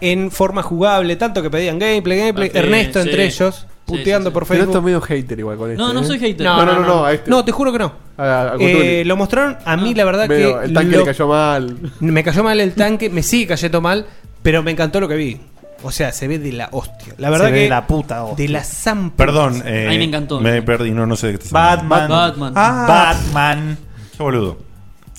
en forma jugable. Tanto que pedían gameplay, gameplay. Ah, sí, Ernesto sí. entre ellos. Sí, Puteando por Pero esto es Facebook. medio hater igual con este. No, no ¿eh? soy hater. No, no, no, no, a este. No, te juro que no. A- a Eh, Cutuli. lo mostraron, a mí la verdad Medio, que. el tanque lo- le cayó mal. Me cayó mal el tanque, me sigue cayendo mal, pero me encantó lo que vi. O sea, se ve de la hostia. La verdad Se que. ve de la puta hostia. De la zampa. Perdón, eh, Me perdí, no, no sé de qué estás hablando. Batman. Batman. Ah, Batman. Qué boludo.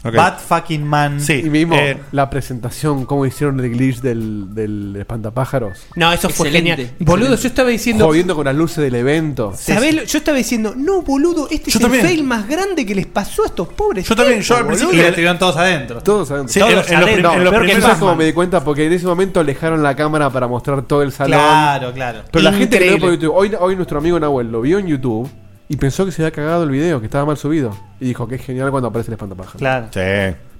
Ok. Bat fucking man. y vimos la presentación, cómo hicieron el glitch del, del espantapájaros. No, eso fue Excelente. genial. Boludo, yo estaba diciendo- Jodiendo con las luces del evento. ¿Sabés lo- Yo estaba diciendo, no, boludo, este Yo es también. el fail más grande que les pasó a estos pobres. Yo también, yo al tipos, principio- boludo. Y tuvieron todos adentro. Todos adentro. Sí, en- en los prim- No, en los peor que primeros- eso es como me di cuenta porque en ese momento alejaron la cámara para mostrar todo el salón. Claro, claro. Pero la gente que lo vio por Increíble. YouTube. Hoy, hoy nuestro amigo Nahuel lo vio en YouTube y pensó que se había cagado el video, que estaba mal subido. Y dijo que es genial cuando aparece el espantapájaros. Claro. Sí.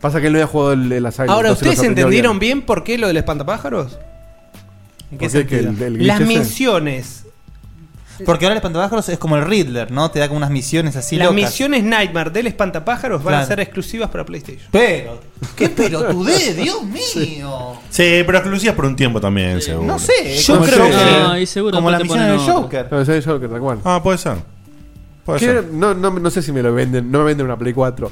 Pasa que él no había jugado el, el Asylum, Ahora, entonces ¿ustedes no se entendió entendieron bien. por qué lo del espantapájaros? bien. qué ¿Por qué? Que sentido? el- el glitch Las ese. misiones. Porque ahora el espantapájaros es como el Riddler, ¿no? Te da como unas misiones así las locas. misiones Nightmare del espantapájaros van a Claro. ser exclusivas [laughs] para PlayStation. Pero, qué [laughs] pelotudez, Dios mío. Sí, pero exclusivas por un tiempo también, seguro. No sé, Yo Como el creo Joker. que- No, y seguro Como después la te misión ponen del otra. Joker. No, ese es Joker, tal cual. Ah, puede ser. Puede Que ser. No, no, no sé si me lo venden, no me venden una Play 4.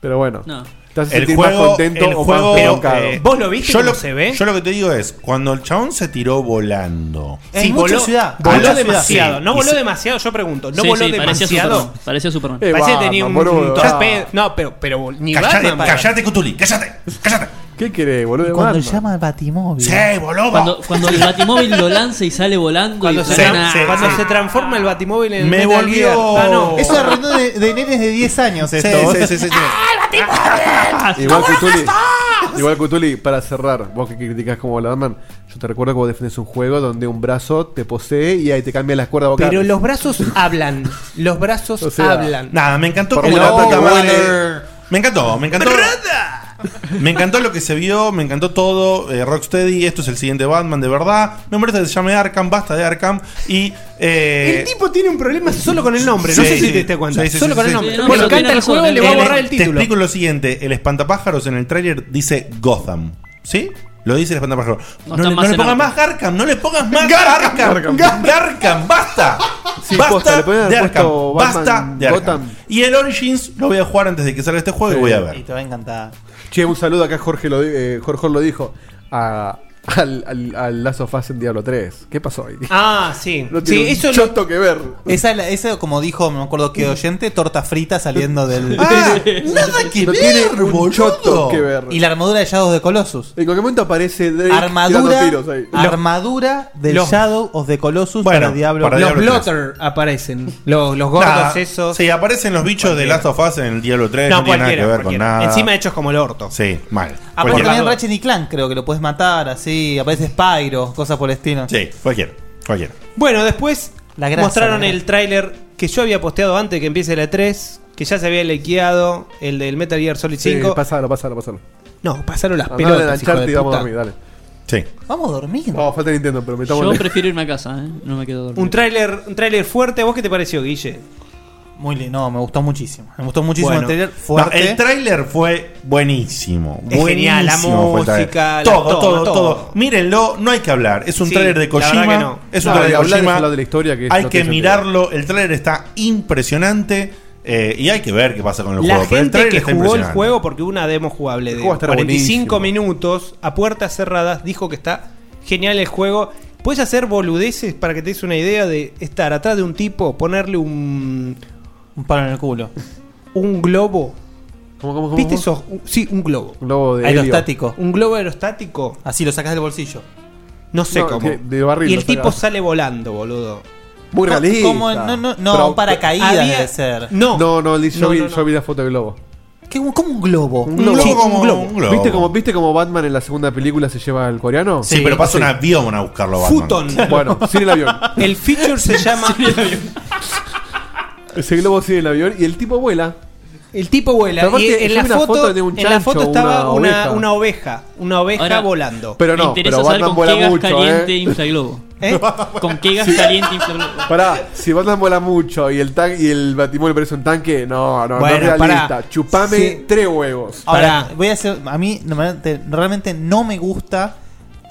Pero bueno. No. Te hace el sentir juego, más contento el o juego, más pero, provocado. eh, yo lo, Yo lo que te digo es, cuando el chabón se tiró volando. Sí, voló, voló demasiado. No voló demasiado, yo pregunto. No Sí, voló sí, parecía demasiado. Superman, parecía Superman. Parece que tenía un, Eh, boludo. torpedo. No, pero, pero ni Callate, Batman. callate, Cutuli, callate, callate. ¿Qué querés, boludo? Cuando llama al Batimóvil. Sí, boludo. Cuando, cuando el Batimóvil lo lanza y sale volando. Cuando, y se, suena- tra- cuando se transforma Ah. el Batimóvil en Me Metal volvió- Gear. Ah, no. Eso arruinó de, de nenes de 10 años esto. sí, sí, sí, sí. Igual Cutuli, igual Cutuli, para cerrar, vos que criticas como la Batman, yo te recuerdo que vos defendés un juego donde un brazo te posee y ahí te cambia las cuerdas vocales. Pero los brazos hablan. Los brazos O sea, hablan. Nada, me encantó Por como una la puta puta madre. madre. Me encantó, me encantó. Me encantó lo que se vio, me encantó todo. eh, Rocksteady, esto es el siguiente Batman, de verdad. Me merece que se llame Arkham, basta de Arkham. Y. eh, El tipo tiene un problema solo con el nombre. Sí, no sé sí. si te, te cuenta. Sí, sí, solo sí, con sí. el nombre. Bueno, encanta el juego y le va a borrar el Te título. explico lo siguiente: el espantapájaros en el tráiler dice Gotham. ¿Sí? Lo dice el espantapájaros. No, está le, más no le en pongas alto. más Garcam, no le pongas más Garcam. Garcam, basta. basta posta, le podían haber de Arkham. puesto Batman, Basta de Arkham. Gotham. Y el Origins lo voy a jugar antes de que salga este juego y Sí. voy a ver. Y te va a encantar. Che, un saludo acá, Jorge lo, di- eh, Jorge Jorge lo dijo. A, al, al, al Last of Us en Diablo 3. ¿Qué pasó ahí? Ah, sí. No tiene un eso lo- choto [laughs] que ver. Esa, es la- esa, como dijo, no me acuerdo que oyente, torta frita saliendo del. [laughs] Ah, nada que no ver, tiene un boludo. choto que ver. Y la armadura de Shadow de Colossus. En cualquier momento aparece Drake Armadura, tirando tiros ahí. armadura del Los- Shadow of the Colossus para Diablo. los Los Blotter. blotter aparecen. Los, los gordos Nah, esos. Sí, aparecen los bichos de Last of Us en el Diablo 3. No, No, tiene nada que cualquiera, ver cualquiera. con nada. Encima hechos como el orto. Sí, mal. Aparte Cualquiera. Ah, también Ratchet y Clank creo que lo puedes matar, así. Aparece Spyro, cosas por el estilo. Sí, cualquiera. Cualquiera. Bueno, después La grasa, mostraron la grasa. el tráiler que yo había posteado antes que empiece la 3, que ya se había lequeado, el del Metal Gear Solid Sí, 5. pasalo, pasalo, pasalo. No, pasaron las Andá pelotas, a la hijo de Uncharted y vamos a puta. dormir, dale. Sí. Vamos a dormir. No, falta Nintendo, pero metamos Yo el- prefiero irme a casa, ¿eh? No me quedo dormido. Un tráiler, un tráiler fuerte, ¿vos qué te pareció, Guille? Muy lindo, no, me gustó muchísimo. Me gustó muchísimo Bueno. el trailer. No, Fuerte. el tráiler fue buenísimo. Es genial, la Buenísimo fue el tráiler. música, la todo, toma, todo, todo, todo. Mírenlo, no hay que hablar. Es un Sí, tráiler de la verdad Kojima. que no. Es un No, tráiler de y hablar es Kojima. hablar de la historia, que es- hay no que tiene sentido. mirarlo. El tráiler está impresionante. eh, y hay que ver qué pasa con el La juego. pero el gente tráiler que está jugó el impresionante. juego, porque hubo una demo jugable de juego va a estar 45 minutos a puertas cerradas, dijo que está genial el juego. Puedes hacer boludeces para que te des una idea de estar atrás de un tipo, ponerle un. Un palo en el culo. Un globo. ¿Viste cómo? esos? un- Sí, un globo. Un globo de Aerostático. Un globo aerostático. Así lo sacas del bolsillo. No sé No, cómo. que de barril y el lo tipo sacás. sale volando, boludo. Muy realista. como- no, no, no, un paracaídas debe ser. No. No, no, yo, No, vi, no, no. yo vi la foto de globo. ¿Qué, ¿Cómo un globo? Un globo. Sí, un globo. ¿Viste como, ¿Viste como Batman en la segunda película se lleva al coreano? Sí, pero pasa un avión a buscarlo. Batman. Futon. [laughs] Bueno, sin el avión. El feature [laughs] se llama. Ese globo sigue el avión y el tipo vuela. El tipo vuela. Pero aparte, Y yo en, vi la una foto, foto de un en la chancho, foto estaba una una, oveja. una oveja. Una oveja Ahora, volando. Pero no, me interesa pero saber con Batman qué vuela gas mucho, caliente ¿eh? infla el globo. ¿Con qué gas caliente infla el globo? Pará, si Batman vuela mucho y el tan y el batimóvil parece un tanque, no, no, Bueno, no es realista. pará. Chupame Sí. tres huevos. Ahora, voy a hacer. A mí no me- te- realmente no me gusta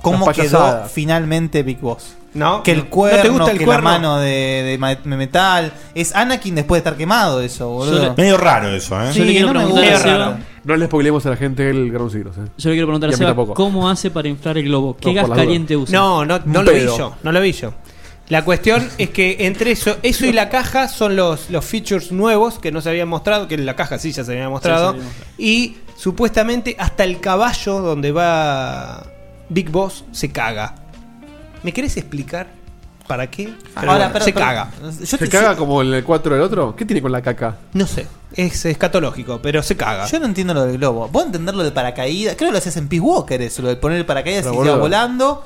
cómo Las payasadas. quedó finalmente Big Boss. No, que no. el ¿No cuerno, te gusta el que cuerno? la mano de, de ma- de metal. Es Anakin después de estar quemado, eso, boludo. Medio raro eso, ¿eh? Sí, Yo le quiero no me preguntar a gusta. Seba- Medio raro. No le spoilemos a la gente el Ground Zeroes, eh. Yo le quiero preguntar Y a a mí Seba tampoco. cómo hace para inflar el globo. ¿Qué No, gas por las caliente dudas. usa? No, no, no Un lo vi pedo. yo. No lo vi yo. La cuestión [laughs] es que entre eso, eso y la caja son los, los features nuevos que no se habían mostrado, que en la caja sí ya se había mostrado. Sí, se había y supuestamente hasta el caballo donde va Big Boss se caga. ¿Me querés explicar para qué? Pero bueno, se caga. ¿Se caga como el 4 del otro? ¿Qué tiene con la caca? No sé. Es escatológico, pero se caga. Yo no entiendo lo del globo. Vos entender lo de paracaídas. Creo que lo hacías en Peace Walker, eso, lo de poner el paracaídas Pero, y se iba boludo. volando.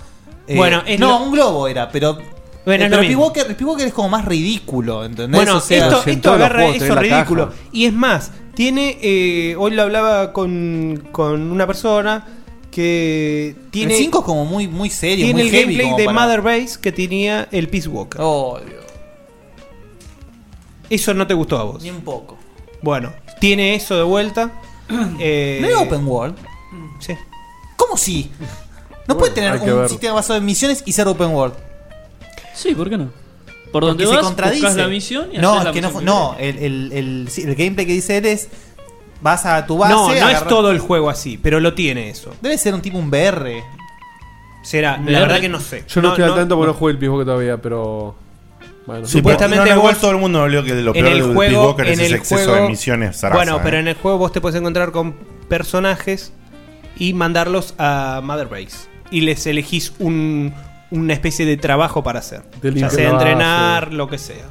Eh, Bueno, es no, lo- un globo era, pero. Bueno, eh, es lo pero Peace mismo. Walker, Peace Walker es como más ridículo, ¿entendés? Bueno, O sea, esto, esto agarra eso ridículo. Y es más, tiene. eh, hoy lo hablaba con, con una persona que tiene. el 5 es como muy, muy serio, tiene muy el heavy gameplay como de para- Mother Base que tenía el Peace Walker. Eso no te gustó a vos. Ni un poco. Bueno, tiene eso de vuelta. [clears throat] eh, ¿No es open world? Sí. Mm. ¿Cómo sí? No puede tener hay que un ver. sistema basado en misiones y ser open world. Sí, ¿por qué no? Por donde Porque vas, se contradice. buscas la misión y no, haces es la que no, misión fu- que no el, el, el, sí, el gameplay que dice él es: vas a tu base. no, no es agarras- todo el juego así, pero lo tiene eso. Debe ser un tipo un BR. Será, BR. la verdad que no sé. Yo no, estoy al tanto porque no jugué el Pisboque todavía, pero. Bueno. Sí, Supuestamente pero no, no, igual vos- todo el mundo habló que de lo en peor el del juego, Peace Walker es en ese el exceso juego- de misiones, zaraza, bueno, pero eh. en el juego vos te puedes encontrar con personajes y mandarlos a Mother Base. Y les elegís un- una especie de trabajo para hacer. ya De limpiar sea la base. entrenar, lo que sea.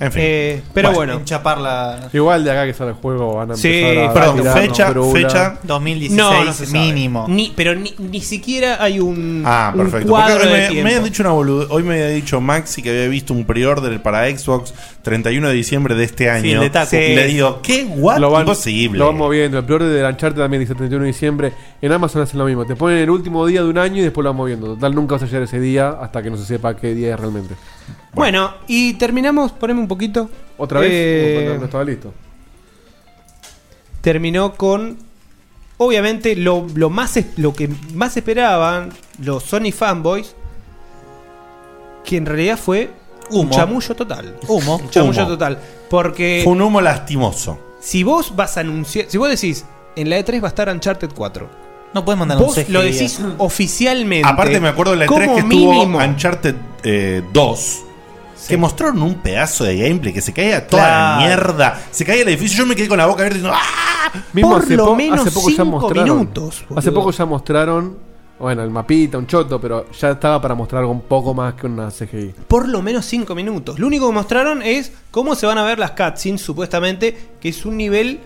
En fin. Eh, pero bueno. Enchapar la. Igual de acá que sale el juego van a Sí, empezar a. perdón, tirarnos fecha, pirula. fecha. 2016 No, no se sabe. mínimo. Ni, pero ni, ni siquiera hay un, Ah, un perfecto. Porque cuadro hoy de me, me tiempo. había dicho una bolude- Hoy me había dicho Maxi que había visto un pre-order para Xbox 31 de diciembre de este año. Sí, el de Taco. Y le digo, ¿qué? ¿What? Lo van, Imposible. Lo van moviendo. El peor de Lancharte también dice 31 de diciembre. En Amazon hacen lo mismo. Te ponen el último día de un año y después lo van moviendo. Total, nunca vas a llegar a ese día hasta que no se sepa qué día es realmente. Bueno, y terminamos, poneme un poquito. ¿Otra vez? Eh, No, no estaba listo. terminó con. Obviamente, lo, lo más, es- lo que más esperaban los Sony fanboys. Que en realidad fue un Humo. chamullo total. Humo. Un chamullo Humo. total. Porque. Fue un humo lastimoso. Si vos vas a anunciar. Si vos decís, en la E3 va a estar Uncharted 4. No puedes mandar un Vos CGI. lo decís oficialmente. Aparte, me acuerdo de la E3 como que estuvo mínimo. Uncharted eh, 2. Que mostraron un pedazo de gameplay que se caía toda la Claro. mierda. Se caía el edificio. Yo me quedé con la boca abierta diciendo ¡Ah! Mismo hace po- hace poco ya mostraron- Hace poco ya mostraron. Bueno, el mapita, un choto, pero ya estaba para mostrar algo un poco más que una CGI. Por lo menos 5 minutos. Lo único que mostraron es cómo se van a ver las cutscenes, supuestamente, que es un nivel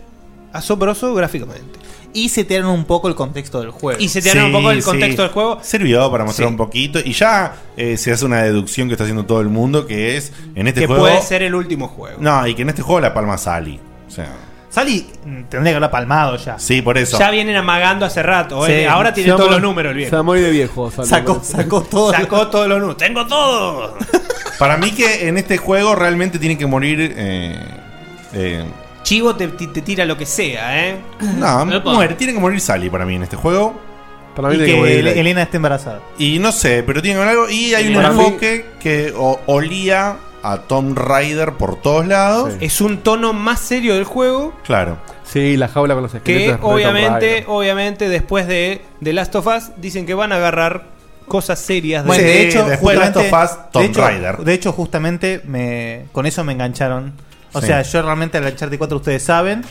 asombroso gráficamente. Y se tiraron un poco el contexto del juego. Y se tiraron un poco el sí. contexto del juego. Sirvió para mostrar Sí. un poquito. Y ya eh, se hace una deducción que está haciendo todo el mundo: que es en este que juego. puede ser el último juego. No, y que en este juego la palma Sally. O sea, Sally mm, tendría que haberla palmado ya. sí, por eso. Ya vienen amagando hace rato. Sí. eh. Ahora tiene Se todos llama- los números el Se va a viejo. morir de viejo. Sale, Sacó, parece. sacó todo. Sacó todos los números. ¡Tengo todo! [laughs] Para mí, que en este juego realmente tiene que morir. eh, eh, Chivo te, te- te tira lo que sea, ¿eh? no, muere. Tiene que morir Sally para mí en este juego. Para Y que Ele- Elena esté embarazada. Y no sé, pero tiene que haber algo. Y hay un Para mí- enfoque que o- olía a Tom Raider por todos lados. Es un tono más serio del juego. Claro. Sí, la jaula con los esqueletos. Que es re Tomb obviamente, Raider. obviamente, después de, de Last of Us, dicen que van a agarrar cosas serias este Bueno, de hecho, justamente- justamente- Tomb de hecho- Raider. De hecho, justamente me, con eso me engancharon. O Sí. sea, yo realmente al Uncharted 4 ustedes saben,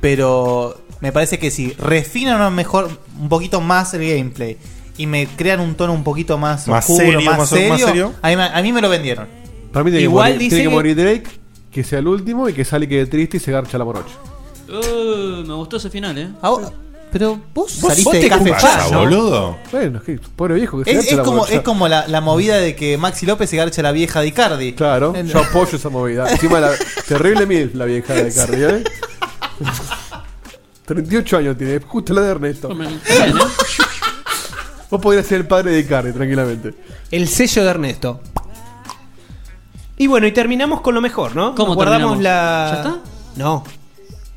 pero me parece que si refinan un mejor un poquito más el gameplay y me crean un tono un poquito más, Más oscuro, serio, más, más- más serio, serio. A, mí, me- a mí me lo vendieron. Para mí tiene que Igual morir- tiene dice que que- morir Drake, que sea el último y que sale que triste y se garcha la morocha. Uh, me gustó ese final, eh. pero vos, saliste vos de te Café culpas, Faz, ¿no? boludo? Bueno, es que pobre viejo que se Es, garcha es la como, morocha. es como la, la movida de que Maxi López se garcha a la vieja de Icardi. Claro, yo apoyo esa [laughs] movida. Encima la terrible mil la vieja de Carrie, ¿eh? 38 años tiene, justo la de Ernesto. Vos podrías ser el padre de Carrie tranquilamente. El sello de Ernesto. Y bueno, y terminamos con lo mejor, ¿no? ¿Cómo Nos guardamos terminamos? la. ¿Ya está? No.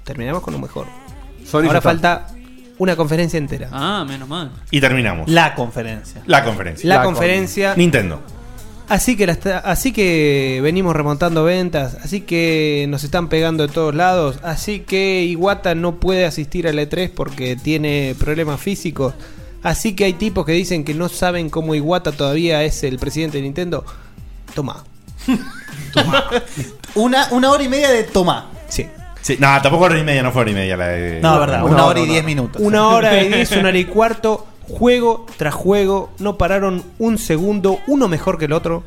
Terminamos con lo mejor. Sony ya Ahora está. falta una conferencia entera. Ah, menos mal. Y terminamos. La conferencia. La conferencia. La La conferencia. con- Nintendo. Así que, la está- así que venimos remontando ventas, así que nos están pegando de todos lados, así que Iwata no puede asistir a la E3 porque tiene problemas físicos, así que hay tipos que dicen que no saben cómo Iwata todavía es el presidente de Nintendo. Toma. Una, una hora y media de tomá. Sí. Sí, no, tampoco hora y media, no fue hora y media la de. No, verdad, una hora y no. diez minutos. Una hora y diez, [laughs] una hora y cuarto, juego tras juego, no pararon un segundo, uno mejor que el otro.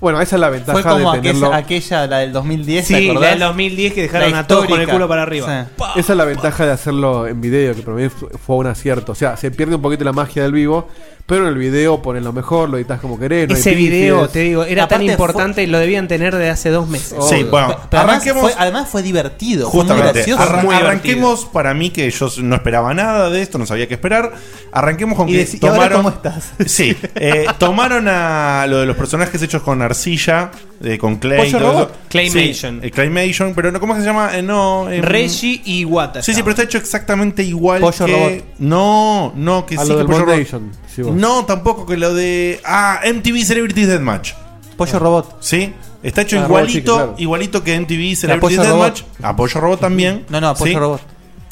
Bueno, esa es la ventaja Fue como de tenerlo. aquella, aquella, la del 2010, Sí, ¿te acordás? la del 2010 que dejaron La a todos con el histórica. culo para arriba. Sí. Esa es la ventaja de hacerlo en video, que para mí fu- fue un acierto. O sea, se pierde un poquito la magia del vivo, pero en el video pones lo mejor, lo editas como querés. no hay Ese pifies. video, te digo, era tan Aparte fue- importante y lo debían tener de hace dos meses. Sí, bueno, Pero además, arranquemos- fue, además fue divertido, fue muy Justamente, gracioso. arran- Muy divertido. arranquemos para mí que yo no esperaba nada de esto, no sabía qué esperar. Arranquemos con Y que decí- ¿y ahora cómo estás? [laughs] Sí, eh, tomaron a lo de los personajes hechos con arcilla, eh, con clay, Pollo y todo Robot. eso. Claymation. Sí, eh, claymation, pero no, ¿cómo es que se llama? Eh, no, em, Reggie y Iwata. Sí, sí, pero está hecho exactamente igual Pollo que- Robot. No, no, que sí. A Ah, lo que del Pollo Bond Robot- Nation, sí, vos. no, tampoco que lo de. Ah, MTV Celebrity Deathmatch. Pollo Robot. Sí, está hecho Ah, Robot igualito, Chicken, claro. igualito que MTV Celebrity Apoyo Deathmatch. Robot. Apoyo Robot también. No, no, Apoyo ¿sí? Robot.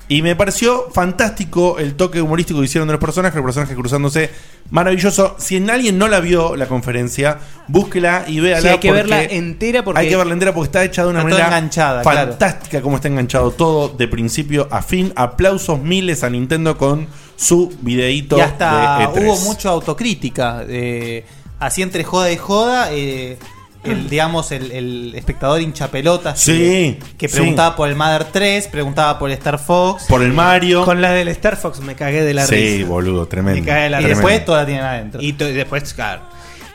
Y me pareció fantástico el toque humorístico que hicieron de los personajes, los personajes cruzándose. Maravilloso. Si en alguien no la vio la conferencia, búsquela y véala. Sí, hay que porque verla entera porque Hay que verla entera porque está hecha de una Está toda manera enganchada, claro. fantástica como está enganchado todo de principio a fin. Aplausos miles a Nintendo con su videíto Y hasta de E E3. hubo mucha autocrítica. eh, así entre joda y joda. eh, el, digamos, el, el espectador hinchapelotas Sí, que, que sí. preguntaba por el Mother 3, preguntaba por el Star Fox. Por el Mario. Con la del Star Fox me cagué de la sí, risa. boludo, tremendo. Me cae la Y risa. después toda la tienen adentro. Y to- y después, claro.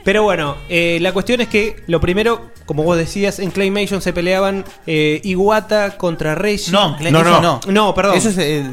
Pero bueno, eh, la cuestión es que lo primero, como vos decías, en Claymation se peleaban eh, Iwata contra Reggie. No, Clay- No, eso no. no. No, perdón. Eso es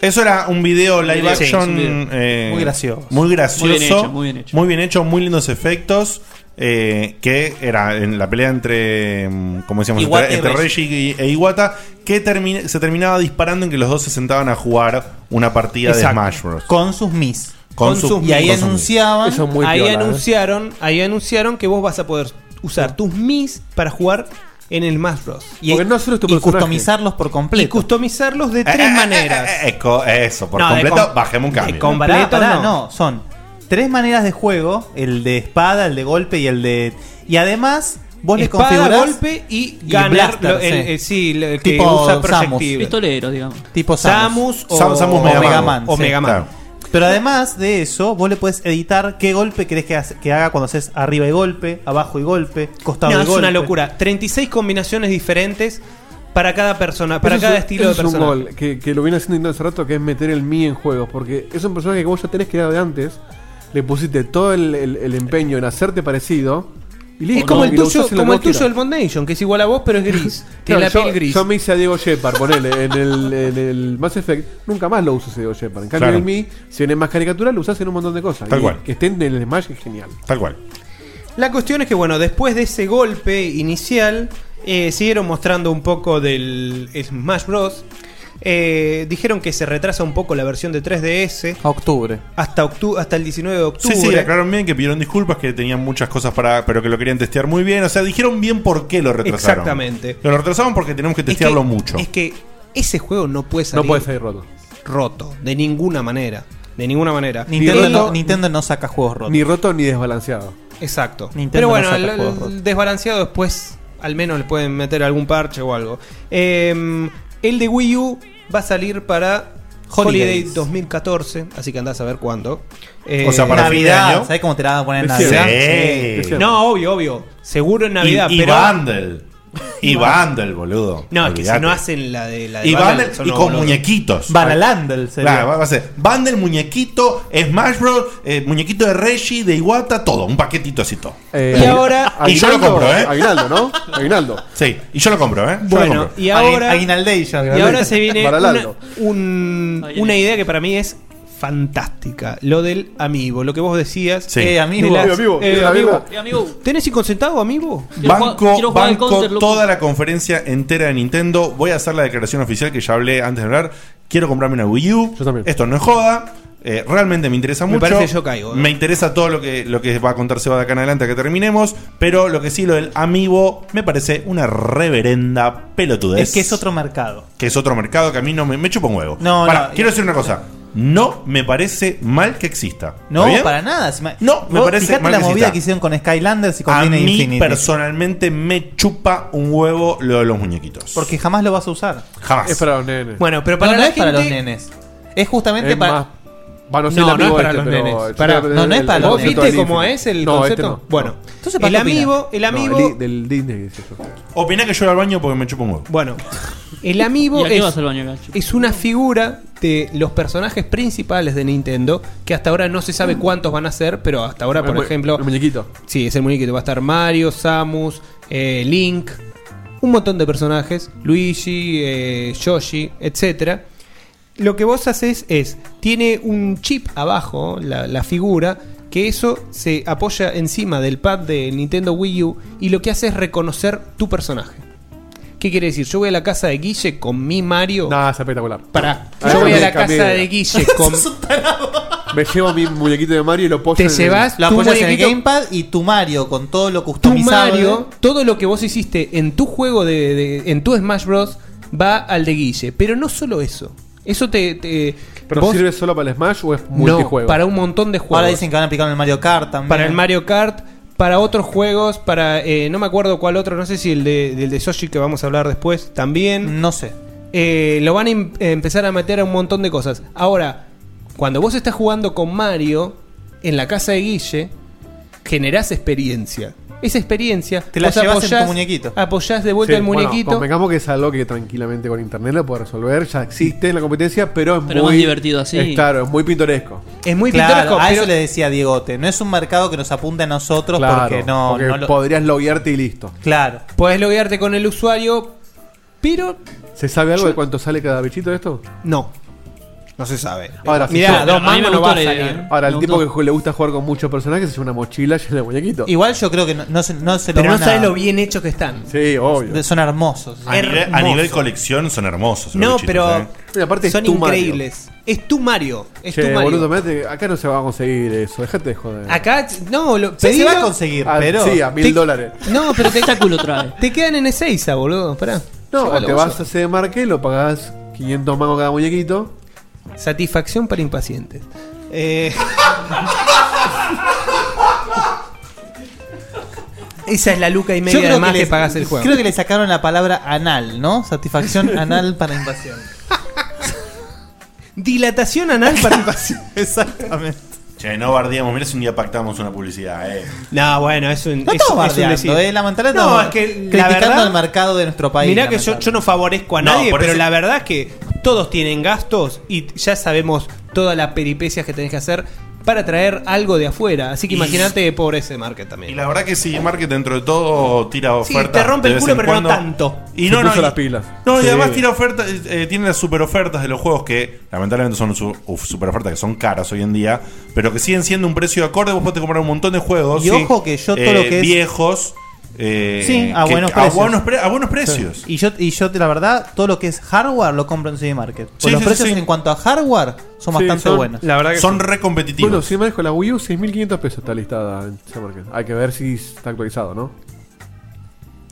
Eso era un video live Sí, es action un video. eh, Muy gracioso. Muy gracioso. Muy bien hecho, muy bien hecho. Muy bien hecho, muy lindos efectos. eh, que era en la pelea entre, mm, como decíamos, Iwata entre, y entre Reggie. Reggie y- e Iwata, que termi- se terminaba disparando en que los dos se sentaban a jugar una partida Exacto. de Smash Bros. Con sus Mis. Con sus y ahí con sus anunciaban. ahí anunciaron, ahí anunciaron que vos vas a poder usar tus Mis para jugar en el Smash Bros. Y, y customizarlos por completo. Y customizarlos de tres maneras. Eh, co- eso, por No, de completo, com- bajemos un cambio. Pará, pará, eh, no. Son tres maneras de juego: el de espada, el de golpe y el de. Y además, vos le Espada, configurás. eh, golpe y ganar blaster, lo- el- el- sí, el que tipo usa proyectiles. proyectiles. Pistoleros, digamos. Tipo Samus, Samus o- Sam- Samus Mega Man. O O sí, Mega Man. claro. Pero además de eso, vos le puedes editar qué golpe querés que, hace- que haga cuando haces arriba y golpe, abajo y golpe, costado No, y es golpe. una locura. 36 combinaciones diferentes para cada persona, para Eso cada es, un- estilo de eso es un persona. gol que, que lo viene haciendo Nintendo hace rato, que es meter el Mii en juegos. Porque es un personaje que vos ya tenés creado de antes. Le pusiste todo el, el- el empeño en hacerte parecido. Y listo. Es como el Y lo tuyo, usás en lo como que el vos tuyo quieras. del Bond Nation, que es igual a vos, pero es [laughs] gris. Tiene Claro, la yo, piel gris. yo me hice a Diego Shepard, ponele, en el, en el Mass Effect. Nunca más lo usas a Diego Shepard. En cambio, Claro. en el Mii, si viene más caricatura, lo usas en un montón de cosas. Tal Y cual. Que estén en el Smash es genial. Tal cual. La cuestión es que, bueno, después de ese golpe inicial, eh, siguieron mostrando un poco del Smash Bros. Eh, dijeron que se retrasa un poco la versión de 3DS A octubre. hasta, octu- hasta el 19 de octubre. Sí, sí, aclararon bien que pidieron disculpas, que tenían muchas cosas para. pero que lo querían testear muy bien. O sea, dijeron bien por qué lo retrasaron. Exactamente. Lo retrasaron porque tenemos que testearlo es que, mucho. Es que ese juego no puede salir. puede salir roto. Roto, de ninguna manera. De ninguna manera. Nintendo, Él- no, Nintendo no saca juegos rotos. Ni roto ni desbalanceado. Exacto. Nintendo Pero no bueno, saca el, juegos el rotos. desbalanceado después al menos le pueden meter algún parche o algo. Eh, el de Wii U va a salir para Holiday, Holidays. 2014, así que andás a ver cuándo. Eh, O sea, para fin de Navidad. año. ¿Sabés cómo te la van a poner en Es Navidad? cierto. Sí. Es cierto. No, obvio, obvio. Seguro en Navidad, Y, y pero- [laughs] Bundle. Y Bundle, boludo. No, es que si Olvidate. no hacen la de la de Y Bundle, Bundle son y unos con boludos. muñequitos. Banalandel sería. Claro, va a ser Bundle, muñequito, Smash Bros, eh, muñequito de Reggie, de Iwata, todo. Un paquetito así todo. Eh, y agui- ahora. Y yo lo aguinaldo- compro, ¿eh? [laughs] Aguinaldo, ¿no? Aguinaldo. Sí, y yo lo compro, ¿eh? Yo lo Bueno, compro. y ahora, Aguinaldation. y ahora se viene una, Baralando. un- una idea que para mí es fantástica. Lo del amigo, lo que vos decías. Sí. de Eh, amiibo. las- Eh, amiibo. eh, Eh, amiibo. amiibo. Eh, amigo, ¿Tenés 5 centavos, amigo? Banco, banco toda la conferencia entera de Nintendo. Voy a hacer la declaración oficial que ya hablé antes de hablar. Quiero comprarme una Wii U. Esto no es joda. Eh, realmente me interesa Me mucho. parece que yo caigo, ¿no? Me interesa todo lo que, lo que va a contar Seba de acá en adelante a que terminemos. Pero lo que sí, lo del Amiibo me parece una reverenda pelotudez. Es que es otro mercado. que es otro mercado que a mí no me, me chupa un huevo. No, Pará, no, quiero decir una cosa. No me parece mal que exista. No, ¿Está bien? para nada. Si No, me vos parece fijate mal la que movida exista. que hicieron con Skylanders y con A mí Disney Infinity. personalmente me chupa un huevo lo de los muñequitos. Porque jamás lo vas a usar. Jamás. Es para los nenes. Bueno, pero para No, no la es para gente- los nenes. Es justamente Es para. más- va, no sé el amigo este, pero el- Pará, el- no, no es el- para el los nenes. concepto del ¿Viste cómo Infinity. es el No, concepto? este no. Bueno, No. entonces, ¿para el qué opinas? amiibo- el No, amiibo- del- del Disney dice yo. Opina que yo voy al baño porque me chupa un huevo. Bueno, el [laughs] amiibo ¿Y a qué es, vas al baño, Gacho? es una figura de los personajes principales de Nintendo, que hasta ahora no se sabe cuántos van a ser, pero hasta ahora, Mm. El por mu- ejemplo... el muñequito. Sí, es el muñequito. Va a estar Mario, Samus, eh, Link, un montón de personajes, Luigi, eh, Yoshi, etcétera. Lo que vos haces es, tiene un chip abajo, la, la figura, que eso se apoya encima del pad de Nintendo Wii U y lo que hace es reconocer tu personaje. ¿Qué quiere decir? Yo voy a la casa de Guille con mi Mario. Nah, es espectacular. Pará. Ah, Yo voy a me la cambié casa de- de [laughs] Guille [laughs] con. Me llevo mi muñequito de Mario y lo apoyo Te en el- llevas Lo tu apoyas en el muñequito- Gamepad y tu Mario con todo lo tu customizado. ¿eh? Mario, todo lo que vos hiciste en tu juego de, de- en tu Smash Bros va al de Guille, pero no solo eso. Eso te, te- ¿Pero vos- sirve solo para el Smash o es multijuego? no, para un montón de juegos. Ahora dicen que van a aplicar en el Mario Kart también. Para el Mario Kart, para otros juegos, para eh, no me acuerdo cuál otro, no sé si el de, del de Yoshi que vamos a hablar después también. No sé. lo van a em- empezar a meter a un montón de cosas. Ahora, cuando vos estás jugando con Mario en la casa de Guille, generás experiencia. esa experiencia. Te la vos llevas en apoyás- tu muñequito. Apoyás de vuelta Sí, el bueno, muñequito. convengamos que es algo que tranquilamente con internet lo puede resolver. Ya existe en la competencia, pero es Pero muy. más divertido así. es claro, es muy pintoresco. Es muy Claro, pintoresco. a A eso eso le decía Diegote. No es un mercado que nos apunta a nosotros Claro, porque no. porque no lo- podrías loguearte y listo. Claro. Podés loguearte con el usuario, pero ¿Se sabe algo de cuánto sale cada bichito de esto? No. No se sabe. Ahora, si Mirá, yo- dos A mí me mangos no gustó va a la idea, salir. ¿eh? Ahora, el Me tipo gustó. que le gusta jugar con muchos personajes se lleva una mochila llena de muñequitos. Igual yo creo que no, no se, no se Pero lo no van a- sabes lo bien hechos que están. Sí, obvio. Son hermosos. A nivel, a Hermosos. nivel colección son hermosos. los No, bichitos, pero- ¿eh? son tu Mario. increíbles. Es tu Mario. Es tu Ah, Che, Mario. boludo, mirate, acá no se va a conseguir eso. Dejate de joder. Acá, no, lo, Sí, pedilo- se va a conseguir, Ah, pero- sí, a mil Te- dólares. No, pero te, trae. te quedan en Ezeiza, boludo. Pará. No, o Llévalo, te vas vos. a hacer marque, lo pagás 500 mangos cada muñequito. Satisfacción para impacientes. Eh, Esa es la luca y media de más que, le- [laughs] pagás el juego. Creo que le sacaron la palabra anal, ¿no? [laughs] Satisfacción anal para invasión. [laughs] Dilatación anal para invasión. Exactamente. Che, no bardeamos. Mira si un día pactamos una publicidad, eh. No, bueno, es un. No es, estamos es un bardeando, decir. eh, lamentablemente No, estamos es que la criticando verdad. al mercado de nuestro país. mirá que yo, yo no favorezco a No, nadie, por pero eso- la verdad es que todos tienen gastos y ya sabemos todas las peripecias que tenés que hacer para traer algo de afuera. Así que Y- imagínate por ese market también. Y la verdad que sí, Market dentro de todo tira Sí, ofertas. te rompe el de vez culo, en pero cuando. no tanto. Y Se no, puso no, y- las pilas. No, Sí. y además tira ofertas, eh, eh, tiene las super ofertas de los juegos que lamentablemente son su- uf, super ofertas que son caras hoy en día, pero que siguen siendo un precio acorde. Vos podés comprar un montón de juegos. Y ojo que yo todo eh, lo que es- Viejos. eh, Sí, a que- buenos precios. buenos pre- a buenos precios. Sí. Y yo, y yo, la verdad, todo lo que es hardware lo compro en CD Market. Porque Sí, los sí, precios sí. en cuanto a hardware son Sí, bastante son- buenos. Bueno, si manejo la Wii U, 6.500 pesos está listada en Sea Market. Hay que ver si está actualizado, ¿no?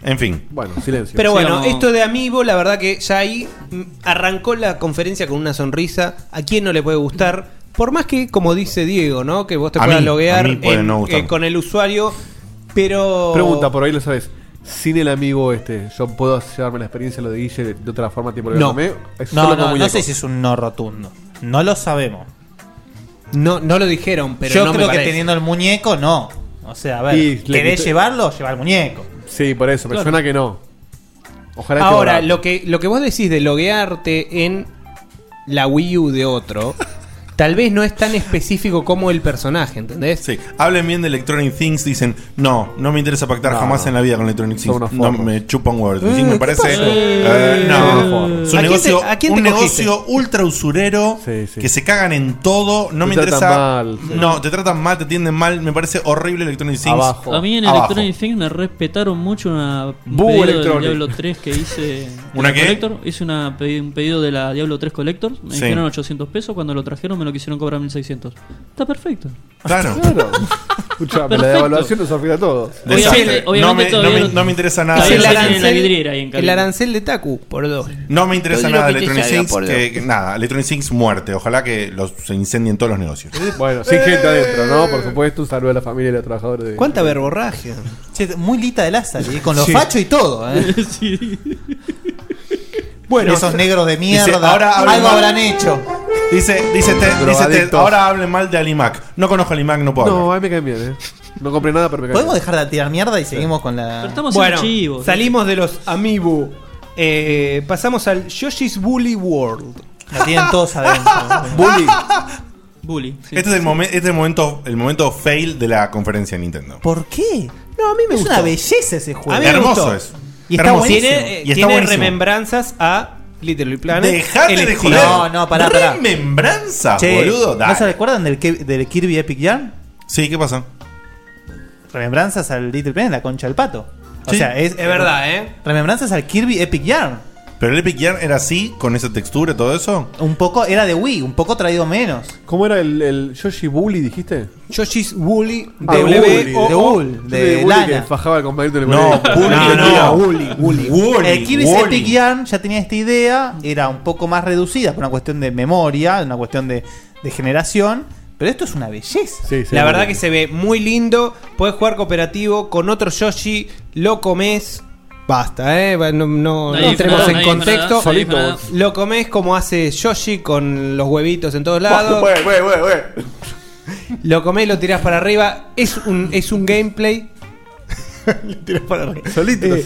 En fin. Bueno, silencio. Pero bueno, esto de Amiibo, la verdad que ya ahí mm, arrancó la conferencia con una sonrisa. ¿A quién no le puede gustar? Por más que, como dice Diego, ¿no? Que vos te A puedas mí, loguear a mí puede en- no gustarme. eh, con el usuario, pero... Pregunta, por ahí lo sabes. Sin el amigo este, ¿yo puedo llevarme la experiencia lo de Guille de- de otra forma? Tipo, lo que No. tomé? Es No, no, solo con no muñecos. sé si es un no rotundo. No lo sabemos. No, no lo dijeron, pero yo no me creo que parece. teniendo el muñeco, no. O sea, a ver, Y le ¿querés quité- llevarlo? Lleva el muñeco. Sí, por eso, me Claro. suena que no. Ojalá esté Ahora, barato. lo que, lo que vos decís de loguearte en la Wii U de otro, tal vez no es tan específico como el personaje, ¿entendés? Sí. Hablen bien de Electronic Things, dicen, no, no me interesa pactar No. jamás en la vida con Electronic Son Things. unos No forros. me chupa un huevo. Eh, Sí, me ¿qué parece. pasó? eh, Son unos no. forros. Es un ¿A quién negocio, te- a quién te un cogiste? negocio ultra usurero que se cagan en todo. No Te me tratan interesa. mal, sí. No, te tratan mal, te atienden mal. Me parece horrible Electronic Things. A mí en Abajo. Electronic Things me respetaron mucho una, un Bu pedido Electronic. del Diablo 3 que hice. de [laughs] ¿Una la qué? Collector. Hice una pedi- un pedido de la Diablo 3 Collector. Me Sí. dijeron 800 pesos. Cuando lo trajeron me lo quisieron cobrar 1600. Está perfecto. Claro. [laughs] Claro. Escuchame, la Perfecto. devaluación nos afecta a todos. Desastre. Obviamente- no, me, obviamente no me- todavía- no me interesa nada. todavía lo tienen en la vidriera ahí en Cali. El arancel de Taku, por dos. No me interesa Todo nada lo que te Electronic salga Things. por que- que nada, Electronic Things muerte. Ojalá que los, se incendien todos los negocios. Bueno, sin gente adentro, ¿no? Por supuesto, un saludo a la familia y a los trabajadores de. ¿Cuánta verborragia? Che, muy lita de Lázaro, ¿eh? con los Sí. fachos y todo. [laughs] ¿eh? Bueno, esos negros de mierda. Dice, ahora hablen algo mal- habrán hecho. Dice, dice, Ted- dice Ted, Drogadictos. ahora hablen mal de Alimac. No conozco Alimac, no puedo. No, ahí me caen bien, ¿eh? No compré nada, pero me caen Podemos bien. dejar de tirar mierda y seguimos con la. bueno, salimos de los Amiibo. Eh, pasamos al Yoshi's Bully World. La tienen todos adentro. [laughs] Bully. Bully. Este es, el momen- este es el momento, el momento fail de la conferencia de Nintendo. ¿Por qué? No, a mí me es gustó. una belleza ese juego. A mí me Hermoso gustó. es. Y está Hermoso. buenísimo. Tiene- Tiene, eh, y está tiene buenísimo. remembranzas a Little Big Planet. Dejate de Elegir. joder. No, no, pará, pará. Remembranzas, Che, boludo. ¿no Dale. ¿No se recuerdan del, Ke- del Kirby Epic Yarn? Sí, ¿qué pasa? Remembranzas al Little Planet, la concha del pato. O Sí. sea, es, Es verdad, ¿eh? Remembranzas al Kirby Epic Yarn. ¿Pero el Epic Yarn era así, con esa textura y todo eso? Un poco, era de Wii, un poco traído menos. ¿Cómo era el, el Yoshi Bully, dijiste? Yoshi's Bully Ah, de Bully, W- de o- o- Bull, de de Bully lana. que fajaba el compañero del No, Bully, no. Bully, Bully. Eh, el Kirby's Bully. este Epic Yarn ya tenía esta idea, era un poco más reducida por una cuestión de memoria, una cuestión de, de generación, pero esto es una belleza. la verdad que se ve muy lindo. Podés jugar cooperativo con otro Yoshi. Lo comes. Basta, ¿eh? No, Nadie no, no dijo entremos nada, en nadie dijo contexto. nada, nadie dijo nada. Lo comes como hace Yoshi con los huevitos en todos lados. Bueno, bueno, bueno, bueno. [laughs] Lo comés, lo tirás para arriba. Es un, es un gameplay. Eh, Solitos.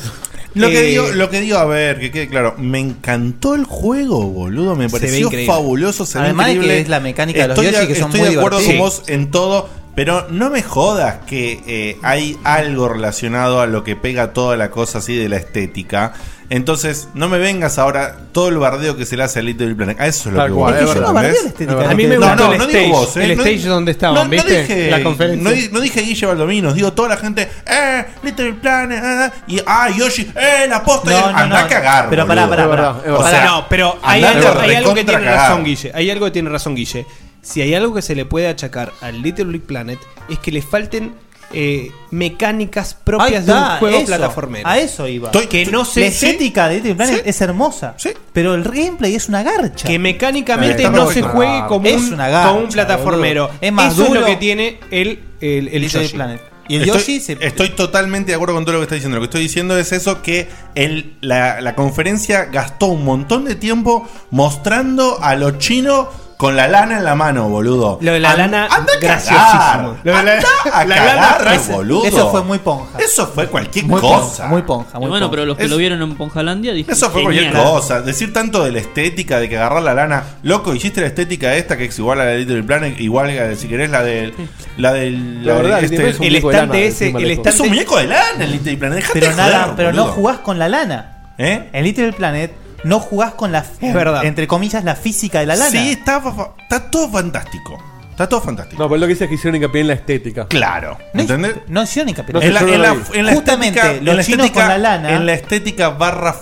lo, que Eh, digo, lo que digo, a ver, que quede claro, me encantó el juego, boludo. Me Se ve pareció increíble. fabuloso. Se ve Además de que increíble. es la mecánica de los estoy Yoshi que son estoy muy de acuerdo con divertidos. vos en todo, pero no me jodas que eh, hay algo relacionado a lo que pega toda la cosa así de la estética. Entonces, no me vengas ahora todo el bardeo que se le hace a Little Big Planet. A eso es lo Tal que cual, voy. es verdad. Es verdad. A mí me gustó el digo stage, vos, ¿eh? el No- stage donde estaban, no- no ¿viste? dije- La conferencia. No, di- no dije Guille Baldominos, digo toda la gente, eh, Little Planet, ah, ah", y ah, Yoshi, eh, la posta, No, y- no, andá no. a cagar. Pero pará, boludo. pará, pará. O Pará, sea, no, pero hay andate algo, a hay algo que recontra tiene cagar. razón Guille. Hay algo que tiene razón Guille. Si hay algo que se le puede achacar al Little Big Planet es que le falten eh, mecánicas Ahí propias de está, un juego eso, plataformero. A eso iba. que no la sé estética de Little Planet es hermosa. Pero el gameplay es una garcha. que mecánicamente Está no muy se claro. juegue como Es un, una garcha, como un plataformero. boludo. Es más Eso es duro. lo que tiene el, el, Eh, el Little Yoshi. Planet. estoy, estoy totalmente de acuerdo con todo lo que está diciendo. Lo que estoy diciendo es eso que el- la, la conferencia gastó un montón de tiempo mostrando a los chinos con la lana en la mano, boludo. Lo de la An- lana, anda a graciosísimo. cagar. Lo de la- Anda a la cagar, lana atrás. boludo. Eso fue muy ponja. Eso fue cualquier Muy ponja, cosa. muy ponja, muy Y bueno, pero los que Es- lo vieron en Ponjalandia dijeron. Eso fue "Genial". cualquier cosa. Decir tanto de la estética, de que agarrar la lana. Loco, hiciste la estética esta que es igual a la de Little Planet, igual a, si querés, la del. La del. este, La verdad, del- el tipo Este es un muñeco de lana, encima le pongo. Es un muñeco de lana, el Little Planet. Dejate Pero de nada, joder, pero no boludo. jugás con la lana. ¿Eh? En Little Planet no jugás con la Es verdad. entre comillas la física de la lana. Sí, está, fa- está todo fantástico. Está todo fantástico. No, pero lo que dice es que hicieron hincapié en la estética. Claro. ¿Entendés? No hicieron hincapié. en la, yo no en lo la- vi. en la Justamente, estética, los en la chinos estética- con la lana. en la estética barra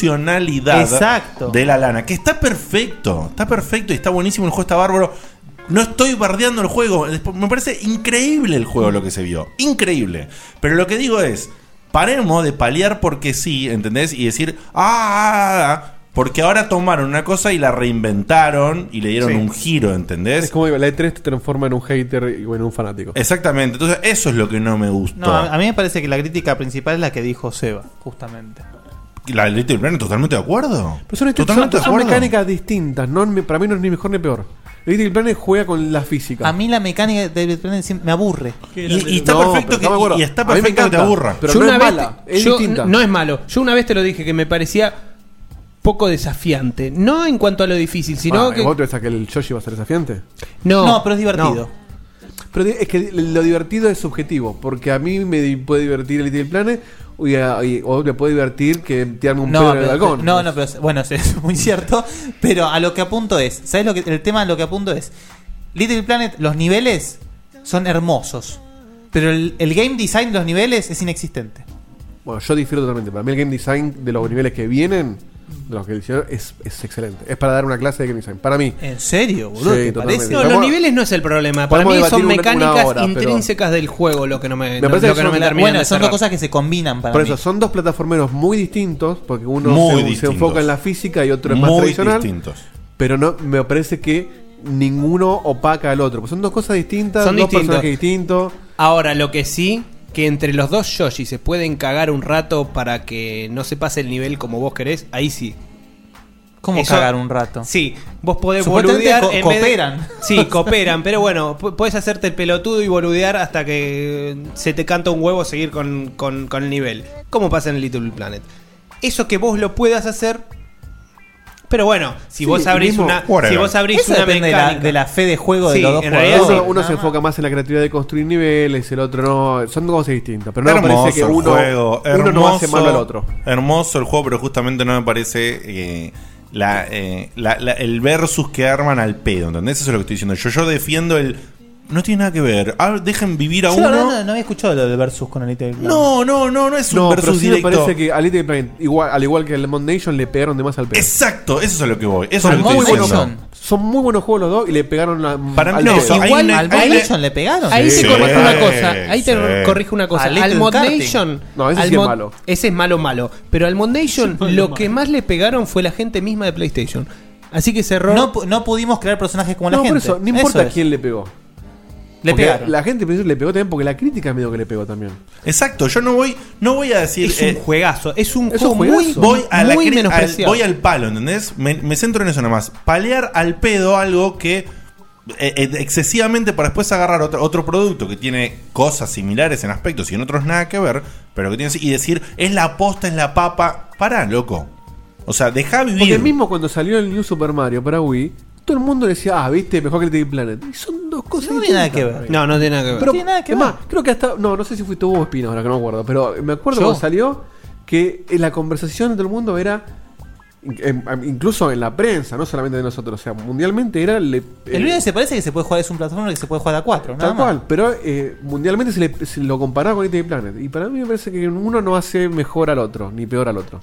funcionalidad Exacto. de la lana, que está perfecto, está perfecto y está buenísimo, el juego está bárbaro. No estoy bardeando el juego, después- me parece increíble el juego lo que se vio, increíble. Pero lo que digo es, paremos de paliar porque sí, ¿entendés? Y decir, ah, ah, ah", porque ahora tomaron una cosa y la reinventaron y le dieron Sí. un giro, ¿entendés? Es como digo, la E3 te transforma en un hater y bueno, en un fanático. Exactamente, entonces eso es lo que no me gustó. No, a a mí me parece que la crítica principal es la que dijo Seba, justamente. La del Little Planet, totalmente de acuerdo. Pero son, estos- totalmente son- son mecánicas distintas. No, me- para mí no es ni mejor ni peor. El Little Planet juega con la física. A mí la mecánica de Little Planet siempre me aburre. Y, y está No, perfecto pero que, está bueno. y está A mí me perfecto que te encanta. aburra. Pero Yo no una es vez mala, te- es yo- distinta. No es malo. Yo una vez te lo dije que me parecía poco desafiante. No en cuanto a lo difícil, sino Ah, que. ¿Vos te pensás que el Yoshi va a ser desafiante? No. No, pero es divertido. Pero di- es que lo divertido es subjetivo, porque a mí me di- puede divertir el Little Planet o, y a- y- o me puede divertir que tirarme un pedo No, en el pero- balcón. no, no, pero bueno, [laughs] sí, es muy cierto. Pero a lo que apunto es, ¿sabes lo que el tema a lo que apunto es? Little Planet, los niveles son hermosos, pero el, el game design de los niveles es inexistente. Bueno, yo difiero totalmente. Para mí el game design de los niveles que vienen, de los que hicieron, es, es excelente. Es para dar una clase de game design. Para mí. ¿En serio, boludo? Sí, ¿Te totalmente. parece? No, los Vamos- niveles no es el problema. Para podemos mí debatir son una- una mecánicas hora, pero- intrínsecas del juego lo que no me, Me parece lo Eh, que que no son- me terminan Bueno, de son dos cerrar. cosas que se combinan para Por mí. eso, son dos plataformeros muy distintos, porque uno Muy se- se, distintos. enfoca en la física y otro es más Muy tradicional. distintos. Pero no, me parece que ninguno opaca al otro. Pues son dos cosas distintas, Son dos distintos. personajes distintos. Ahora, lo que sí, que entre los dos Yoshi se pueden cagar un rato para que no se pase el nivel como vos querés, ahí sí. ¿Cómo cagar un rato? Sí, vos podés Supuestamente boludear. co- en vez de- cooperan. [laughs] sí, cooperan, pero bueno, pu- podés hacerte el pelotudo y boludear hasta que se te canta un huevo seguir con, con- con el nivel. Como pasa en el Little Big Planet. Eso que vos lo puedas hacer. Pero bueno, si Sí, vos abrís mismo- una. Si whatever. vos abrís Eso una depende de la- mecánica. de la fe de juego de los dos en jugadores. realidad Uno, sí. uno se enfoca más en la creatividad de construir niveles, el otro no. Son dos cosas distintas. Pero no me hermoso parece que el uno, juego, uno no hace hermoso, malo al otro. Hermoso el juego, pero justamente no me parece eh, la, eh, la- la- el versus que arman al pedo, ¿entendés? Eso es lo que estoy diciendo. Yo, yo defiendo el... No tiene nada que ver. Ah, dejen vivir a Yo la verdad uno. no, no había escuchado lo de Versus con el Little Planet. No, no, no, no es un No, pero versus sí me directo. parece que a Little Planet, igual, al igual que el Lemon Nation, le pegaron de más al pedo. Exacto, eso es a lo que voy. Eso es Son lo que muy estoy buenos, diciendo. son, son muy buenos juegos los dos y le pegaron la, Para mí no, pedo. igual al Mod Nation le pegaron. Ahí Sí, te corrijo una sí, cosa. Ahí te sí. corrijo una cosa. A Little Al Mod Karting. Nation. No, ese al sí es Mod- malo. Ese es malo, malo. Pero al Mod Nation malo, lo malo. que más le pegaron fue la gente misma de PlayStation. Así que cerró. No, pu- no pudimos crear personajes como No, la gente. por eso, no importa es. quién le pegó. Le Porque pegaron. La gente pensó que le pegó también porque la crítica medio que le pegó también. Exacto, yo no voy, no voy a decir. Es un juegazo, es un juego muy- voy a la muy cri- al- menospreciado. voy al palo, ¿entendés? Me, me centro en eso nomás. Palear al pedo algo que eh, eh, excesivamente para después agarrar otro, otro producto que tiene cosas similares en aspectos y en otros nada que ver, pero que tiene y decir, es la posta, es la papa. Pará, loco. O sea, deja vivir. Porque mismo cuando salió el New Super Mario para Wii, todo el mundo decía, ah, viste, mejor que el Little Planet. Y son dos cosas No tiene nada que ver. No, no tiene nada que Pero, es más, creo que hasta. No, no sé si fuiste vos o Espino, ahora que no me acuerdo. Pero me acuerdo Yo. cuando salió que en la conversación de todo el mundo era. en- en- Incluso en la prensa, no solamente de nosotros, o sea, mundialmente era. le- eh, El único que se parece que se puede jugar es un plataforma que se puede jugar a 4, nada Tal más. cual, pero eh, mundialmente se, le- se lo comparaba con Little Planet. Y para mí me parece que uno no hace mejor al otro, ni peor al otro.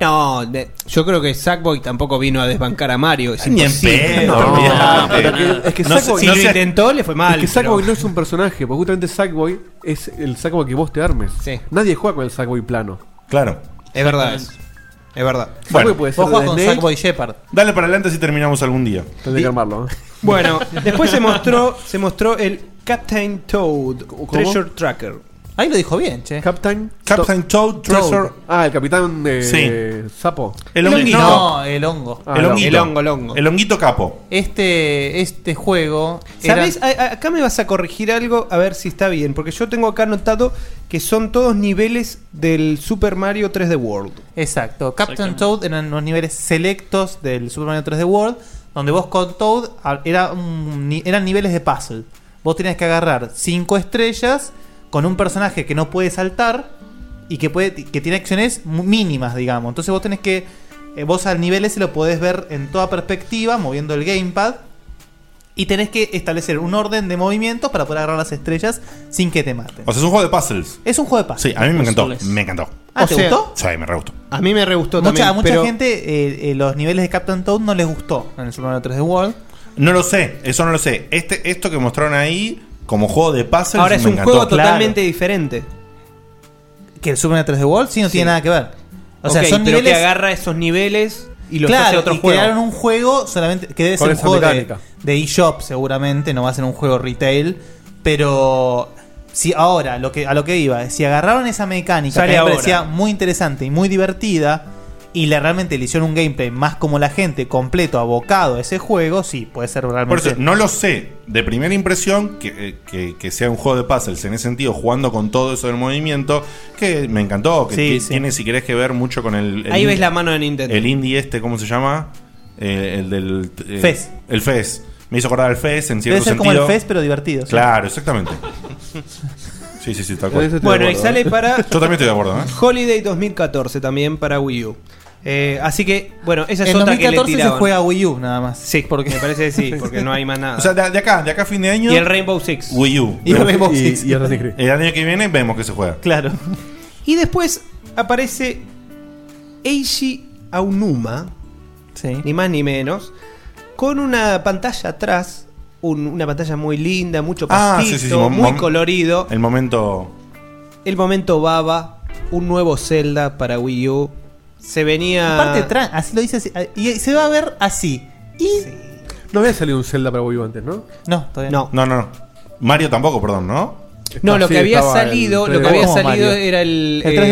No, de- yo creo que Sackboy tampoco vino a desbancar a Mario. Es Ni en imposible. pedo, olvídate. Pero que- es que No sé, Sackboy si no lo se- intentó, le fue mal. Es que Sackboy no es un personaje, porque justamente Sackboy es el Sackboy que vos te armes. Nadie juega con el Sackboy plano. Claro. Es verdad eso. Es verdad. Bueno, puede ser de Snake. Shepard. Dale para adelante si terminamos algún día. Tendré que armarlo. ¿eh? [laughs] Bueno, después se mostró, se mostró el Captain Toad Treasure Tracker. Ahí lo dijo bien, che. Captain. Captain Toad Treasure. Ah, el capitán de sapo. El honguito. No, el hongo. Ah, el honguito. el hongo. El honguito capo. Este, este juego. ¿Sabes? Acá me vas a corregir algo a ver si está bien, porque yo tengo acá anotado que son todos niveles del Super Mario 3D World. Exacto. Captain Toad eran los niveles selectos del Super Mario 3D World, donde vos con Toad a- era un ni- eran niveles de puzzle. Vos tenías que agarrar cinco estrellas con un personaje que no puede saltar y que puede que tiene acciones mu- mínimas, digamos. Entonces vos tenés que eh, vos al nivel ese lo podés ver en toda perspectiva moviendo el gamepad y tenés que establecer un orden de movimientos para poder agarrar las estrellas sin que te maten. O sea, es un juego de puzzles. Es un juego de puzzles. Sí, a mí me encantó. Puzzles. Me encantó. Ah, O ¿te sea- gustó? Sí, me re gustó. A mí me re gustó mucha, también. a mucha pero gente eh, eh, los niveles de Captain Toad no les gustó en el Super Mario 3D World. No lo sé, eso no lo sé. Este, esto que mostraron ahí, como juego de puzzles, Ahora es me un encantó. juego totalmente diferente. Que el Super Mario 3D World sí no tiene nada que ver. O sea, Ok, son pero niveles. que agarra esos niveles y los claro, hace otro y juego. crearon un juego solamente que debe Con ser un esa juego de, mecánica. de eShop seguramente, no va a ser un juego retail, pero si ahora lo que a lo que iba, es, si agarraron esa mecánica Sale que me ahora. parecía muy interesante y muy divertida y le realmente le hicieron un gameplay más como la gente completo abocado a ese juego, sí, puede ser Por realmente eso, no lo sé. De primera impresión, que, eh, que- que sea un juego de puzzles en ese sentido, jugando con todo eso del movimiento, que me encantó. Que Sí, ti- sí. tiene, si querés, que ver mucho con el. el Ahí ves indie- la mano de Nintendo. El indie este, ¿cómo se llama? Eh, el del. eh, Fez. El Fez. Me hizo acordar al Fez en cierto Debe ser sentido. como el Fez, pero divertido. sí. Claro, exactamente. Sí, sí, sí, tal Bueno, cual. y ¿eh? sale [laughs] para. Yo también estoy de acuerdo, ¿eh? ¿eh? Holiday 2014 también para Wii U. Eh, así que, bueno, esa es En otra que 2014 le se tiraban. juega Wii U nada más. Sí, porque Me parece [laughs] que sí, porque no hay más nada. O sea, de, de acá, de acá a fin de año. Y el Rainbow Six. Wii U. Y el Rainbow Y- Six. y el Assassin's Creed. El año que viene vemos que se juega. Claro. Y después aparece Eiji Aonuma, ni más ni menos, con una pantalla atrás, un- una pantalla muy linda, mucho Ah, pastito, sí, sí, sí, mom- muy mom- colorido. El momento. El momento baba, un nuevo Zelda para Wii U. Se venía... Aparte, tra- así lo dice así, ah, y se va a ver así. Y No había salido un Zelda para Wii U antes, ¿no? No, todavía no. No, no, no. Mario tampoco, perdón, ¿no? No, lo que había salido, lo que había salido era el, eh, Era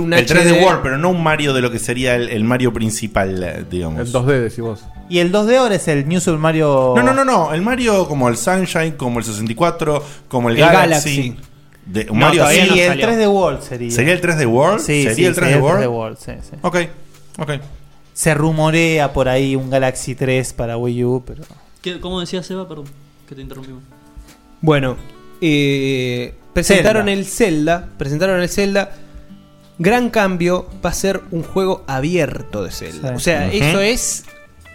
un el 3D HD. World, pero no un Mario de lo que sería el, el Mario principal, eh, digamos. El 2D, decís vos. Y el 2D ahora es el New Super Mario. No, no, no, no. El Mario como el Sunshine, como el 64, como el, El Galaxy. Galaxy. De, un No, Mario todavía así. no salió. El 3D World sería. ¿Sería el 3D World? Sí, ¿Sería sí, el 3D sería el World? 3D World, sí, sí. Ok, ok. Se rumorea por ahí un Galaxy 3 para Wii U, pero. ¿Qué- ¿Cómo decía Seba? Perdón, que te interrumpimos. Bueno, eh, presentaron el Zelda, presentaron el Zelda. Gran cambio va a ser un juego abierto de Zelda. Sí. O sea, Ujú. eso es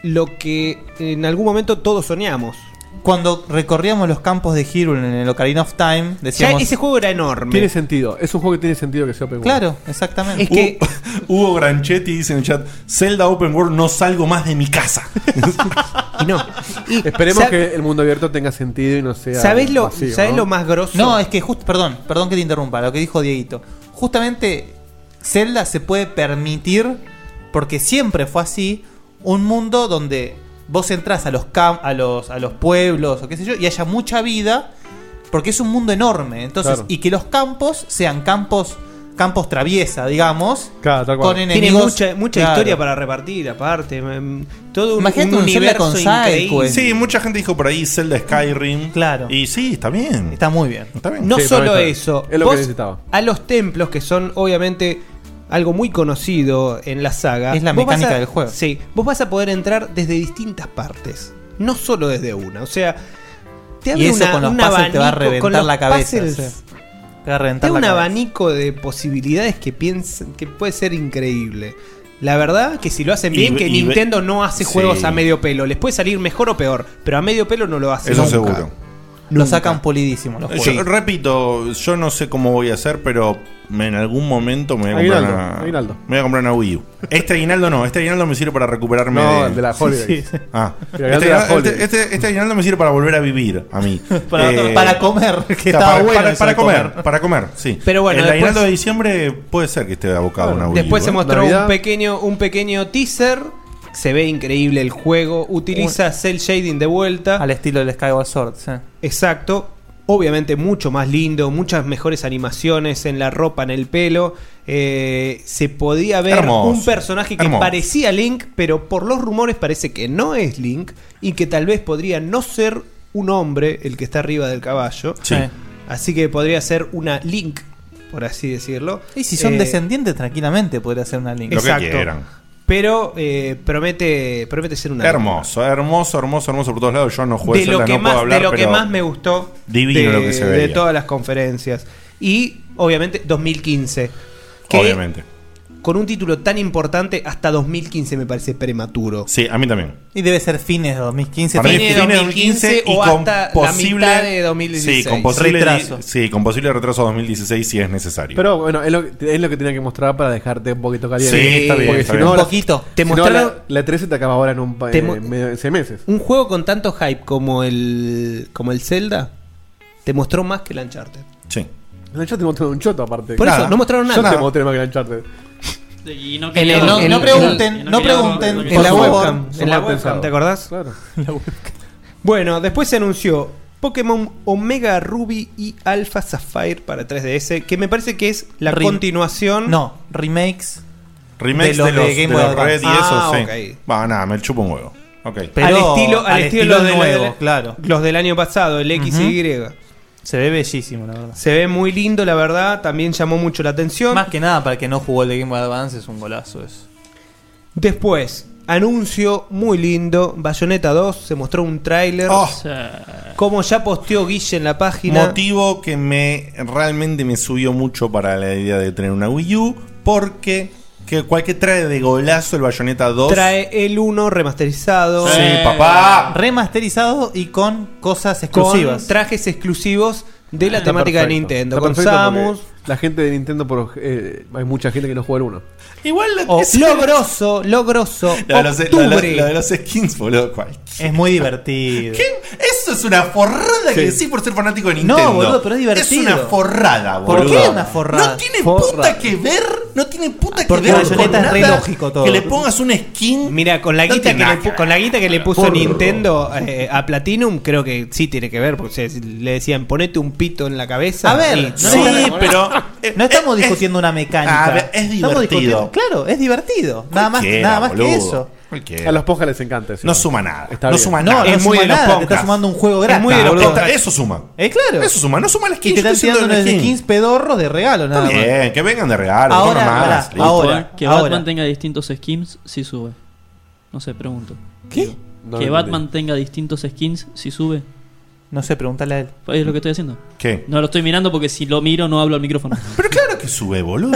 lo que en algún momento todos soñamos. Cuando recorríamos los campos de Hyrule en el Ocarina of Time, decíamos. ese juego era enorme. Tiene sentido. Es un juego que tiene sentido que sea open world. Claro, exactamente. [laughs] Hugo Granchetti dice en el chat: Zelda Open World, no salgo más de mi [laughs] casa. Esperemos Sab- que el mundo abierto tenga sentido y no sea. vacío, ¿no? grosso? No, es que justo, perdón, perdón que te interrumpa, lo que dijo Dieguito. Justamente Zelda se puede permitir, porque siempre fue así, un mundo donde vos entras a los, cam- a los, a los pueblos o qué sé yo, y haya mucha vida, porque es un mundo enorme. Entonces, Claro. y que los campos sean campos campos traviesa, digamos. Con enemigos. Tiene mucha, mucha Claro. historia para repartir, aparte. mm, Todo un, Imagínate un Zelda con increíble. Sí, mucha gente dijo por ahí Zelda Skyrim. Claro. Y sí, está bien. Está muy bien. Está bien. No solo eso. Es lo que vos necesitaba. A los templos, que son obviamente algo muy conocido en la saga. Es la vos vas mecánica a- del juego. Sí, vos vas a poder entrar desde distintas partes. No solo desde una. O sea, te Y abre eso una- con los un puzzles te va a reventar con los la cabeza, puzzles. sí. Te va a reventar Te da la un cabeza. abanico de posibilidades que piensan que puede ser increíble. La verdad que si lo hacen Y- bien, que y ve- Nintendo no hace Sí. juegos a medio pelo. Les puede salir mejor o peor, pero a medio pelo no lo hace. Eso nunca. seguro. Lo sacan pulidísimo los Yo, juegos. repito, yo no sé cómo voy a hacer, pero en algún momento me voy a comprar Aguinaldo, una. aguinaldo. Me voy a comprar una Wii U. Este aguinaldo no, este aguinaldo me sirve para recuperarme. No, el de la Holidays. Sí, sí. Ah. El aguinaldo Este, de la aguinaldo- Holidays. este- este- este aguinaldo me sirve para volver a vivir, a [laughs] mí. [laughs] Para- Eh, para comer, que estaba para, bueno para- eso para de comer, comer. para comer, sí. Pero bueno, el después- aguinaldo de diciembre puede ser que esté abocado a una Wii Después U, se ¿eh? mostró un pequeño, un pequeño teaser. Se ve increíble el juego. Utiliza cel shading de vuelta. Al estilo del Skyward Sword, Exacto. Obviamente mucho más lindo, muchas mejores animaciones en la ropa, en el pelo. Eh, se podía ver Hermoso. un personaje que Hermoso. parecía Link, pero por los rumores parece que no es Link y que tal vez podría no ser un hombre el que está arriba del caballo. Sí. Así que podría ser una Link, por así decirlo. Y si son Eh, descendientes, tranquilamente podría ser una link. Lo que quieran. pero eh, promete, promete ser una. Hermoso, hermoso, hermoso, hermoso por todos lados. Yo no juego de lo Zelda, que no más, puedo hablar, de lo que pero más me gustó divino de, lo que se de veía. todas las conferencias. Y obviamente 2015. que Obviamente. Con un título tan importante hasta 2015 me parece prematuro. Sí, a mí también. Y debe ser fines de 2015. Para mí Fines es fin de 2015 y con posible, Sí, con posible Retraso. Sí, con posible retraso a 2016 si es necesario. Pero bueno, es lo, que- es lo que tenía que mostrar para dejarte un poquito caliente. Sí, está bien, Porque está si bien. no, Un la- poquito. Te si no, mostraron- la, la 13 te acaba ahora en un pa- Te eh, mo- medio- seis meses. Un juego con tanto hype como el como el Zelda te mostró más que el Uncharted. Sí. Yo E te mostré un choto aparte. Por eso, Nada. no mostraron Yo nada. te mostré más que el Uncharted. Y no En quería- el- en- y no pregunten, y no quería- pregunten. no En quería- la Por favor. webcam. En la webcam, Somos pensados. ¿te acordás? Claro. Bueno, después se anunció Pokémon Omega Ruby y Alpha Sapphire para 3DS, que me parece que es la Rem- continuación. No, remakes. Remakes de los, de Boy los Red y Advance. eso, sí. Va, nada, me chupa un huevo. Ok. al estilo, al estilo los de la- nuevo, de la- claro. los del año pasado, el X y Y. Se ve bellísimo, la verdad. Se ve muy lindo, la verdad. También llamó mucho la atención. Más que nada, para el que no jugó el de Game Boy Advance, es un golazo eso. Después, anuncio muy lindo: Bayonetta 2. Se mostró un tráiler. Como ya posteó Guille en la página. Motivo que me realmente me subió mucho para la idea de tener una Wii U, porque que cualquier trae de golazo el Bayonetta 2. Trae el 1 remasterizado. Sí, papá. Remasterizado y con cosas exclusivas. Con trajes exclusivos de la Está temática de perfecto. Nintendo. Está Con perfecto porque Samus. La gente de Nintendo, por, eh, hay mucha gente que no juega el 1. Igual O lo grosso, lo grosso. Lo de, los, lo de los- octubre. Ah, lo de los skins, boludo. cual. Es muy divertido. ¿Qué? Eso es una forrada que decís por ser fanático de No, Nintendo. boludo, pero es divertido. Es una forrada, ¿Por Ah, boludo. qué una forrada? No tiene puta que ver. No tiene puta que Porque ver. Bayonetta con es re nada lógico todo. Que le pongas un skin. Mira, con la No guita, tiene que, nada le, que pu- ver. con la guita que le puso Porro. Nintendo eh, a Platinum, creo que sí tiene que ver, porque se- le decían ponete un pito en la cabeza. A ver, Y- no estamos- No estamos discutiendo una mecánica. a ver, es Estamos divertido. discutiendo- Claro, es divertido. Nada más, Cualquiera, nada más que boludo. eso. Cualquiera. A los poscas les encanta eso. No suma nada. Está no bien. suma No, nada. es muy suma de los nada, te Te estás está sumando un juego Es gratis. muy de los boludo. podcasts. Eso suma. Eh, claro. Eso suma, no suma la skin, Y te yo están estoy haciendo tirando unos una skin. skins pedorros de regalo, nada Está más. Ah. bien, que vengan de regalo. Ahora, pongan más, pará, listo. ahora. Que ahora. Batman tenga distintos skins, sí sube. No sé, pregunto. ¿Qué? No que entendí. Batman tenga distintos skins, sí sube. No sé, pregúntale a él. Es lo que estoy haciendo. ¿Qué? No lo estoy mirando porque si lo miro no hablo al [laughs] micrófono. Pero claro que sube, boludo.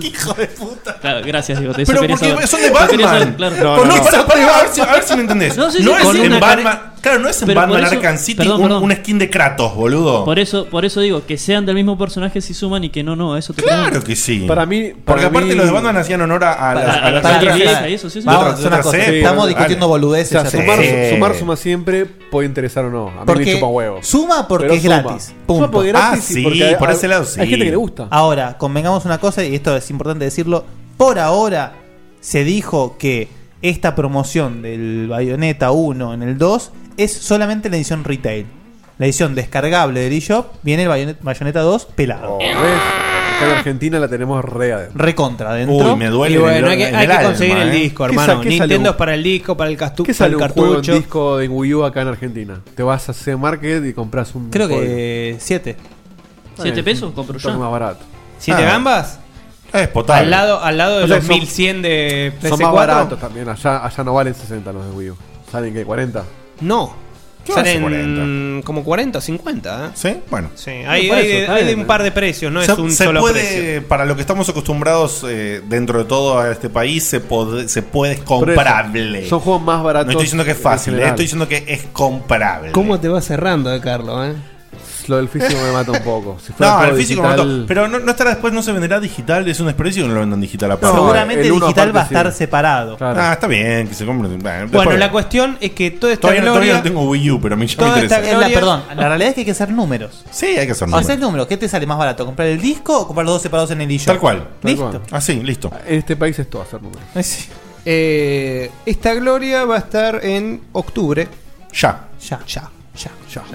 Hijo de puta. gracias, digo. Te eso Pero quería porque saber. son de Eso quería Batman. saber, claro. Pero no, pará, pará, a ver si- A ver si me entendés. No, sí, sí, No es con en una cara- Batman. Claro, no es en Pero por Batman eso- Arkham City perdón, un- perdón. un skin de Kratos, boludo. Por eso, por eso digo, que sean del mismo personaje si suman y que no, no, eso te Claro pregunto. que sí. Para mí- Porque para aparte mí- los de Batman hacían honor a, a las, Para- a las para- otras- para- para- eso, sí, sí. de Vamos, otras- es de una otras cosa, épocas. estamos Dale. discutiendo boludeces O sea, ya. sumar, Sí. sumar suma siempre, puede interesar o no. A mí Porque me chupa huevo. Suma porque Pero es suma. gratis. Suma porque es Ah, gratis y porque hay- hay- Hay gente que le gusta. Ahora, convengamos una cosa, y esto es importante decirlo. Por ahora se dijo que esta promoción del Bayonetta 1 en el 2 es solamente la edición retail. La edición descargable del eShop viene el Bayonet- Bayonetta 2 pelado. Oh, Acá en Argentina la tenemos re adentro. Recontra adentro. Uy, me duele Y en bueno, el- hay que- en hay el que alma, conseguir el ¿eh? disco, ¿Qué hermano. sa- qué Nintendo sale es para el disco, para el, castu- ¿Qué para el sale un juego en cartucho. disco de Wii U acá en Argentina? Te vas a C-Market y compras un. Creo que 7. ¿Siete pesos? Compro yo. más barato. ¿Siete Ah. gambas? Es potable. Al lado, al lado de O sea, los son- 1100 de PS4. Son más baratos también. Allá, allá no valen 60 los de Wii U. ¿Salen qué? ¿40? No. ¿Qué Salen va a ser como 40 o 50. ¿eh? ¿Sí? Bueno. Sí, hay, Por hay eso, de, está hay de bien. un par de precios, no se, es un se solo puede, precio. para lo que estamos acostumbrados eh, dentro de todo a este país, se, pod- se puede es comprable. Son juegos más baratos. No estoy diciendo que es en fácil, eh, general. estoy diciendo que es comprable. ¿Cómo te va cerrando, eh, Carlos? Eh? Lo del físico me mata un poco. Si fuera No, todo el físico no digital- mató. Pero no, no estará después, no se venderá digital, es un desprecio que no lo vendan digital aparte. Seguramente uno digital aparte va a estar sí. separado. Ah, está bien, que se compre. Bueno, Bueno, después- la cuestión es que toda esta todavía, no, todavía gloria... no tengo Wii U, pero a mí ya me toda esta interesa. gloria- perdón, la realidad es que hay que hacer números. Sí, hay que hacer números. números. Hacer números. ¿Qué te sale más barato? ¿Comprar el disco o comprar los dos separados en el eShop? Tal cual. Listo. Así, listo. En este país es todo hacer números. Eh, esta gloria va a estar en octubre. Ya. Ya. Ya. Ya.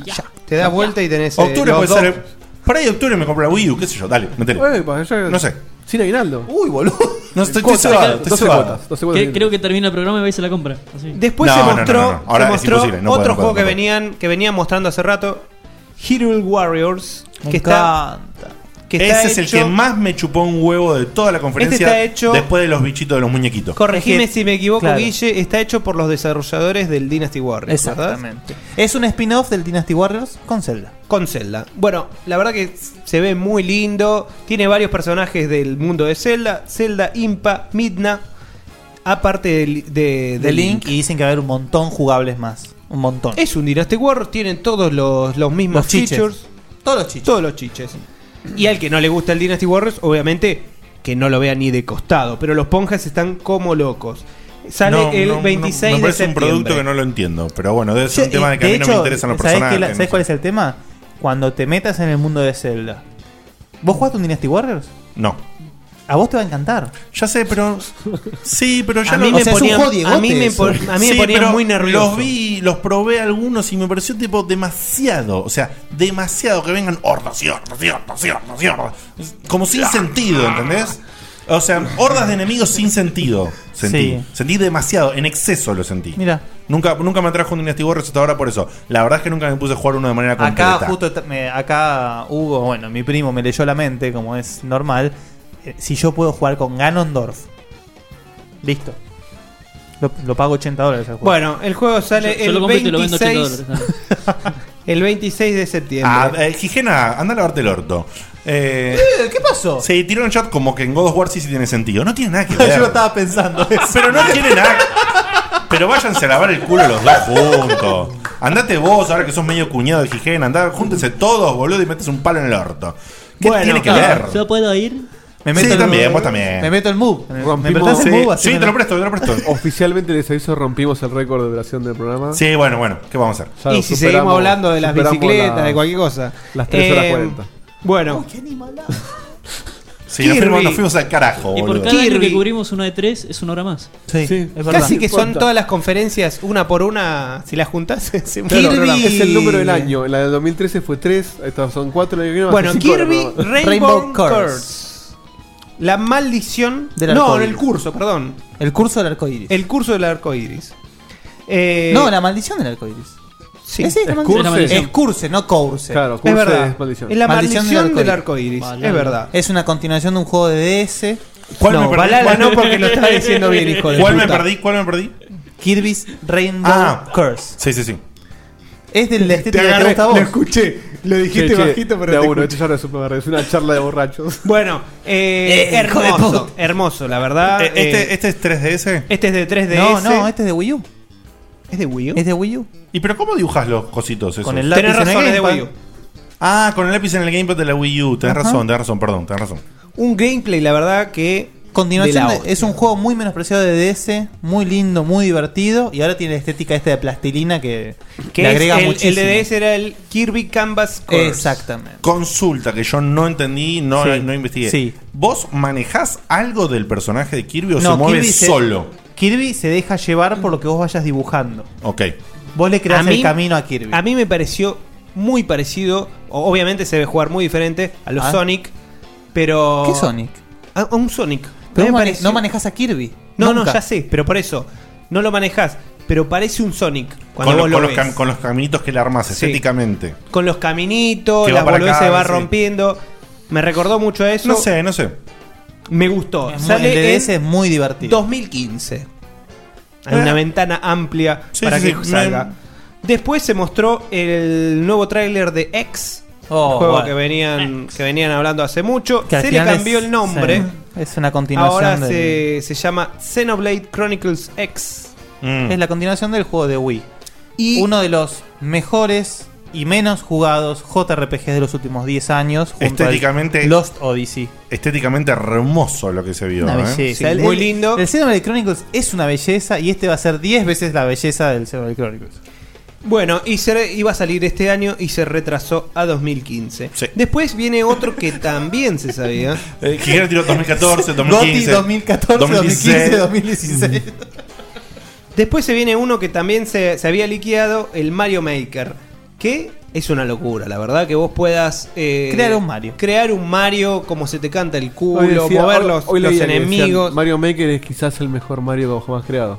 Ya. Te das vuelta y tenés. eh, Octubre los puede dos. ser. Por ahí octubre me compro la Wii U, qué sé yo, dale, metele. pues, No sé. Sin aguinaldo. Uy, boludo. [laughs] No estoy Cuotas, cebado, estoy 12 cebado. cuotas, 12 cuotas. Que- creo que termina el programa y vais a la compra. así. Después se mostró, se Ahora es mostró imposible, no otro puedo, no puedo, juego no que, puedo. venían, que venían mostrando hace rato: Hyrule Warriors. Me que está, que está Ese es el hecho- Este que más me chupó un huevo de toda la conferencia. está hecho- Después de los bichitos de los muñequitos. Corregime si me equivoco, claro. Guille. Está hecho por los desarrolladores del Dynasty Warriors. ¿verdad? Exactamente. Es un spin-off del Dynasty Warriors con Zelda. Con Zelda. Bueno, la verdad que se ve muy lindo. Tiene varios personajes del mundo de Zelda. Zelda, Impa, Midna. Aparte de, de, De, Link. y dicen que va a haber un montón jugables más. Un montón. Es un Dynasty Warriors. Tienen todos los, los mismos Los chiches. features. Todos los chiches. Todos los chiches. Y al que no le gusta el Dynasty Warriors, obviamente que no lo vea ni de costado. Pero los ponjas están como locos. Sale No, el no, no, 26 me de parece septiembre. un producto que no lo entiendo, pero bueno, debe ser Sí, un tema de que a mí no me interesan los ¿sabés qué personajes. la- no ¿Sabés sé. cuál es el tema? Cuando te metas en el mundo de Zelda. ¿Vos jugaste un Dynasty Warriors? No. A vos te va a encantar. Ya sé, pero. [laughs] Sí, pero ya a lo- mí me ponía, a mí me pon- a mí me ponía muy muy nervioso. nervioso. Los vi, los probé algunos y me pareció tipo demasiado. O sea, demasiado que vengan hordas y hordas y hordas y hordas y hordas. Como sin sentido, ¿entendés? O sea, hordas de enemigos sin sentido. Sentí. Sí. Sentí demasiado, en exceso lo sentí. Mira, Nunca, nunca me atrajo un Dynasty Warriors hasta ahora por eso. La verdad es que nunca me puse a jugar uno de manera completa. acá justo tra- me- acá Hugo, bueno, mi primo me leyó la mente, como es normal. Eh, Si yo puedo jugar con Ganondorf, listo. Lo, lo pago 80 dólares al juego. Bueno, el juego sale Yo- yo lo el, compro y te lo vendo 26, 80 el 26 de septiembre. Ah, eh, Gijena, anda a lavarte el orto. Eh, ¿Qué pasó? se tiró un chat como que en God of War sí, sí tiene sentido. No tiene nada [laughs] que [laughs] Yo ver. lo [laughs] estaba pensando. Pero no tiene nada. Pero váyanse a lavar el culo los dos juntos. Andate vos, ahora que sos medio cuñado de Gijena. Andá, júntense todos, boludo, y metes un palo en el orto. ¿Qué tiene que ver? ¿Yo puedo ir? Me meto Sí, en- también, vos también. Me meto el move. Me- Me Rompimos- prestás el move. así me te lo presto. [laughs] Oficialmente les aviso, rompimos el récord de duración del programa. Sí, bueno, bueno, ¿qué vamos a hacer? Ya lo y si superamos- seguimos hablando de las superamos bicicletas, las- de cualquier cosa. Las 3 horas Eh, 40. Bueno, [laughs] Sí, nos Kirby. fuimos, nos fuimos al carajo, Y boludo. por cada año que Kirby. cubrimos una de tres, es una hora más. Sí, casi que son todas las conferencias, una por una, si las juntas, [laughs] se Claro, programa. es el número del año. La del 2013 fue 3, estas son 4. Bueno, Kirby Rainbow, Curse. La maldición Del No, arcoíris. el curso, perdón. El curso del arco iris. El curso del arco iris. Eh, no, la maldición del arco iris. Sí, Ese es la maldición. curse. Es curse, no curse. Claro, curse Este, es maldición. Es la maldición del arco iris, Balala. es verdad. Es una continuación de un juego de DS. ¿Cuál me perdí? Balala ¿Cuál- no, porque lo estaba diciendo bien, hijo de ¿Cuál me puta. perdí? ¿Cuál me perdí? Kirby's Rainbow Curse. Sí, sí, sí. Es del estética que te agarré, gusta a lo vos. escuché, lo Che, che, de a uno, esto ya no es un programa, es una charla de borrachos. Bueno, eh, Eh, hijo de hermoso, hermoso, la verdad. Eh, este- es 3DS? Este es de 3DS. No, no, este es de Wii U. ¿Es de Wii U? Es de Wii U. ¿Y pero cómo dibujas los cositos esos? Con el lápiz Tenés en el razón, es de Gamepad. Wii U. Ah, con el lápiz en el gamepad de la Wii U. Tenés razón, tenés razón, perdón, tenés razón. Un gameplay, la verdad, que. Continuación de de- la es un juego muy menospreciado de DS, muy lindo, muy divertido. Y ahora tiene la estética esta de plastilina que, Que le es agrega el, muchísimo. el de DS era el Kirby Canvas Course. Exactamente. Consulta que yo no entendí, no, Sí, no investigué. sí. ¿Vos manejás algo del personaje de Kirby o No, se mueve Kirby se- solo? Kirby se deja llevar por lo que vos vayas dibujando. Ok. Vos le creás A mí- el camino a Kirby. A mí me pareció muy parecido. o- Obviamente se debe jugar muy diferente a los Ah. Sonic. Pero. ¿Qué Sonic? A, a un Sonic. Pero A mí vos me mane- pareció- no manejás a Kirby. No, no, Nunca. ya sé, pero por eso. No lo manejás. Pero parece un Sonic. Cuando Con, los- vos lo con los ves. cam- con los caminitos que le armas Sí. estéticamente. con los caminitos, Que la va para boludez acá, se va sí. rompiendo. Me recordó mucho a eso. No sé, no sé. Me gustó. Es muy- el DDS es muy divertido. 2015. Hay una Eh. ventana amplia Sí, para sí, que sí, salga. me- Después se mostró el nuevo tráiler de X. Oh, el juego bueno. que venían que venían hablando hace mucho. Que al se le final cambió es- el nombre. sí, es una continuación Ahora del- se, se llama Xenoblade Chronicles X. Mm. Es la continuación del juego de Wii. Uno de los mejores y menos jugados JRPGs de los últimos 10 años. junto al Estéticamente. Lost Odyssey. Estéticamente hermoso lo que se vio. Una ¿eh? belleza. El- el- El Xenoblade Chronicles es una belleza y este va a ser 10 veces la belleza del Xenoblade Chronicles. Bueno, y se re- iba a salir este año y se retrasó a 2015. Después viene otro que también se sabía. [laughs] Eh, Kijera tiró 2014, 2015. Gotti 2014, 2016. 2015, 2016. Después se viene uno que también se, se había liqueado, el Mario Maker. Que es una locura, la verdad, que vos puedas... eh, Crear un Mario. Crear un Mario como se te canta el culo, Hoy decía- mover hoy- los, hoy los leía que decían, enemigos. Mario Maker es quizás el mejor Mario jamás creado.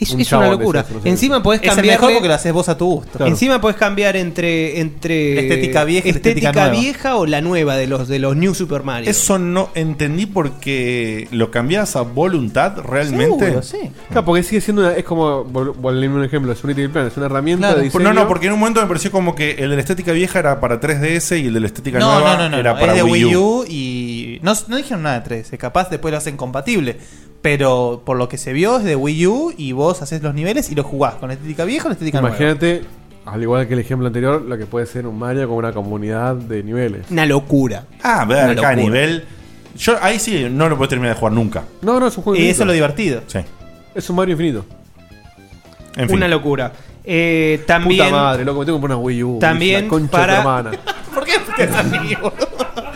Es, Un es una chabón de locura. esos, no sé. Encima podés Es el cambiar. mejor porque lo haces vos a tu gusto. Claro. Encima podés cambiar entre. entre Estética vieja y estética estética nueva. vieja o la nueva de los, de los New Super Mario. Eso no entendí porque lo cambiabas a voluntad realmente. Ah. Claro, porque sigue siendo una, es como, vol- volviendo a un ejemplo, es un Little Plan, es una herramienta de diseño. no, no, porque en un momento me pareció como que el de la estética vieja era para 3DS y el de la estética No, nueva no, no, no, era no, para es de Wii U. y no, no dijeron nada de 3, eh, capaz después lo hacen compatible, pero por lo que se vio es de Wii U y vos haces los niveles y los jugás con la estética vieja o la estética nueva. Imagínate, al igual que el ejemplo anterior, lo que puede ser un Mario con una comunidad de niveles. Una locura. Ah, Una ver, cada locura. nivel. Yo ahí sí no lo puedo terminar de jugar nunca. No, no, es un juego Y infinito. eso es lo divertido. Sí. Es un Mario infinito. En fin. Una locura. Eh, también. Puta madre, loco, me tengo que comprar una Wii U. También la concha para- de [laughs] tu hermana.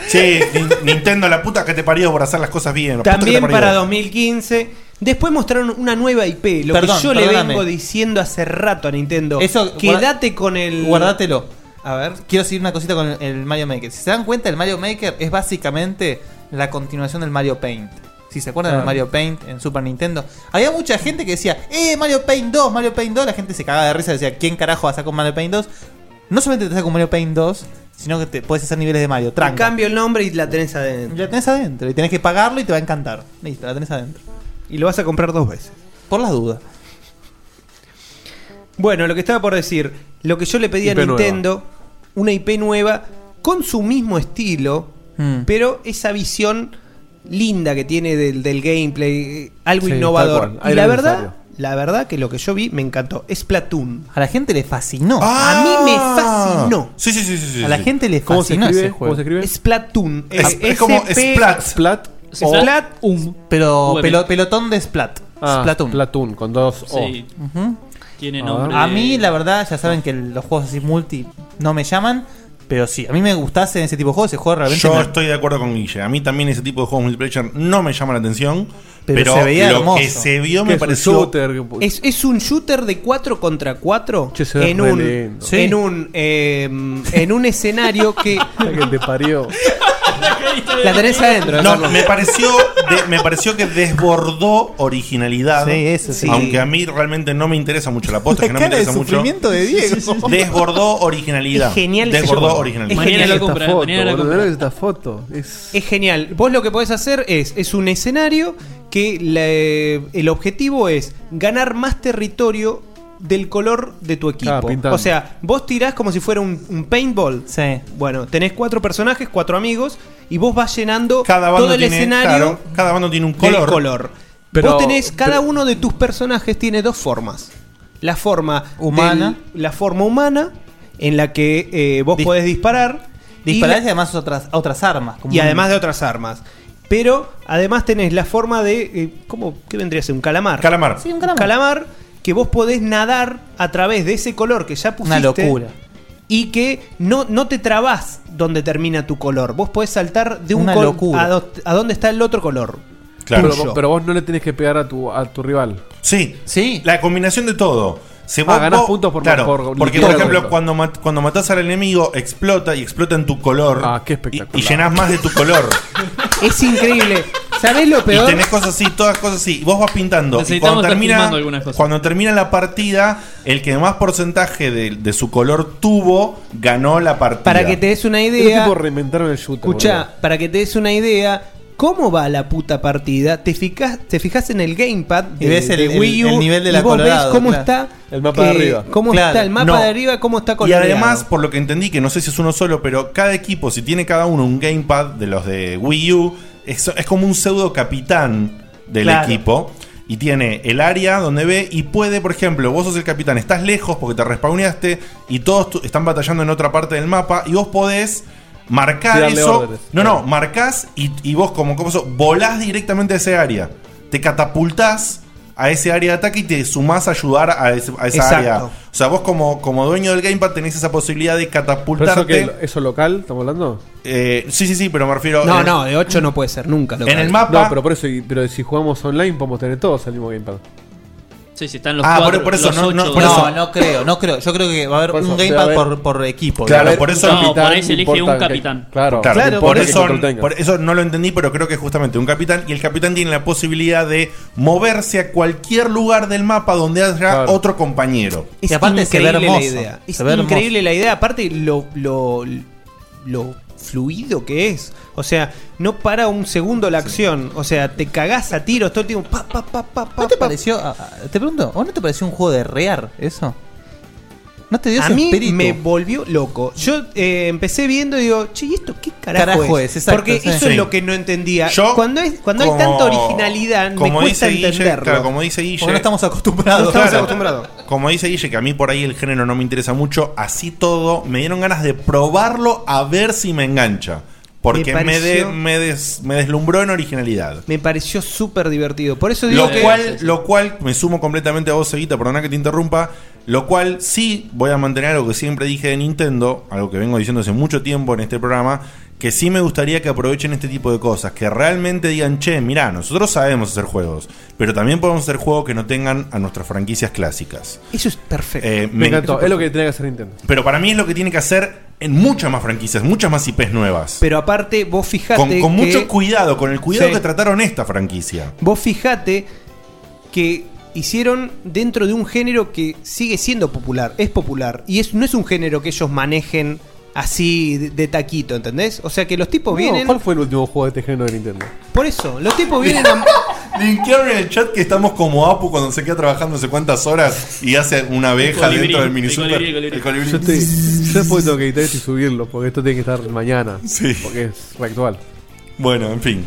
Sí, Nin- Nintendo, la puta que te parió por hacer las cosas bien. la puta que te También parió. para 2015. Después mostraron una nueva IP, lo Perdón, que yo le perdóname. vengo diciendo hace rato a Nintendo. Eso, Quédate con el. Guardátelo. A ver, quiero decir una cosita con el, el Mario Maker. Si se dan cuenta, el Mario Maker es básicamente la continuación del Mario Paint. Si se acuerdan del Claro. Mario Paint en Super Nintendo, había mucha gente que decía, "Eh, Mario Paint 2, Mario Paint 2", la gente se cagaba de risa, decía, "¿Quién carajo va a sacar un Mario Paint 2?" No solamente te saca un Mario Paint 2, sino que te puedes hacer niveles de Mario, Te tranca. cambio el nombre y la tenés adentro. Y La tenés adentro y tenés que pagarlo y te va a encantar. Listo, la tenés adentro. Y lo vas a comprar dos veces. Por las dudas. Bueno, lo que estaba por decir, lo que yo le pedí a IP nueva. Nintendo, una IP nueva con su mismo estilo, Mm. pero esa visión linda que tiene del, del gameplay, eh, algo Sí, tal innovador. cual. Y Era la verdad, necesario. la verdad que lo que yo vi me encantó. Es Platoon. A la gente le fascinó. a mí me fascinó. Sí, sí, sí, sí. sí, A la sí. gente le Ah. ¿Cómo se fascinó escribe? ese juego. ¿Cómo se escribe? Splatoon. Es- es como Splat. Splat. O- Pero Uy, pelo- pelotón de Splat. Ah, Splatoon. Splatoon, con dos O. Sí. Ujú. Tiene A nombre. ver. A mí, la verdad, ya saben que los juegos así multi no me llaman. Pero sí, a mí me gustase ese tipo de juegos. Ese juego realmente. Yo me- estoy de acuerdo con Guille. A mí también ese tipo de juegos multiplayer no me llama la atención. Pero Pero, se veía lo hermoso. que se vio Que me es un pareció. shooter. Es, es un shooter de 4 contra 4 Pues, se ve en re un, lindo. en Sí. un eh, en un escenario [laughs] que que te [laughs] parió. La tenés adentro, No, Carlos. me pareció, de- me pareció que desbordó originalidad. Sí, eso sí. Aunque a mí realmente no me interesa mucho. La posta es que no me cara de interesa mucho. sufrimiento de Diego. Desbordó originalidad. Es genial ese Desbordó juego. originalidad. Es Mañana genial lo esta compra, eh, foto, mañana lo boludo, compra. mirá esta foto. Es... Es genial. Vos lo que podés hacer es, es un escenario que la- el objetivo es ganar más territorio del color de tu equipo. Ah, pintando. o sea, vos tirás como si fuera un, un paintball. Sí. Bueno, tenés cuatro personajes, cuatro amigos, y vos vas llenando Cada bando todo el tiene- escenario claro, cada bando tiene un del color. color. Pero- vos tenés, cada pero- uno de tus personajes tiene dos formas. La forma Humana. del- la forma humana, en la que eh, vos podés disparar. y Disparás y, la- además otras, otras armas. como y un- además de otras armas. Pero además tenés la forma de. eh, ¿Cómo? ¿Qué vendría a ser? Un calamar. Calamar. Sí, un calamar. Calamar que vos podés nadar a través de ese color que ya pusiste. Una locura. Y que no, no te trabás donde termina tu color. Vos podés saltar de un Una color locura. a, do- a donde está el otro color. Claro. tuyo. Pero, pero vos no le tenés que pegar a tu, a tu rival. Sí. Sí. La combinación de todo. Se Ah, ganás puntos por- claro, por- porque, liquidar por el ejemplo, resto. cuando, mat- cuando matás al enemigo, explota y explota en tu color. Ah, qué espectacular. Y, llenás más de tu color. [laughs] Es increíble. ¿Sabés lo peor? Y tenés cosas así, todas cosas así. Y vos vas pintando. Y Necesitamos cuando estar termina, filmando algunas cosas. cuando termina la partida, el que más porcentaje de, de su color tuvo, ganó la partida. Para que te des una Este Es idea. tipo reinventaron el shooter. Escucha, para que te des una idea. ¿Cómo va la puta partida? Te fijas, te fijas en el gamepad Y de, ves el- de el- Wii U el nivel de la y vos Colorado, ves cómo claro. está El mapa de eh, arriba. cómo Claro. está el mapa No. de arriba, cómo está Y coloreado. además, por lo que entendí, que no sé si es uno solo, pero cada equipo, si tiene cada uno un gamepad de los de Wii U, es, es como un pseudo capitán del Claro. equipo. Y tiene el área donde ve y puede, por ejemplo, vos sos el capitán, estás lejos porque te respawneaste y todos tu- están batallando en otra parte del mapa y vos podés marcar Darle eso. órdenes. No, no, marcás y, y vos como cosa volás directamente a ese área. Te catapultás a ese área de ataque y te sumás a ayudar a, ese- a esa Exacto. área. O sea, vos como, como dueño del Gamepad tenés esa posibilidad de Pero eso, catapultarte. que, ¿Eso local estamos hablando? Eh, sí, sí, sí, pero me refiero. eh, No, en- no, de 8 no puede ser nunca. En el mapa. No, pero por eso, y- pero si jugamos online podemos tener todos el mismo gamepad. Sí, sí, están los Ah, cuatro, por- por eso los no- ocho, no- por los- eso- No, no creo, no creo. Yo creo que va a haber Por eso, un se va a gamepad ver- por, por equipo. Claro, por eso importa que- Claro, Claro, importa por que eso, control tenga. por eso no lo entendí, pero creo que justamente un capitán. Y el capitán tiene la posibilidad de moverse a cualquier lugar del mapa donde haya otro compañero. Es increíble la idea. Es increíble la idea. Aparte, lo, lo, lo fluido que es. O sea, no para un segundo la acción. O sea, te cagás a tiros todo el tiempo. Pa, pa, pa, pa, pa, ¿No te pa. pareció, a- a- te pregunto, ¿o no te pareció un juego de rear eso? ¿No te dio a ese mí espíritu? me volvió loco. Yo eh, empecé viendo y digo, che, ¿y esto qué carajo, Carajo es? es, exacto, Porque sí. eso Sí. es lo que no entendía. Yo, cuando es, cuando como- hay tanta originalidad, me como cuesta dice Guille, entenderlo. claro, como dice Guille- Porque no estamos acostumbrados. No estamos acostumbrados. Como dice Guille, que a mí por ahí el género no me interesa mucho, así todo, me dieron ganas de probarlo a ver si me engancha. Porque Me me, de- pareció- me des- me deslumbró en originalidad. Me pareció súper divertido. Por eso digo Lo que. cual, lo cual, me sumo completamente a vos, Evita, perdona que te interrumpa. Lo cual sí voy a mantener algo que siempre dije de Nintendo, algo que vengo diciendo hace mucho tiempo en este programa, que sí me gustaría que aprovechen este tipo de cosas, que realmente digan, che, mirá, nosotros sabemos hacer juegos, pero también podemos hacer juegos que no tengan a nuestras franquicias clásicas. Eso es perfecto. Eh, me, encantó, es lo que tenía que hacer Nintendo. Pero para mí es lo que tiene que hacer en muchas más franquicias, muchas más IPs nuevas. Pero aparte, vos fijate. Con, con que- mucho cuidado, con el cuidado Sí. que trataron esta franquicia. Vos fijate que hicieron dentro de un género que sigue siendo popular, es popular. Y es, no es un género que ellos manejen así de, de taquito, ¿entendés? O sea que los tipos No, vienen. ¿Cuál fue el último juego de este género de Nintendo? Por eso, los tipos vienen a. [laughs] Linkearon en el chat que estamos como Apu cuando se queda trabajando no sé cuántas horas y hace una abeja colibrí, dentro del mini el super. colibrí, el el colibrí. Yo, estoy, yo después tengo que editar esto y subirlo, porque esto tiene que estar mañana. Sí. Porque es actual. Bueno, en fin.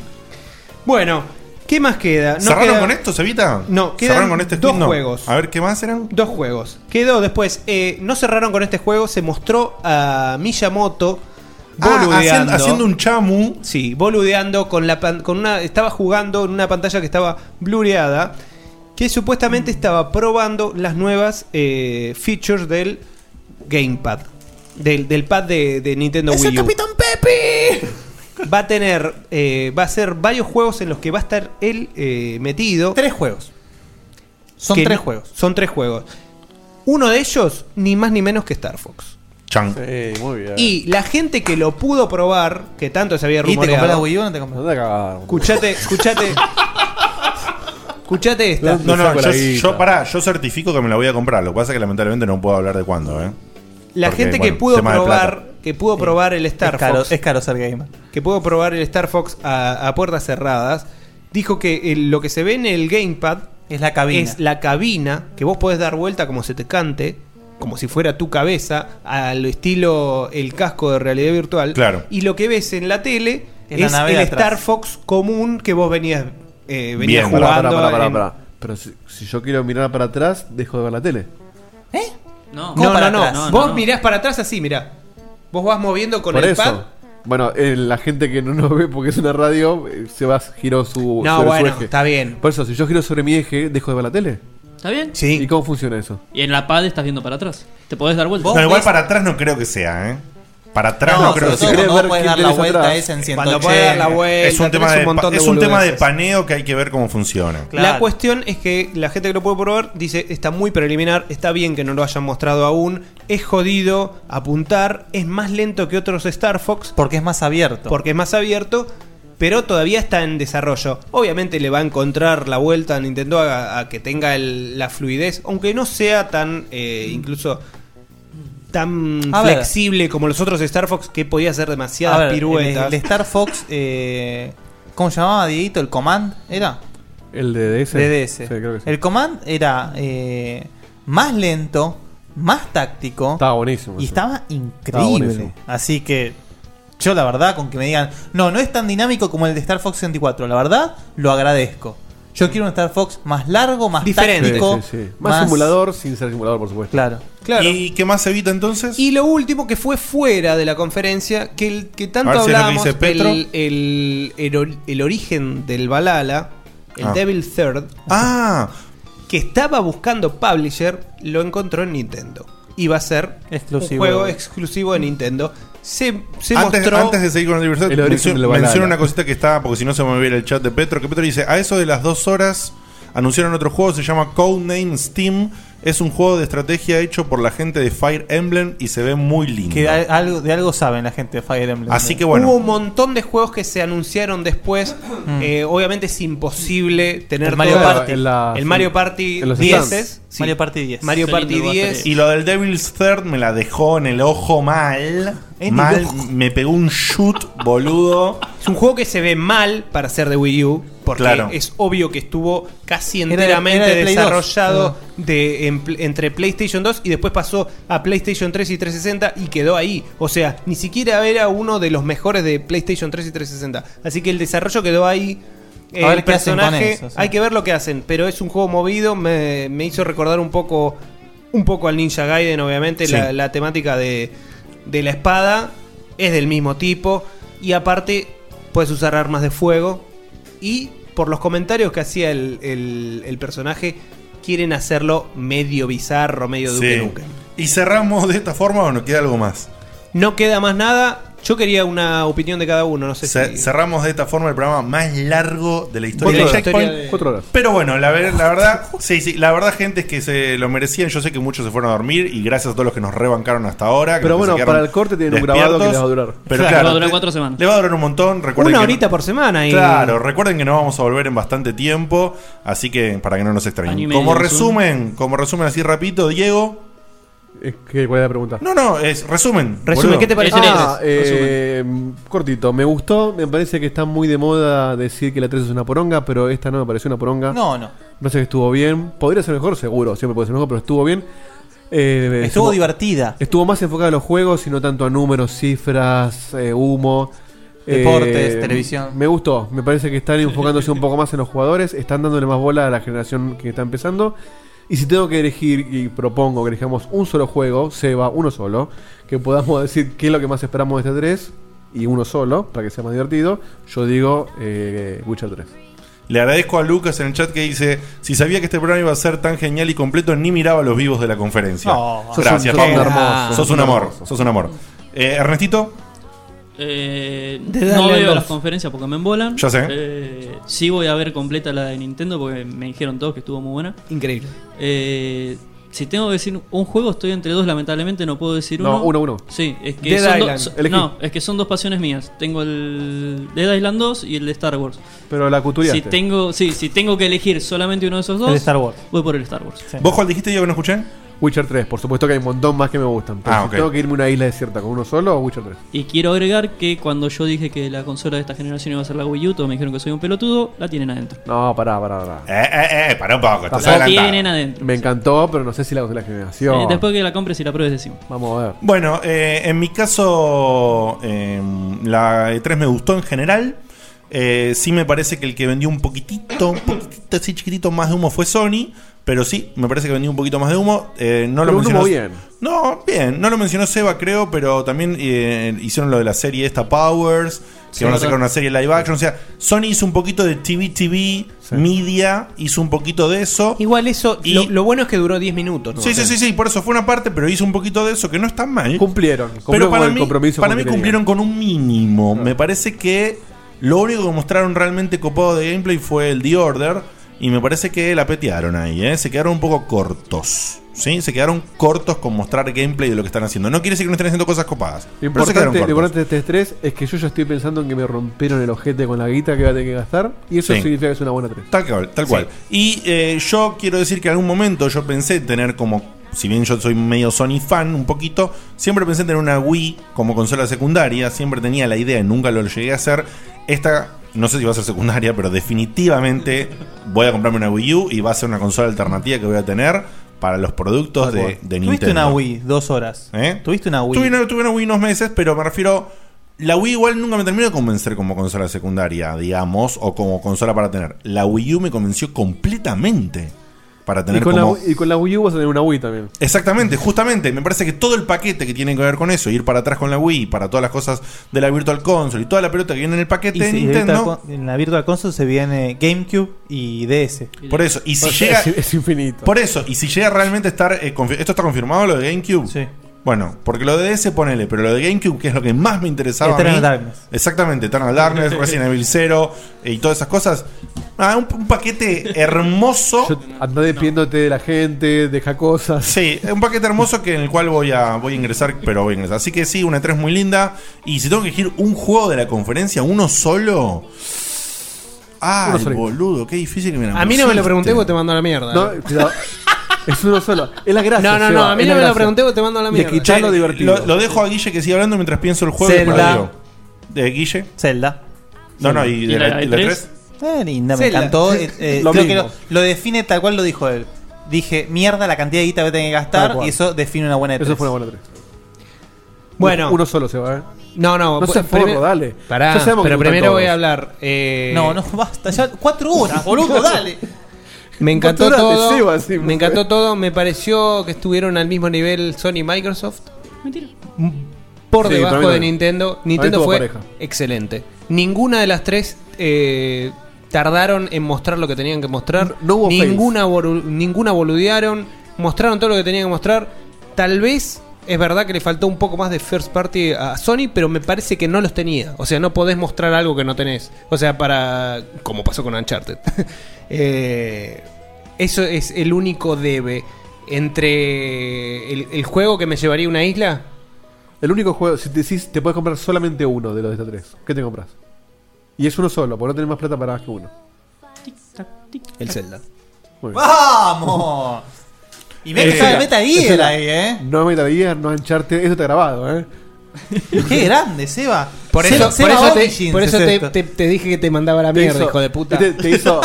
Bueno, ¿qué más queda? No ¿Cerraron queda- con esto, Cevita? No, quedan ¿Cerraron con este dos tweet? No. juegos. A ver, ¿qué más eran? Dos juegos. Quedó después, eh, no cerraron con este juego, se mostró a Miyamoto Ah, boludeando. haciendo- haciendo un chamu. Sí, boludeando con la pan- con una estaba jugando en una pantalla que estaba blureada, que supuestamente estaba probando las nuevas eh, features del gamepad, del, del pad de, de Nintendo ¡Es Wii U. el Capitán Pepe! Va a tener, eh, va a ser varios juegos en los que va a estar él eh, metido. Tres juegos. Son tres juegos. Son tres juegos. Uno de ellos, ni más ni menos que Star Fox. Chan. Sí, muy bien. Y la gente que lo pudo probar, que tanto se había ¿Y te compré la rumoreado. Wii U o no te compré? Escuchate, escuchate. [laughs] escuchate esta. No, no, yo, yo, pará, yo certifico que me la voy a comprar. Lo que pasa es que lamentablemente no puedo hablar de cuándo, ¿eh? La Porque, gente bueno, que pudo tema de probar, plata. que pudo probar el Star es caro- Fox, es caro ser gamer. que pudo probar el Star Fox a, a puertas cerradas, dijo que el- lo que se ve en el gamepad es la cabina. Es la cabina que vos podés dar vuelta como se te cante, como si fuera tu cabeza, al estilo el casco de realidad virtual. Claro. Y lo que ves en la tele Es la es, nave el de atrás. Star Fox común que vos venías, eh, venías Bien, pará, pará, jugando. pará, pará, en- pará. Pero si, si yo quiero mirar para atrás, dejo de ver la tele. No, ¿Cómo no, para no. atrás? No, no, Vos no. mirás para atrás así, mirá. Vos vas moviendo con Por el eso. pad Bueno, eh, la gente que no nos ve porque es una radio, eh, se va, giró su, No, sobre su bueno, eje. está bien. Por eso, si yo giro sobre mi eje, dejo de ver la tele. ¿Está bien? Sí. ¿Y cómo funciona eso? Y en la pad estás viendo para atrás. Te podés dar vuelta. No, igual para atrás no creo que sea, ¿eh? Para atrás no, No, creo sobre que todo sea. cuando vos podés dar la vuelta esa en 180. Cuando podés dar la vuelta, es un tema, tenés de, un montón de es un tema de boludeces. paneo que hay que ver cómo funciona. La cuestión es que la gente que lo puede probar dice, está muy preliminar, está bien que no lo hayan mostrado aún, es jodido apuntar, es más lento que otros Star Fox. Porque es más abierto. Porque es más abierto, pero todavía está en desarrollo. Obviamente le va a encontrar la vuelta a Nintendo a, a que tenga el- la fluidez, aunque no sea tan eh, incluso tan A ver. flexible como los otros Star Fox que podía hacer demasiadas A ver, piruetas. El, el Star Fox, eh, ¿cómo se llamaba Dieguito? ¿El Command era? El de DS. DDS. Sí, creo que sí. El Command era eh, más lento, más táctico. Estaba buenísimo. Y eso. estaba increíble. buenísimo. Así que yo la verdad, con que me digan, no, no es tan dinámico como el de Star Fox 64, la verdad, lo agradezco. Yo quiero un Star Fox más largo, más táctico, Sí, sí, sí. Más, simulador sin ser simulador, por supuesto. Claro. ¿Y qué más se evita entonces? Y lo último que fue fuera de la conferencia, que, el, que tanto A ver si es lo que hablábamos, dice Petro. el, el- el or- el origen del Balala, el Ah. Devil Third, que estaba buscando publisher, lo encontró en Nintendo. Iba a ser Exclusivo. un juego exclusivo de Nintendo. Se, se antes, mostró. antes de seguir con el diversidad, El origen mencio- del banana. menciona una cosita que está, porque si no se me va a ver el chat de Petro, que Petro dice, a eso de las dos horas anunciaron otro juego, se llama Codename Steam, es un juego de estrategia hecho por la gente de Fire Emblem y se ve muy lindo. Que al- algo, de algo saben la gente de Fire Emblem. Así que bueno. Hubo un montón de juegos que se anunciaron después. Mm. Eh, obviamente es imposible tener El Mario todo. Party. El, En la- Mario Party en los 10. stands. Sí. Mario Party 10. Mario Qué Party lindo va a 10. Y lo del Devil's Third me la dejó en el ojo mal. En el mal, ojo. me pegó un shoot, boludo. Es un juego que se ve mal para ser de Wii U, porque Claro. es obvio que estuvo casi Era de- enteramente era de Play desarrollado dos. Ah. de, en pl- entre PlayStation 2 y después pasó a PlayStation 3 y 360 y quedó ahí. O sea, ni siquiera era uno de los mejores de PlayStation 3 y 360. Así que el desarrollo quedó ahí. A ver el qué hacen con personaje, eso, sí. hay que ver lo que hacen, pero es un juego movido, me, me hizo recordar un poco un poco al Ninja Gaiden, obviamente, Sí. la, la temática de, de la espada es del mismo tipo. Y aparte, puedes usar armas de fuego. Y por los comentarios que hacía el, el- el personaje, quieren hacerlo medio bizarro, [laughs] medio duque Sí. ¿Y cerramos de esta forma o nos queda algo más? No queda más nada. Yo quería una opinión de cada uno, no sé Ce- si. Cerramos de esta forma el programa más largo de la historia De la de Checkpoint. historia de- Cuatro horas. Pero bueno, la, ver- la verdad, sí, sí, la verdad, gente, es que se lo merecían. Yo sé que muchos se fueron a dormir y gracias a todos los que nos rebancaron hasta ahora. que los Pero que bueno, se quedaron para el corte tienen un grabado que les va a despiertos. durar. Pero Claro, claro, va a durar te- cuatro semanas. Le va a durar un montón. Recuerden Una que- horita por semana y- Claro, recuerden que no vamos a volver en bastante tiempo, así que para que no nos Año y extrañen. medio, Como es un- resumen, como resumen así rapidito, Diego. ¿Qué voy a preguntar? No, no, es resumen. Resumen, boludo. ¿qué te parece? Ah, eh, cortito, me gustó, me parece que está muy de moda decir que la 3 es una poronga, pero esta no me pareció una poronga. No, no. Me parece que estuvo bien. Podría ser mejor, seguro, siempre puede ser mejor, pero estuvo bien. Eh, Estuvo divertida. Estuvo más enfocada a los juegos y no tanto a números, cifras, eh, humo. Deportes, televisión. Eh, Me gustó, me parece que están enfocándose un poco más en los jugadores, están dándole más bola a la generación que está empezando. Y si tengo que elegir y propongo que elijamos un solo juego, Seba, uno solo, que podamos [laughs] decir qué es lo que más esperamos de este 3 y uno solo, para que sea más divertido, yo digo eh, Witcher 3. Le agradezco a Lucas en el chat que dice: Si sabía que este programa iba a ser tan genial y completo, ni miraba los vivos de la conferencia. Oh, sos Gracias, un- Pablo. sos un hermoso. Sos un amor. Hermoso. Sos un amor. Eh, Ernestito, Eh, De no Dale veo dos. las conferencias porque me embolan. Ya sé. Eh, sí voy a ver completa la de Nintendo porque me dijeron todos que estuvo muy buena. Eh, Increíble. si tengo que decir un juego, estoy entre dos, lamentablemente no puedo decir No, uno. uno, uno. Sí, es que, Dead son Island. dos- son- Elegí. no, es que son dos pasiones mías. Tengo el Dead Island 2 y el de Star Wars. Pero la Si couturiaste. tengo, sí, si tengo que elegir solamente uno de esos dos, El de Star Wars. voy por el Star Wars. ¿vos cuál dijiste yo que no escuché? Witcher 3, por supuesto que hay un montón más que me gustan. Pero Ah, si ok. tengo que irme a una isla desierta con uno solo, Witcher 3. Y quiero agregar que cuando yo dije que la consola de esta generación iba a ser la Wii U, todos me dijeron que soy un pelotudo, la tienen adentro. No, pará, pará, pará. Eh, eh, eh, pará un poco. estás Tampoco- adelantado. tienen adentro. Me encantó, pero no sé si la la generación. Eh, después que la compres y la pruebes decimos. Vamos a ver. Bueno, eh, en mi caso, em, E eh, la E3 me gustó en general. Eh, sí me parece que el que vendió un poquitito poquitito, un poquitito así chiquitito más de humo fue Sony. Pero sí, me parece que venía un poquito más de humo. Eh, no lo Pero un humo mencionó- bien. No, bien. No lo mencionó Seba, creo, pero también eh, hicieron lo de la serie esta Powers, que Sí, van a sacar verdad. una serie live action. O sea, Sony hizo un poquito de TV, TV, media, hizo un poquito de eso. Igual eso, y lo, lo bueno es que duró 10 minutos. ¿no? Sí, sí, sí, sí, por eso fue una parte, pero hizo un poquito de eso que no está mal. Cumplieron, pero cumplieron para con el mí, compromiso para que mí tenían. cumplieron con un mínimo. Me parece que lo único que mostraron realmente copado de gameplay fue el The Order y me parece que la petearon ahí, ¿eh? se quedaron un poco cortos. ¿Sí? Se quedaron cortos con mostrar gameplay de lo que están haciendo. No quiere decir que no estén haciendo cosas copadas. Lo pero se quedaron importante, lo cortos. importante de este estrés es que yo ya estoy pensando en que me rompieron el ojete con la guita que voy a tener que gastar. Y eso Sí. significa que es una buena 3. Tal cual, tal cual. Y eh, yo quiero decir que en algún momento yo pensé tener como, si bien yo soy medio Sony fan un poquito, siempre pensé tener una Wii como consola secundaria, siempre tenía la idea, y nunca lo llegué a hacer. Esta, no sé si va a ser secundaria, pero definitivamente voy a comprarme una Wii U y va a ser una consola alternativa que voy a tener para los productos de, de Nintendo. Tuviste una Wii dos horas. Tuviste una Wii. ¿Eh? Tuve una, tuve una Wii unos meses, pero me refiero. La Wii igual nunca me terminó de convencer como consola secundaria, digamos, o como consola para tener. La Wii U me convenció completamente para Y tener con, la, como. Wii- y con la Wii U vas a tener una Wii también. Exactamente, justamente. Me parece que todo el paquete que tiene que ver con eso, ir para atrás con la Wii, para todas las cosas de la Virtual Console y toda la pelota que viene en el paquete Y de si- Nintendo. Virtual Con- en la Virtual Console se viene GameCube y DS. Por eso, y si O sea, llega. es- es infinito. Por eso, y si llega realmente a estar. eh, confi- ¿Esto está confirmado lo de GameCube? Sí. Bueno, porque lo de DS ponele, pero lo de GameCube, que es lo que más me interesaba. a Eternal mí- Darkness. Exactamente, Eternal [laughs] Darkness, Resident Evil 0 eh, y todas esas cosas. Ah, un, un paquete hermoso. Andá despiéndote de la gente, deja cosas. Sí, un paquete hermoso que en el cual voy a, voy a ingresar, pero voy a ingresar. Así que sí, una 3 muy linda. Y si tengo que elegir un juego de la conferencia, uno solo. Ah, Uno solito. boludo, qué difícil que me la A mí no me lo pusiste. pregunté Tengo que te mando a la mierda. No, cuidado. [laughs] es uno solo. Es la gracia. No, no, Seba, no, a mí es no la me lo gracia. pregunté, vos te mando a la mierda. Le quitá lo Che, divertido. Lo, lo dejo a Guille que siga hablando mientras pienso el juego. y después Zelda. lo digo. De Guille. Zelda. No, no, y de la, y la tres? Eh, linda, me Zelda. encantó. Eh, eh, [laughs] Lo creo mismo. que lo, lo define tal cual lo dijo él. Dije, mierda, la cantidad de guita que tengo que Tal gastar cual. y eso define una buena E E3. Eso fue una buena 3. Bueno. Uno solo se va, ¿eh? No, no, No seas primero- forro, dale. Pará, Ya sabemos que pero gustan primero voy todos. a hablar. eh, No, no, basta, ya cuatro horas, [laughs] boludo, dale. Me encantó Cuatro horas de todo. Seba, sí, pues. me encantó todo. Me pareció que estuvieron al mismo nivel Sony y Microsoft. Mentira. Por Sí, para mí debajo de también. Nintendo. Para mí Nintendo estuvo fue pareja. excelente. Ninguna de las tres eh, tardaron en mostrar lo que tenían que mostrar. hubo ninguna, bolu- ninguna boludearon. Mostraron todo lo que tenían que mostrar. Tal vez es verdad que le faltó un poco más de first party a Sony, pero me parece que no los tenía. O sea, no podés mostrar algo que no tenés. O sea, para. como pasó con Uncharted. [laughs] Eh, eso es el único debe. Entre el, el juego que me llevaría a una isla. El único juego, si te decís, te puedes comprar solamente uno de los de estos tres. ¿Qué te compras? Y es uno solo, porque no tenés más plata para más que uno. El Zelda. Muy bien. ¡Vamos! Y ve que Eh, estaba el Metal Gear espera. ahí, ¿eh? No Metal Gear, no Uncharted, eso está grabado, ¿eh? ¡Qué grande, Seba! Por Seba- eso, por Seba eso, te, Origins por eso es te, esto. te- te dije que te mandaba la Te mierda, hizo- hijo de puta. Te, te [laughs] hizo,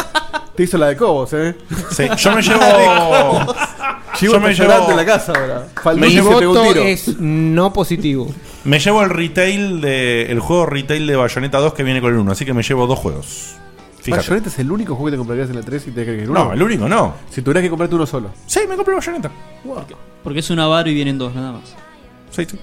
te hizo la de Cobos, ¿eh? Sí, yo [laughs] me llevo. Chivo yo me está llevo- llorando en la casa ahora. Faltó Me que se llevo- pegó un tiro. es no positivo. Me llevo el retail de. El juego retail de Bayonetta 2 que viene con el 1, así que me llevo dos juegos. Fíjate. Bayonetta este es el único juego que te comprarías en la 3 y te crees que uno. No, el único no. Si tuvieras que comprarte uno solo. Sí, me compré Bayonetta. Porque es un avaro y vienen dos nada más. Sí, sí.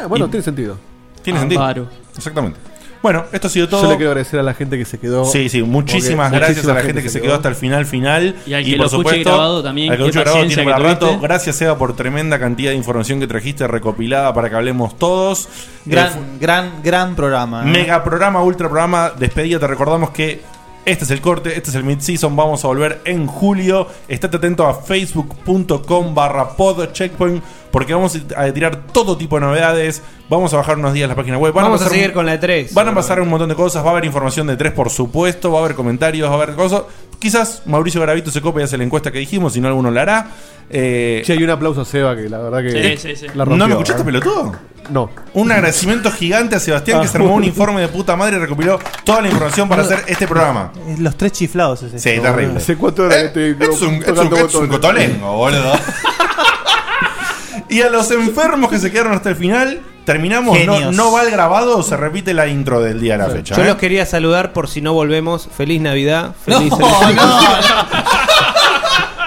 Ah, bueno, Y- tiene sentido. Tiene Avaro. sentido. Exactamente. Bueno, esto ha sido todo. Yo le quiero agradecer a la gente que se quedó. Sí, sí, muchísimas Porque gracias muchísima a la gente que se quedó hasta el final final. Y al que lo escuche grabado también, al que lo qué escuche grabado tiene paciencia para que rato. tuviste. Gracias, Eva, por tremenda cantidad de información que trajiste recopilada para que hablemos todos. Gran, Eh, fu- gran, gran programa. ¿eh? mega programa, ultra programa, despedida. Te recordamos que este es el corte, este es el mid-season. Vamos a volver en julio. Estate atento a facebook.com barra podcheckpoint porque vamos a tirar todo tipo de novedades. Vamos a bajar unos días la página web. Van Vamos a, pasar- seguir con la 3. Van a pasar un montón de cosas, va a haber información de E tres, por supuesto, va a haber comentarios, va a haber cosas. Quizás Mauricio Garavito se copia y hace la encuesta que dijimos, si no alguno la hará. Eh, Sí, hay un aplauso a Seba que la verdad que. Sí, sí, sí. la rompió, ¿No me escuchaste, ¿eh? pelotudo? No. un agradecimiento gigante a Sebastián que se [laughs] armó un informe de puta madre y recopiló toda la información para hacer este programa. Eh, Los tres chiflados es Sí, terrible. Eh, Hace cuatro horas que estoy. Es un, es un- tocando es un botones. [laughs] cotolengo, boludo. y a los enfermos que se quedaron hasta el final, Terminamos, no, Genios. no va el grabado, se repite la intro del día a la fecha. Yo ¿eh? los quería saludar por si no volvemos. Feliz Navidad. Feliz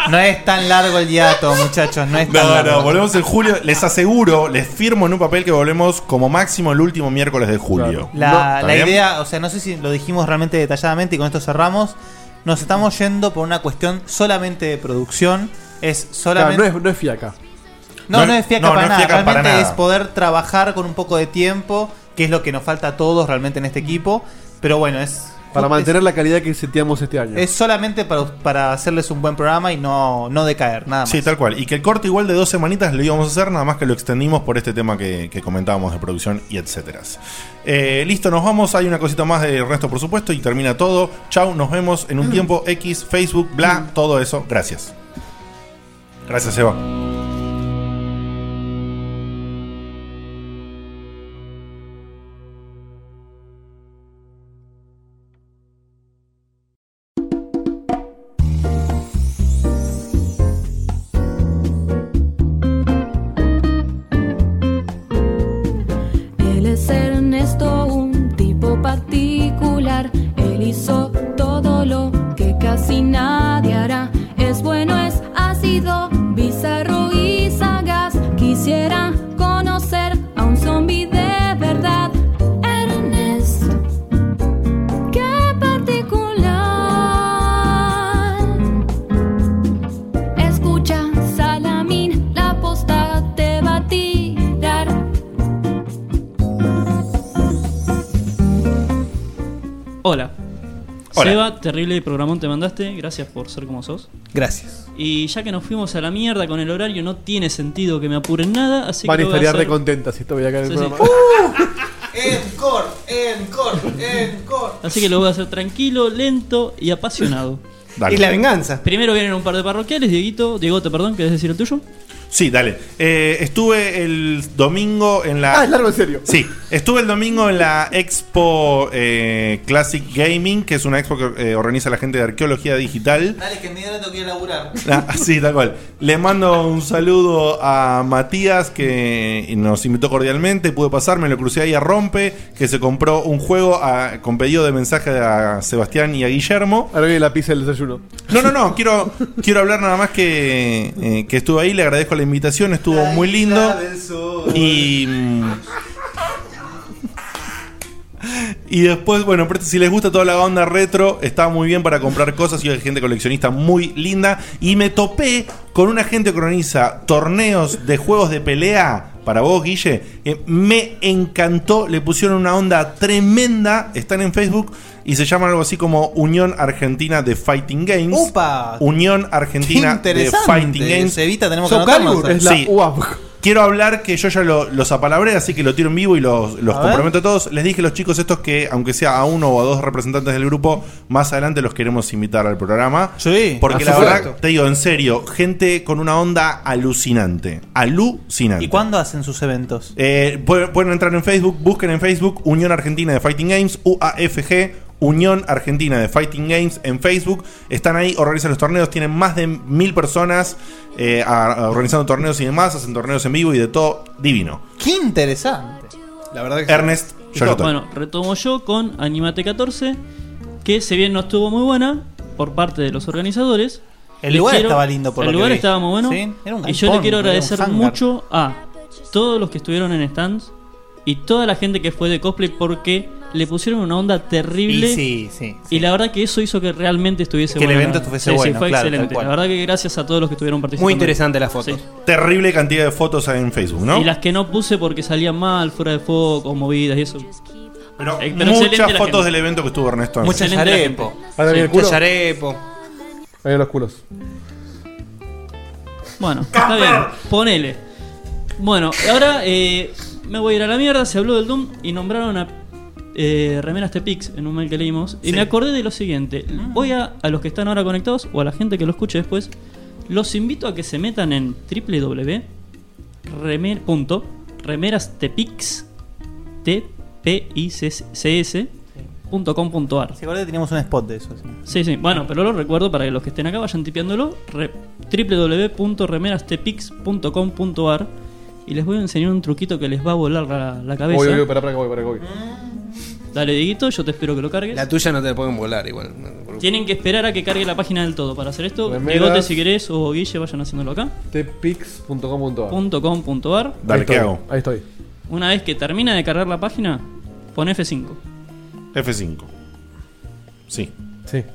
No es tan largo el hiato, muchachos. No es tan No, largo. no, volvemos en julio. Les aseguro, les firmo en un papel que volvemos como máximo el último miércoles de julio. La, ¿Está la bien? idea, o sea, no sé si lo dijimos realmente detalladamente y con esto cerramos. Nos estamos yendo por una cuestión solamente de producción. Es solamente. Claro, no, es, no es fiaca. No, no, es fiaca no, para no es nada. fiaca para realmente nada. es poder trabajar con un poco de tiempo, que es lo que nos falta a todos realmente en este equipo. Pero bueno, es. Para es- mantener la calidad que seteamos este año. Es solamente para, para hacerles un buen programa y no, no decaer, nada más. Sí, tal cual. Y que el corte igual de dos semanitas lo íbamos a hacer, nada más que lo extendimos por este tema que, que comentábamos de producción y etcétera. Eh, listo, nos vamos. Hay una cosita más de Ernesto, por supuesto, y termina todo. Chau, nos vemos en un tiempo. X, Facebook, bla, Mm. todo eso. Gracias. Gracias, Eva. Él es Ernesto, un tipo particular. Él hizo todo lo que casi nadie hará. Es bueno, es ácido, bizarro y sagaz. Quisiera conocer a un zombie de verdad. Ernesto, qué particular. Escucha, Salamín, la posta te va a tirar. Hola. Hola. Seba, terrible programón te mandaste. Gracias por ser como sos. Gracias. Y ya que nos fuimos a la mierda con el horario, no tiene sentido que me apuren nada, así Van a que. lo voy estaría hacer- recontenta si esto voy acá en Sí, el Uh. sí. programa. Encore, encore, encore. [laughs] Así que lo voy a hacer tranquilo, lento y apasionado. Dale. Y la venganza. Primero vienen un par de parroquiales, Dieguito, Diegote, perdón, ¿querés decir el tuyo? Sí, dale. Eh, estuve el domingo en la. Ah, es largo en serio. Sí, estuve el domingo en la Expo eh, Classic Gaming, que es una expo que eh, organiza la gente de arqueología digital. Dale, que en media hora tengo que ir a laburar. Ah, sí, tal cual. Le mando un saludo a Matías que nos invitó cordialmente. Pude pasar, me lo crucé ahí a Rompe, que se compró un juego a- con pedido de mensaje a Sebastián y a Guillermo. Ahora viene la pizza del desayuno. No, no, no, quiero, quiero hablar nada más que, eh, que estuve ahí. Le agradezco la invitación, estuvo muy lindo. Y. mm, Y después, bueno, pero si les gusta toda la onda retro, está muy bien para comprar cosas y hay gente coleccionista muy linda. Y me topé con una gente que organiza torneos de juegos de pelea. Para vos, Guille, Eh, me encantó, le pusieron una onda tremenda, están en Facebook y se llaman algo así como Unión Argentina de Fighting Games. ¡Upa! Unión Argentina Qué de interesante. Fighting Games. Cevita, tenemos que Soul anotarlo. Calibur es la Sí. Quiero hablar que yo ya lo- los apalabré, así que lo tiro en vivo y los, los A ver. comprometo a todos. Les dije a los chicos estos que, aunque sea a uno o a dos representantes del grupo, más adelante los queremos invitar al programa. Sí. Porque por la supuesto. verdad, te digo, en serio, gente con una onda alucinante. Alucinante. ¿Y cuándo hacen sus eventos? Eh, pueden, pueden entrar en Facebook, busquen en Facebook Unión Argentina de Fighting Games, UAFG. Unión Argentina de Fighting Games en Facebook. Están ahí, organizan los torneos. Tienen más de mil personas eh, a- a- organizando torneos y demás. Hacen torneos en vivo y de todo divino. ¡Qué interesante! La verdad que Ernest, yo lo tomo. Bueno, retomo yo con Animate 14, que si bien no estuvo muy buena por parte de los organizadores. El les lugar estaba lindo, por El lo que lugar vi. estaba muy bueno. Sí, era un y yo galpón, le quiero era un agradecer hangar. mucho a todos los que estuvieron en stands y toda la gente que fue de cosplay porque le pusieron una onda terrible. Y sí, sí, Y la verdad que eso hizo que realmente estuviese Que el bueno. evento estuviese Sí, sí, bueno, fue claro, excelente. tal cual. La verdad que gracias a todos los que estuvieron participando. las fotos. Terrible cantidad de fotos en Facebook, ¿no? Y las que no puse porque salían mal, fuera de foco, movidas y eso. Pero, Eh, Muchas excelente la fotos gente. del evento que estuvo Ernesto. en Muchas Facebook. Excelente la arepo. gente. Ahora viene el culo. Muchas Ahí vienen los culos. Bueno, está bien, ponele. Bueno, ahora eh, me voy a ir a la mierda. Se habló del Doom y nombraron a eh, Remeras Tepix en un mail que leímos. Y Sí. me acordé de lo siguiente: voy a, a los que están ahora conectados o a la gente que lo escuche después. Los invito a que se metan en www.remerastepix.com.ar. Se acuerda que teníamos un spot de eso. sí. Sí, sí. Bueno, pero lo recuerdo para que los que estén acá vayan tipeándolo. re- www.remerastepix.com.ar Y les voy a enseñar un truquito que les va a volar la, la cabeza. Voy, eh? voy, voy, pará, pará, que voy, pará, que voy. Dale, Dieguito, yo te espero que lo cargues. La tuya no te la pueden volar igual. Tienen que esperar a que cargue la página del todo para hacer esto. Remeras. Diegote, si querés, o Guille, vayan haciéndolo acá. tpix.com.ar .com.ar Ahí estoy, Ahí estoy. Una vez que termina de cargar la página, pon F5. F5. Sí. Sí.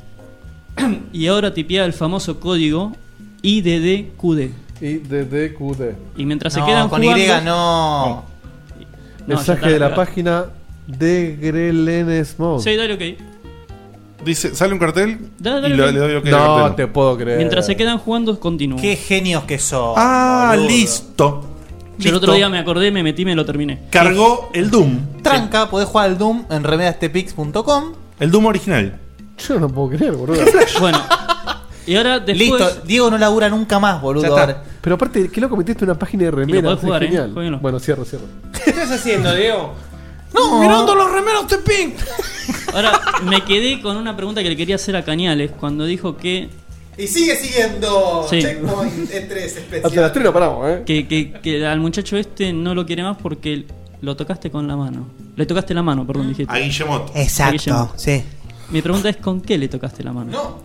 y ahora tipea el famoso código IDDQD. IDDQD. Y mientras se No, quedan con jugando... Y no. No, ya Mensaje está, de la espera. página de Grelenes Mode. Sí, dale ok. Dice, sale un cartel Dale, y dale, ok. lo- le doy ok al No, cartel. te puedo creer. Mientras se quedan jugando, continúa. Qué genios que son. Ah, listo. Yo el otro día me acordé, me metí, me lo terminé. Cargó el Doom. Tranca, podés jugar al Doom en remedastepix.com. El Doom original. Yo no puedo creer, boludo. [laughs] bueno. Y ahora después... Listo, Diego no labura nunca más, Ya boludo. está. ahora. Pero aparte, qué loco metiste una página de remeras. podés Es jugar, ¿eh? genial. Bueno, cierro, cierro. ¿Qué estás haciendo, Diego? No. mirando los remeros de Pink. Ahora, me quedé con una pregunta que le quería hacer a Cañales cuando dijo que Y sigue siguiendo Sí. [laughs] Checkpoint E3 especial. Hasta las 3 no paramos, ¿eh? Que, que- que al muchacho este no lo quiere más porque lo tocaste con la mano. Le tocaste la mano, perdón, dijiste. A Guillemot. Exacto, A Guillemot. sí. Mi pregunta es: ¿con qué le tocaste la mano?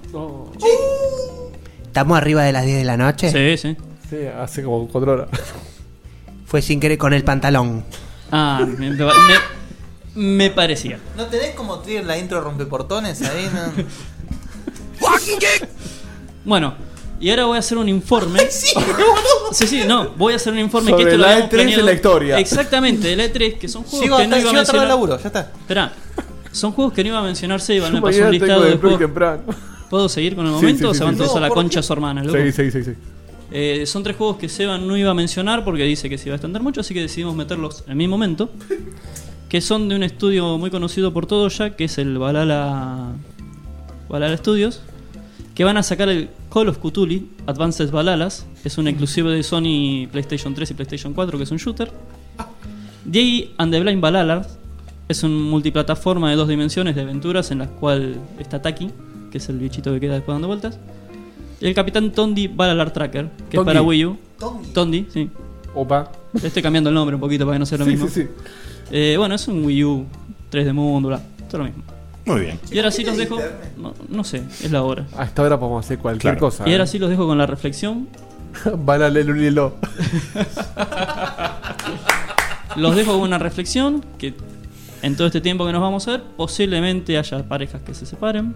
¿Estamos arriba de las 10 de la noche? Sí, sí. Sí, hace como 4 horas. Fue sin querer con el pantalón. Ah, me, me- me- me parecía. ¿No tenés como tirar la intro rompeportones ahí? No? [laughs] Bueno, y ahora voy a hacer un informe. [laughs] sí, sí, no, voy a hacer un informe Sobre que esto lo la habíamos E3 planeado- en la historia. Exactamente, de la E3, que son juegos Llego que no hasta iba a llego hasta el mencionar. laburo, ya está. Esperá, son juegos que no iba a mencionar Seba, Yo me pasó un mañana tengo listado de de plug juegos. temprano. ¿Puedo seguir con el Sí, momento sí, o sí, se van sí, todos sí. a la No, ¿por concha qué? a su hermana, loco? Sí, sí, sí, sí. Eh, son tres juegos que Seba no iba a mencionar porque dice que se iba a extender mucho, así que decidimos meterlos en mi momento. Que son de un estudio muy conocido por todos ya, que es el Balala, Balala Studios. Que van a sacar el Call of Cthulhu Advanced Balalas. Es un exclusivo de Sony PlayStation 3 y PlayStation 4, que es un shooter. Jay and the Blind Balalas es un multiplataforma de dos dimensiones de aventuras en las cual está Taki, que es el bichito que queda después dando vueltas. Y el capitán Tondi Balalar Tracker, que es Tondi. para Wii U. Tondi. sí. Opa. Le estoy cambiando el nombre un poquito para que no sea lo Sí, mismo. sí, sí. Eh, bueno, es un Wii U 3 de mundo, bla. Todo lo mismo. Muy bien. Y ahora sí los dejo. No, no sé, es la hora. A esta hora podemos hacer cualquier Claro. cosa. ¿eh? Y [laughs] ahora sí los dejo con la reflexión. Balale lulilo. Los dejo con una reflexión que en todo este tiempo que nos vamos a ver, posiblemente haya parejas que se separen.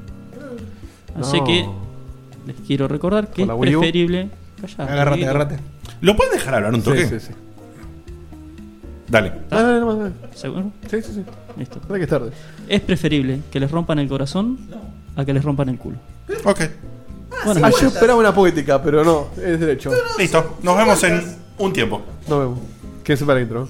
Así No. que les quiero recordar que Por es la Wii U. preferible callar. Agárrate, agárrate. ¿Lo pueden dejar hablar un toque? Sí, sí, sí. Dale. Dale, dale, dale. ¿Seguro? Sí, sí, sí. Listo. Dale que es tarde. Es preferible que les rompan el corazón a que les rompan el culo. Ok. Ah, yo esperaba una poética, pero no, es derecho. Listo. Nos vemos en un tiempo. Nos vemos. Quédense para la intro.